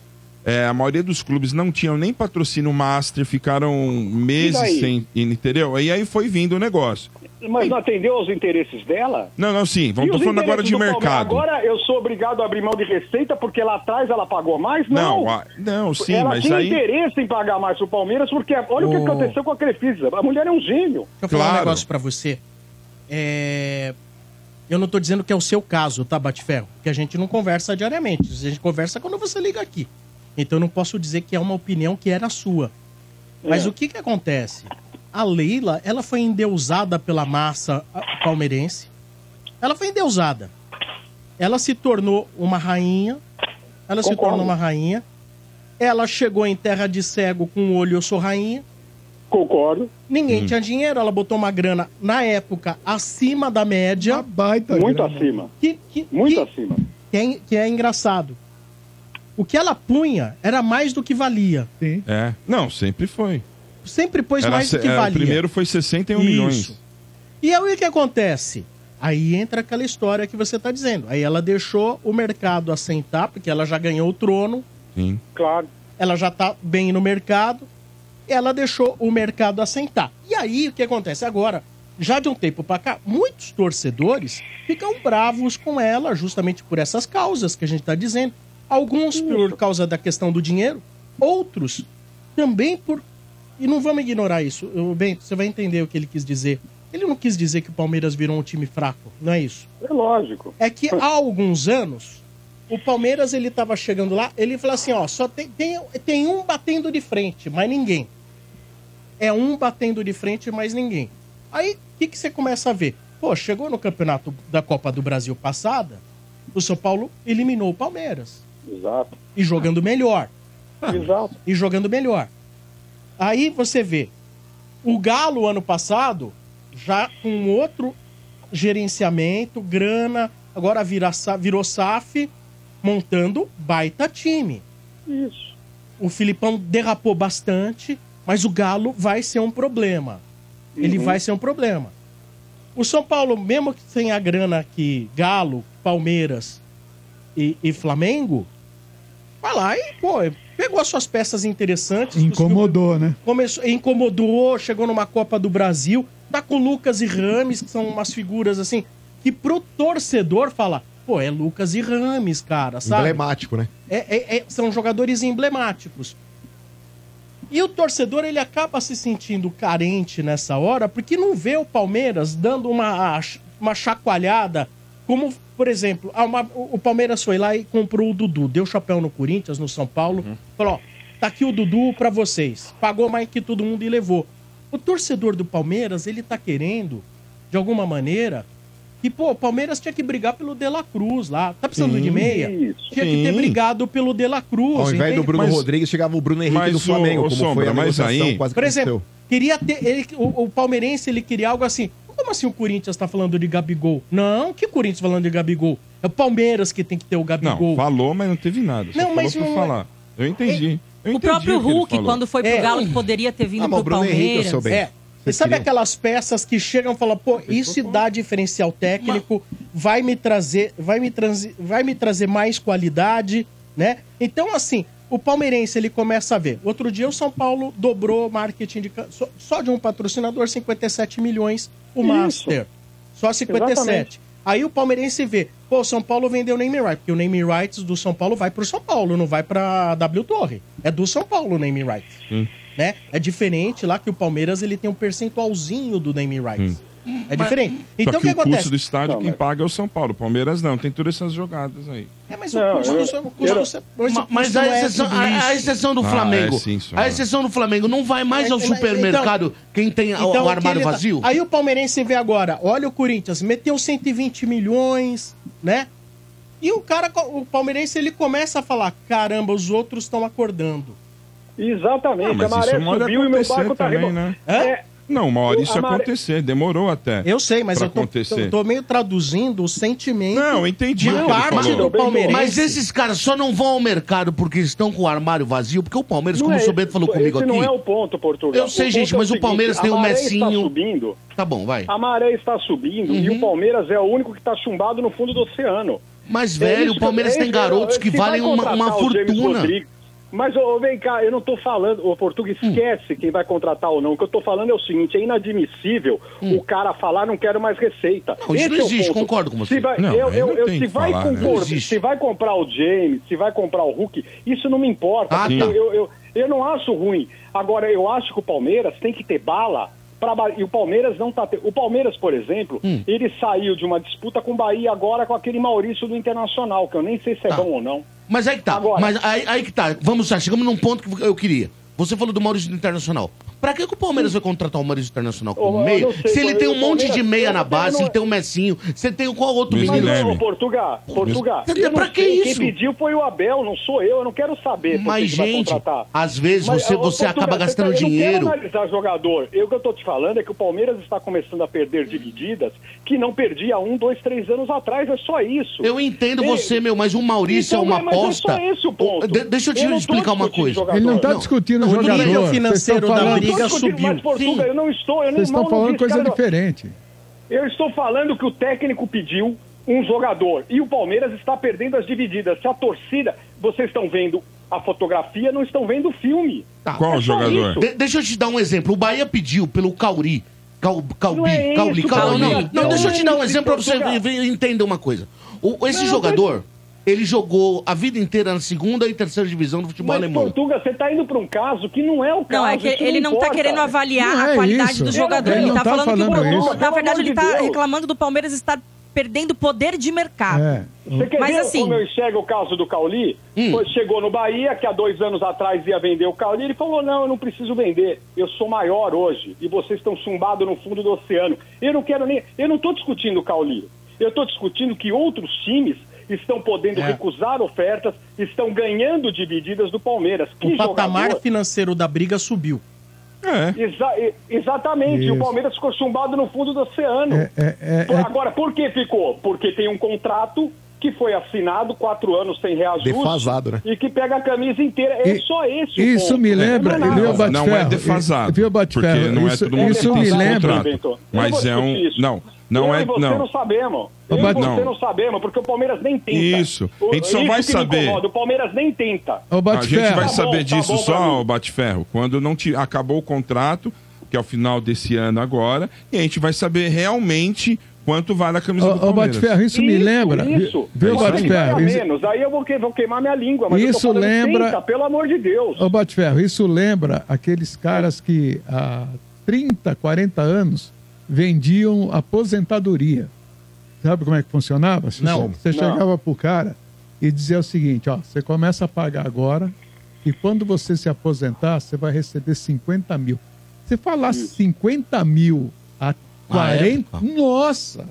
S5: é, a maioria dos clubes não tinham nem patrocínio master, ficaram meses
S17: daí?
S5: sem. Entendeu? E aí foi vindo o negócio.
S17: Mas não atendeu aos interesses dela?
S5: Não, não, sim, vamos
S17: E
S5: tô
S17: os
S5: falando agora
S17: interesses
S5: de
S17: do Palmeiras?
S5: mercado.
S17: Agora eu sou obrigado a abrir mão de receita porque lá atrás ela pagou mais? Não.
S5: Não, a- não, sim,
S17: ela
S5: mas
S17: tinha
S5: aí-
S17: interesse em pagar mais pro Palmeiras porque olha o que
S1: Ô.
S17: aconteceu com a Crefisa. A mulher é um gênio.
S1: Deixa eu falar um negócio pra você. É, Eu não tô dizendo que é o seu caso, tá, Batiferro? Porque a gente não conversa diariamente. A gente conversa quando você liga aqui. Então eu não posso dizer que é uma opinião que era sua. Mas
S18: É.
S1: o que que acontece? A Leila, ela foi endeusada pela massa ah, palmeirense. Ela foi endeusada. Ela se tornou uma rainha. Ela se
S17: Concordo.
S1: tornou uma rainha. Ela chegou em terra de cego com o olho, eu sou rainha.
S17: Concordo.
S1: Ninguém
S17: Hum.
S1: tinha dinheiro, ela botou uma grana, na época, acima da média. baita
S17: Muito grana. acima.
S1: Que, que,
S17: Muito
S1: que-
S17: acima.
S1: Que é, en- que é engraçado. O que ela punha era mais do que valia.
S5: É. Não, sempre foi.
S1: Sempre pôs mais do
S5: se-
S1: que
S5: é,
S1: valia.
S5: O primeiro foi 61
S1: Isso.
S5: milhões.
S1: E aí o que acontece? Aí entra aquela história que você tá dizendo. Aí ela deixou o mercado assentar, porque ela já ganhou o trono.
S5: Sim.
S17: Claro.
S1: Ela já tá bem no mercado. Ela deixou o mercado assentar. E aí o que acontece agora? Já de um tempo pra cá, muitos torcedores ficam bravos com ela justamente por essas causas que a gente tá dizendo. Alguns por causa da questão do dinheiro, outros também por e não vamos ignorar isso. Eu, bem, você vai entender o que ele quis dizer. Ele não quis dizer que o Palmeiras virou um time fraco, não é isso?
S17: É lógico.
S1: É que há alguns anos, o Palmeiras ele tava chegando lá, ele falou assim, ó, só tem, tem, tem um batendo de frente, mas ninguém. É um batendo de frente, mas ninguém. Aí, o que, que você começa a ver? Pô, chegou no campeonato da Copa do Brasil passada, o São Paulo eliminou o Palmeiras.
S17: Exato.
S1: E jogando melhor.
S17: Exato.
S1: E jogando melhor. Aí você vê, o Galo, ano passado, já com outro gerenciamento, grana, agora vira, sa- virou SAF, montando baita time.
S17: Isso.
S1: O Filipão derrapou bastante, mas o Galo vai ser um problema. Ele
S17: Uhum.
S1: vai ser um problema. O São Paulo, mesmo que tenha a grana que Galo, Palmeiras e, e Flamengo, vai lá e, pô, pegou as suas peças interessantes.
S6: Incomodou, né?
S1: começou, incomodou, chegou numa Copa do Brasil, tá com Lucas e Rames, que são umas figuras assim, que pro torcedor fala, pô, é Lucas e Rames, cara, sabe?
S7: Emblemático, né?
S1: É- é- é- são jogadores emblemáticos. E o torcedor, ele acaba se sentindo carente nessa hora, porque não vê o Palmeiras dando uma, uma chacoalhada, como, por exemplo, ah, uma- o o Palmeiras foi lá e comprou o Dudu, deu chapéu no Corinthians, no São Paulo, falou, ó, tá aqui o Dudu pra vocês. Pagou mais que todo mundo e levou. O torcedor do Palmeiras, ele tá querendo, de alguma maneira, que, pô, o Palmeiras tinha que brigar pelo De La Cruz lá. Tá precisando
S7: Sim.
S1: de meia?
S7: Isso.
S1: Tinha que ter
S7: Sim.
S1: brigado pelo De La Cruz.
S7: Ao invés
S1: entende?
S7: do Bruno
S1: Mas-
S7: Rodrigues, chegava o Bruno Henrique
S5: mas
S7: do
S5: o-
S7: Flamengo,
S5: o
S7: como
S5: Sombra,
S7: foi a
S5: mas
S7: negociação,
S5: aí-
S7: quase que
S1: Por exemplo,
S7: aconteceu.
S1: Queria ter. Ele, o, o palmeirense ele queria algo assim. Como assim o Corinthians tá falando de Gabigol? Não, que Corinthians falando de Gabigol? É o Palmeiras que tem que ter o
S5: Não,
S1: Gabigol.
S5: falou, mas não teve nada. Só
S1: Não,
S5: falou
S1: mas
S5: pra
S1: não- é-
S5: falar. Eu entendi. Eu
S3: O
S5: entendi
S3: próprio
S5: que ele
S3: Hulk,
S5: falou.
S3: quando foi pro Galo, que poderia ter
S7: Ah,
S3: vindo pro Palmeiras.
S1: É. E sabe aquelas peças que chegam e falam, pô, isso dá diferencial técnico, vai me trazer, vai me transi- vai me trazer mais qualidade, né? Então assim, o palmeirense ele começa a ver. Outro dia o São Paulo dobrou o marketing de ca- só, só de um patrocinador 57 milhões o
S17: Isso.
S1: Master. Só 57.
S17: Exatamente.
S1: Aí o palmeirense vê, pô, o São Paulo vendeu o naming rights, porque o naming rights do São Paulo vai pro São Paulo, não vai pra W Torre. É do São Paulo o naming rights né? É diferente lá que o Palmeiras ele tem um percentualzinho do naming rights. É diferente.
S5: Hum.
S1: Então
S5: Só
S1: o
S5: que
S1: que
S5: o
S1: acontece?
S5: custo do estádio, quem paga é o São Paulo. O Palmeiras não, tem todas essas jogadas aí.
S1: É, mas
S4: Não,
S1: o custo,
S4: eu-
S1: do- o custo
S4: eu-
S1: do- hoje o
S4: Mas
S1: custo
S4: a
S1: não é
S4: exceção,
S1: tudo
S4: a,
S1: isso.
S4: a exceção do
S5: Ah,
S4: Flamengo.
S5: é sim, senhora.
S4: a exceção do Flamengo não vai mais ao
S1: Mas- mas-
S4: supermercado
S1: então-
S4: quem tem o-
S1: então,
S4: o
S1: que
S4: armário
S1: ele tá-
S4: vazio?
S1: Aí o palmeirense vê agora, olha o Corinthians, meteu 120 milhões, né? E o cara, co- o palmeirense, ele começa a falar, caramba, os outros estão acordando.
S17: Exatamente,
S5: Ah, mas isso uma hora ia acontecer
S4: tá
S17: tá
S5: também, né?
S1: É,
S17: É.
S5: Não, uma hora
S1: Eu-
S5: isso
S1: a
S5: ia
S1: maré-
S5: acontecer, demorou até.
S1: Eu sei, mas
S5: pra
S1: eu tô,
S5: acontecer.
S1: eu tô meio traduzindo o sentimento
S5: Não, entendi o que
S1: de
S5: ele
S1: parte
S5: falou.
S1: do palmeirense.
S4: Mas esses caras só não vão ao mercado porque estão com o armário vazio, porque o Palmeiras,
S17: Não
S4: como
S17: é
S4: o Sobeto
S17: esse-
S4: falou comigo
S17: esse
S4: aqui.
S17: não é o ponto, Portugal.
S4: Eu sei,
S17: O
S4: gente,
S17: ponto é o
S4: mas o
S17: seguinte,
S4: Palmeiras tem
S17: a
S4: um
S17: maré está
S4: Messinho.
S17: subindo.
S4: Tá bom, vai. Uhum.
S17: A maré está subindo e o Palmeiras é o único que está chumbado no fundo do oceano. É
S4: Mas, velho,
S17: isso
S4: o Palmeiras
S17: que-
S4: tem
S17: isso que-
S4: garotos que
S17: se vai
S4: valem uma-
S17: contratar
S4: uma
S17: o James
S4: fortuna. Hum.
S17: Rodrigues- Mas, ô, ô, vem cá, eu não tô falando, o Portuga esquece quem vai contratar ou não. O que eu tô falando é o seguinte, é inadmissível o cara falar não quero mais receita.
S4: Hum. Não, isso
S17: Esse
S4: não
S17: é o
S4: existe,
S17: ponto.
S4: concordo com você.
S17: Se vai,
S4: Não,
S17: eu-
S4: aí
S17: eu-
S4: não
S17: eu-
S4: tem
S17: se
S4: que
S17: vai
S4: falar, né?
S17: concordar-
S4: Não existe.
S17: se vai comprar o James, se vai comprar o Hulk, isso não me importa.
S4: Ah,
S17: porque
S4: tá.
S17: eu, eu, eu não acho ruim. Agora, eu acho que o Palmeiras tem que ter bala. Pra, ba- e o Palmeiras não tá. te- O Palmeiras, por exemplo,
S4: Hum.
S17: ele saiu de uma disputa com o Bahia agora com aquele Maurício do Internacional, que eu nem sei se é
S4: Tá.
S17: bom ou não.
S4: Mas aí que tá. Mas aí, aí que tá. Vamos lá, chegamos num ponto que eu queria. Você falou do Maurício do Internacional. Pra que, que o Palmeiras vai contratar o Maurício Internacional
S17: Eu-
S4: como
S17: eu
S4: meia?
S17: não sei,
S4: Se ele
S17: eu-
S4: tem
S17: o
S4: um monte de
S17: Palmeiras-
S4: meia na
S17: eu- eu
S4: base,
S17: não-
S4: ele tem o Messinho, você tem o qual outro
S17: Mas,
S4: menino?
S17: ô, Portugal, Portugal.
S4: Entendeu?
S17: eu não
S4: é Pra que
S17: sei,
S4: isso?
S17: Quem pediu foi o Abel, não sou eu, eu não quero saber. por
S4: Mas,
S17: que que vai
S4: gente,
S17: contratar.
S4: às vezes você-
S17: ô,
S4: você acaba
S17: Portugal, tá-
S4: gastando
S17: eu não quero
S4: dinheiro.
S17: analisar jogador. Eu que eu tô te falando é que o Palmeiras está começando a perder divididas que não perdia um, dois, três anos atrás. É só isso.
S4: Eu entendo
S17: Ei,
S4: você, meu, mas o Maurício
S17: então,
S4: é uma
S17: mas- mas
S4: aposta.
S17: É só esse o ponto.
S4: De- deixa eu te
S17: não tô
S4: explicar uma
S17: discutindo
S4: coisa.
S17: jogador.
S6: Ele não tá discutindo o
S17: tudo bem,
S6: jogador.
S17: eu
S6: Vocês
S1: financeiro
S6: estão
S1: da
S6: falando-
S17: não tô
S1: briga
S17: discutindo, Mas,
S1: subiu.
S17: Portugal, eu não estou, eu nem
S6: Vocês estão
S17: mal não
S6: falando
S17: disse,
S6: coisa
S17: cara,
S6: diferente.
S17: eu estou falando que o técnico pediu um jogador e o Palmeiras está perdendo as divididas. Se a torcida, vocês estão vendo a fotografia, não estão vendo o filme.
S4: Tá.
S5: Qual
S17: só
S5: jogador?
S17: isso.
S4: É De- deixa eu te dar um exemplo. O Bahia pediu pelo Cauri. Cal, Calbi,
S17: Não é isso,
S4: Cauli, Cal- não,
S17: Cauli.
S4: não, não, deixa eu te dar um
S17: Não é
S4: exemplo pra
S17: isso,
S4: você
S17: Portugal.
S4: ver- entender uma coisa. O- esse
S17: Não,
S4: jogador, ele jogou a vida inteira na segunda e terceira divisão do futebol
S17: Mas,
S4: alemão.
S17: Portuga, você está indo para um caso que não é o caso.
S3: Não, é que
S17: isso
S3: ele não tá
S17: importa.
S3: querendo avaliar
S17: Não
S3: a
S17: é
S3: qualidade
S17: isso.
S3: do jogador. Ele, tá, falando, que o Palmeiras- Na verdade, ele tá reclamando do Palmeiras estar perdendo poder de mercado.
S4: É.
S17: Você quer
S3: Mas
S17: ver
S3: assim,
S17: como eu enxergo o caso do Cauli? Foi- Chegou no Bahia, que há dois anos atrás ia vender o Cauli, ele falou, não, eu não preciso vender, eu sou maior hoje, e vocês estão chumbados no fundo do oceano. Eu não quero nem... Eu não estou discutindo o Cauli, eu estou discutindo que outros times estão podendo recusar ofertas, estão ganhando divididas do Palmeiras. Que
S1: O patamar
S17: jogador!
S1: financeiro da briga subiu.
S5: É.
S17: Exa- e- exatamente,
S1: Isso.
S17: o Palmeiras ficou chumbado no fundo do oceano.
S6: É,
S17: Por- Agora, por que ficou? Porque tem um contrato que foi assinado, quatro anos sem reajuste.
S7: Defasado, né?
S17: E que pega a camisa inteira. É só esse o
S6: Isso
S17: ponto.
S6: me lembra,
S17: Não é nada.
S6: viu, Batista?
S5: Não é defasado.
S6: Viu, Batfero?
S5: Porque não é
S6: Isso-
S5: todo mundo
S6: isso
S5: que tem
S6: me
S5: esse
S6: lembra.
S5: contrato. Mas é um. Não, não
S17: eu
S5: é.
S17: e você não,
S5: Não.
S17: sabemos. Eu
S5: Ô,
S17: e
S5: Bat-
S17: você
S5: não.
S17: não sabemos, porque o Palmeiras nem tenta.
S5: Isso.
S17: O-
S5: A gente só vai
S17: que me
S5: saber.
S17: incomoda, O Palmeiras nem tenta.
S5: A gente vai
S17: Tá bom,
S5: saber
S17: tá
S5: disso
S17: bom pra mim.
S5: só, ô, Batferro, quando não te, acabou o contrato, que é o final desse ano agora, e a gente vai saber realmente quanto vale a camisa do
S6: Ô, ô,
S5: Palmeiras.
S6: Batferro, isso me lembra.
S17: Isso.
S6: Viu,
S17: Olha,
S6: Batferro?
S17: vai a
S6: Isso-
S17: menos. Aí eu vou, que- vou queimar minha língua, mas
S6: Isso
S17: eu tô falando,
S6: lembra-
S17: tenta, pelo amor de Deus.
S6: Ô, Batferro, isso lembra aqueles caras que há 30, 40 anos vendiam aposentadoria. Sabe como é que funcionava? Você
S1: Não.
S6: che- Você
S1: Não.
S6: chegava pro cara e dizia o seguinte, ó, você começa a pagar agora e quando você se aposentar, você vai receber 50 mil. Se falasse 50 mil a 40... Nossa!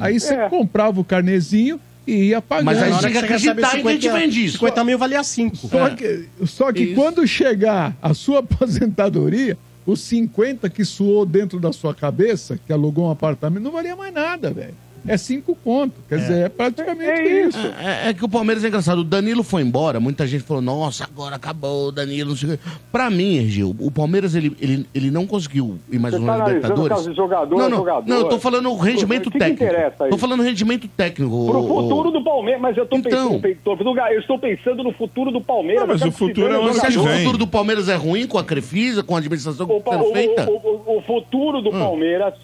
S6: Aí você
S1: É.
S6: comprava o carnezinho e ia pagando.
S1: Na hora que você recebe 50 50 mil valia 5.
S6: É. Só que, só que quando chegar a sua aposentadoria, Os 50 que suou dentro da sua cabeça, que alugou um apartamento, não valia mais nada, velho. É cinco conto. Quer dizer, é praticamente isso.
S4: É, é que o Palmeiras é engraçado. O Danilo foi embora, muita gente falou, nossa, agora acabou o Danilo, não sei o quê. Pra mim, Gil, o Palmeiras, ele, ele, ele não conseguiu ir mais
S17: Você
S4: longe
S17: tá
S4: na
S17: analisando
S4: Libertadores.
S17: caso de jogador,
S4: não, não,
S17: jogador.
S4: não, eu tô falando o rendimento
S17: O que que
S4: técnico.
S17: interessa aí?
S4: tô falando rendimento técnico.
S17: Pro
S4: ô, ô.
S17: futuro do Palmeiras, mas eu tô
S4: Então. Ah,
S17: pensando, tô- tô- eu estou pensando no futuro do
S5: Ah,
S17: Palmeiras. eu quero que se
S5: é
S17: dane
S4: Tá Você acha é que
S17: jogador.
S4: o futuro do Palmeiras é ruim com a Crefisa, com a administração que
S17: O,
S4: está
S17: pa-
S4: sendo Tá feita?
S17: o- o- o- o futuro do Palmeiras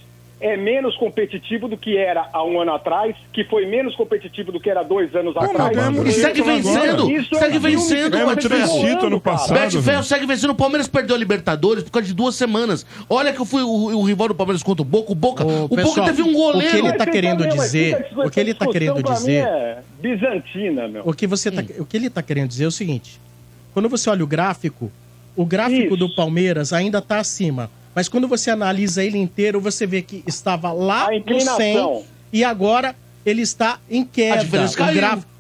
S17: é menos competitivo do que era há um ano atrás, que foi menos competitivo do que era dois anos
S5: Tá
S17: atrás. é
S4: E segue vencendo,
S17: um
S4: segue vencendo.
S5: né?
S4: Betfair segue vencendo. O Palmeiras perdeu a Libertadores por causa de duas semanas. Olha que eu fui o, o rival do Palmeiras contra o Boca. O Boca, o Boca
S1: pessoal,
S4: teve um goleiro.
S1: o que ele tá querendo dizer- o que ele tá
S17: então,
S1: querendo dizer-
S17: é bizantina, meu.
S1: O que, você tá, o que ele está querendo dizer é o seguinte: quando você olha o gráfico, o gráfico do Palmeiras ainda está acima. Mas quando você analisa ele inteiro, você vê que estava lá no
S17: inclinação.
S1: 100 e agora ele está em queda.
S5: A diferença
S1: O
S5: caiu.
S1: gráfico-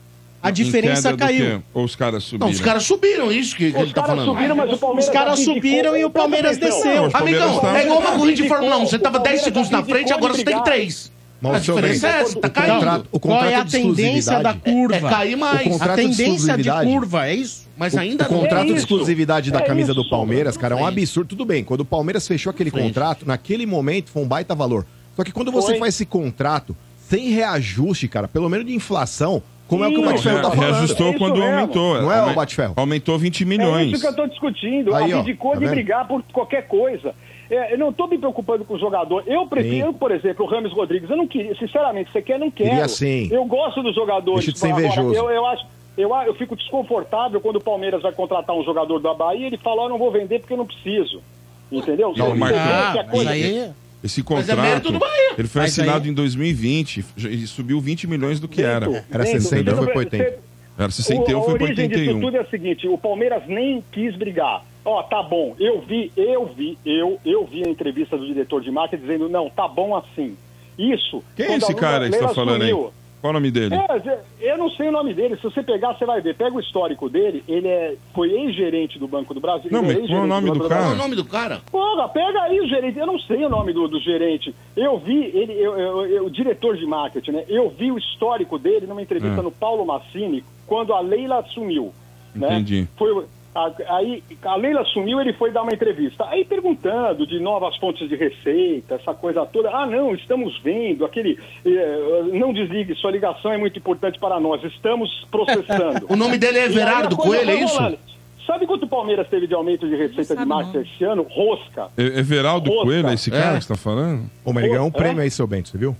S1: a diferença
S5: Em queda do
S1: caiu.
S5: quê? Ou os caras subiram?
S4: subiram, isso que,
S5: que ele tá falando.
S1: Os
S17: tá
S1: caras subiram
S17: Então,
S1: e o Palmeiras desceu.
S4: Amigão,
S5: tá
S4: é igual uma corrida de Fórmula 1. Você tava 10
S17: tá
S4: segundos na
S17: é
S4: frente, agora você tem 3.
S7: Mas, seu bem,
S4: é tá
S7: o contrato- o
S1: Qual é a
S7: contrato de
S1: tendência da
S7: exclusividade-
S1: curva?
S7: É cair mais.
S1: O
S7: A
S1: contrato
S7: tendência de
S1: tendência de,
S7: exclusividade-
S1: curva, é isso?
S4: Mas
S7: O-
S4: ainda
S7: o contrato
S1: É
S7: de
S1: isso.
S7: exclusividade da
S1: É
S7: camisa
S1: isso.
S7: do Palmeiras, cara, é um absurdo. Tudo bem, quando o Palmeiras fechou aquele contrato, naquele momento foi um baita valor. Só que quando você
S1: Foi.
S7: faz esse contrato sem reajuste, cara, pelo menos de inflação, como é o que o
S17: Isso.
S7: Batferro tá
S17: Não,
S7: falando.
S5: reajustou É isso quando mesmo. aumentou.
S7: Não é,
S5: Aumen-
S7: o Batferro?
S5: Aumentou 20
S17: É
S5: milhões.
S17: isso que eu estou discutindo.
S5: Aí, ó,
S17: Abdicou
S5: tá
S17: de
S5: vendo?
S17: brigar por qualquer coisa. É, eu não estou me preocupando com o jogador. Eu prefiro, por exemplo, o Rames Rodrigues. Eu não queria, sinceramente, você quer, não quero.
S7: Queria sim.
S17: Eu gosto dos jogadores.
S7: Deixa de ser
S17: Agora,
S7: invejoso.
S17: eu, eu acho. Eu, eu fico desconfortável quando o Palmeiras vai contratar um jogador da Bahia e ele fala, ó, não vou vender porque eu não preciso. Entendeu?
S5: Não,
S17: Você
S5: Marcão,
S17: vê que a
S5: mas ah,
S17: é coisa-
S5: aí- Esse
S17: Mas é
S5: contrato,
S17: mérito do Bahia.
S5: ele foi
S17: Mas aí-
S5: assinado em 2020 e subiu 20 milhões do que era. um,
S17: Era Bento, 60, você
S5: foi
S17: não foi
S5: pra
S17: pra vê-
S5: 80.
S17: 80.
S5: Era 61,
S17: a
S5: foi pra
S17: origem disso
S5: 81.
S17: tudo é a seguinte, o Palmeiras nem quis brigar. Ó, tá bom, eu vi, eu vi, eu, eu vi a entrevista do diretor de marketing dizendo, não, tá bom assim. Isso.
S5: Quem é
S17: quando a
S5: esse
S17: Lula
S5: cara que você tá
S17: Leila
S5: falando aí?
S17: assumiu.
S5: Qual o nome dele?
S17: É, eu não sei o nome dele, se você pegar, você vai ver. Pega o histórico dele, ele é, foi ex-gerente do Banco do Brasil.
S5: Não,
S17: ele
S5: mas
S17: é ex-gerente
S5: qual é o nome
S17: Banco
S5: do cara?
S4: Qual é o nome do cara?
S17: Porra, pega aí o gerente. Eu não sei o nome do, do gerente. Eu vi ele, eu, eu- eu- o diretor de marketing, né? Eu vi o histórico dele numa entrevista
S5: É.
S17: no Paulo Massini quando a Leila assumiu. Né?
S5: Entendi.
S17: Foi, a, aí a Leila sumiu, ele foi dar uma entrevista. Aí perguntando de novas fontes de receita, essa coisa toda. Ah, não, estamos vendo aquele. eh, não desligue, sua ligação é muito importante para nós. Estamos processando.
S4: O nome dele é
S17: E aí a
S4: Everardo
S17: coisa
S4: Coelho,
S17: foi
S4: é isso?
S17: rolando. Sabe quanto o Palmeiras teve de aumento de receita de marketing esse ano? Rosca.
S5: É Everaldo
S17: Rosca.
S5: Coelho, é esse cara
S17: É.
S5: que você tá falando?
S7: Ô, mas ele ganhou
S17: É?
S7: um prêmio aí, seu Bento, você viu?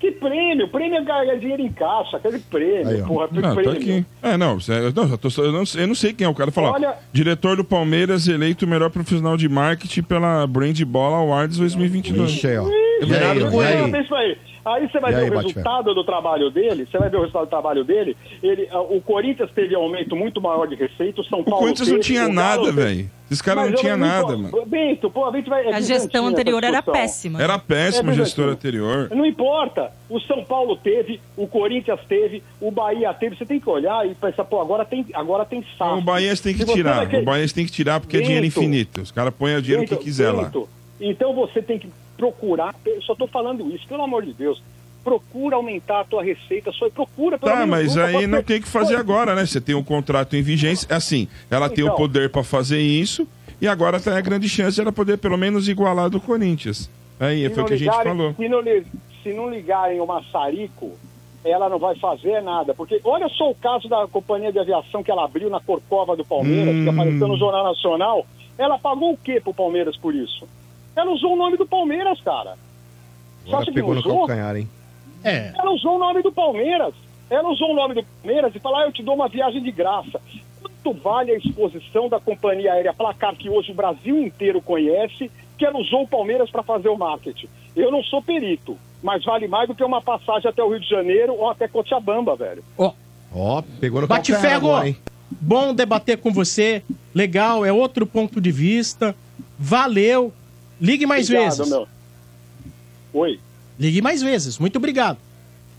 S17: Que prêmio? Prêmio é ganhar dinheiro em caixa, aquele prêmio,
S5: Aí, ó.
S17: porra,
S5: não, tá
S17: prêmio.
S5: aqui. É, não, cê- eu não, eu tô só- eu não sei- eu não sei quem é o cara. Falar,
S17: Olha-
S5: diretor do Palmeiras eleito o melhor profissional de marketing pela Brand Bola Awards 2022.
S7: Ixi, aí, ó.
S17: Não, não tem isso aí. Aí você vai
S5: E
S17: ver
S5: aí,
S17: o
S5: Batman?
S17: resultado do trabalho dele, você vai ver o resultado do trabalho dele. Ele, ah, o Corinthians teve aumento muito maior de receita, o São Paulo.
S5: Corinthians não
S17: teve,
S5: tinha
S17: o Galo
S5: nada,
S17: teve.
S5: velho. Esses caras
S17: Mas
S5: não
S17: eu
S5: tinha nada,
S17: importa.
S5: mano.
S17: Bento, pô, a gente vai. é
S3: A gestão
S17: bizantina essa
S3: anterior era
S17: discussão.
S3: péssima.
S5: Era péssimo
S17: É
S5: a
S17: verdade.
S5: gestora anterior.
S17: Não importa. O São Paulo teve, o Corinthians teve, o Bahia teve. Você tem que olhar e pensar, pô, agora tem, agora tem safra.
S5: O Bahia tem que
S17: Ah. Se você
S5: tirar.
S17: vai querer-
S5: O Bahia tem que tirar porque é dinheiro
S17: Bento.
S5: infinito. Os caras põem o dinheiro que
S17: Bento,
S5: quiser lá.
S17: Bento, Então você tem que procurar, eu só tô falando isso, pelo amor de Deus. Procura aumentar a tua receita, só procura pelo
S5: Tá,
S17: menos
S5: mas
S17: nunca
S5: aí
S17: pode
S5: não
S17: ser-
S5: tem que fazer
S17: Pô,
S5: agora, né? Você tem um contrato em vigência. é Assim, ela tem o
S17: Então.
S5: poder pra fazer isso e agora tá a grande chance de ela poder pelo menos igualar do Corinthians. Aí,
S17: se
S5: foi o
S17: não
S5: que a gente
S17: ligarem-
S5: falou.
S17: Se não, li- se não ligarem o maçarico, ela não vai fazer nada. Porque olha só o caso da companhia de aviação que ela abriu na Corcova do Palmeiras,
S5: Hum.
S17: que apareceu no Jornal Nacional. Ela pagou o quê pro Palmeiras por isso? Ela usou o nome do Palmeiras, cara. Só
S7: Agora pegou no calcanhar, hein?
S4: É.
S17: Ela usou o nome do Palmeiras. Ela usou o nome do Palmeiras e falou: ah, eu te dou uma viagem de graça. Quanto vale a exposição da companhia aérea Placar, que hoje o Brasil inteiro conhece, que ela usou o Palmeiras para fazer o marketing? Eu não sou perito, mas vale mais do que uma passagem até o Rio de Janeiro ou até Cochabamba, velho.
S7: Ó, pegou no
S1: Bate
S7: calcanhar
S1: ferro!
S7: agora, hein?
S1: Bom debater com você. Legal, é outro ponto de vista. Valeu. Ligue mais
S17: Obrigado,
S1: vezes.
S17: meu. Oi.
S1: Ligue mais vezes. Muito obrigado.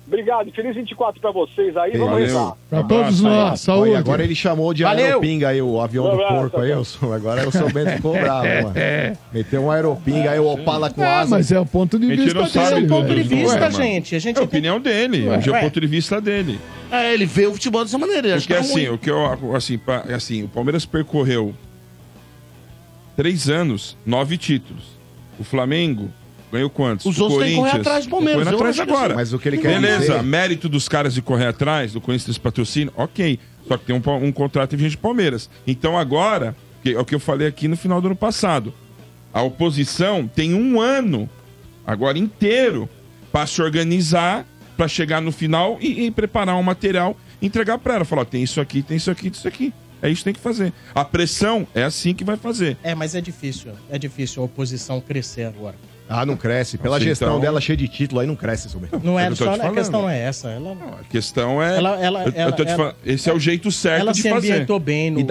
S17: Obrigado, feliz 24 pra vocês aí. Vamos rezar.
S7: Pra
S6: todos nós, saúde.
S7: Olha, agora ele chamou de
S17: Valeu.
S7: aeropinga aí, o avião
S17: Um
S7: do
S17: abraço,
S7: porco aí, eu sou, agora eu sou bem ficou bravo, mano. Meteu um aeropinga aí, o Opala com
S6: É. Ah,
S7: asa.
S6: mas é o ponto de
S5: Mentira,
S6: vista
S5: não sabe,
S6: dele. né? é,
S5: velho.
S6: velho.
S5: Ué, mano.
S6: gente, a gente
S5: é a opinião dele.
S6: Ué.
S5: Hoje é
S6: Ué.
S5: o ponto de vista dele.
S4: É, ele vê o futebol dessa maneira. ele acha
S5: Porque
S4: que é
S5: assim,
S4: ruim.
S5: o que eu assim, pa- assim, o Palmeiras percorreu três anos, nove títulos. O Flamengo ganhou quantos?
S4: Os
S5: O
S4: outros têm que correr
S5: Corinthians,
S4: atrás do Palmeiras,
S5: correndo
S4: eu
S5: atrás
S4: acho que
S5: agora.
S4: sim. Mas o que ele quer
S5: Beleza,
S4: dizer-
S5: mérito dos caras de correr atrás, do Corinthians patrocínio, ok. Só que tem um, pa- um contrato em vigente do Palmeiras. Então agora, que é o que eu falei aqui no final do ano passado. A oposição tem um ano, agora inteiro, para se organizar, para chegar no final e, e preparar um material, entregar para ela. Falar, ó, tem isso aqui, tem isso aqui, tem isso aqui. É isso que tem que fazer. A pressão é assim que vai fazer.
S1: É, mas é difícil. É difícil a oposição crescer agora.
S7: Ah, não cresce. Pela
S5: Assim,
S7: gestão
S5: então-
S7: dela cheia de título aí, não cresce, Silvio.
S1: Não é,
S5: Eu tô
S1: só,
S5: te
S1: a
S5: falando.
S1: questão não é essa. Ela,
S5: A questão é.
S1: Ela- ela-
S5: eu, eu tô
S1: ela-
S5: te falando, esse é o jeito certo
S1: ela
S5: de
S1: se
S5: fazer.
S1: ambientou bem no. no-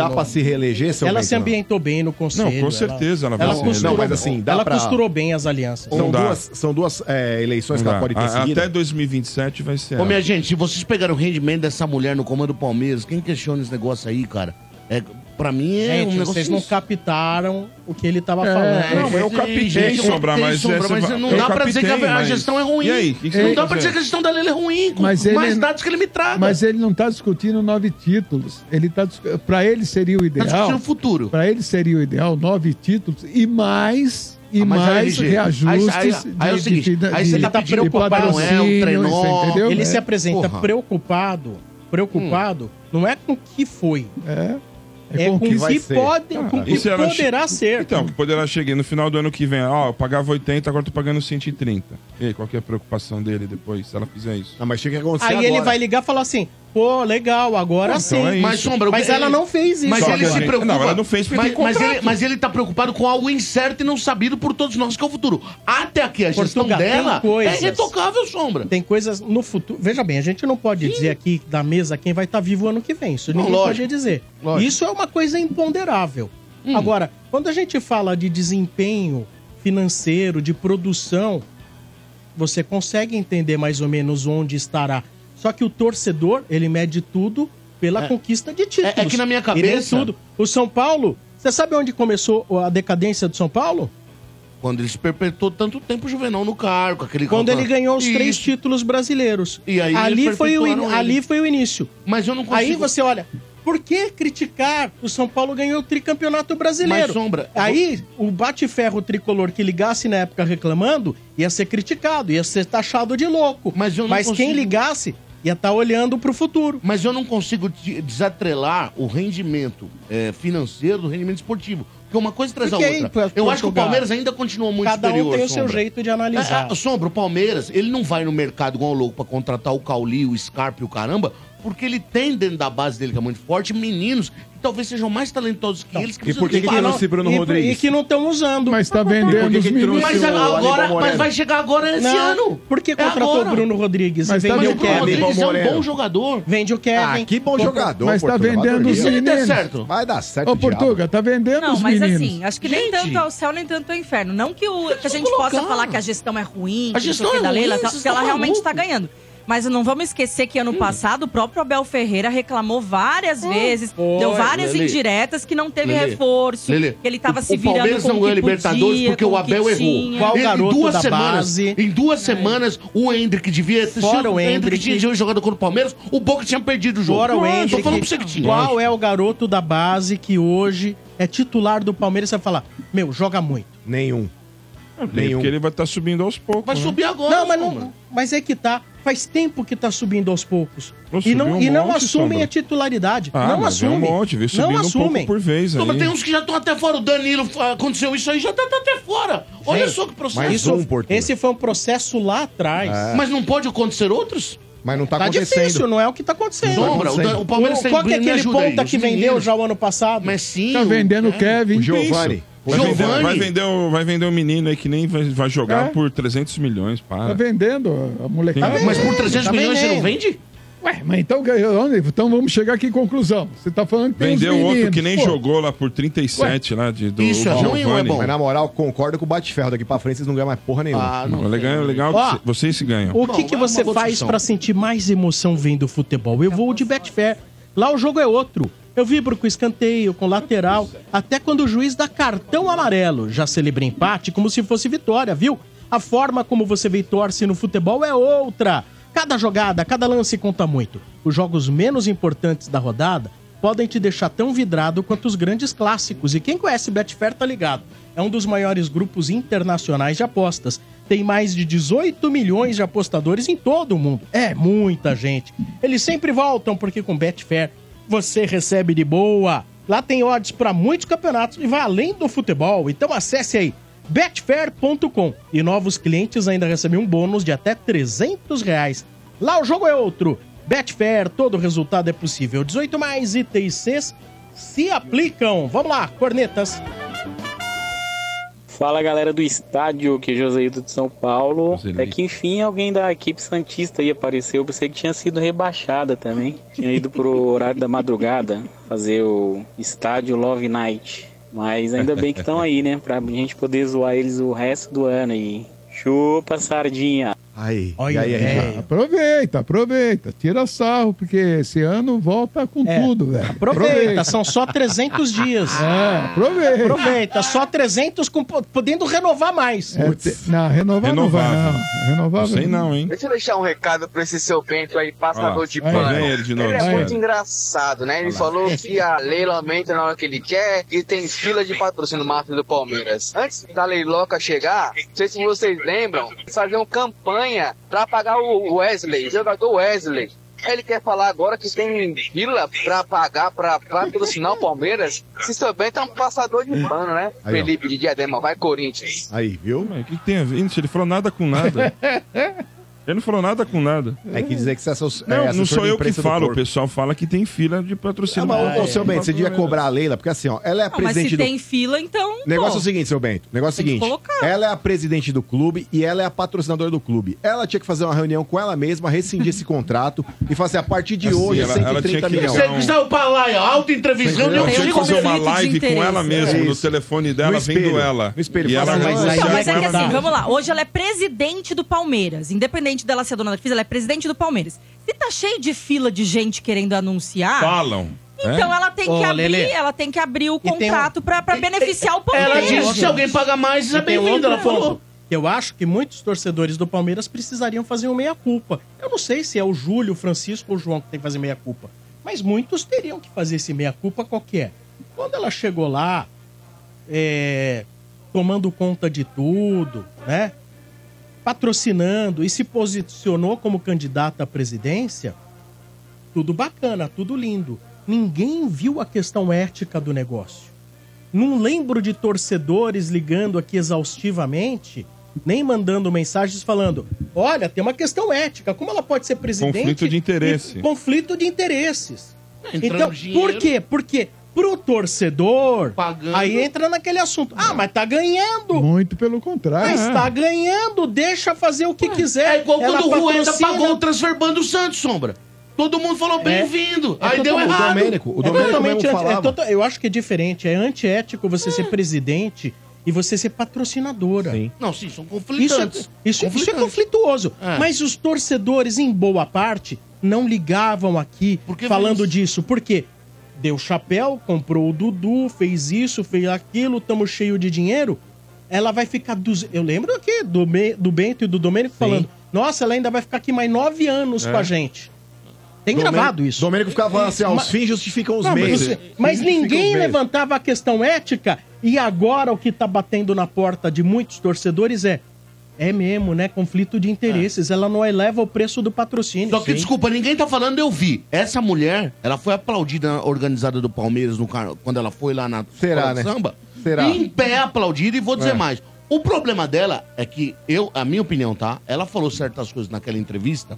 S1: Ela se ambientou bem no conselho.
S7: Não, com certeza ela vai
S1: ela
S7: se reeleger. né?
S1: costurou,
S7: Não, mas assim, dá
S1: Ela
S7: pra-
S1: costurou bem as alianças.
S7: São duas, são duas é, eleições que ela pode ter
S5: A-
S7: seguido.
S5: Até 2027 vai ser.
S4: Ô,
S5: ela.
S4: minha gente, se vocês pegaram o rendimento dessa mulher no comando do Palmeiras, quem questiona esse negócio aí, cara? É, pra mim é um
S1: Gente,
S4: negócio... É,
S1: vocês não captaram o que ele tava falando.
S4: Não, eu captei,
S1: gente, tá
S4: Sombra, mas
S1: Sombra,
S4: essa-
S1: mas
S4: não dá pra dizer que a, a
S6: mas-
S4: gestão é ruim.
S6: E aí, o que que você
S4: não
S6: vai
S4: dá pra
S6: fazer?
S4: dizer que a gestão da Leila é ruim.
S6: Mas
S4: Mas,
S6: ele-
S4: dados que ele me traga.
S6: Mas ele não está discutindo nove títulos. Ele tá para ele seria o ideal.
S4: Tá discutindo o futuro.
S6: Para ele seria o ideal nove títulos e mais e
S4: Ah, mas aí,
S6: mais
S4: RG,
S6: reajustes.
S4: aí- aí- aí é o seguinte, aí você tá
S6: de
S4: pedindo pro
S6: patrocínio,
S4: Barão, é, um
S6: você
S4: trenó.
S6: entendeu?
S1: Ele
S6: É.
S1: se apresenta
S6: Porra.
S1: preocupado, preocupado, não é com o que foi.
S6: É.
S1: É, com o que,
S5: vai ser.
S1: pode,
S5: Ah,
S1: com o
S5: e
S1: que
S5: se ela
S1: poderá
S5: che-
S1: ser.
S5: Então, que poderá chegar no final do ano que vem. Ó, eu pagava 80, agora tô pagando 130. E aí, qual que é a preocupação dele depois, se ela fizer isso?
S7: Ah, mas tinha que
S1: Aí ele vai ligar e falar assim: pô, legal, agora
S5: Então
S1: sim.
S5: é isso. Mas, Sombra,
S1: Mas
S5: o-
S1: ela não fez isso.
S4: Mas ele se preocupa.
S5: Não, ela não fez porque
S4: mas,
S5: tem
S4: mas
S5: contrato.
S4: ele, mas ele tá preocupado com algo incerto e não sabido por todos nós, que é o futuro. Até aqui, a gestão
S1: Portugal,
S4: dela
S1: tem
S4: é
S1: coisas.
S4: irretocável, Sombra.
S1: Tem coisas no futuro. Veja bem, a gente não pode dizer aqui da mesa quem vai estar vivo ano que vem. Isso
S4: Não,
S1: ninguém
S4: lógico.
S1: pode dizer.
S4: Lógico. Hum.
S1: Isso é uma coisa imponderável. Agora, quando a gente fala de desempenho financeiro, de produção, você consegue entender mais ou menos onde estará. Só que o torcedor, ele mede tudo pela
S4: É.
S1: conquista de títulos.
S4: É- é que na minha cabeça-
S1: Ele é tudo. O São Paulo, você sabe onde começou a decadência do São Paulo?
S4: Quando ele se perpetuou tanto tempo o Juvenal no cargo, aquele
S1: Quando ele ganhou os três
S4: Isso.
S1: títulos brasileiros.
S4: E aí
S1: ali
S4: eles
S1: foi, o in-
S4: perpetuaram ele.
S1: ali foi o início.
S4: Mas eu não consigo-
S1: Aí você olha, por que criticar o São Paulo ganhou o tricampeonato brasileiro?
S4: Mas, Sombra,
S1: aí o bate-ferro tricolor que ligasse na época reclamando ia ser criticado, ia ser taxado de louco. Mas,
S4: eu não
S1: quem
S4: consigo-
S1: ligasse ia estar olhando pro futuro.
S4: Mas eu não consigo de- desatrelar o rendimento eh, financeiro do rendimento esportivo. Porque uma coisa traz
S1: Porque
S4: a
S1: aí,
S4: outra.
S1: pra-
S4: eu acho que o
S1: Portugal,
S4: Palmeiras ainda continua muito
S1: Cada
S4: superior.
S1: um tem o seu
S4: Sombra.
S1: jeito de analisar.
S4: É, é, Sombra, o Palmeiras, ele não vai no mercado igual um louco pra contratar o Cauli, o Scarpa e o caramba, porque ele tem dentro da base dele, que é muito forte, meninos que talvez sejam mais talentosos que eles. Que
S7: E por que que
S4: precisam de-
S7: trouxe Bruno
S1: e,
S7: Rodrigues?
S1: E que não estão usando.
S6: Mas tá
S7: E por
S6: vendendo
S7: que
S6: os
S7: que
S6: meninos.
S7: trouxe
S4: Mas
S7: o
S4: agora,
S7: Aníbal
S4: mas
S7: Moreno?
S4: vai chegar agora esse
S1: Não,
S4: ano.
S1: Por que
S4: É
S1: contratou
S4: agora.
S1: o Bruno Rodrigues
S4: Mas
S1: e
S4: tá
S1: vendeu o
S4: vendendo o
S1: Kevin?
S4: Rodrigues, é um
S7: Moreno.
S4: bom jogador.
S1: Vende o Kevin.
S7: Ah, que bom
S1: Compra-
S7: jogador.
S6: Mas tá
S7: Portugal,
S6: vendendo
S7: adorei.
S6: os meninos.
S7: Vai dar certo,
S6: Ô, Portuga, tá vendendo
S3: Não,
S6: os
S3: mas
S6: meninos.
S3: assim, acho que nem tanto ao céu, nem tanto ao inferno. Não que, o, que a gente possa falar que a gestão é ruim,
S4: A
S3: que não sei
S4: gestão
S3: o que
S4: é
S3: da
S4: ruim, Hum.
S3: Leila,
S4: vocês
S3: se
S4: estão
S3: ela realmente
S4: maluco.
S3: está ganhando. Mas não vamos esquecer que ano passado o próprio Abel Ferreira reclamou várias vezes,
S4: É. Foi,
S3: deu várias
S4: Lele.
S3: indiretas que não teve
S4: Lele,
S3: reforço,
S4: Lele,
S3: que ele estava
S4: o-
S3: se
S4: o
S3: virando
S4: Palmeiras
S3: com
S4: não
S3: o que
S4: ganhou a Libertadores
S3: podia,
S4: porque
S3: com
S4: o
S3: que
S4: Abel errou.
S3: tinha.
S1: Qual
S4: Ele-
S1: garoto
S4: em duas
S1: da
S4: semanas,
S1: base?
S4: em duas semanas, o Hendrick devia ter
S1: Fora o Hendrick.
S4: tinha tinha jogado contra o Palmeiras, o Boca tinha perdido o jogo.
S1: Fora o
S4: Tô
S1: Hendrick.
S4: falando pra você que tinha.
S1: Qual é o garoto da base que hoje é titular do Palmeiras? Você vai falar, meu, joga muito.
S7: Nenhum.
S5: Nenhum. Porque ele vai estar subindo aos poucos.
S4: Vai
S5: né?
S4: subir agora,
S1: não, mas
S4: Sombra.
S1: não, mas é que tá. Faz tempo que tá subindo aos poucos.
S5: Não,
S1: e
S5: subiu
S1: não,
S5: um
S1: e não
S5: monte,
S1: assumem
S5: Sombra.
S1: a titularidade.
S5: Ah,
S1: não
S5: mas vem
S1: assumem.
S5: um monte, veio
S1: não
S5: subindo um
S1: assumem.
S5: pouco por vez aí.
S4: Sombra,
S1: um
S4: tem uns que já estão até fora. O Danilo ah, aconteceu isso aí, já tá, tá até fora. Olha só que processo.
S1: Isso- esse foi um processo lá atrás.
S4: Mas não pode acontecer outros?
S7: Mas não tá,
S1: Tá
S7: acontecendo.
S1: difícil, não é o que tá acontecendo.
S4: Sombra, o Dan- o Palmeiras tem-
S1: Qual que é
S4: me
S1: aquele
S4: ajuda aí,
S1: ponta
S4: os
S1: que vendeu
S4: meninos.
S1: já o ano passado?
S4: Mas sim.
S6: Tá
S4: o-
S6: vendendo o
S4: é.
S6: Kevin.
S7: O Giovani.
S5: Isso. Vai
S4: Giovani.
S5: vender, vai, vender o, vai vender um menino aí que nem vai, vai jogar
S6: É.
S5: por 300 milhões,
S6: Tá
S5: para.
S6: vendendo a molecada.
S5: Tá
S4: Mas por 300
S1: Tá
S4: milhões você não
S1: vendendo.
S4: vende?
S6: Ué, mas então, ganhou onde? então vamos chegar aqui em conclusão. Você tá falando que tem uns
S5: Vendeu outro
S6: meninos,
S5: que nem
S6: pô.
S5: jogou lá por 37 lá de, do Giovani.
S17: Tá
S7: Mas na moral, concordo com o Bate-Ferro. Daqui pra frente vocês não ganham mais porra nenhuma.
S5: Ah, não Não, legal- sei. legal que
S7: Ó,
S5: cê- vocês se ganham.
S1: O que, que você faz pra sentir mais emoção vendo futebol? Eu vou de Betfair. Lá o jogo é outro. Eu vibro com escanteio, com lateral, até quando o juiz dá cartão amarelo. Já celebra empate como se fosse vitória, viu? A forma como você vê e torce no futebol é outra. Cada jogada, cada lance conta muito. Os jogos menos importantes da rodada podem te deixar tão vidrado quanto os grandes clássicos. E quem conhece Betfair tá ligado. É um dos maiores grupos internacionais de apostas. Tem mais de 18 milhões de apostadores em todo o mundo. É muita gente. Eles sempre voltam porque com Betfair você recebe de boa. Lá tem odds para muitos campeonatos e vai além do futebol. Então acesse aí betfair.com e novos clientes ainda recebem um bônus de até 300 reais. Lá o jogo é outro. Betfair, todo resultado é possível. 18 mais itens Cs se aplicam. Vamos lá, cornetas.
S18: Fala galera do estádio, que é Joseildo de São Paulo. Até que enfim alguém da equipe Santista aí apareceu. Eu pensei que tinha sido rebaixada também. Tinha ido pro horário da madrugada fazer o estádio Love Night. Mas ainda bem que estão aí, né? Pra gente poder zoar eles o resto do ano aí. Chupa, sardinha.
S7: Aí,
S6: Olha,
S18: é.
S6: velho. Aproveita, aproveita. Tira sarro, porque esse ano volta com tudo, velho.
S1: Aproveita, são só 300 dias.
S6: É, aproveita.
S1: Aproveita, só 300 com, podendo renovar mais.
S6: É, te- não, renovar não vai, não. Renovar vai-
S19: Deixa eu deixar um recado pra esse seu Bento aí, passador
S6: Olha lá.
S19: de
S6: Aí,
S19: pano.
S6: vem ele de novo,
S19: é
S6: cara.
S19: muito engraçado, né? Ele falou que a Leila aumenta na hora que ele quer e tem fila de patrocínio máfia do Palmeiras. Antes da Leiloca chegar, não sei se vocês lembram, eles faziam campanha pra pagar o Wesley, o jogador Wesley. Aí Ele quer falar agora que tem fila pra pagar pra pra patrocinar o Palmeiras? Se seu Bento é um passador de pano, né?
S5: Aí, ó.
S19: Felipe de Diadema, vai Corinthians.
S7: Aí, viu?
S5: O que, que tem a ver? Ixi, Ele falou nada com nada. Ele não falou nada com nada.
S7: É que dizer que você é assos-
S5: Não,
S7: é
S5: não
S7: assessor
S5: sou
S7: de
S5: eu que
S7: imprensa do
S5: falo, o
S7: corpo.
S5: pessoal fala que tem fila de
S7: Ah,
S5: patrocínio.
S7: mas, ô,
S6: É,
S7: seu Bento, você devia
S5: Palmeiras.
S7: cobrar a Leila, porque assim, ó, ela é a
S3: Não, Ah, mas
S7: presidente
S3: se
S7: do
S3: tem fila, então.
S7: O negócio
S3: pô.
S7: é o seguinte, seu Bento. O negócio é o
S3: Tem que
S7: seguinte. Ela é a presidente do clube e ela é a patrocinadora do clube. Ela tinha que fazer uma reunião com ela mesma, rescindir esse contrato e fazer a partir de
S5: Assim,
S7: hoje
S5: ela-
S7: é
S5: ela
S7: 130
S5: tinha que
S7: milhões.
S5: fazer um- Você
S4: Está o Palai, ó, auto-entrevista,
S5: Ela
S4: reunião
S5: tinha que
S4: de
S5: fazer uma
S4: conflito de
S5: live com
S4: interesse.
S5: ela mesma,
S4: É
S5: no
S4: isso.
S5: telefone dela,
S4: No
S5: vendo
S4: espelho.
S5: ela.
S4: No espelho,
S5: e ela
S4: fala, mas
S5: negociar
S4: aí-
S5: com
S4: mas
S3: É que
S5: ela.
S3: assim, vamos lá. Hoje ela é presidente do Palmeiras. Independente dela ser a dona da crise, ela é presidente do Palmeiras. Se tá cheio de fila de gente querendo anunciar.
S5: Falam.
S3: Então
S5: É?
S3: ela tem
S5: Ô,
S3: que abrir,
S5: Lele.
S3: ela tem que abrir o
S1: tem um-
S3: contrato pra para beneficiar o
S1: Ela
S3: Palmeiras.
S1: disse que se alguém é
S4: paga mais,
S1: E tem outro ponto. Eu acho que muitos torcedores do Palmeiras precisariam fazer um meia-culpa. Eu não sei se é o Júlio, o Francisco ou o João que tem que fazer meia-culpa. Mas muitos teriam que fazer esse meia-culpa qualquer. Quando ela chegou lá, é, tomando conta de tudo, né? Patrocinando e se posicionou como candidata à presidência, tudo bacana, tudo lindo. Ninguém viu a questão ética do negócio. Não lembro de torcedores ligando aqui exaustivamente, nem mandando mensagens falando: olha, tem uma questão ética, como ela pode ser presidente?
S5: Conflito de interesse.
S1: e- Conflito de interesses.
S5: Entrando
S1: então,
S5: dinheiro.
S1: por quê? Porque pro torcedor, aí entra naquele assunto: ah, mas tá ganhando.
S6: Muito pelo contrário.
S1: Mas tá ganhando, deixa fazer o que quiser.
S6: é igual
S1: Ela
S6: quando o Rueda
S1: patrocina. É.
S6: pagou
S4: o transfer ban do Santos, Sombra. Todo mundo falou bem-vindo. Aí deu
S1: totalmente-
S4: errado.
S1: O Domênico, o Domênico
S4: mesmo
S1: totalmente anti-
S4: falava.
S1: é total- Eu acho que é diferente. É antiético você ser presidente e você ser patrocinadora.
S4: Não, sim, são
S1: Isso é,
S4: conflitantes.
S1: isso, isso é conflituoso.
S4: É.
S1: Mas os torcedores, em boa parte, não ligavam aqui falando disso. Porque deu chapéu, comprou o Dudu, fez isso, fez aquilo, estamos cheio de dinheiro. Ela vai ficar. Dos... Eu lembro aqui do, Me- do Bento e do Domênico falando: nossa, ela ainda vai ficar aqui mais nove anos
S7: É.
S1: com a gente. Tem
S7: Domênico-
S1: gravado isso.
S7: Domênico ficava falando assim, ó, os
S1: Mas-
S7: fins justificam os
S1: Não, mas
S7: meios.
S1: você-
S7: Os fins
S1: Mas
S7: justificam os
S1: ninguém né,
S7: meios.
S1: levantava a questão ética e agora o que tá batendo na porta de muitos torcedores é é mesmo, né? Conflito de interesses. Ela não eleva o preço do patrocínio.
S4: Só que,
S1: Sim.
S4: desculpa, ninguém tá falando, eu vi. Essa mulher, ela foi aplaudida na organizada do Palmeiras no car... quando ela foi lá na
S7: Será,
S4: Escola de
S7: né?
S4: samba.
S7: Será?
S4: Em pé aplaudida, e vou dizer
S7: É.
S4: mais. O problema dela é que, eu, a minha opinião, tá? Ela falou certas coisas naquela entrevista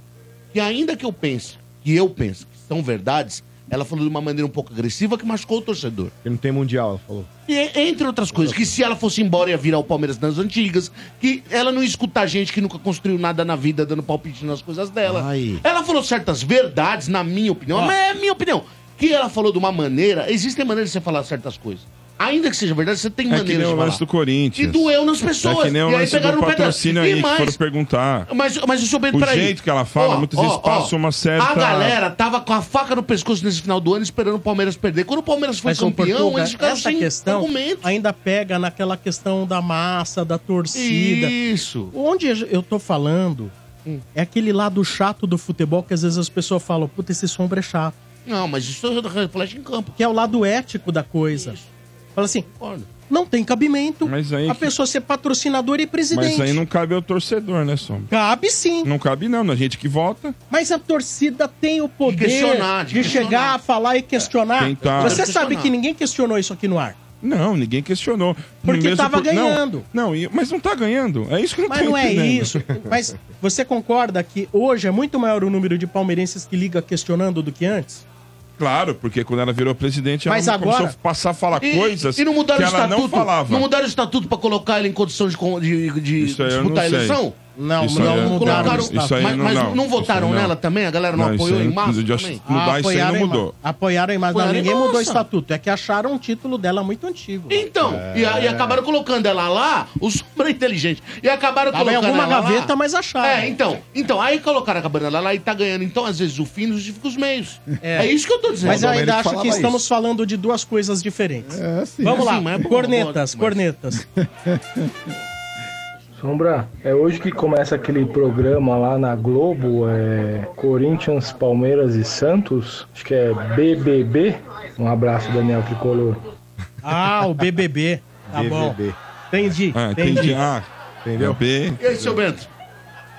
S4: que ainda que eu pense, que eu penso que são verdades, Ela falou de uma maneira um pouco agressiva que machucou o torcedor.
S7: Porque não tem mundial, ela falou.
S4: E entre outras coisas, que se ela fosse embora ia virar o Palmeiras nas antigas, que ela não ia escutar gente que nunca construiu nada na vida dando palpite nas coisas dela. Ela falou certas verdades, na minha opinião,
S5: Ah.
S4: mas é minha opinião, que ela falou de uma maneira, existem maneiras de você falar certas coisas. Ainda que seja verdade, você tem
S5: É que
S4: maneiras
S5: nem
S4: de
S5: o
S4: falar.
S5: lance do Corinthians.
S4: E doeu nas pessoas.
S5: É que nem o
S4: E aí
S5: lance
S4: pegaram
S5: do
S4: no pé dela.
S5: patrocínio
S4: E
S5: aí, que
S4: mais,
S5: foram perguntar.
S4: Mas, mas o senhor Bento,
S5: O
S4: peraí.
S5: jeito que ela fala, muitas vezes passa uma certa-
S4: A galera tava com a faca no pescoço nesse final do ano esperando o Palmeiras perder. Quando o Palmeiras foi
S1: Mas, ô,
S4: campeão,
S1: Portuga,
S4: eles ficaram
S1: essa
S4: sem
S1: questão ainda pega naquela questão da massa, da torcida.
S4: Isso. Hum.
S1: Onde eu tô falando é aquele lado chato do futebol que às vezes as pessoas falam, puta, esse sombra é chato.
S4: Não, mas isso reflete em campo.
S1: Que é o lado ético da coisa. Fala assim, não tem cabimento
S5: Mas aí
S1: a
S5: que-
S1: pessoa ser patrocinadora e presidente.
S5: Mas aí não cabe ao torcedor, né, Sombra?
S1: Cabe sim.
S5: Não cabe não, na gente que vota.
S1: Mas a torcida tem o poder de,
S5: questionar, de questionar.
S1: chegar a falar e questionar.
S5: É, Tentar.
S1: Você
S5: Questionar.
S1: sabe que ninguém questionou isso aqui no ar.
S5: Não, ninguém questionou.
S1: Porque
S5: Mesmo
S1: tava
S5: por- não,
S1: ganhando.
S5: Não, e- mas não tá ganhando. É isso que eu não
S1: Mas
S5: tô
S1: não é
S5: entendendo.
S1: isso. Mas você concorda que hoje é muito maior o número de palmeirenses que liga questionando do que antes?
S5: Claro, porque quando ela virou presidente,
S1: Mas
S5: ela não
S1: agora-
S5: começou a passar a falar
S4: E-
S5: coisas
S4: e não mudaram
S5: que
S4: o
S5: ela
S4: estatuto,
S5: não falava.
S4: mudaram o estatuto pra colocar ele em condição de, con- de, de
S5: Isso aí eu
S4: disputar a
S5: não sei.
S4: eleição?
S5: Não, Isso não aí eu- mudaram o estatuto. Isso aí
S4: mas,
S5: não-
S4: mas
S5: não. Isso
S4: votaram
S5: aí não.
S4: nela também? A galera não,
S5: Não, isso
S4: apoiou
S5: aí
S4: em
S5: não
S4: massa
S5: precisa de
S4: também?
S5: mudar isso aí não
S1: apoiaram em ma-
S5: mudou.
S1: Apoiaram a imagem. Não,
S4: Apoiaram a
S1: ninguém mudou o
S4: imagem.
S1: estatuto. É que acharam um título dela muito antigo.
S4: Então, E, a-
S1: É.
S4: e acabaram colocando ela lá, o sombra inteligente. E acabaram
S1: Tava em
S4: colocando
S1: alguma
S4: ela lá.
S1: gaveta, mas acharam.
S4: É, então. Então, aí colocaram a cabana lá e tá ganhando. Então, às vezes, o fim justifica os meios. É, isso que eu tô dizendo.
S1: Mas eu ainda acho que estamos falando de duas coisas diferentes. Vamos
S4: Sim,
S1: lá,
S4: mas é bom,
S1: cornetas,
S4: eu
S1: cornetas.
S20: Sombra, é hoje que começa aquele programa lá na Globo, é Corinthians, Palmeiras e Santos, acho que é BBB. Um abraço, Daniel Tricolor.
S1: Ah, o BBB. Tá bom. Entendi,
S5: Ah,
S1: entendi.
S5: entendi. A, entendeu? B,
S4: E aí, seu Bento?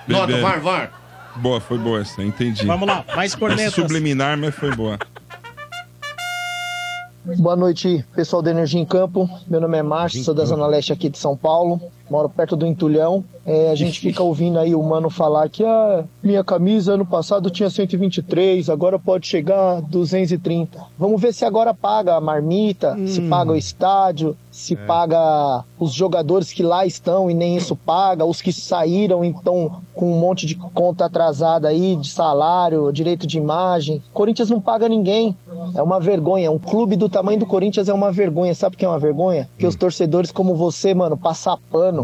S5: B,
S4: Nota,
S5: B.
S4: var, var.
S5: Boa, foi boa essa, entendi.
S1: Vamos lá, mais cornetas.
S5: Essa Subliminar, mas foi boa.
S21: Boa noite, pessoal da Energia em Campo. Meu nome é Márcio, sou da Zona Leste aqui de São Paulo. Moro perto do Entulhão. É, a gente fica ouvindo aí o mano falar que a minha camisa ano passado tinha 123, agora pode chegar a 230. Vamos ver se agora paga a marmita, se paga o estádio, se paga os jogadores que lá estão e nem isso paga, os que saíram então com um monte de conta atrasada aí, de salário, direito de imagem. Corinthians não paga ninguém. É uma vergonha. Um clube do tamanho do Corinthians é uma vergonha. Sabe o que é uma vergonha? Que os torcedores como você, mano, passar pano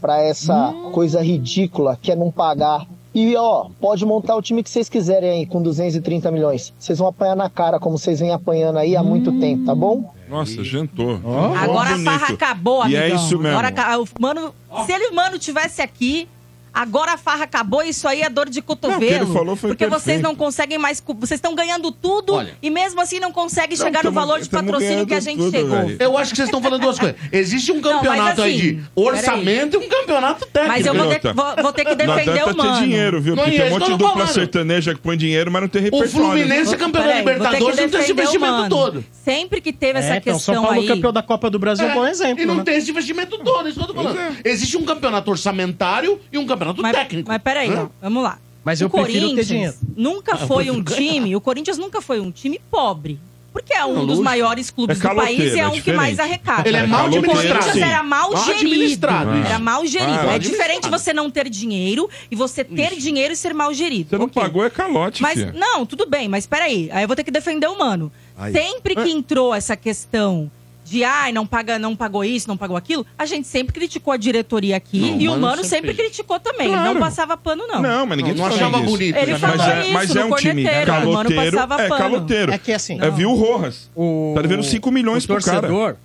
S21: pra essa coisa ridícula que é não pagar. E ó, pode montar o time que vocês quiserem aí com 230 milhões. Vocês vão apanhar na cara como vocês vêm apanhando aí há muito tempo, tá bom?
S5: Nossa, jantou.
S3: Agora
S5: Bonito.
S3: a farra acabou,
S5: E
S3: amigão.
S5: é isso mesmo.
S3: Agora, aca- o mano, se ele, mano, tivesse aqui, agora a farra acabou e isso aí é dor de
S5: o que
S3: cotovelo.
S5: ele falou foi
S3: porque vocês
S5: perfeito.
S3: não conseguem mais... cu- Vocês estão ganhando tudo e mesmo assim não conseguem
S4: Não,
S3: chegar no
S4: tamo-
S3: valor de
S4: tamo
S3: patrocínio que a
S4: ganhando
S3: gente
S4: tudo,
S3: chegou.
S4: velho. Eu acho que vocês estão falando duas coisas. Existe um campeonato
S3: mas
S4: aí
S3: assim,
S4: de orçamento e um campeonato técnico.
S3: Mas eu vou ter, que- vou- vou ter que
S5: Não
S3: defender
S5: adianta
S3: o mano.
S5: ter dinheiro, viu?
S4: Não,
S5: Porque
S4: e é
S5: tem um
S4: isso
S5: monte
S4: que
S5: de
S4: eu tô
S5: dupla
S4: falando.
S5: sertaneja que põe dinheiro, mas não tem repertório.
S4: Fluminense é campeão da
S3: Peraí, vou ter que
S4: Libertadores, não tem esse
S3: defender o
S4: investimento
S3: mano.
S4: todo.
S3: Sempre que teve essa
S1: então,
S3: questão
S1: São Paulo
S3: aí...
S1: campeão da Copa do Brasil é um bom exemplo.
S4: E não
S1: né?
S4: tem esse investimento todo, é isso que eu tô falando. Existe um campeonato orçamentário e um campeonato técnico.
S3: Mas peraí,
S4: Hã?
S3: ó, vamos lá.
S4: Mas eu prefiro ter dinheiro.
S3: Nunca
S4: Ah, eu
S3: foi um
S4: prefiro ganhar.
S3: time. O Corinthians nunca foi um time pobre. Porque é um
S4: Não,
S3: dos
S4: lógico.
S3: maiores clubes
S4: É
S3: do país e
S4: caloteiro,
S3: é
S4: é
S3: um que mais
S4: diferente.
S3: arrecada.
S4: Ele é É mal
S3: O
S4: caloteiro,
S3: Corinthians
S4: sim.
S3: era mal,
S4: Mal
S3: gerido.
S4: administrado, isso.
S3: Era mal gerido.
S5: Ah, mal
S3: é diferente você não ter dinheiro e você ter dinheiro e ser mal gerido.
S5: Você não pagou, é calote,
S3: Mas,
S5: filha.
S3: não, tudo bem, mas peraí. Aí eu vou ter que defender o mano.
S5: Aí.
S3: Sempre que entrou essa questão de ai, não, paga, não pagou isso, não pagou aquilo, a gente sempre criticou a diretoria aqui
S5: Não,
S3: e o
S5: mano
S3: mano sempre
S5: sempre fez.
S3: criticou também.
S5: Claro.
S3: Não passava pano, não.
S5: Não, mas ninguém
S3: não,
S5: tá falando
S3: achava
S5: disso.
S3: bonito. né? Ele
S5: mas
S3: falou
S5: é,
S3: isso
S5: mas é
S3: no
S5: um time
S3: corneteiro, o mano
S5: caloteiro,
S3: passava
S5: é
S3: pano.
S5: caloteiro.
S1: É que assim-
S5: É viu o Rojas. Tá devendo 5 milhões
S1: o
S5: pro cara.
S1: torcedor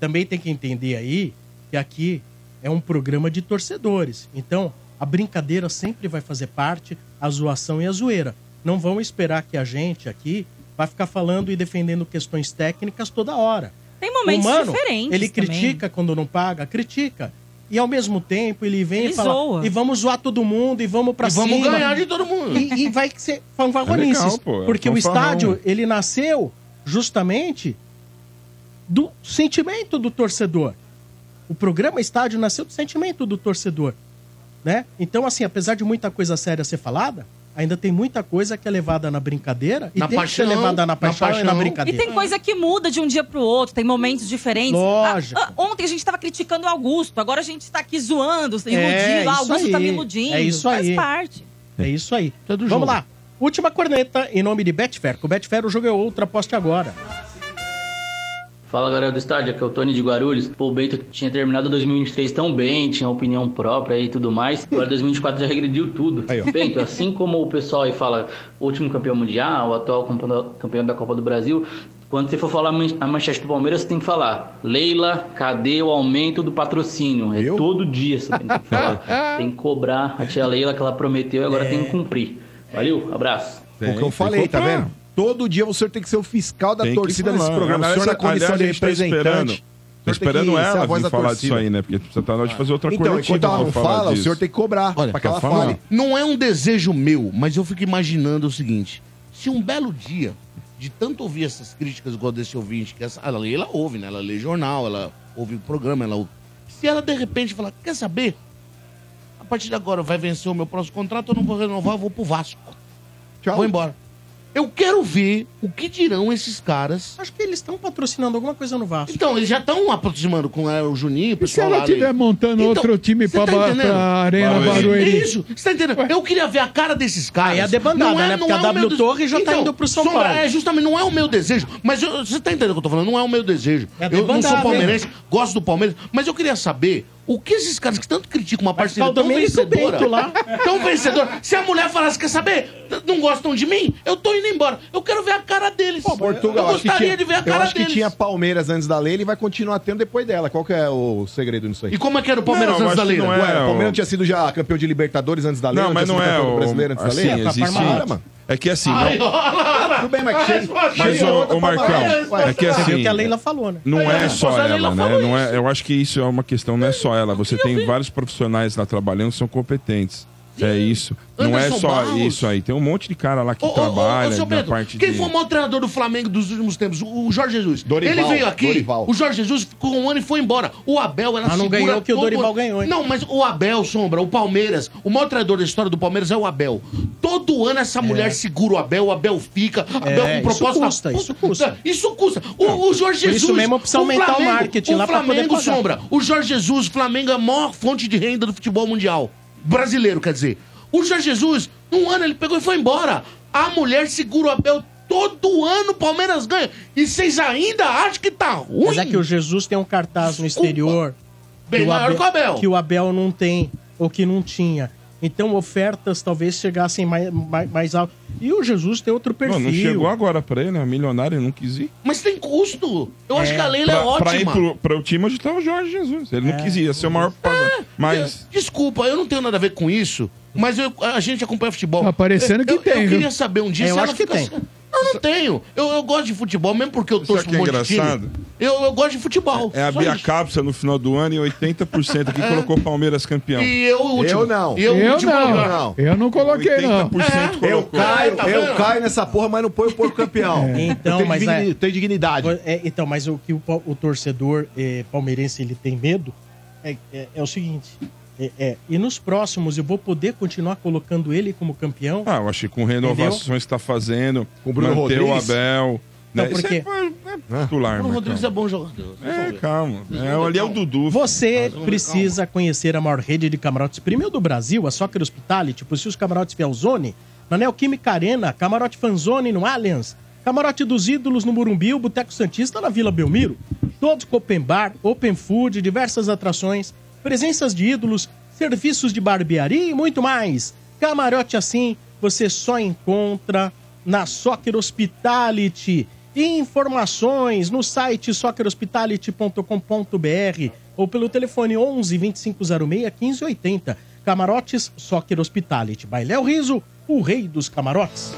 S1: também tem que entender aí que aqui é um programa de torcedores. Então, a brincadeira sempre vai fazer parte, a zoação e a zoeira. Não vão esperar que a gente aqui vai ficar falando e defendendo questões técnicas toda hora.
S3: Tem momentos
S1: O Mano,
S3: diferentes
S1: Ele
S3: também.
S1: critica quando não paga, critica. E ao mesmo tempo ele vem
S3: Ele
S1: e fala,
S3: zoa.
S1: e vamos zoar todo mundo, e vamos pra
S4: E
S1: cima.
S4: vamos ganhar de todo mundo.
S1: E, e vai ser
S4: É
S1: fanfarronices.
S4: legal, pô, é
S1: porque o
S4: fanfarrão.
S1: estádio, ele nasceu justamente do sentimento do torcedor. O programa estádio nasceu do sentimento do torcedor, né? Então, assim, apesar de muita coisa séria ser falada, ainda tem muita coisa que é levada na brincadeira e
S4: Na
S1: tem
S4: paixão,
S1: que ser levada na
S4: na
S1: paixão, e na
S4: paixão.
S1: brincadeira.
S3: E tem coisa que muda de um dia pro outro, tem momentos diferentes.
S1: Lógico.
S3: Ah, ah, ontem a gente tava criticando o Augusto, agora a gente tá aqui zoando, iludindo.
S1: É,
S3: ah,
S1: isso
S3: Augusto tá
S1: aí.
S3: me iludindo.
S1: É isso
S3: Faz
S1: aí.
S3: parte.
S1: É isso aí. Vamos
S3: jogo.
S1: lá. Última corneta em nome de Betfair. Com Betfair o jogo é outra, aposte agora.
S22: Fala galera do estádio, aqui é o Tony de Guarulhos. Pô, o Bento tinha terminado 2023 tão bem, tinha opinião própria e tudo mais. Agora 2024 já regrediu tudo. Bento, assim como o pessoal aí fala, último campeão mundial, atual campeão da- campeão da Copa do Brasil, quando você for falar man- a manchete do Palmeiras, você tem que falar: Leila, cadê o aumento do patrocínio? É todo dia você tem que falar. tem que cobrar a tia Leila que ela prometeu e agora tem que cumprir. Valeu, abraço.
S7: o que eu falei, tá vendo? Todo dia o senhor tem que ser o fiscal da
S5: Tem que
S7: torcida
S5: falar.
S7: nesse programa. O
S5: Aliás,
S7: senhor na
S5: aliás,
S7: condição de
S5: a gente tá esperando. Tô
S7: representante. o senhor tem que
S5: esperando
S7: ser a
S5: ela
S7: voz
S5: vir
S7: da
S5: falar disso
S7: torcida.
S5: aí, né? Porque você tá na hora de fazer outra
S7: Então,
S5: coletiva.
S7: enquanto ela
S5: pra
S7: não
S5: falar
S7: fala, o
S5: disso.
S7: senhor tem que cobrar
S4: Olha,
S7: pra que ela
S5: pra falar.
S7: fale.
S4: Não é um desejo meu, mas eu fico imaginando o seguinte: se um belo dia, de tanto ouvir essas críticas igual desse ouvinte, que essa, a Leila ouve, né? Ela lê jornal, ela ouve o programa, ela ouve. Se ela de repente falar, quer saber? A partir de agora vai vencer o meu próximo contrato, eu não vou renovar, eu vou pro Vasco.
S7: Tchau.
S4: Vou embora. Eu quero ver o que dirão esses caras.
S1: Acho que eles estão patrocinando alguma coisa no Vasco.
S4: Então, eles já estão aproximando com é, o Juninho, o
S6: E se
S4: pessoal
S6: ela
S4: lá, Leila?
S6: estiver montando
S4: Então,
S6: outro time
S4: Você
S6: pra,
S4: tá
S6: ba-
S4: entendendo?
S6: pra Arena
S4: É
S6: Barueri?
S4: Isso, você tá entendendo? Eu queria ver a cara desses caras.
S1: Aí é debandada, né? Porque a
S4: o meu Então,
S1: W Torre já tá indo pro São Paulo.
S4: É, justamente, não é o meu desejo. Mas eu- você tá entendendo o que eu tô falando? Não é o meu desejo. eu não
S1: debandada, né?
S4: sou palmeirense,
S1: hein?
S4: gosto do Palmeiras, mas eu queria saber o que esses caras que tanto criticam uma
S1: ficar
S4: parceria
S1: o
S4: tão
S1: Domenico
S4: vencedora,
S1: Bento lá.
S4: tão vencedora, se a mulher falasse, quer saber, não gostam de mim, eu tô indo embora. Eu quero ver a cara deles.
S7: Portugal,
S4: eu
S7: acho que
S4: gostaria
S7: tinha-
S4: de ver a
S7: eu
S4: cara
S7: acho que
S4: deles.
S7: tinha Palmeiras antes da Leila e vai continuar tendo depois dela. Qual que é o segredo nisso aí?
S4: E como é que era o Palmeiras Não, eu antes acho da que Leila? não é
S7: Ué, o Palmeiras
S5: o-
S7: tinha sido já campeão de Libertadores antes da Leila?
S5: Não, mas
S7: tinha
S5: não
S7: sido
S5: é
S7: campeão do
S5: o.
S7: Brasileiro antes
S5: assim,
S7: da Leila?
S5: existe-
S7: Para, mano.
S5: É que assim.
S7: Ai,
S5: não-
S7: Tudo bem, mas chega.
S5: Mas,
S7: chega
S5: ô,
S7: outra
S4: tá
S5: ô, Marcão,
S7: palavra.
S5: é que assim-
S1: Você viu o que a Leila falou, né?
S5: Não é só
S1: a
S5: ela,
S1: Leila
S5: né? Não é, eu acho que isso é uma questão, não é só ela. Você tem vários profissionais lá trabalhando que são competentes. É isso. Não é
S4: Anderson
S5: só
S4: Barros.
S5: isso aí. Tem um monte de cara lá que
S4: Ô,
S5: trabalha
S4: seu
S5: na
S4: Pedro,
S5: parte
S4: quem
S5: de...
S4: foi o maior treinador do Flamengo dos últimos tempos? O Jorge Jesus.
S5: Dorival,
S4: ele veio aqui,
S5: Dorival.
S4: o Jorge Jesus ficou um ano e foi embora. O Abel era
S1: Mas não
S4: segura
S1: ganhou o que o
S4: como-
S1: Dorival ganhou, hein?
S4: Não, mas o Abel, Sombra, o Palmeiras, o maior treinador da história do Palmeiras é o Abel. Todo ano essa mulher segura o Abel, o Abel fica, o Abel
S1: É,
S4: com
S1: isso
S4: propósito.
S1: custa, isso custa.
S4: Isso custa. O, o Jorge
S1: Por isso
S4: Jesus.
S1: mesmo precisa aumentar o marketing
S4: o
S1: lá pra poder
S4: Flamengo,
S1: pagar.
S4: Sombra, o Jorge Jesus, o Flamengo é a maior fonte de renda do futebol mundial. Brasileiro, quer dizer. O Jorge Jesus, num ano ele pegou e foi embora. A mulher segura o Abel todo ano, o Palmeiras ganha. E vocês ainda acham que tá ruim?
S1: Mas é que o Jesus tem um cartaz no exterior.
S4: Bem maior que o Abel.
S1: que o Abel não tem, ou que não tinha. Então ofertas talvez chegassem mais, mais, mais alto. E o Jesus tem outro
S5: Não,
S1: perfil.
S5: não chegou agora pra ele, né? Milionário, ele não quis ir.
S4: Mas tem custo. Eu acho
S5: É.
S4: que a Leila é
S5: Pra-
S4: ótima. É.
S5: Pra ir pro, pro time onde tá o Jorge Jesus. Ele não quis ir, ia ser o maior... pagador. Mas...
S4: Desculpa, eu não tenho nada a ver com isso, mas eu- a gente acompanha futebol.
S6: Tá parecendo que
S4: eu,
S6: tem,
S4: Eu
S6: viu?
S4: queria saber um dia
S1: É,
S6: Eu
S4: se
S6: acho
S4: ela
S6: que
S4: fica
S6: tem.
S4: assim. Eu não tenho. Eu, eu gosto de futebol, mesmo porque eu torço
S5: que é
S4: um monte de time.
S5: engraçado?
S4: Eu, eu gosto de futebol.
S5: É a
S4: só
S5: Bia
S4: isso. É.
S5: Capsa no final do ano e 80% aqui colocou Palmeiras campeão.
S4: E eu, o último. Eu não. E eu, o
S6: Eu
S4: último
S6: não.
S4: lugar.
S6: Eu não coloquei, não.
S7: Eu caio,
S1: tá
S7: eu
S1: vendo?
S7: caio nessa porra, mas não põe o porco campeão. Eu
S1: Então,
S7: tenho
S1: mas
S7: digni-
S1: é,
S7: tem dignidade.
S1: É, então, mas o que o, pa- o torcedor eh, palmeirense ele tem medo é, é- é o seguinte. é- é, e nos próximos eu vou poder continuar colocando ele como campeão?
S5: Ah, eu acho que com renovações que tá fazendo, com
S1: Bruno
S5: manter o
S1: Rodrigues?
S5: Abel.
S1: Não,
S5: Né? Isso
S1: porque-
S5: é pa- é titular,
S4: O
S5: Marcão.
S4: Rodrigues é bom jogador.
S5: É, calma. É, ali é o Dudu. um
S1: Você precisa conhecer a maior rede de camarotes premium do Brasil, a Soccer Hospitality, possui os camarotes Felzone, na Neoquímica Arena, Camarote Fanzone no Allianz, Camarote dos Ídolos no Morumbi, o Boteco Santista na Vila Belmiro, todos com open bar, open food, diversas atrações, presenças de ídolos, serviços de barbearia e muito mais. Camarote assim você só encontra na Soccer Hospitality. Informações no site soccerhospitality.com.br ou pelo telefone 11 2506 1580. Camarotes Soccer Hospitality. Bailéu Riso, o rei dos camarotes.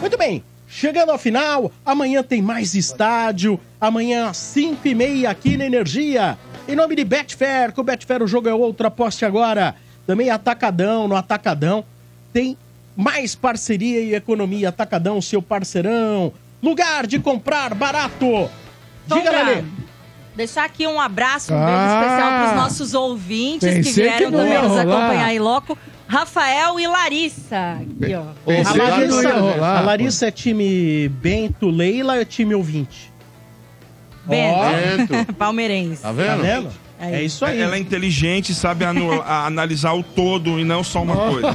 S1: Muito bem, chegando ao final, amanhã tem mais estádio, amanhã às 5 e meia aqui na Energia. Em nome de Betfair, com Betfair o jogo é outro, aposte agora. Também é Atacadão, no Atacadão tem mais parceria e economia. Atacadão, seu parceirão, lugar de comprar barato. Diga,
S3: Sombra,
S1: Lelê.
S3: Deixar aqui um abraço, um beijo
S23: Ah!
S3: especial para os nossos ouvintes que
S23: Pensei que
S3: vieram
S23: não
S3: também
S23: ia
S3: nos
S23: rolar.
S3: acompanhar em loco. Rafael e Larissa. Aqui, ó.
S1: A
S23: Pensei que não ia
S1: Larissa,
S23: rolar,
S1: a Larissa é time Bento, Leila é time ouvinte.
S3: Bento. Palmeirense.
S5: Tá vendo?
S3: É isso
S5: aí. Ela é inteligente, sabe anu- a- analisar o todo e não só uma coisa.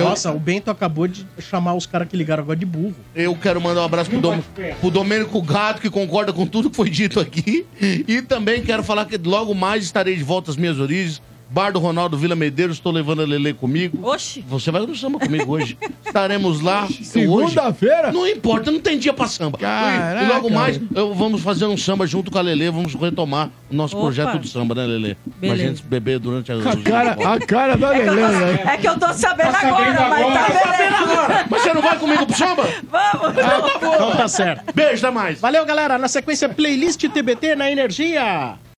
S1: Nossa, o Bento acabou de chamar os caras que ligaram agora de burro.
S4: Eu quero mandar um abraço pro, Dom, pro Domênico Gato, que concorda com tudo que foi dito aqui. E também quero falar que logo mais estarei de volta às minhas origens. Bar do Ronaldo Vila Medeiros, estou levando a Lele comigo.
S3: Oxi!
S4: Você vai no samba comigo hoje. Estaremos lá.
S6: Segunda-feira?
S4: Não importa, não tem dia pra samba.
S6: Caraca.
S4: E logo mais, eu, vamos fazer um samba junto com a Lele, vamos retomar o nosso
S3: Opa.
S4: projeto de samba, né, Lele?
S3: Beleza.
S4: Imagina se beber durante a...
S6: cara- a cara da né?
S3: É que eu
S4: Lelê,
S3: tô, é que eu tô sabendo agora, mas tá sabendo agora.
S4: Mas você não vai comigo pro samba?
S3: Vamos!
S1: Então tá certo.
S4: Beijo, até mais.
S1: Valeu, galera. Na sequência, playlist TBT na Energia.